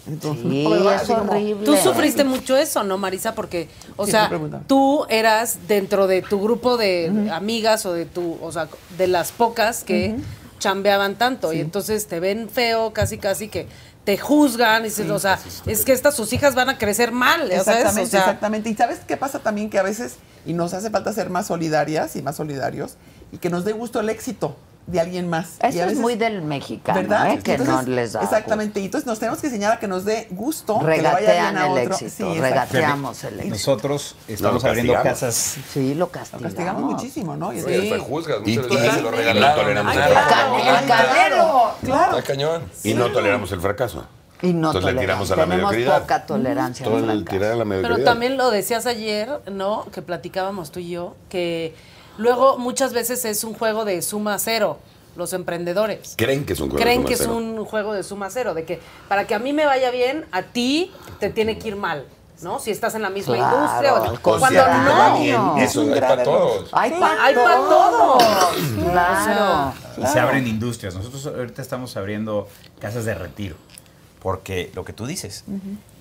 [SPEAKER 4] Entonces,
[SPEAKER 3] Sí,
[SPEAKER 4] ¿verdad?
[SPEAKER 3] es
[SPEAKER 4] Así como-
[SPEAKER 3] horrible.
[SPEAKER 6] Tú sufriste mucho eso, ¿no, Marisa? Porque, o
[SPEAKER 4] Sí, me
[SPEAKER 6] sea,
[SPEAKER 4] preguntan.
[SPEAKER 6] tú eras dentro de tu grupo de amigas o de tu, o sea, de las pocas que chambeaban tanto y entonces te ven feo, casi, casi que te juzgan y dices,
[SPEAKER 4] Sí,
[SPEAKER 6] o sea, es que estas sus hijas van a crecer mal, ya ¿sabes?
[SPEAKER 4] Exactamente,
[SPEAKER 6] O sea,
[SPEAKER 4] exactamente. Y sabes qué pasa también que a veces, y nos hace falta ser más solidarias y más solidarios, y que nos dé gusto el éxito de alguien más.
[SPEAKER 3] Eso
[SPEAKER 4] Y a
[SPEAKER 3] es
[SPEAKER 4] veces-
[SPEAKER 3] muy del mexicano,
[SPEAKER 4] ¿verdad?
[SPEAKER 3] ¿eh? que
[SPEAKER 4] Entonces,
[SPEAKER 3] no les da.
[SPEAKER 4] Exactamente, y entonces nos tenemos que enseñar a que nos dé gusto, que le vaya
[SPEAKER 3] Regatean
[SPEAKER 4] bien a
[SPEAKER 3] el
[SPEAKER 4] otro.
[SPEAKER 3] éxito,
[SPEAKER 4] Sí, exacto.
[SPEAKER 3] regateamos el éxito.
[SPEAKER 7] Nosotros estamos
[SPEAKER 14] lo
[SPEAKER 7] abriendo
[SPEAKER 14] castigamos.
[SPEAKER 7] casas.
[SPEAKER 3] Sí, lo castigamos.
[SPEAKER 4] Castigamos muchísimo, ¿no? Y
[SPEAKER 8] No, y hasta juzgas, muchas
[SPEAKER 14] Y-
[SPEAKER 8] veces
[SPEAKER 14] y-
[SPEAKER 8] se lo
[SPEAKER 14] y-
[SPEAKER 8] regalaron.
[SPEAKER 14] y- toleramos
[SPEAKER 8] Ay,
[SPEAKER 14] el
[SPEAKER 8] claro,
[SPEAKER 14] fracaso.
[SPEAKER 8] claro,
[SPEAKER 14] El
[SPEAKER 3] canelo, claro.
[SPEAKER 8] Está cañón.
[SPEAKER 14] Y no toleramos el fracaso.
[SPEAKER 3] Y no
[SPEAKER 14] Entonces le
[SPEAKER 3] toleran-
[SPEAKER 14] tiramos a la
[SPEAKER 3] tenemos
[SPEAKER 14] mediocridad.
[SPEAKER 3] poca tolerancia.
[SPEAKER 14] Todo
[SPEAKER 3] al
[SPEAKER 14] el tirar a la
[SPEAKER 6] Pero
[SPEAKER 14] mediocridad.
[SPEAKER 6] también lo decías ayer, ¿no? Que platicábamos tú y yo, que luego muchas veces es un juego de suma cero, los emprendedores.
[SPEAKER 14] Creen que es un juego de
[SPEAKER 6] Creen
[SPEAKER 14] suma
[SPEAKER 6] que es
[SPEAKER 14] cero.
[SPEAKER 6] un juego de suma cero, de que para que a mí me vaya bien, a ti te tiene que ir mal, ¿no? Si estás en la misma
[SPEAKER 3] Claro,
[SPEAKER 6] industria. o-
[SPEAKER 3] al
[SPEAKER 6] cuando
[SPEAKER 3] contrario.
[SPEAKER 6] no.
[SPEAKER 14] Eso hay para todos.
[SPEAKER 3] Hay para
[SPEAKER 6] Hay para todos.
[SPEAKER 3] Claro.
[SPEAKER 7] Y se abren industrias. Nosotros ahorita estamos abriendo casas de retiro. Porque lo que tú dices,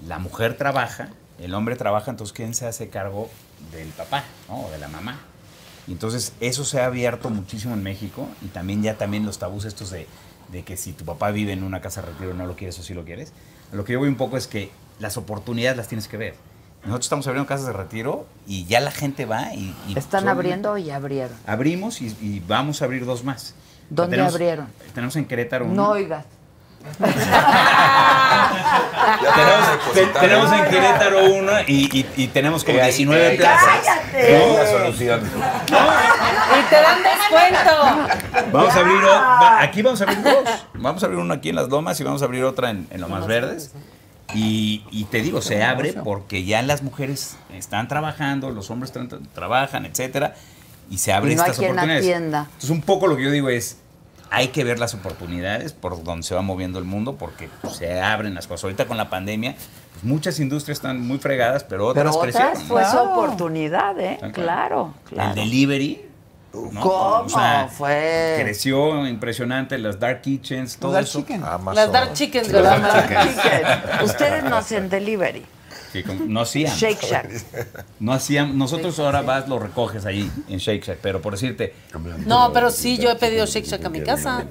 [SPEAKER 7] la mujer trabaja, el hombre trabaja, entonces ¿quién se hace cargo del papá ¿no? o de la mamá? Y entonces eso se ha abierto muchísimo en México y también ya también los tabús estos de, de que si tu papá vive en una casa de retiro no lo quieres o si lo quieres. A Lo que yo voy un poco es que las oportunidades las tienes que ver. Nosotros estamos abriendo casas de retiro y ya la gente va y... y
[SPEAKER 3] ¿Están
[SPEAKER 7] son-
[SPEAKER 3] abriendo y abrieron?
[SPEAKER 7] Abrimos y, y vamos a abrir dos más.
[SPEAKER 3] ¿Dónde
[SPEAKER 7] Tenemos-
[SPEAKER 3] abrieron?
[SPEAKER 7] Tenemos en Querétaro
[SPEAKER 3] No
[SPEAKER 7] uno.
[SPEAKER 3] oigas.
[SPEAKER 7] tenemos, te- tenemos en Querétaro uno y, y- y tenemos como 19 plazas.
[SPEAKER 3] ¡Cállate!
[SPEAKER 7] ¿No?
[SPEAKER 6] Y te dan descuento.
[SPEAKER 7] Vamos a abrir o- va- aquí vamos a abrir dos. Vamos a abrir una aquí en Las Lomas y vamos a abrir otra en, en Lomas Verdes. Y, y te digo, se abre porque ya las mujeres están trabajando, los hombres tra- tra- trabajan, etcétera, y se abren
[SPEAKER 3] Y no hay
[SPEAKER 7] estas
[SPEAKER 3] quien
[SPEAKER 7] oportunidades.
[SPEAKER 3] atienda.
[SPEAKER 7] Entonces, un poco lo que yo digo es, hay que ver las oportunidades por donde se va moviendo el mundo porque pues, se abren las cosas. Ahorita con la pandemia, pues, muchas industrias están muy fregadas, pero otras,
[SPEAKER 3] Pero otras
[SPEAKER 7] crecieron.
[SPEAKER 3] fue
[SPEAKER 7] ¿no?
[SPEAKER 3] su oportunidad, ¿eh?
[SPEAKER 7] Tal cual.
[SPEAKER 3] Claro,
[SPEAKER 7] El
[SPEAKER 3] claro.
[SPEAKER 7] delivery. ¿no?
[SPEAKER 3] ¿Cómo? Fue-
[SPEAKER 7] Creció impresionante, las dark kitchens, todo
[SPEAKER 3] dark
[SPEAKER 7] eso.
[SPEAKER 3] chicken.
[SPEAKER 6] Las dark chickens,
[SPEAKER 7] Las
[SPEAKER 6] ¿verdad?
[SPEAKER 7] dark chickens.
[SPEAKER 3] Chicken, Ustedes no hacen delivery.
[SPEAKER 7] Sí, con- no hacían.
[SPEAKER 3] Shake Shack.
[SPEAKER 7] No hacían. Nosotros ahora vas, lo recoges ahí en Shake Shack, pero por decirte.
[SPEAKER 6] No, pero sí, yo he pedido Shake Shack a mi casa.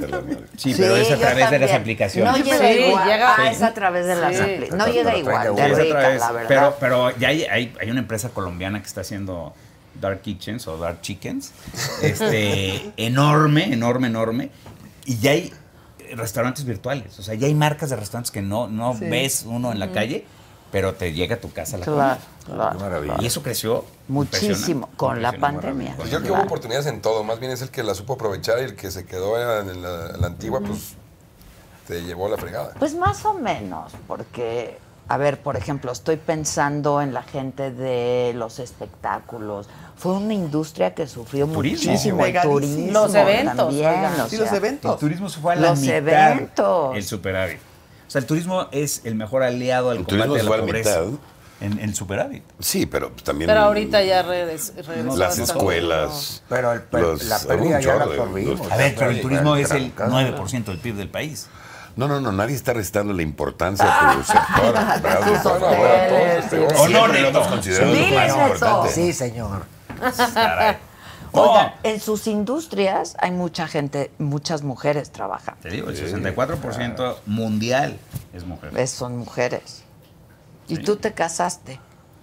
[SPEAKER 7] Sí, pero es a
[SPEAKER 3] yo
[SPEAKER 7] través de las
[SPEAKER 3] también.
[SPEAKER 7] aplicaciones.
[SPEAKER 3] No llega
[SPEAKER 6] Sí,
[SPEAKER 3] igual.
[SPEAKER 6] llega-
[SPEAKER 3] Ah,
[SPEAKER 6] Sí.
[SPEAKER 3] es a través de las
[SPEAKER 6] Sí.
[SPEAKER 3] aplicaciones. No llega igual, de
[SPEAKER 7] Es a
[SPEAKER 3] rica,
[SPEAKER 7] través-
[SPEAKER 3] la verdad.
[SPEAKER 7] Pero, pero ya hay, hay- hay una empresa colombiana que está haciendo Dark Kitchens o Dark Chickens. Este, enorme, enorme, enorme. Y ya hay eh, restaurantes virtuales. O sea, ya hay marcas de restaurantes que no, no
[SPEAKER 3] Sí.
[SPEAKER 7] ves uno en la
[SPEAKER 3] Ujú.
[SPEAKER 7] calle, pero te llega a tu casa la
[SPEAKER 3] Claro,
[SPEAKER 7] comida. Y eso creció
[SPEAKER 3] Muchísimo,
[SPEAKER 7] impresionante.
[SPEAKER 3] con la
[SPEAKER 7] Impresionante.
[SPEAKER 3] pandemia.
[SPEAKER 8] Pues yo creo que hubo oportunidades en todo, más bien es el que la supo aprovechar y el que se quedó en la, en la- en la antigua, pues te llevó la fregada.
[SPEAKER 3] Pues más o menos, porque, a ver, por ejemplo, estoy pensando en la gente de los espectáculos. Fue una industria que sufrió
[SPEAKER 7] Turismo.
[SPEAKER 3] muchísimo el
[SPEAKER 7] Pegadísimo.
[SPEAKER 3] turismo.
[SPEAKER 7] Los eventos,
[SPEAKER 3] También,
[SPEAKER 7] oigan.
[SPEAKER 3] o
[SPEAKER 7] Sí,
[SPEAKER 3] sea,
[SPEAKER 7] los eventos. El turismo se fue a la
[SPEAKER 3] los
[SPEAKER 7] mitad.
[SPEAKER 3] eventos.
[SPEAKER 7] El superávit. O sea, el turismo es el mejor aliado al
[SPEAKER 14] El
[SPEAKER 7] combate
[SPEAKER 14] turismo
[SPEAKER 7] de
[SPEAKER 14] se va
[SPEAKER 7] la
[SPEAKER 14] a la
[SPEAKER 7] pobreza.
[SPEAKER 14] mitad.
[SPEAKER 7] En el superávit.
[SPEAKER 14] Sí, pero pues, también
[SPEAKER 6] Pero ahorita ya regres- regresó
[SPEAKER 14] las
[SPEAKER 6] bastante.
[SPEAKER 14] escuelas.
[SPEAKER 12] Pero el-
[SPEAKER 14] los-
[SPEAKER 12] la
[SPEAKER 14] hubo
[SPEAKER 12] pérdida
[SPEAKER 14] un
[SPEAKER 12] ya la
[SPEAKER 14] chorro de-
[SPEAKER 12] absorbimos.
[SPEAKER 14] los-
[SPEAKER 7] A ver, pero el turismo es el
[SPEAKER 14] Trancas.
[SPEAKER 7] 9% del PIB del país.
[SPEAKER 14] No, no, no, nadie está restando la importancia a tu sector. Bravo,
[SPEAKER 12] sus
[SPEAKER 14] por favor,
[SPEAKER 12] hoteles,
[SPEAKER 14] todos,
[SPEAKER 12] sí.
[SPEAKER 14] pero
[SPEAKER 12] ¿O no,
[SPEAKER 14] siempre lo
[SPEAKER 12] Neto?
[SPEAKER 14] hemos considerado
[SPEAKER 12] Sí,
[SPEAKER 14] lo más
[SPEAKER 12] Neto.
[SPEAKER 14] importante.
[SPEAKER 12] Sí, señor.
[SPEAKER 3] Oigan,
[SPEAKER 7] Oh.
[SPEAKER 3] en sus industrias hay mucha gente, muchas mujeres trabajando.
[SPEAKER 7] Te digo, el 64% mundial es mujer.
[SPEAKER 3] Es- son mujeres. Y tú te casaste.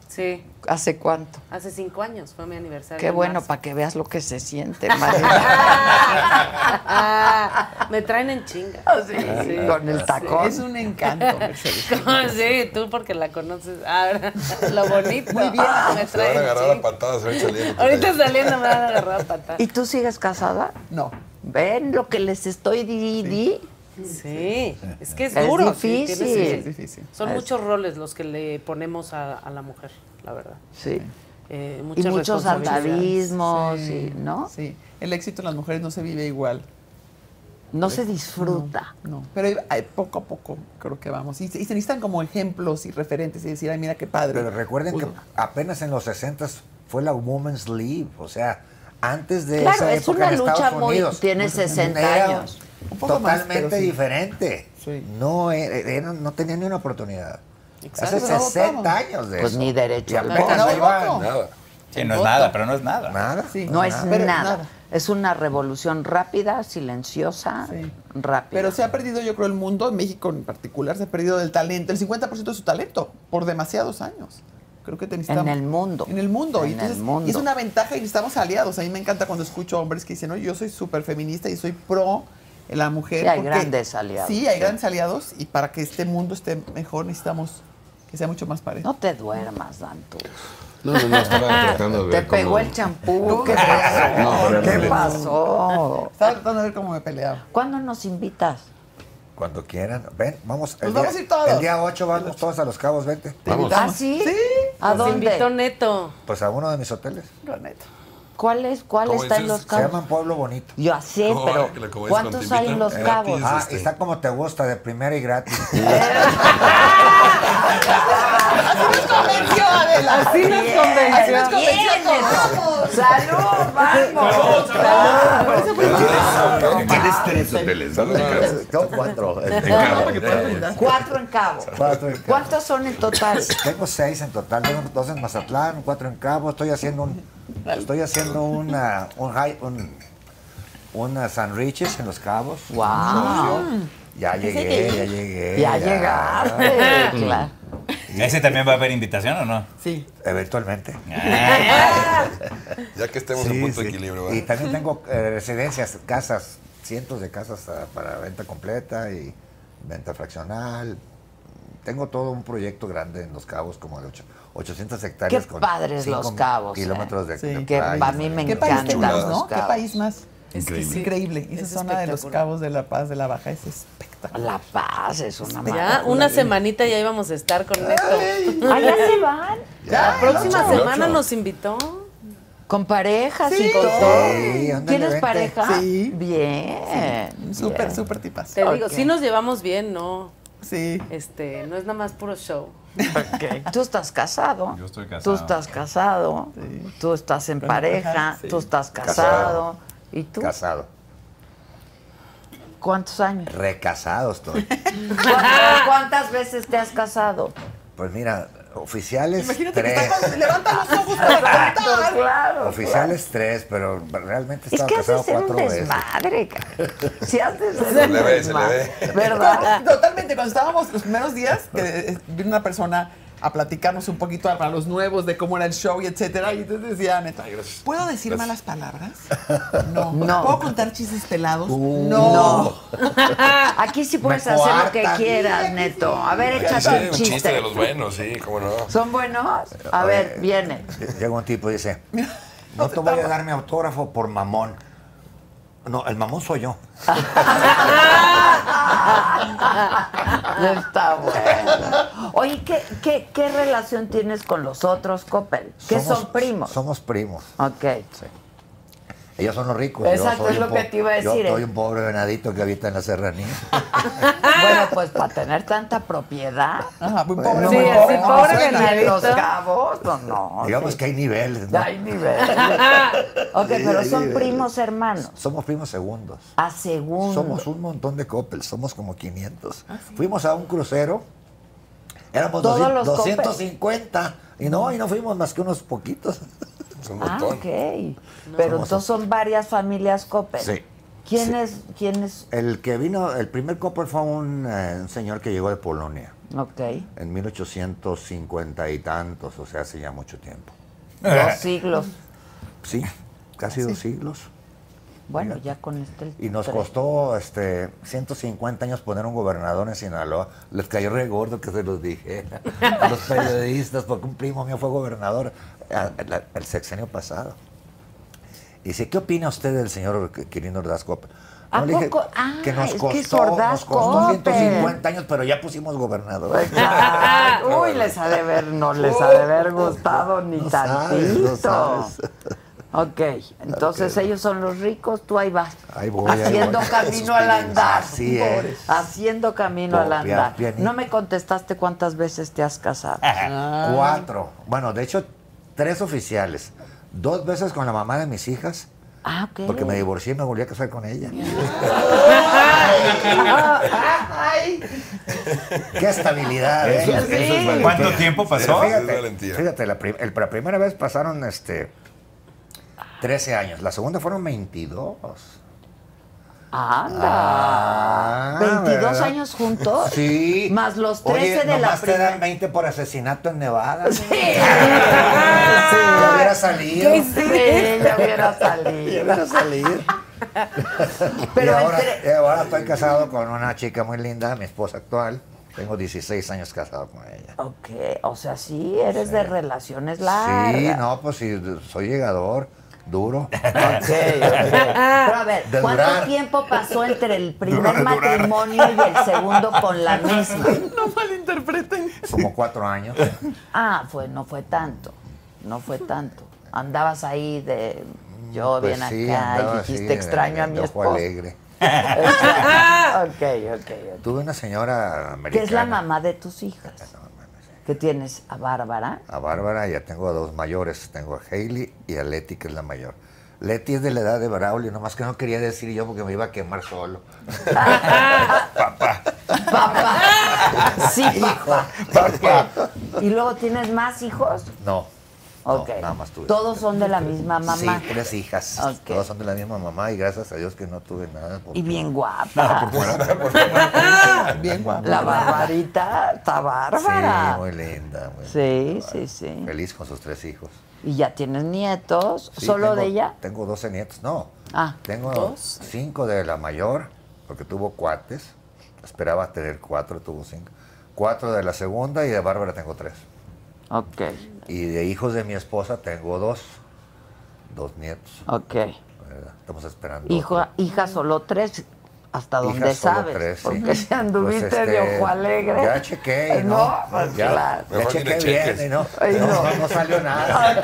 [SPEAKER 6] Sí,
[SPEAKER 3] ¿Hace cuánto?
[SPEAKER 6] hace cinco años fue mi aniversario.
[SPEAKER 3] Qué
[SPEAKER 6] en
[SPEAKER 3] bueno,
[SPEAKER 6] marzo.
[SPEAKER 3] para que veas lo que se siente, madre.
[SPEAKER 6] Ah, me traen en chinga.
[SPEAKER 4] Ah,
[SPEAKER 3] Con el tacón.
[SPEAKER 4] Es un encanto, Mercedes.
[SPEAKER 6] Sí, tú porque la conoces. Ah, Ahora, lo bonito.
[SPEAKER 4] Muy bien.
[SPEAKER 8] Ah,
[SPEAKER 6] Me
[SPEAKER 14] Se van a
[SPEAKER 6] traen en
[SPEAKER 14] agarrar a
[SPEAKER 6] chinga.
[SPEAKER 14] patadas, se van saliendo.
[SPEAKER 6] Ahorita saliendo me van a agarrar a patadas.
[SPEAKER 3] ¿Y tú sigues casada?
[SPEAKER 4] No.
[SPEAKER 3] ¿Ven lo que les estoy di? di?
[SPEAKER 6] Sí, es que es,
[SPEAKER 3] Es
[SPEAKER 6] duro.
[SPEAKER 3] difícil.
[SPEAKER 6] sí, tienes-
[SPEAKER 3] Es difícil.
[SPEAKER 6] Son
[SPEAKER 3] Es-
[SPEAKER 6] muchos roles los que le ponemos a, a la mujer, la verdad.
[SPEAKER 3] Sí.
[SPEAKER 6] Eh,
[SPEAKER 3] Y
[SPEAKER 6] muchas
[SPEAKER 3] muchos
[SPEAKER 6] responsabilidades.
[SPEAKER 3] atavismos,
[SPEAKER 4] Sí,
[SPEAKER 3] y- ¿no?
[SPEAKER 4] Sí, el éxito en las mujeres no se vive igual.
[SPEAKER 3] No se disfruta.
[SPEAKER 4] No, pero ahí- ahí poco a poco creo que vamos. Y, se y se necesitan como ejemplos y referentes y decir, ay, mira qué padre.
[SPEAKER 12] Pero recuerden que apenas en los 60 fue la Women's League, o sea, antes de
[SPEAKER 3] Claro,
[SPEAKER 12] esa
[SPEAKER 3] es
[SPEAKER 12] época
[SPEAKER 3] una
[SPEAKER 12] en Estados
[SPEAKER 3] lucha muy-
[SPEAKER 12] Unidos, pues,
[SPEAKER 3] tiene 60
[SPEAKER 12] era
[SPEAKER 3] años. Un poco más,
[SPEAKER 12] Totalmente
[SPEAKER 3] pero sí.
[SPEAKER 12] diferente. No, era- era- no tenía ni una oportunidad.
[SPEAKER 3] Exacto.
[SPEAKER 12] Hace
[SPEAKER 3] Pero no
[SPEAKER 12] 60
[SPEAKER 3] votamos.
[SPEAKER 12] años de
[SPEAKER 3] Pues
[SPEAKER 12] eso.
[SPEAKER 3] ni derecho
[SPEAKER 12] Y
[SPEAKER 3] al
[SPEAKER 12] apenas
[SPEAKER 3] voto.
[SPEAKER 12] ahí van.
[SPEAKER 3] No, no.
[SPEAKER 7] Sí, no es
[SPEAKER 3] Voto.
[SPEAKER 7] nada, pero no es nada.
[SPEAKER 12] Nada.
[SPEAKER 3] no es
[SPEAKER 4] pero
[SPEAKER 3] nada.
[SPEAKER 4] nada.
[SPEAKER 3] Es una revolución rápida, silenciosa, rápida.
[SPEAKER 4] Pero se ha perdido, yo creo, el mundo, en México en particular, se ha perdido del talento, el 50% de su talento, por demasiados años. Creo que te necesitamos.
[SPEAKER 3] el mundo.
[SPEAKER 4] En el mundo.
[SPEAKER 3] En
[SPEAKER 4] y entonces,
[SPEAKER 3] el mundo.
[SPEAKER 4] y es una ventaja y necesitamos aliados. A mí me encanta cuando escucho hombres que dicen, no, yo soy súper feminista y soy pro eh, la mujer.
[SPEAKER 3] Sí, hay
[SPEAKER 4] porque-
[SPEAKER 3] grandes aliados,
[SPEAKER 4] Sí, hay
[SPEAKER 3] sí.
[SPEAKER 4] grandes aliados y para que este mundo esté mejor necesitamos que sea mucho más parejo.
[SPEAKER 3] No te duermas, Danto.
[SPEAKER 14] No, no, no, estaba tratando de
[SPEAKER 4] Te
[SPEAKER 14] ver
[SPEAKER 3] Pegó
[SPEAKER 14] cómo-
[SPEAKER 3] el champú. ¿Qué
[SPEAKER 14] No,
[SPEAKER 3] pasó?
[SPEAKER 14] pero no
[SPEAKER 3] ¿Qué
[SPEAKER 14] le-
[SPEAKER 3] pasó?
[SPEAKER 4] Estaba tratando de ver cómo me peleaba.
[SPEAKER 3] ¿Cuándo nos invitas?
[SPEAKER 12] Cuando quieran, ven, vamos.
[SPEAKER 3] Nos vamos a ir todos.
[SPEAKER 12] El día 8 vamos todos a los cabos, vente.
[SPEAKER 3] ¿Ah, sí? ¿A
[SPEAKER 6] Nos
[SPEAKER 3] dónde?
[SPEAKER 6] invitó Neto.
[SPEAKER 12] Pues a uno de mis hoteles.
[SPEAKER 3] ¿Cuál es? ¿Cuál
[SPEAKER 12] ¿Cómo
[SPEAKER 3] está en
[SPEAKER 12] dices?
[SPEAKER 3] Los
[SPEAKER 12] Se
[SPEAKER 3] Cabos?
[SPEAKER 12] llaman Pueblo Bonito.
[SPEAKER 3] Yo sé,
[SPEAKER 12] ¿Cómo
[SPEAKER 3] pero
[SPEAKER 12] es que le- cómo es cuando
[SPEAKER 3] ¿cuántos
[SPEAKER 12] te
[SPEAKER 3] hay en
[SPEAKER 12] invitan?
[SPEAKER 3] Los Cabos?
[SPEAKER 12] Ah, está como te gusta, de primera y gratis.
[SPEAKER 4] convenció, Adela.
[SPEAKER 6] Así nos
[SPEAKER 4] Bien,
[SPEAKER 6] convenció.
[SPEAKER 4] nos convenció a todos.
[SPEAKER 3] ¡Salud,
[SPEAKER 4] vamos! Por eso fue
[SPEAKER 14] Tienes tres hoteles, ¿no?
[SPEAKER 12] Son cuatro.
[SPEAKER 3] Cuatro
[SPEAKER 12] Cuatro en
[SPEAKER 3] en Cabo.
[SPEAKER 12] Cabo.
[SPEAKER 3] ¿Cuántos son en total?
[SPEAKER 12] Tengo seis en total, tengo dos en Mazatlán, cuatro en Cabo, estoy haciendo un, estoy haciendo una, un high, un, una sandwiches en los Cabos.
[SPEAKER 3] Wow.
[SPEAKER 12] Ya llegué, ya llegué.
[SPEAKER 3] Ya llegaste, claro.
[SPEAKER 7] ¿Ese también va a haber invitación o no?
[SPEAKER 4] Sí.
[SPEAKER 12] Eventualmente.
[SPEAKER 14] Ya que estemos en
[SPEAKER 12] Sí,
[SPEAKER 14] punto de
[SPEAKER 12] sí.
[SPEAKER 14] equilibrio,
[SPEAKER 12] Y
[SPEAKER 14] ¿verdad?
[SPEAKER 12] también tengo eh, residencias, casas, cientos de casas ah, para venta completa y venta fraccional. Tengo todo un proyecto grande en Los Cabos, como de ocho- 800 hectáreas.
[SPEAKER 3] Qué padres
[SPEAKER 12] cinco
[SPEAKER 3] Los Cabos, ¿eh?
[SPEAKER 12] Kilómetros de,
[SPEAKER 3] Sí.
[SPEAKER 12] de
[SPEAKER 3] Que
[SPEAKER 12] playa.
[SPEAKER 3] a mí me
[SPEAKER 4] Qué país
[SPEAKER 3] encanta
[SPEAKER 4] tenemos,
[SPEAKER 3] Los
[SPEAKER 4] ¿no? Qué
[SPEAKER 3] Cabos.
[SPEAKER 4] país más
[SPEAKER 12] Es que sí.
[SPEAKER 4] increíble. Esa
[SPEAKER 6] Es
[SPEAKER 4] zona de los
[SPEAKER 6] espectacular.
[SPEAKER 4] cabos de La Paz, de La Baja, es espectacular.
[SPEAKER 3] La Paz es una
[SPEAKER 6] Ya, una semanita ya íbamos a estar con Neto.
[SPEAKER 3] Ah, ya se van.
[SPEAKER 6] La próxima
[SPEAKER 3] el ocho.
[SPEAKER 6] semana nos invitó.
[SPEAKER 3] Con parejas y
[SPEAKER 6] Sí.
[SPEAKER 3] todo.
[SPEAKER 6] Sí, ándale,
[SPEAKER 3] ¿Tienes
[SPEAKER 6] vente.
[SPEAKER 3] pareja?
[SPEAKER 6] Sí.
[SPEAKER 3] Bien.
[SPEAKER 4] Súper,
[SPEAKER 3] bien.
[SPEAKER 4] súper tipas.
[SPEAKER 6] Te digo, sí nos llevamos bien, ¿no?
[SPEAKER 4] Sí.
[SPEAKER 6] Este, no es nada más puro show.
[SPEAKER 3] Tú estás casado.
[SPEAKER 7] Yo estoy
[SPEAKER 3] Tú
[SPEAKER 7] casado.
[SPEAKER 3] estás casado. Tú estás en
[SPEAKER 6] Con
[SPEAKER 3] pareja.
[SPEAKER 6] pareja, sí.
[SPEAKER 3] Tú estás casado.
[SPEAKER 12] Casado.
[SPEAKER 3] ¿Y tú?
[SPEAKER 12] Casado.
[SPEAKER 3] ¿Cuántos años?
[SPEAKER 12] Recasado estoy.
[SPEAKER 3] ¿Cuántas, cuántas veces te has casado?
[SPEAKER 12] Pues mira, oficiales
[SPEAKER 3] Imagínate que
[SPEAKER 12] tres.
[SPEAKER 3] está con-
[SPEAKER 4] Levanta los ojos para contar.
[SPEAKER 3] Claro.
[SPEAKER 12] Oficiales tres, pero realmente
[SPEAKER 3] Es
[SPEAKER 12] estaba
[SPEAKER 3] que has de
[SPEAKER 12] casado
[SPEAKER 3] ser un
[SPEAKER 12] cuatro veces.
[SPEAKER 3] desmadre, cabrón. Si has de ser
[SPEAKER 4] Se
[SPEAKER 3] un
[SPEAKER 4] le ve, se le
[SPEAKER 3] desmadre.
[SPEAKER 12] ve.
[SPEAKER 3] ¿Verdad?
[SPEAKER 4] Totalmente, cuando estábamos los primeros días, que eh, vino una persona a platicarnos un poquito para los nuevos de cómo era el show y etcétera, y entonces decía, neta, ¿puedo decir
[SPEAKER 5] Gracias.
[SPEAKER 4] malas palabras?
[SPEAKER 3] No.
[SPEAKER 4] ¿Puedo contar chistes pelados?
[SPEAKER 3] No. Aquí sí puedes
[SPEAKER 4] Uh, Me
[SPEAKER 3] hacer lo que
[SPEAKER 4] coartan.
[SPEAKER 3] quieras, Neto. A ver,
[SPEAKER 8] Sí,
[SPEAKER 3] échate un
[SPEAKER 8] un chiste de los
[SPEAKER 3] chiste.
[SPEAKER 8] buenos, sí, cómo no.
[SPEAKER 3] ¿Son buenos? A
[SPEAKER 12] Oye,
[SPEAKER 3] ver, viene.
[SPEAKER 12] Llega un tipo y dice, no te voy a dar mi autógrafo por mamón. No, el mamón soy yo.
[SPEAKER 3] Está bueno. Oye, ¿qué, qué, qué relación tienes con los otros Coppel? Que
[SPEAKER 12] Somos-
[SPEAKER 3] son primos.
[SPEAKER 12] Somos primos.
[SPEAKER 3] Ok.
[SPEAKER 12] Ellos son los ricos.
[SPEAKER 3] Exacto,
[SPEAKER 12] yo soy
[SPEAKER 3] es
[SPEAKER 12] un
[SPEAKER 3] lo que
[SPEAKER 12] po-
[SPEAKER 3] te iba a decir,
[SPEAKER 12] Yo soy
[SPEAKER 3] ¿eh?
[SPEAKER 12] un pobre venadito que habita en la serranía. Ah.
[SPEAKER 3] Bueno, pues para tener tanta propiedad.
[SPEAKER 4] muy
[SPEAKER 12] pobre,
[SPEAKER 3] sí,
[SPEAKER 12] muy
[SPEAKER 3] así
[SPEAKER 12] pobre.
[SPEAKER 3] pobre
[SPEAKER 12] Sí,
[SPEAKER 3] venadito.
[SPEAKER 12] los
[SPEAKER 3] Los cabos, no, no.
[SPEAKER 12] Digamos que hay niveles, ¿no?
[SPEAKER 3] Hay niveles. ok,
[SPEAKER 12] Sí,
[SPEAKER 3] pero
[SPEAKER 12] hay
[SPEAKER 3] son
[SPEAKER 12] niveles.
[SPEAKER 3] primos hermanos.
[SPEAKER 12] Somos primos segundos.
[SPEAKER 3] A segundo.
[SPEAKER 12] Somos un montón de couples, somos como 500. Fuimos a un crucero, éramos
[SPEAKER 3] Ah, Todos
[SPEAKER 12] doci-
[SPEAKER 3] los couples.
[SPEAKER 12] 250 y no, y no fuimos más que unos poquitos.
[SPEAKER 3] Ah, ok. Pero
[SPEAKER 12] Somos-
[SPEAKER 3] entonces son varias familias Coppel.
[SPEAKER 12] Sí.
[SPEAKER 3] ¿Quién
[SPEAKER 12] Sí.
[SPEAKER 3] es? ¿Quién es?
[SPEAKER 12] El que vino, el primer couple fue un, eh, un señor que llegó de Polonia
[SPEAKER 3] Ok.
[SPEAKER 12] en 1850 y tantos, o sea, hace ya mucho tiempo. Eh.
[SPEAKER 3] Dos siglos.
[SPEAKER 12] Sí, casi dos siglos.
[SPEAKER 3] Bueno, ya con este.
[SPEAKER 12] Y nos
[SPEAKER 3] tres.
[SPEAKER 12] costó este 150 años poner un gobernador en Sinaloa. Les cayó re gordo que se los dije a los periodistas, porque un primo mío fue gobernador a- la- el sexenio pasado. Y dice, ¿qué opina usted del señor Quirino Ordaz Coppel?
[SPEAKER 3] ¿A
[SPEAKER 12] No, le dije
[SPEAKER 3] poco? Ah,
[SPEAKER 12] que nos
[SPEAKER 3] es
[SPEAKER 12] costó,
[SPEAKER 3] que es Ordaz
[SPEAKER 12] nos costó
[SPEAKER 3] Coppel.
[SPEAKER 12] 150 años, pero ya pusimos gobernador.
[SPEAKER 3] Ay, Uy, les ha de ver, no les ha de haber gustado ni
[SPEAKER 12] No sabes,
[SPEAKER 3] tantito.
[SPEAKER 12] no sabes.
[SPEAKER 3] Ok, entonces ellos son los ricos, tú ahí vas.
[SPEAKER 12] Ahí voy, ahí
[SPEAKER 3] haciendo
[SPEAKER 12] voy.
[SPEAKER 3] camino al andar.
[SPEAKER 12] Así es.
[SPEAKER 3] Haciendo camino al
[SPEAKER 12] Popia,
[SPEAKER 3] andar.
[SPEAKER 12] pianito.
[SPEAKER 3] No me contestaste cuántas veces te has casado. Ah.
[SPEAKER 12] Cuatro. Bueno, de hecho, tres oficiales. Dos veces con la mamá de mis hijas,
[SPEAKER 3] Ah, ok.
[SPEAKER 12] porque me divorcié y me volví a casar con ella.
[SPEAKER 4] Ay.
[SPEAKER 12] ¡Qué estabilidad!
[SPEAKER 14] Eso
[SPEAKER 12] eh!
[SPEAKER 14] es- eso es valentía. ¿Cuánto tiempo pasó?
[SPEAKER 12] Pero
[SPEAKER 14] Eso es
[SPEAKER 12] Fíjate, fíjate, la, prim- el- la primera vez pasaron este 13 años, la segunda fueron 22.
[SPEAKER 3] Anda.
[SPEAKER 12] Ah,
[SPEAKER 3] 22
[SPEAKER 12] ¿verdad?
[SPEAKER 3] años juntos.
[SPEAKER 12] Sí.
[SPEAKER 3] Más los 13
[SPEAKER 12] Oye,
[SPEAKER 3] de la
[SPEAKER 12] nomás te
[SPEAKER 3] primera.
[SPEAKER 12] dan 20 por asesinato en Nevada.
[SPEAKER 3] Sí.
[SPEAKER 12] Ya hubiera salido.
[SPEAKER 3] Sí, ya hubiera salido.
[SPEAKER 12] Ya hubiera salido.
[SPEAKER 3] Pero
[SPEAKER 12] y ahora, y ahora estoy casado con una chica muy linda, mi esposa actual. Tengo 16 años casado con ella.
[SPEAKER 3] Ok, o sea, sí, eres
[SPEAKER 12] Sí.
[SPEAKER 3] de relaciones
[SPEAKER 12] Sí,
[SPEAKER 3] largas.
[SPEAKER 12] no, pues sí, soy llegador, duro.
[SPEAKER 3] Pero a ver,
[SPEAKER 12] De
[SPEAKER 3] ¿cuánto
[SPEAKER 12] durar.
[SPEAKER 3] tiempo pasó entre el primer matrimonio y el segundo con la misma?
[SPEAKER 4] No malinterpreten.
[SPEAKER 12] Como cuatro años.
[SPEAKER 3] Ah, fue, no fue tanto, no fue tanto. Andabas ahí de yo
[SPEAKER 12] Pues
[SPEAKER 3] bien
[SPEAKER 12] sí, andaba
[SPEAKER 3] Oh, acá y
[SPEAKER 12] así,
[SPEAKER 3] dijiste
[SPEAKER 12] de-
[SPEAKER 3] extraño a
[SPEAKER 12] de
[SPEAKER 3] mi
[SPEAKER 12] ojo
[SPEAKER 3] esposo.
[SPEAKER 12] alegre.
[SPEAKER 3] ok, ok, ok.
[SPEAKER 12] Tuve una señora
[SPEAKER 3] Que
[SPEAKER 12] americana.
[SPEAKER 3] es la mamá de tus hijas. Que tienes a Bárbara.
[SPEAKER 12] A Bárbara ya tengo a dos mayores. Tengo a Hailey y a Leti, que es la mayor. Leti es de la edad de Braulio, nomás que no quería decir yo porque me iba a quemar solo.
[SPEAKER 3] Sí, papá. Ok. ¿Y luego tienes más hijos?
[SPEAKER 12] No.
[SPEAKER 3] Ok.
[SPEAKER 12] No, nada más tuve.
[SPEAKER 3] Todos son de la misma mamá.
[SPEAKER 12] Sí, tres hijas. Todas son de la misma mamá y gracias a Dios que no tuve nada. por-
[SPEAKER 3] Y bien guapa.
[SPEAKER 12] Nada por fuera, por
[SPEAKER 3] Ah,
[SPEAKER 12] fuera. Bien guapa.
[SPEAKER 3] La barbarita está bárbara.
[SPEAKER 12] Sí, muy linda. muy
[SPEAKER 3] Sí,
[SPEAKER 12] linda.
[SPEAKER 3] sí, sí.
[SPEAKER 12] Feliz con sus tres hijos.
[SPEAKER 3] Y ya tienes nietos.
[SPEAKER 12] Sí,
[SPEAKER 3] ¿Solo
[SPEAKER 12] tengo-
[SPEAKER 3] de ella?
[SPEAKER 12] Tengo 12 nietos. No,
[SPEAKER 3] Ah.
[SPEAKER 12] Tengo
[SPEAKER 3] ¿Dos?
[SPEAKER 12] cinco de la mayor, porque tuvo cuates. Esperaba tener cuatro, tuvo cinco. Cuatro de la segunda y de Bárbara tengo tres.
[SPEAKER 3] Ok.
[SPEAKER 12] Y de hijos de mi esposa tengo dos. Dos nietos.
[SPEAKER 3] Ok.
[SPEAKER 12] ¿verdad? Estamos esperando.
[SPEAKER 3] Hijo, hija solo tres. Hasta
[SPEAKER 12] Hijas
[SPEAKER 3] donde
[SPEAKER 12] solo
[SPEAKER 3] sabes.
[SPEAKER 12] tres, sí.
[SPEAKER 3] Porque si anduviste
[SPEAKER 12] Pues,
[SPEAKER 3] de
[SPEAKER 12] este,
[SPEAKER 3] ojo alegre.
[SPEAKER 12] Ya chequé, y ¿no?
[SPEAKER 3] No, pues,
[SPEAKER 12] ya,
[SPEAKER 3] claro.
[SPEAKER 12] ya
[SPEAKER 3] Mejor ni
[SPEAKER 12] chequé
[SPEAKER 3] le cheques.
[SPEAKER 12] bien, y ¿no?
[SPEAKER 3] Ay,
[SPEAKER 12] no,
[SPEAKER 3] no.
[SPEAKER 12] no salió nada.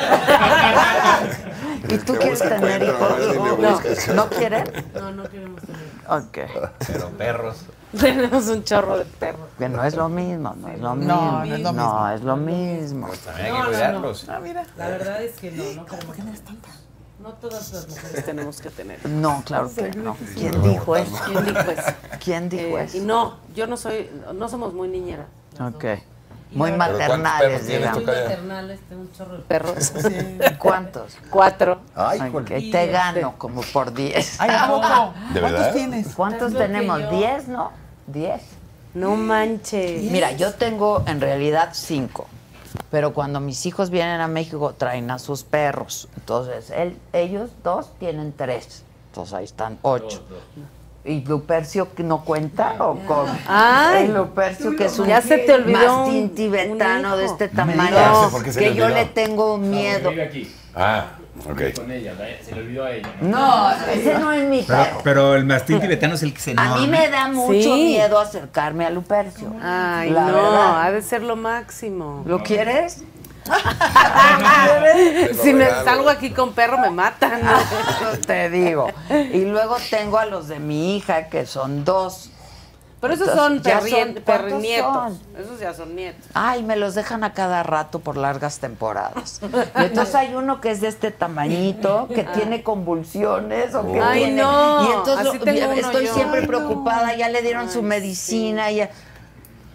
[SPEAKER 3] ¿Y tú quieres tener hijos? No, ¿no quieren?
[SPEAKER 6] No, no queremos tener.
[SPEAKER 3] Ok.
[SPEAKER 7] Pero perros.
[SPEAKER 6] Tenemos un chorro de perros.
[SPEAKER 3] Que no es lo mismo, no es lo mismo.
[SPEAKER 6] No, no es lo mismo.
[SPEAKER 3] es lo mismo.
[SPEAKER 7] Hay que cuidarlos.
[SPEAKER 6] Ah, mira. La verdad es que no, no ¿Por qué no eres tanta? No todas las mujeres tenemos que tener.
[SPEAKER 3] No, claro que no. ¿Quién
[SPEAKER 6] Sí.
[SPEAKER 3] dijo eso?
[SPEAKER 6] ¿Quién dijo eso?
[SPEAKER 3] ¿Quién dijo
[SPEAKER 6] Eh,
[SPEAKER 3] eso?
[SPEAKER 6] Y no, yo no soy, no somos muy niñeras.
[SPEAKER 3] Ok. Muy
[SPEAKER 6] Pero ¿cuántos
[SPEAKER 3] maternales,
[SPEAKER 6] perros tienes,
[SPEAKER 3] digamos.
[SPEAKER 6] tocaya? Muy maternales, tengo este, un chorro de
[SPEAKER 3] perros.
[SPEAKER 6] Sí.
[SPEAKER 3] ¿Cuántos?
[SPEAKER 6] Cuatro.
[SPEAKER 12] Ay,
[SPEAKER 3] Ok,
[SPEAKER 6] Y
[SPEAKER 3] te
[SPEAKER 6] este-
[SPEAKER 3] gano como por diez.
[SPEAKER 6] Ay, ¿a poco?
[SPEAKER 12] ¿De ¿Cuántos verdad?
[SPEAKER 3] tienes? ¿Cuántos
[SPEAKER 6] Tanto que
[SPEAKER 3] tenemos?
[SPEAKER 6] yo.
[SPEAKER 3] ¿Diez, no? Diez.
[SPEAKER 6] No manches.
[SPEAKER 3] Mira, yo tengo en realidad cinco. Pero cuando mis hijos vienen a México traen a sus perros. Entonces, él- ellos dos tienen tres. Entonces ahí están ocho. ¿Y Lupercio que no cuenta o cómo?
[SPEAKER 6] Ay.
[SPEAKER 3] El Lupercio que es un
[SPEAKER 6] Ya se te olvidó
[SPEAKER 3] mastín
[SPEAKER 6] un-
[SPEAKER 3] tibetano
[SPEAKER 6] un
[SPEAKER 3] de
[SPEAKER 6] hijo.
[SPEAKER 3] este
[SPEAKER 14] No me digas
[SPEAKER 3] tamaño
[SPEAKER 14] eso, ¿por qué se
[SPEAKER 3] que
[SPEAKER 14] le
[SPEAKER 3] yo
[SPEAKER 14] olvidó?
[SPEAKER 3] le tengo miedo.
[SPEAKER 15] Vive aquí.
[SPEAKER 14] Ah, ok.
[SPEAKER 15] Con ella, la- se le olvidó a ella.
[SPEAKER 3] No, ese no es mi perro.
[SPEAKER 7] Pero, pero el mastín tibetano es el que se
[SPEAKER 3] A mí me da mucho
[SPEAKER 6] Sí.
[SPEAKER 3] miedo acercarme a Lupercio.
[SPEAKER 6] Ay,
[SPEAKER 3] La
[SPEAKER 6] no,
[SPEAKER 3] verdad.
[SPEAKER 6] ha de ser lo máximo.
[SPEAKER 3] ¿Lo quieres?
[SPEAKER 6] si me salgo aquí con perro me matan.
[SPEAKER 3] Ah. Te digo. Y luego tengo a los de mi hija, que son dos.
[SPEAKER 6] Pero esos son
[SPEAKER 3] Entonces, ya
[SPEAKER 6] perrien-
[SPEAKER 3] son- ¿cuántos
[SPEAKER 6] pernietos.
[SPEAKER 3] son?
[SPEAKER 6] Esos ya son nietos.
[SPEAKER 3] Ay, me los dejan a cada rato por largas temporadas. Y entonces hay uno que es de este tamañito, que
[SPEAKER 6] Ah.
[SPEAKER 3] tiene convulsiones o que
[SPEAKER 6] Ay,
[SPEAKER 3] tiene-
[SPEAKER 6] no.
[SPEAKER 3] Y entonces
[SPEAKER 6] Así tengo uno
[SPEAKER 3] estoy
[SPEAKER 6] yo.
[SPEAKER 3] siempre
[SPEAKER 6] Ay, no.
[SPEAKER 3] preocupada, ya le dieron su medicina, ya...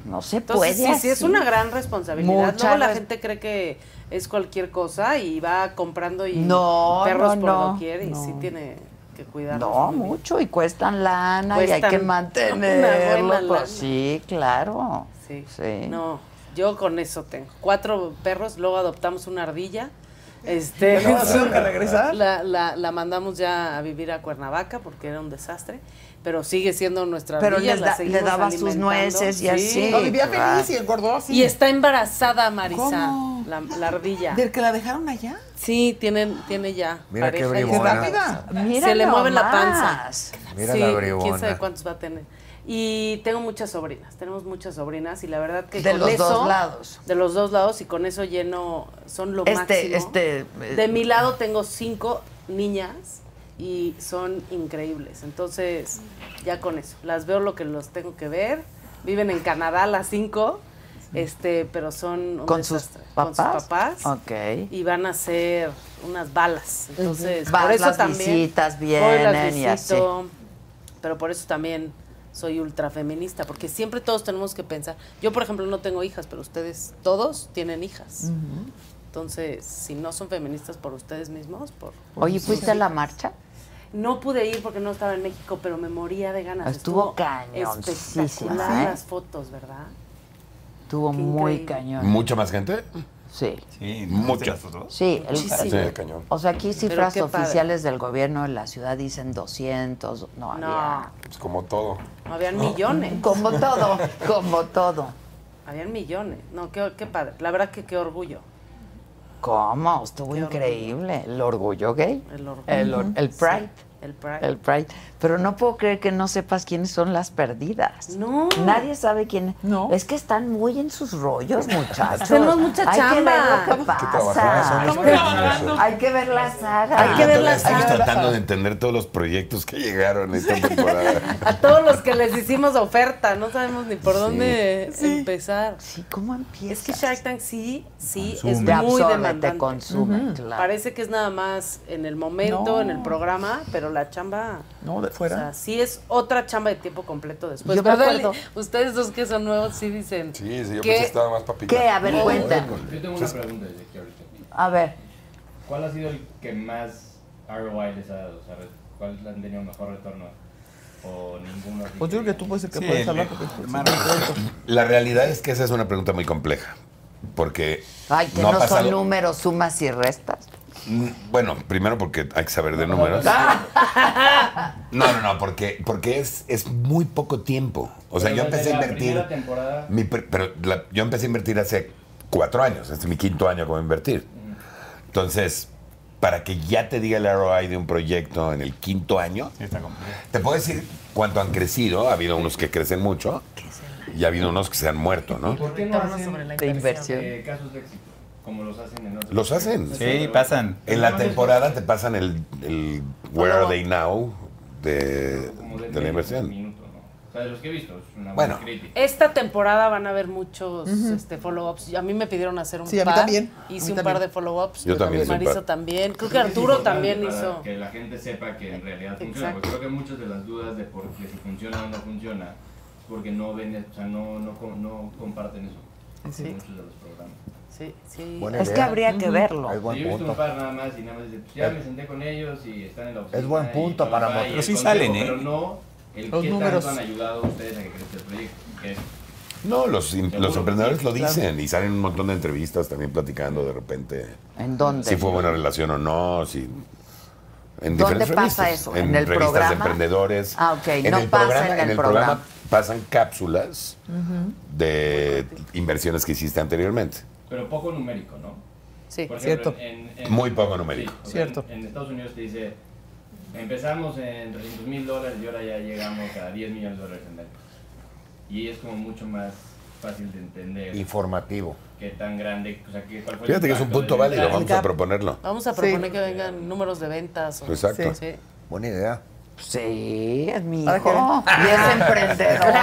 [SPEAKER 3] No se
[SPEAKER 6] Entonces,
[SPEAKER 3] puede
[SPEAKER 6] sí, sí, es
[SPEAKER 3] así.
[SPEAKER 6] una gran responsabilidad.
[SPEAKER 3] Mucha
[SPEAKER 6] Luego la
[SPEAKER 3] res-
[SPEAKER 6] gente cree que es cualquier cosa y va comprando y
[SPEAKER 3] No,
[SPEAKER 6] perros
[SPEAKER 3] no,
[SPEAKER 6] por
[SPEAKER 3] no,
[SPEAKER 6] doquier y
[SPEAKER 3] no.
[SPEAKER 6] sí tiene que cuidarlos.
[SPEAKER 3] No, mucho, y cuestan lana y hay
[SPEAKER 6] Cuestan
[SPEAKER 3] que
[SPEAKER 6] una
[SPEAKER 3] mantenerlo.
[SPEAKER 6] buena lana.
[SPEAKER 3] Pues sí, claro.
[SPEAKER 6] Sí.
[SPEAKER 3] sí.
[SPEAKER 6] No, yo con eso tengo. Cuatro perros, luego adoptamos una ardilla. Este,
[SPEAKER 4] ¿Ya no la tuvieron que regresar?
[SPEAKER 6] La, la- la mandamos ya a vivir a Cuernavaca porque era un desastre, pero sigue siendo nuestra
[SPEAKER 3] Pero
[SPEAKER 6] ardilla.
[SPEAKER 3] les
[SPEAKER 6] la
[SPEAKER 3] da- le
[SPEAKER 6] seguimos
[SPEAKER 3] daba sus
[SPEAKER 6] alimentando.
[SPEAKER 3] nueces y así.
[SPEAKER 4] No, vivía
[SPEAKER 3] claro.
[SPEAKER 4] feliz y engordó así.
[SPEAKER 6] Y está embarazada Marisa,
[SPEAKER 4] ¿Cómo?
[SPEAKER 6] la, la ardilla.
[SPEAKER 4] ¿Del que la dejaron allá?
[SPEAKER 6] Sí, tiene, tiene ya.
[SPEAKER 12] Mira qué ¿eh?
[SPEAKER 6] pareja.
[SPEAKER 12] bribona.
[SPEAKER 4] Mira
[SPEAKER 6] Se le
[SPEAKER 4] nomás.
[SPEAKER 6] mueve la panza.
[SPEAKER 12] Mira
[SPEAKER 6] sí,
[SPEAKER 12] la
[SPEAKER 6] quién sabe
[SPEAKER 12] bribona.
[SPEAKER 6] cuántos va a tener. Y tengo muchas sobrinas, tenemos muchas sobrinas y la verdad que
[SPEAKER 3] De
[SPEAKER 6] con
[SPEAKER 3] los
[SPEAKER 6] eso,
[SPEAKER 3] dos lados.
[SPEAKER 6] De los dos lados y con eso lleno, son lo
[SPEAKER 3] Este,
[SPEAKER 6] máximo.
[SPEAKER 3] este... eh,
[SPEAKER 6] De mi lado tengo cinco niñas y son increíbles. Entonces, ya con eso. Las veo lo que los tengo que ver. Viven en Canadá las cinco, este, pero son un
[SPEAKER 3] ¿Con sus
[SPEAKER 6] desastre.
[SPEAKER 3] papás?
[SPEAKER 6] Con sus papás.
[SPEAKER 3] Ok.
[SPEAKER 6] Y van a ser unas balas. Entonces,
[SPEAKER 3] Vas,
[SPEAKER 6] por eso
[SPEAKER 3] las
[SPEAKER 6] también.
[SPEAKER 3] visitas
[SPEAKER 6] voy, las
[SPEAKER 3] vienen y así.
[SPEAKER 6] visito, Pero por eso también soy ultrafeminista, porque siempre todos tenemos que pensar. Yo, por ejemplo, no tengo hijas, pero ustedes todos tienen hijas. Entonces, si no son feministas por ustedes mismos, por...
[SPEAKER 3] Oye, ¿fuiste a la marcha?
[SPEAKER 6] No pude ir porque no estaba en México, pero me moría de ganas.
[SPEAKER 3] Estuvo cañoncísima,
[SPEAKER 6] espectacular
[SPEAKER 3] ¿eh?
[SPEAKER 6] las fotos, ¿verdad?
[SPEAKER 3] Estuvo muy cañón.
[SPEAKER 14] ¿Mucha más gente?
[SPEAKER 3] Sí.
[SPEAKER 14] Sí. ¿Mucha?
[SPEAKER 3] Sí, el,
[SPEAKER 14] Sí,
[SPEAKER 3] el-
[SPEAKER 14] cañón.
[SPEAKER 3] O sea, aquí
[SPEAKER 6] Pero
[SPEAKER 3] cifras
[SPEAKER 6] qué padre.
[SPEAKER 3] oficiales del gobierno de la ciudad dicen 200, no,
[SPEAKER 6] No.
[SPEAKER 3] había.
[SPEAKER 14] Pues como todo.
[SPEAKER 6] Habían
[SPEAKER 14] No.
[SPEAKER 6] millones.
[SPEAKER 3] Oh, Como todo, como todo.
[SPEAKER 6] Habían millones. No, qué, qué padre. La verdad que qué orgullo.
[SPEAKER 3] ¿Cómo? Estuvo increíble. El orgullo gay.
[SPEAKER 6] El orgullo.
[SPEAKER 3] El, or- el
[SPEAKER 6] Sí,
[SPEAKER 3] Pride.
[SPEAKER 6] el Pride.
[SPEAKER 3] El Pride. Pero no puedo creer que no sepas quiénes son las perdidas.
[SPEAKER 6] No.
[SPEAKER 3] Nadie sabe quién. No. Es que están muy en sus rollos, muchachos.
[SPEAKER 6] Tenemos mucha
[SPEAKER 3] Hay
[SPEAKER 6] chamba.
[SPEAKER 3] que ver lo que
[SPEAKER 6] Hay que
[SPEAKER 14] trabajar,
[SPEAKER 3] pasa.
[SPEAKER 14] son los Estamos perdidos. trabajando.
[SPEAKER 3] Hay que ver la saga.
[SPEAKER 6] Hay que ver la
[SPEAKER 14] Estamos
[SPEAKER 6] saga.
[SPEAKER 14] tratando de entender todos los proyectos que llegaron esta temporada.
[SPEAKER 6] A todos los que les hicimos oferta, no sabemos ni por dónde empezar.
[SPEAKER 3] Sí, ¿cómo empieza?
[SPEAKER 6] Es que Shark Tank sí, sí,
[SPEAKER 3] Consume.
[SPEAKER 6] es
[SPEAKER 3] Te
[SPEAKER 6] muy
[SPEAKER 3] absorbe, te
[SPEAKER 6] demandante.
[SPEAKER 3] consume, Ujú. claro.
[SPEAKER 6] Parece que es nada más en el momento,
[SPEAKER 4] No.
[SPEAKER 6] en el programa, pero la chamba...
[SPEAKER 4] No, de fuera.
[SPEAKER 6] O sea, sí es otra chamba de tiempo completo después.
[SPEAKER 3] Yo me
[SPEAKER 6] ¿Verdad?
[SPEAKER 3] acuerdo.
[SPEAKER 6] Ustedes dos que son nuevos sí dicen...
[SPEAKER 8] Sí, sí, yo
[SPEAKER 6] ¿Qué?
[SPEAKER 8] pensé que estaba más papita.
[SPEAKER 3] ¿Qué? A ver,
[SPEAKER 8] No,
[SPEAKER 3] cuenta.
[SPEAKER 15] Yo tengo una pregunta desde aquí ahorita.
[SPEAKER 3] A ver.
[SPEAKER 15] ¿Cuál ha sido el que más ROI les ha dado? O sea, ¿cuál han tenido mejor retorno? ¿O ninguno? así
[SPEAKER 4] Pues yo creo que tú puedes ser que
[SPEAKER 15] Sí,
[SPEAKER 4] puedes
[SPEAKER 15] el-
[SPEAKER 4] hablar.
[SPEAKER 15] el
[SPEAKER 4] porque-
[SPEAKER 15] mar-
[SPEAKER 14] La realidad es que esa es una pregunta muy compleja. Porque
[SPEAKER 3] Ay, que
[SPEAKER 14] no
[SPEAKER 3] no,
[SPEAKER 14] ha pasado.
[SPEAKER 3] son números, sumas y restas.
[SPEAKER 14] Mm, Bueno, primero porque hay que saber de números. No, no, no, porque, porque es, es muy poco tiempo. O sea,
[SPEAKER 15] Pero
[SPEAKER 14] yo
[SPEAKER 15] desde
[SPEAKER 14] empecé a
[SPEAKER 15] la
[SPEAKER 14] invertir.
[SPEAKER 15] primera temporada-
[SPEAKER 14] mi pr- pero la- yo empecé a invertir hace cuatro años. Este es mi quinto año como invertir. Entonces, para que ya te diga el ROI de un proyecto en el quinto año, te puedo decir cuánto han crecido. Ha habido unos que crecen mucho y ha habido unos que se han muerto, ¿no?
[SPEAKER 15] ¿Por qué no
[SPEAKER 3] Retorno
[SPEAKER 15] hacen
[SPEAKER 3] sobre la De inversión. inversión.
[SPEAKER 15] eh, casos de éxito? Como los hacen en otros.
[SPEAKER 14] Los hacen.
[SPEAKER 7] Sí, pasan.
[SPEAKER 14] En la temporada te pasan el, el Where Are They Now de, de la inversión.
[SPEAKER 15] Minuto, ¿no? O sea, de los que he visto, es una
[SPEAKER 14] Bueno.
[SPEAKER 15] buena crítica.
[SPEAKER 6] Esta temporada van a haber muchos
[SPEAKER 15] Ujú.
[SPEAKER 6] este, follow-ups. A mí me pidieron hacer un
[SPEAKER 4] Sí, a mí
[SPEAKER 6] par.
[SPEAKER 4] también.
[SPEAKER 6] Hice
[SPEAKER 4] A mí
[SPEAKER 6] un
[SPEAKER 4] también.
[SPEAKER 6] par de follow-ups.
[SPEAKER 14] Yo también hice un
[SPEAKER 6] Marisa
[SPEAKER 14] par.
[SPEAKER 6] también. Creo que
[SPEAKER 15] Creo que es
[SPEAKER 6] Arturo
[SPEAKER 15] importante
[SPEAKER 6] también
[SPEAKER 15] para
[SPEAKER 6] hizo.
[SPEAKER 15] Que la gente sepa que en realidad funciona.
[SPEAKER 6] Exacto.
[SPEAKER 15] Porque creo que muchas de las dudas de por qué si funciona o no funciona es porque no ven, o sea, no, no, co- no comparten eso.
[SPEAKER 6] Sí.
[SPEAKER 15] en Muchos de los programas.
[SPEAKER 6] Sí, sí.
[SPEAKER 12] Buena
[SPEAKER 3] Es que habría que verlo.
[SPEAKER 12] Es buen
[SPEAKER 15] Sí, yo he visto
[SPEAKER 12] punto.
[SPEAKER 15] un par nada más y nada más dice, pues ya me senté con ellos y están en la oficina.
[SPEAKER 12] Es buen
[SPEAKER 15] y
[SPEAKER 12] punto
[SPEAKER 15] todo
[SPEAKER 12] para
[SPEAKER 15] va, y
[SPEAKER 12] mostrar.
[SPEAKER 15] el
[SPEAKER 12] Sí
[SPEAKER 15] consejo,
[SPEAKER 12] salen, ¿eh?
[SPEAKER 15] Pero no el
[SPEAKER 4] Los
[SPEAKER 15] qué
[SPEAKER 4] números.
[SPEAKER 15] tanto han ayudado a ustedes a que crezca el proyecto. que es-
[SPEAKER 14] No, los, im- los
[SPEAKER 15] Seguro.
[SPEAKER 14] emprendedores lo
[SPEAKER 15] Claro.
[SPEAKER 14] dicen y salen un montón de entrevistas también platicando de repente
[SPEAKER 3] ¿En dónde?
[SPEAKER 14] si fue buena relación o no, si... En
[SPEAKER 3] ¿Dónde
[SPEAKER 14] diferentes
[SPEAKER 3] pasa
[SPEAKER 14] revistas,
[SPEAKER 3] eso?
[SPEAKER 14] En,
[SPEAKER 3] ¿En el
[SPEAKER 14] revistas
[SPEAKER 3] programa?
[SPEAKER 14] de emprendedores.
[SPEAKER 3] Ah, ok, no pasa en el programa.
[SPEAKER 14] pasan cápsulas de inversiones que hiciste anteriormente.
[SPEAKER 15] Pero poco numérico, ¿no?
[SPEAKER 6] Sí,
[SPEAKER 15] Por
[SPEAKER 14] Cierto. Muy poco numérico.
[SPEAKER 15] o sea,
[SPEAKER 4] Cierto.
[SPEAKER 15] En, en Estados Unidos te dice, empezamos en 300 mil dólares y ahora ya llegamos a 10 millones de dólares en ventas. Y es como mucho más fácil de entender.
[SPEAKER 12] Informativo.
[SPEAKER 15] ¿Qué tan grande? O sea, ¿qué- cuál fue el
[SPEAKER 14] Fíjate que es un
[SPEAKER 15] impacto
[SPEAKER 14] punto
[SPEAKER 15] del
[SPEAKER 14] válido,
[SPEAKER 15] mercado?
[SPEAKER 14] vamos a proponerlo.
[SPEAKER 6] Vamos a
[SPEAKER 14] Sí.
[SPEAKER 6] proponer que vengan números de ventas. o-
[SPEAKER 14] Exacto.
[SPEAKER 6] Sí.
[SPEAKER 12] Buena idea.
[SPEAKER 3] Sí, es mi
[SPEAKER 6] Ahora
[SPEAKER 3] hijo.
[SPEAKER 6] que-
[SPEAKER 3] Y es emprendedor.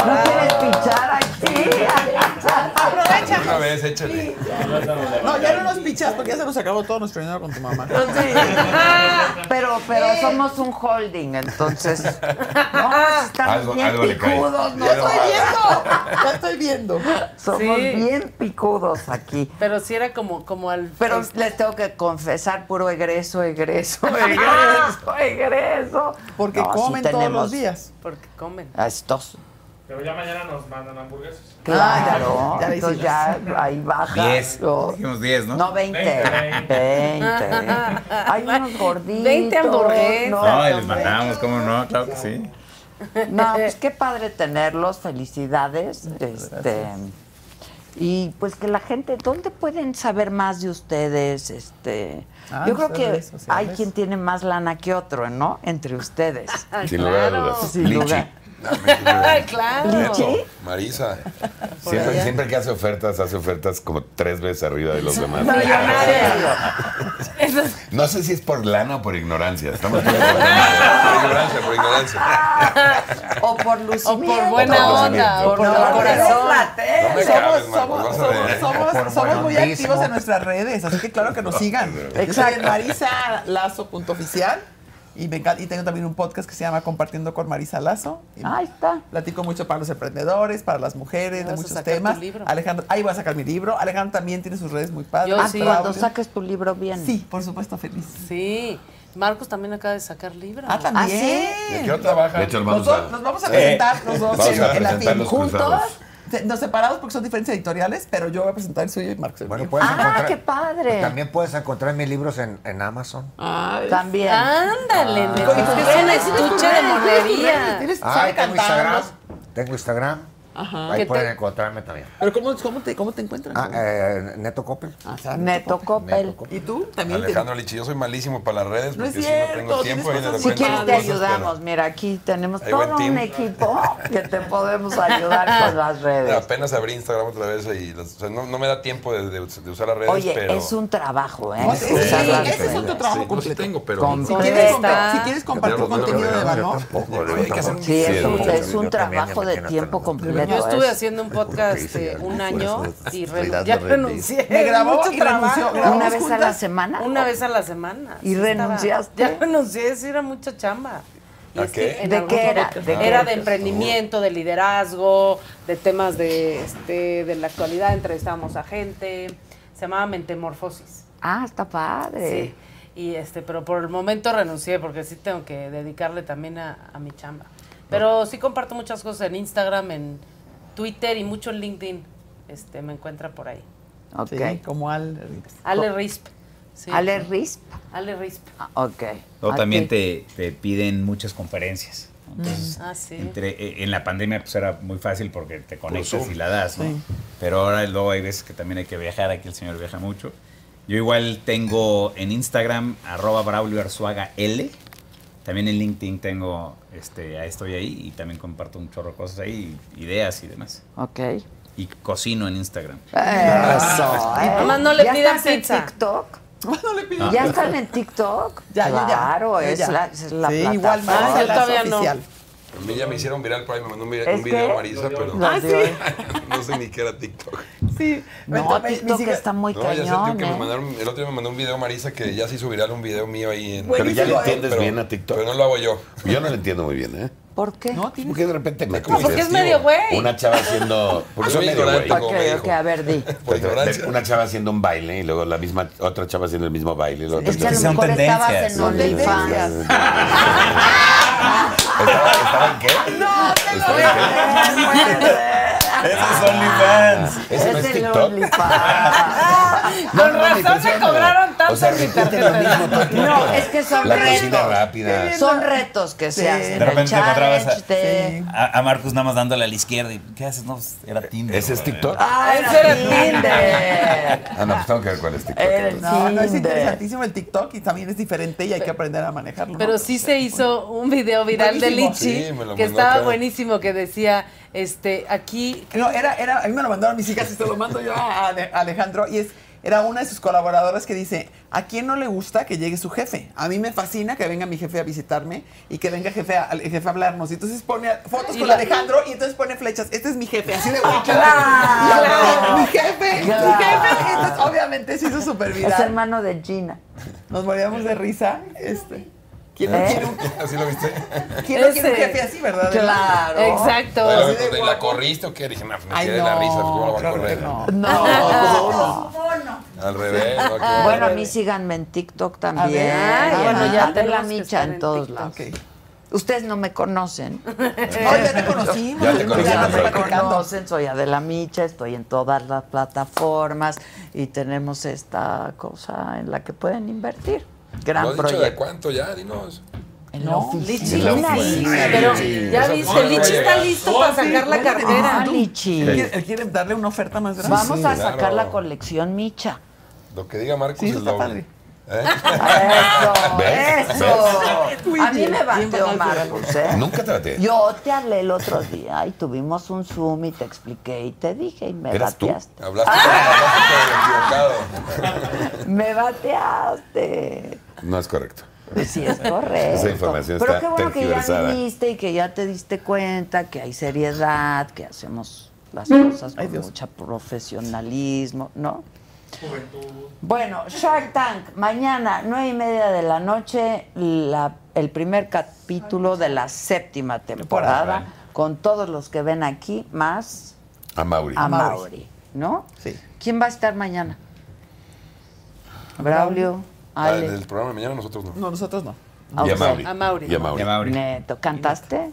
[SPEAKER 3] ¿No quieres pichar aquí?
[SPEAKER 4] Aprovecha.
[SPEAKER 8] Una vez, échale.
[SPEAKER 4] No, ya no nos pichas porque ya se nos acabó todo nuestro dinero con tu mamá.
[SPEAKER 3] Pero, pero somos un holding, entonces. No, estamos
[SPEAKER 4] Algo-
[SPEAKER 3] bien
[SPEAKER 4] algo le cae.
[SPEAKER 3] picudos.
[SPEAKER 4] Ya estoy viendo, ya estoy viendo.
[SPEAKER 3] Somos
[SPEAKER 6] Sí.
[SPEAKER 3] bien picudos aquí.
[SPEAKER 6] Pero si era como, como al. este,
[SPEAKER 3] Pero les tengo que confesar puro egreso, egreso, egreso, egreso.
[SPEAKER 4] Porque
[SPEAKER 3] No, sí
[SPEAKER 4] comen todos
[SPEAKER 3] tenemos
[SPEAKER 4] los días.
[SPEAKER 6] Porque comen.
[SPEAKER 10] Ah.
[SPEAKER 3] A estos.
[SPEAKER 15] Pero ya mañana nos mandan hamburguesas.
[SPEAKER 3] Claro, entonces ya ahí baja.
[SPEAKER 7] Diez.
[SPEAKER 3] lo-
[SPEAKER 7] Dijimos 10, ¿no?
[SPEAKER 3] No, 20. 20. Hay unos gorditos.
[SPEAKER 6] 20 hamburguesas.
[SPEAKER 3] No,
[SPEAKER 7] No, y les
[SPEAKER 3] hombre.
[SPEAKER 7] mandamos, ¿cómo no? Claro que sí.
[SPEAKER 3] No, pues qué padre tenerlos, felicidades. Este, y pues que la gente, ¿dónde pueden saber más de ustedes? Este,
[SPEAKER 10] Ah,
[SPEAKER 3] yo creo
[SPEAKER 10] en redes
[SPEAKER 3] que
[SPEAKER 10] sociales.
[SPEAKER 3] hay quien tiene más lana que otro, ¿no? Entre ustedes.
[SPEAKER 6] Ay,
[SPEAKER 14] Sin lugar a dudas.
[SPEAKER 3] Sin
[SPEAKER 14] Lichi.
[SPEAKER 3] lugar.
[SPEAKER 6] claro.
[SPEAKER 3] ¿Lichi?
[SPEAKER 14] Marisa. Siempre,
[SPEAKER 6] allá.
[SPEAKER 14] siempre que hace ofertas, hace ofertas como tres veces arriba de los demás. No sé si es por lana o por ignorancia. Estamos por ignorancia, por ignorancia.
[SPEAKER 3] O por lucimiento.
[SPEAKER 6] O por buena onda, o por corazón.
[SPEAKER 14] No me
[SPEAKER 4] Somos,
[SPEAKER 14] grabes,
[SPEAKER 4] somos,
[SPEAKER 14] Marcos, vas a
[SPEAKER 4] somos,
[SPEAKER 14] ver.
[SPEAKER 4] somos,
[SPEAKER 14] Por
[SPEAKER 4] somos muy
[SPEAKER 14] buenonismo.
[SPEAKER 4] activos en nuestras redes, así que claro que nos sigan. Yo soy
[SPEAKER 3] Exacto.
[SPEAKER 4] en Marisa Lazo punto oficial y, me encanta- y tengo también un podcast que se llama Compartiendo con Marisa Lazo. Y
[SPEAKER 3] Ah, Ahí está.
[SPEAKER 4] Platico mucho para los emprendedores, para las mujeres, de
[SPEAKER 3] vas a
[SPEAKER 4] muchos
[SPEAKER 3] sacar tu
[SPEAKER 4] temas.
[SPEAKER 3] libro.
[SPEAKER 4] Alejandro, ahí voy a sacar mi libro. Alejandro también tiene sus redes muy padres.
[SPEAKER 3] Ah, cuando
[SPEAKER 4] Claudio.
[SPEAKER 3] saques tu libro bien.
[SPEAKER 4] Sí, por supuesto, feliz.
[SPEAKER 6] Sí. Marcos también acaba de sacar libro.
[SPEAKER 4] Ah, también.
[SPEAKER 14] ¿De qué hora trabaja? De hecho, el vamos
[SPEAKER 4] Nos,
[SPEAKER 14] a-
[SPEAKER 4] nos vamos a
[SPEAKER 14] Sí.
[SPEAKER 4] presentar los dos
[SPEAKER 14] Vamos
[SPEAKER 4] en,
[SPEAKER 14] a
[SPEAKER 4] en la
[SPEAKER 14] presentar
[SPEAKER 4] FIL.
[SPEAKER 14] los
[SPEAKER 4] juntos.
[SPEAKER 14] cruzados.
[SPEAKER 4] se- Nos separados porque son diferentes editoriales, pero yo voy a presentar el suyo y Marcos el mío.
[SPEAKER 12] puedes
[SPEAKER 3] Ah,
[SPEAKER 12] encontrar-
[SPEAKER 3] qué padre.
[SPEAKER 12] También puedes encontrar mis libros en, en Amazon.
[SPEAKER 3] También.
[SPEAKER 6] Ándale, nene. Es un estuche de monería.
[SPEAKER 12] Ah, tengo Instagram. Tengo Instagram.
[SPEAKER 4] Ajá.
[SPEAKER 12] Ahí
[SPEAKER 4] ¿Qué
[SPEAKER 12] pueden
[SPEAKER 4] te-
[SPEAKER 12] encontrarme también.
[SPEAKER 4] Pero ¿cómo, cómo te, cómo te encuentran?
[SPEAKER 12] Ah, eh, Neto Coppel.
[SPEAKER 3] Ah,
[SPEAKER 14] ah,
[SPEAKER 3] Neto Coppel.
[SPEAKER 4] ¿Y tú? También te-
[SPEAKER 8] Alejandro Lichi, yo soy malísimo para las redes
[SPEAKER 4] No es
[SPEAKER 8] porque si no
[SPEAKER 4] cierto,
[SPEAKER 8] tengo tiempo ahí
[SPEAKER 4] tienes
[SPEAKER 8] de
[SPEAKER 4] cosas
[SPEAKER 8] repente.
[SPEAKER 3] Si quieres te
[SPEAKER 8] hago cosas,
[SPEAKER 3] ayudamos, mira, aquí tenemos
[SPEAKER 8] Hay buen
[SPEAKER 3] todo un
[SPEAKER 8] team.
[SPEAKER 3] equipo que te podemos ayudar con las
[SPEAKER 8] pero
[SPEAKER 3] redes.
[SPEAKER 8] Apenas abrí Instagram otra vez y las- o sea, no, no me da tiempo de, de- de usar las redes,
[SPEAKER 3] Oye,
[SPEAKER 8] pero...
[SPEAKER 3] es un trabajo, ¿eh?
[SPEAKER 8] Sí,
[SPEAKER 3] Usar las
[SPEAKER 8] ese es otro
[SPEAKER 3] redes.
[SPEAKER 8] trabajo Sí, no, sí completo. tengo, pero-
[SPEAKER 4] Si
[SPEAKER 3] Completo.
[SPEAKER 4] quieres, compa- si quieres compartir contenido de valor.
[SPEAKER 3] Sí, es un, es un trabajo de tiempo completo.
[SPEAKER 6] Yo estuve
[SPEAKER 3] es-
[SPEAKER 6] haciendo un podcast eh, un año y renu-
[SPEAKER 3] Cuidado,
[SPEAKER 6] ya
[SPEAKER 3] René.
[SPEAKER 6] renuncié.
[SPEAKER 3] Me grabó
[SPEAKER 6] Mucho
[SPEAKER 3] y
[SPEAKER 6] trabajo.
[SPEAKER 3] renunció. ¿Grabamos ¿Una vez a la juntas? semana?
[SPEAKER 6] Una vez a la semana.
[SPEAKER 3] ¿Y
[SPEAKER 6] estaba-
[SPEAKER 3] renunciaste?
[SPEAKER 6] ya renuncié, sí era mucha chamba. Y
[SPEAKER 8] ¿A
[SPEAKER 6] es que
[SPEAKER 8] qué?
[SPEAKER 6] en
[SPEAKER 8] ¿De
[SPEAKER 6] algún
[SPEAKER 8] qué era?
[SPEAKER 6] momento-
[SPEAKER 8] ¿De qué
[SPEAKER 6] Era
[SPEAKER 8] era?
[SPEAKER 6] de emprendimiento, de liderazgo, de temas de, este, de la actualidad. Entrevistábamos a gente. Se llamaba Mentemorfosis.
[SPEAKER 3] Ah, está padre.
[SPEAKER 6] Sí. Y este, pero por el momento renuncié porque sí tengo que dedicarle también a, a mi chamba. Pero sí comparto muchas cosas en Instagram, en Twitter y mucho en LinkedIn. Este, me encuentra por ahí.
[SPEAKER 3] Ok.
[SPEAKER 4] Sí, como al...
[SPEAKER 6] Ale Risp. sí.
[SPEAKER 3] Ale Risp.
[SPEAKER 6] Ale Risp.
[SPEAKER 3] Ah, Ok.
[SPEAKER 7] O
[SPEAKER 3] ¿A
[SPEAKER 7] también
[SPEAKER 3] ti?
[SPEAKER 7] te, te piden muchas conferencias.
[SPEAKER 3] Mm.
[SPEAKER 7] Entonces,
[SPEAKER 6] Ah, sí.
[SPEAKER 7] entre, eh, en la pandemia pues era muy fácil porque te conectas
[SPEAKER 8] Zoom.
[SPEAKER 7] y la das, ¿no?
[SPEAKER 8] Sí.
[SPEAKER 7] Pero ahora luego hay veces que también hay que viajar, aquí el señor viaja mucho. Yo igual tengo en Instagram arroba Braulio Arzuaga L. También en LinkedIn tengo, este, ahí estoy ahí y también comparto un chorro de cosas ahí, ideas y demás.
[SPEAKER 3] Ok.
[SPEAKER 7] Y cocino en Instagram.
[SPEAKER 3] Eso. ¿eh?
[SPEAKER 6] Nomás no le
[SPEAKER 3] ¿Ya
[SPEAKER 6] pidan
[SPEAKER 3] estás en
[SPEAKER 6] pizza.
[SPEAKER 3] TikTok?
[SPEAKER 4] No le
[SPEAKER 7] pidan
[SPEAKER 3] ¿Ya
[SPEAKER 7] pizza.
[SPEAKER 3] están en TikTok?
[SPEAKER 8] Ya, yo ya.
[SPEAKER 3] claro,
[SPEAKER 8] Yo
[SPEAKER 3] es
[SPEAKER 8] ya.
[SPEAKER 3] la, es la
[SPEAKER 8] Sí,
[SPEAKER 3] plataforma.
[SPEAKER 8] igual, Marisa
[SPEAKER 6] Yo todavía no.
[SPEAKER 8] A mí ya me hicieron viral por ahí, me mandó un video,
[SPEAKER 3] ¿Es
[SPEAKER 8] un video
[SPEAKER 3] que?
[SPEAKER 8] Marisa, pero...
[SPEAKER 3] Ah, ¿sí?
[SPEAKER 8] no sé ni qué era TikTok.
[SPEAKER 4] Sí.
[SPEAKER 3] No, TikTok está muy
[SPEAKER 8] No, ya sé,
[SPEAKER 3] cañón,
[SPEAKER 8] tío, que me
[SPEAKER 3] ¿eh?
[SPEAKER 8] mandaron, el otro día me mandó un video Marisa que ya se hizo viral un video mío ahí. En,
[SPEAKER 14] Pero ya le entiendes
[SPEAKER 8] Pero-
[SPEAKER 14] bien a TikTok.
[SPEAKER 8] Pero no lo hago yo.
[SPEAKER 14] Yo no lo entiendo muy bien, ¿eh?
[SPEAKER 3] ¿Por qué?
[SPEAKER 4] No,
[SPEAKER 14] Porque de repente me
[SPEAKER 8] como
[SPEAKER 14] dices,
[SPEAKER 8] que es medio güey.
[SPEAKER 14] Una chava haciendo. Porque
[SPEAKER 8] Soy
[SPEAKER 14] soy medio
[SPEAKER 8] ignorante,
[SPEAKER 14] güey.
[SPEAKER 8] como me
[SPEAKER 3] Ok, ok, a ver, di.
[SPEAKER 14] De- de- Una chava haciendo un baile y luego la misma, otra chava haciendo el mismo baile. y luego-
[SPEAKER 3] Es que a lo mejor estabas en
[SPEAKER 14] Son tendencias.
[SPEAKER 3] OnlyFans.
[SPEAKER 14] ¿Estaban qué?
[SPEAKER 3] No,
[SPEAKER 14] OnlyFans. Ese no es
[SPEAKER 3] el
[SPEAKER 14] TikTok.
[SPEAKER 3] OnlyFans.
[SPEAKER 14] No, no, ni
[SPEAKER 6] Razón me
[SPEAKER 14] pensando.
[SPEAKER 6] cobraron tanto
[SPEAKER 14] O sea,
[SPEAKER 6] en mi
[SPEAKER 14] repiten
[SPEAKER 6] tarjeta.
[SPEAKER 14] lo mismo todo el tiempo.
[SPEAKER 3] No, es que son
[SPEAKER 14] La
[SPEAKER 3] retos.
[SPEAKER 14] cocina rápida.
[SPEAKER 3] Son retos que se hacen.
[SPEAKER 7] De repente te encontrabas a,
[SPEAKER 3] Challenge de-
[SPEAKER 7] a- a Marcus nada más dándole a la izquierda. y, ¿Qué haces? No, pues, era Tinder.
[SPEAKER 14] ¿Ese es
[SPEAKER 7] güey.
[SPEAKER 14] TikTok?
[SPEAKER 3] Ah, ese era Tinder.
[SPEAKER 14] Ah, no, pues tengo que ver cuál es
[SPEAKER 3] Eh,
[SPEAKER 14] TikTok.
[SPEAKER 4] No, Eh, no, es
[SPEAKER 14] Tinder.
[SPEAKER 4] interesantísimo el TikTok y también es diferente y hay que aprender a manejarlo.
[SPEAKER 6] Pero sí se hizo un video viral de
[SPEAKER 4] Buenísimo.
[SPEAKER 6] Lichi
[SPEAKER 4] Sí, me lo
[SPEAKER 6] que
[SPEAKER 4] mandó
[SPEAKER 6] estaba
[SPEAKER 4] acá.
[SPEAKER 6] buenísimo, que decía, este, aquí...
[SPEAKER 4] No, era, era, a mí me lo mandaron mis hijas y se lo mando yo a Ale- a Alejandro. Y es, era una de sus colaboradoras que dice, ¿a quién no le gusta que llegue su jefe? A mí me fascina que venga mi jefe a visitarme y que venga jefe a- al jefe a hablarnos. Y entonces pone a- fotos
[SPEAKER 9] Y
[SPEAKER 4] con
[SPEAKER 9] la-
[SPEAKER 4] Alejandro y entonces pone flechas. Este es mi jefe, así de
[SPEAKER 9] Ah,
[SPEAKER 4] bonito.
[SPEAKER 9] claro.
[SPEAKER 4] Y ahora, Mi jefe,
[SPEAKER 9] Claro.
[SPEAKER 4] mi jefe. Entonces, obviamente se hizo súper viral.
[SPEAKER 3] Es hermano de Gina.
[SPEAKER 4] Nos moríamos de risa. Este. ¿Quién
[SPEAKER 3] ¿Eh?
[SPEAKER 4] no quiere un,
[SPEAKER 8] ¿Así lo viste?
[SPEAKER 4] quién no quiere un
[SPEAKER 6] Ese.
[SPEAKER 4] jefe así, verdad?
[SPEAKER 3] Claro.
[SPEAKER 6] Exacto.
[SPEAKER 8] Bueno, ¿La corriste o qué? Dije, no, me
[SPEAKER 4] Ay,
[SPEAKER 8] quedé de la
[SPEAKER 4] no,
[SPEAKER 8] risa. pues, ¿Cómo la voy a
[SPEAKER 4] claro
[SPEAKER 8] correr?
[SPEAKER 4] que no.
[SPEAKER 3] No.
[SPEAKER 8] Al revés. ¿no? Qué
[SPEAKER 3] Ah. Bueno, a
[SPEAKER 8] bárbaro.
[SPEAKER 3] mí síganme en TikTok
[SPEAKER 4] A
[SPEAKER 3] también.
[SPEAKER 4] ver,
[SPEAKER 3] Ah,
[SPEAKER 4] bueno, ya
[SPEAKER 3] de la
[SPEAKER 4] tenemos que
[SPEAKER 3] micha
[SPEAKER 4] estar
[SPEAKER 3] en
[SPEAKER 4] en
[SPEAKER 3] todos
[SPEAKER 4] TikTok.
[SPEAKER 3] lados. Ustedes no me conocen.
[SPEAKER 4] No, ya te conocimos.
[SPEAKER 14] Ya te conocimos,
[SPEAKER 3] Ya me
[SPEAKER 14] Adela.
[SPEAKER 3] conocen, soy Adela Micha, estoy en todas las plataformas y tenemos esta cosa en la que pueden invertir. Gran
[SPEAKER 8] ¿Lo has dicho
[SPEAKER 3] proyecto.
[SPEAKER 8] de cuánto ya? Dinos.
[SPEAKER 3] En
[SPEAKER 8] No,
[SPEAKER 6] Lichi, pero ya viste, Lichi está listo para sacar la cartera.
[SPEAKER 3] Ah, Lichi.
[SPEAKER 4] Él quiere- él quiere darle una oferta más grande.
[SPEAKER 3] Vamos a sacar
[SPEAKER 8] claro.
[SPEAKER 3] la colección Micha.
[SPEAKER 8] Lo que diga Marcos
[SPEAKER 4] Sí,
[SPEAKER 8] es
[SPEAKER 4] está
[SPEAKER 8] lo
[SPEAKER 4] padre.
[SPEAKER 3] Eso,
[SPEAKER 14] ¿Ves?
[SPEAKER 3] eso.
[SPEAKER 4] Muy
[SPEAKER 3] A mí
[SPEAKER 4] bien,
[SPEAKER 3] me
[SPEAKER 4] bien
[SPEAKER 3] bateó
[SPEAKER 4] balanceado.
[SPEAKER 3] Marcos, ¿eh?
[SPEAKER 14] Nunca te bateé.
[SPEAKER 3] Yo te hablé el otro día y tuvimos un Zoom y te expliqué y te dije y me
[SPEAKER 14] ¿Eras tú?
[SPEAKER 3] bateaste.
[SPEAKER 8] Hablaste con el equivocado.
[SPEAKER 3] Me bateaste.
[SPEAKER 14] No es correcto.
[SPEAKER 3] Sí, es correcto.
[SPEAKER 14] Esa información
[SPEAKER 3] Pero
[SPEAKER 14] está
[SPEAKER 3] qué bueno que ya
[SPEAKER 14] tergiversada.
[SPEAKER 3] viniste y que ya te diste cuenta que hay seriedad, que hacemos las cosas con mucho profesionalismo, ¿no? Bueno, Shark Tank, mañana, nueve y media de la noche, la- el primer capítulo de la séptima temporada, con todos los que ven aquí, más
[SPEAKER 14] A Mauri.
[SPEAKER 3] a Mauri, ¿no?
[SPEAKER 4] Sí.
[SPEAKER 3] ¿Quién va a estar mañana? Braulio,
[SPEAKER 8] Ah,
[SPEAKER 3] Ale.
[SPEAKER 8] El programa de mañana nosotros no.
[SPEAKER 4] No, nosotros no.
[SPEAKER 14] Y a Mauri.
[SPEAKER 6] A Mauri.
[SPEAKER 14] Y a Mauri.
[SPEAKER 3] Neto, ¿cantaste?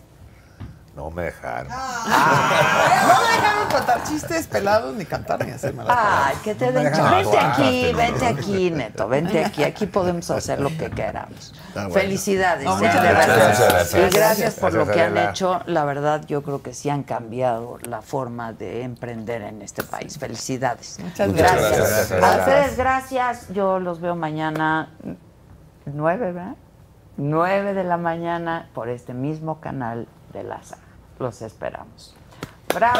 [SPEAKER 12] No me dejaron.
[SPEAKER 4] No me dejaron contar chistes pelados ni cantar ni hacer malas
[SPEAKER 3] Ay, que te den
[SPEAKER 4] dejan
[SPEAKER 3] Vente
[SPEAKER 4] actuar.
[SPEAKER 3] aquí, vente aquí, Neto, vente aquí. Aquí podemos hacer lo que queramos.
[SPEAKER 4] bueno.
[SPEAKER 3] Felicidades.
[SPEAKER 4] No,
[SPEAKER 3] ¿eh?
[SPEAKER 4] muchas
[SPEAKER 3] De verdad.
[SPEAKER 4] gracias. Muchas
[SPEAKER 3] Y
[SPEAKER 4] gracias.
[SPEAKER 3] gracias por lo
[SPEAKER 4] Gracias,
[SPEAKER 3] que han
[SPEAKER 4] Adela.
[SPEAKER 3] hecho. La verdad, yo creo que sí han cambiado la forma de emprender en este país. Felicidades.
[SPEAKER 4] Muchas gracias.
[SPEAKER 14] Muchas gracias,
[SPEAKER 3] A
[SPEAKER 14] Adela.
[SPEAKER 4] Ah.
[SPEAKER 3] ustedes, gracias. Yo los veo mañana nueve, ¿verdad? Nueve de la mañana por este mismo canal de la saga. Los esperamos. ¡Bravo!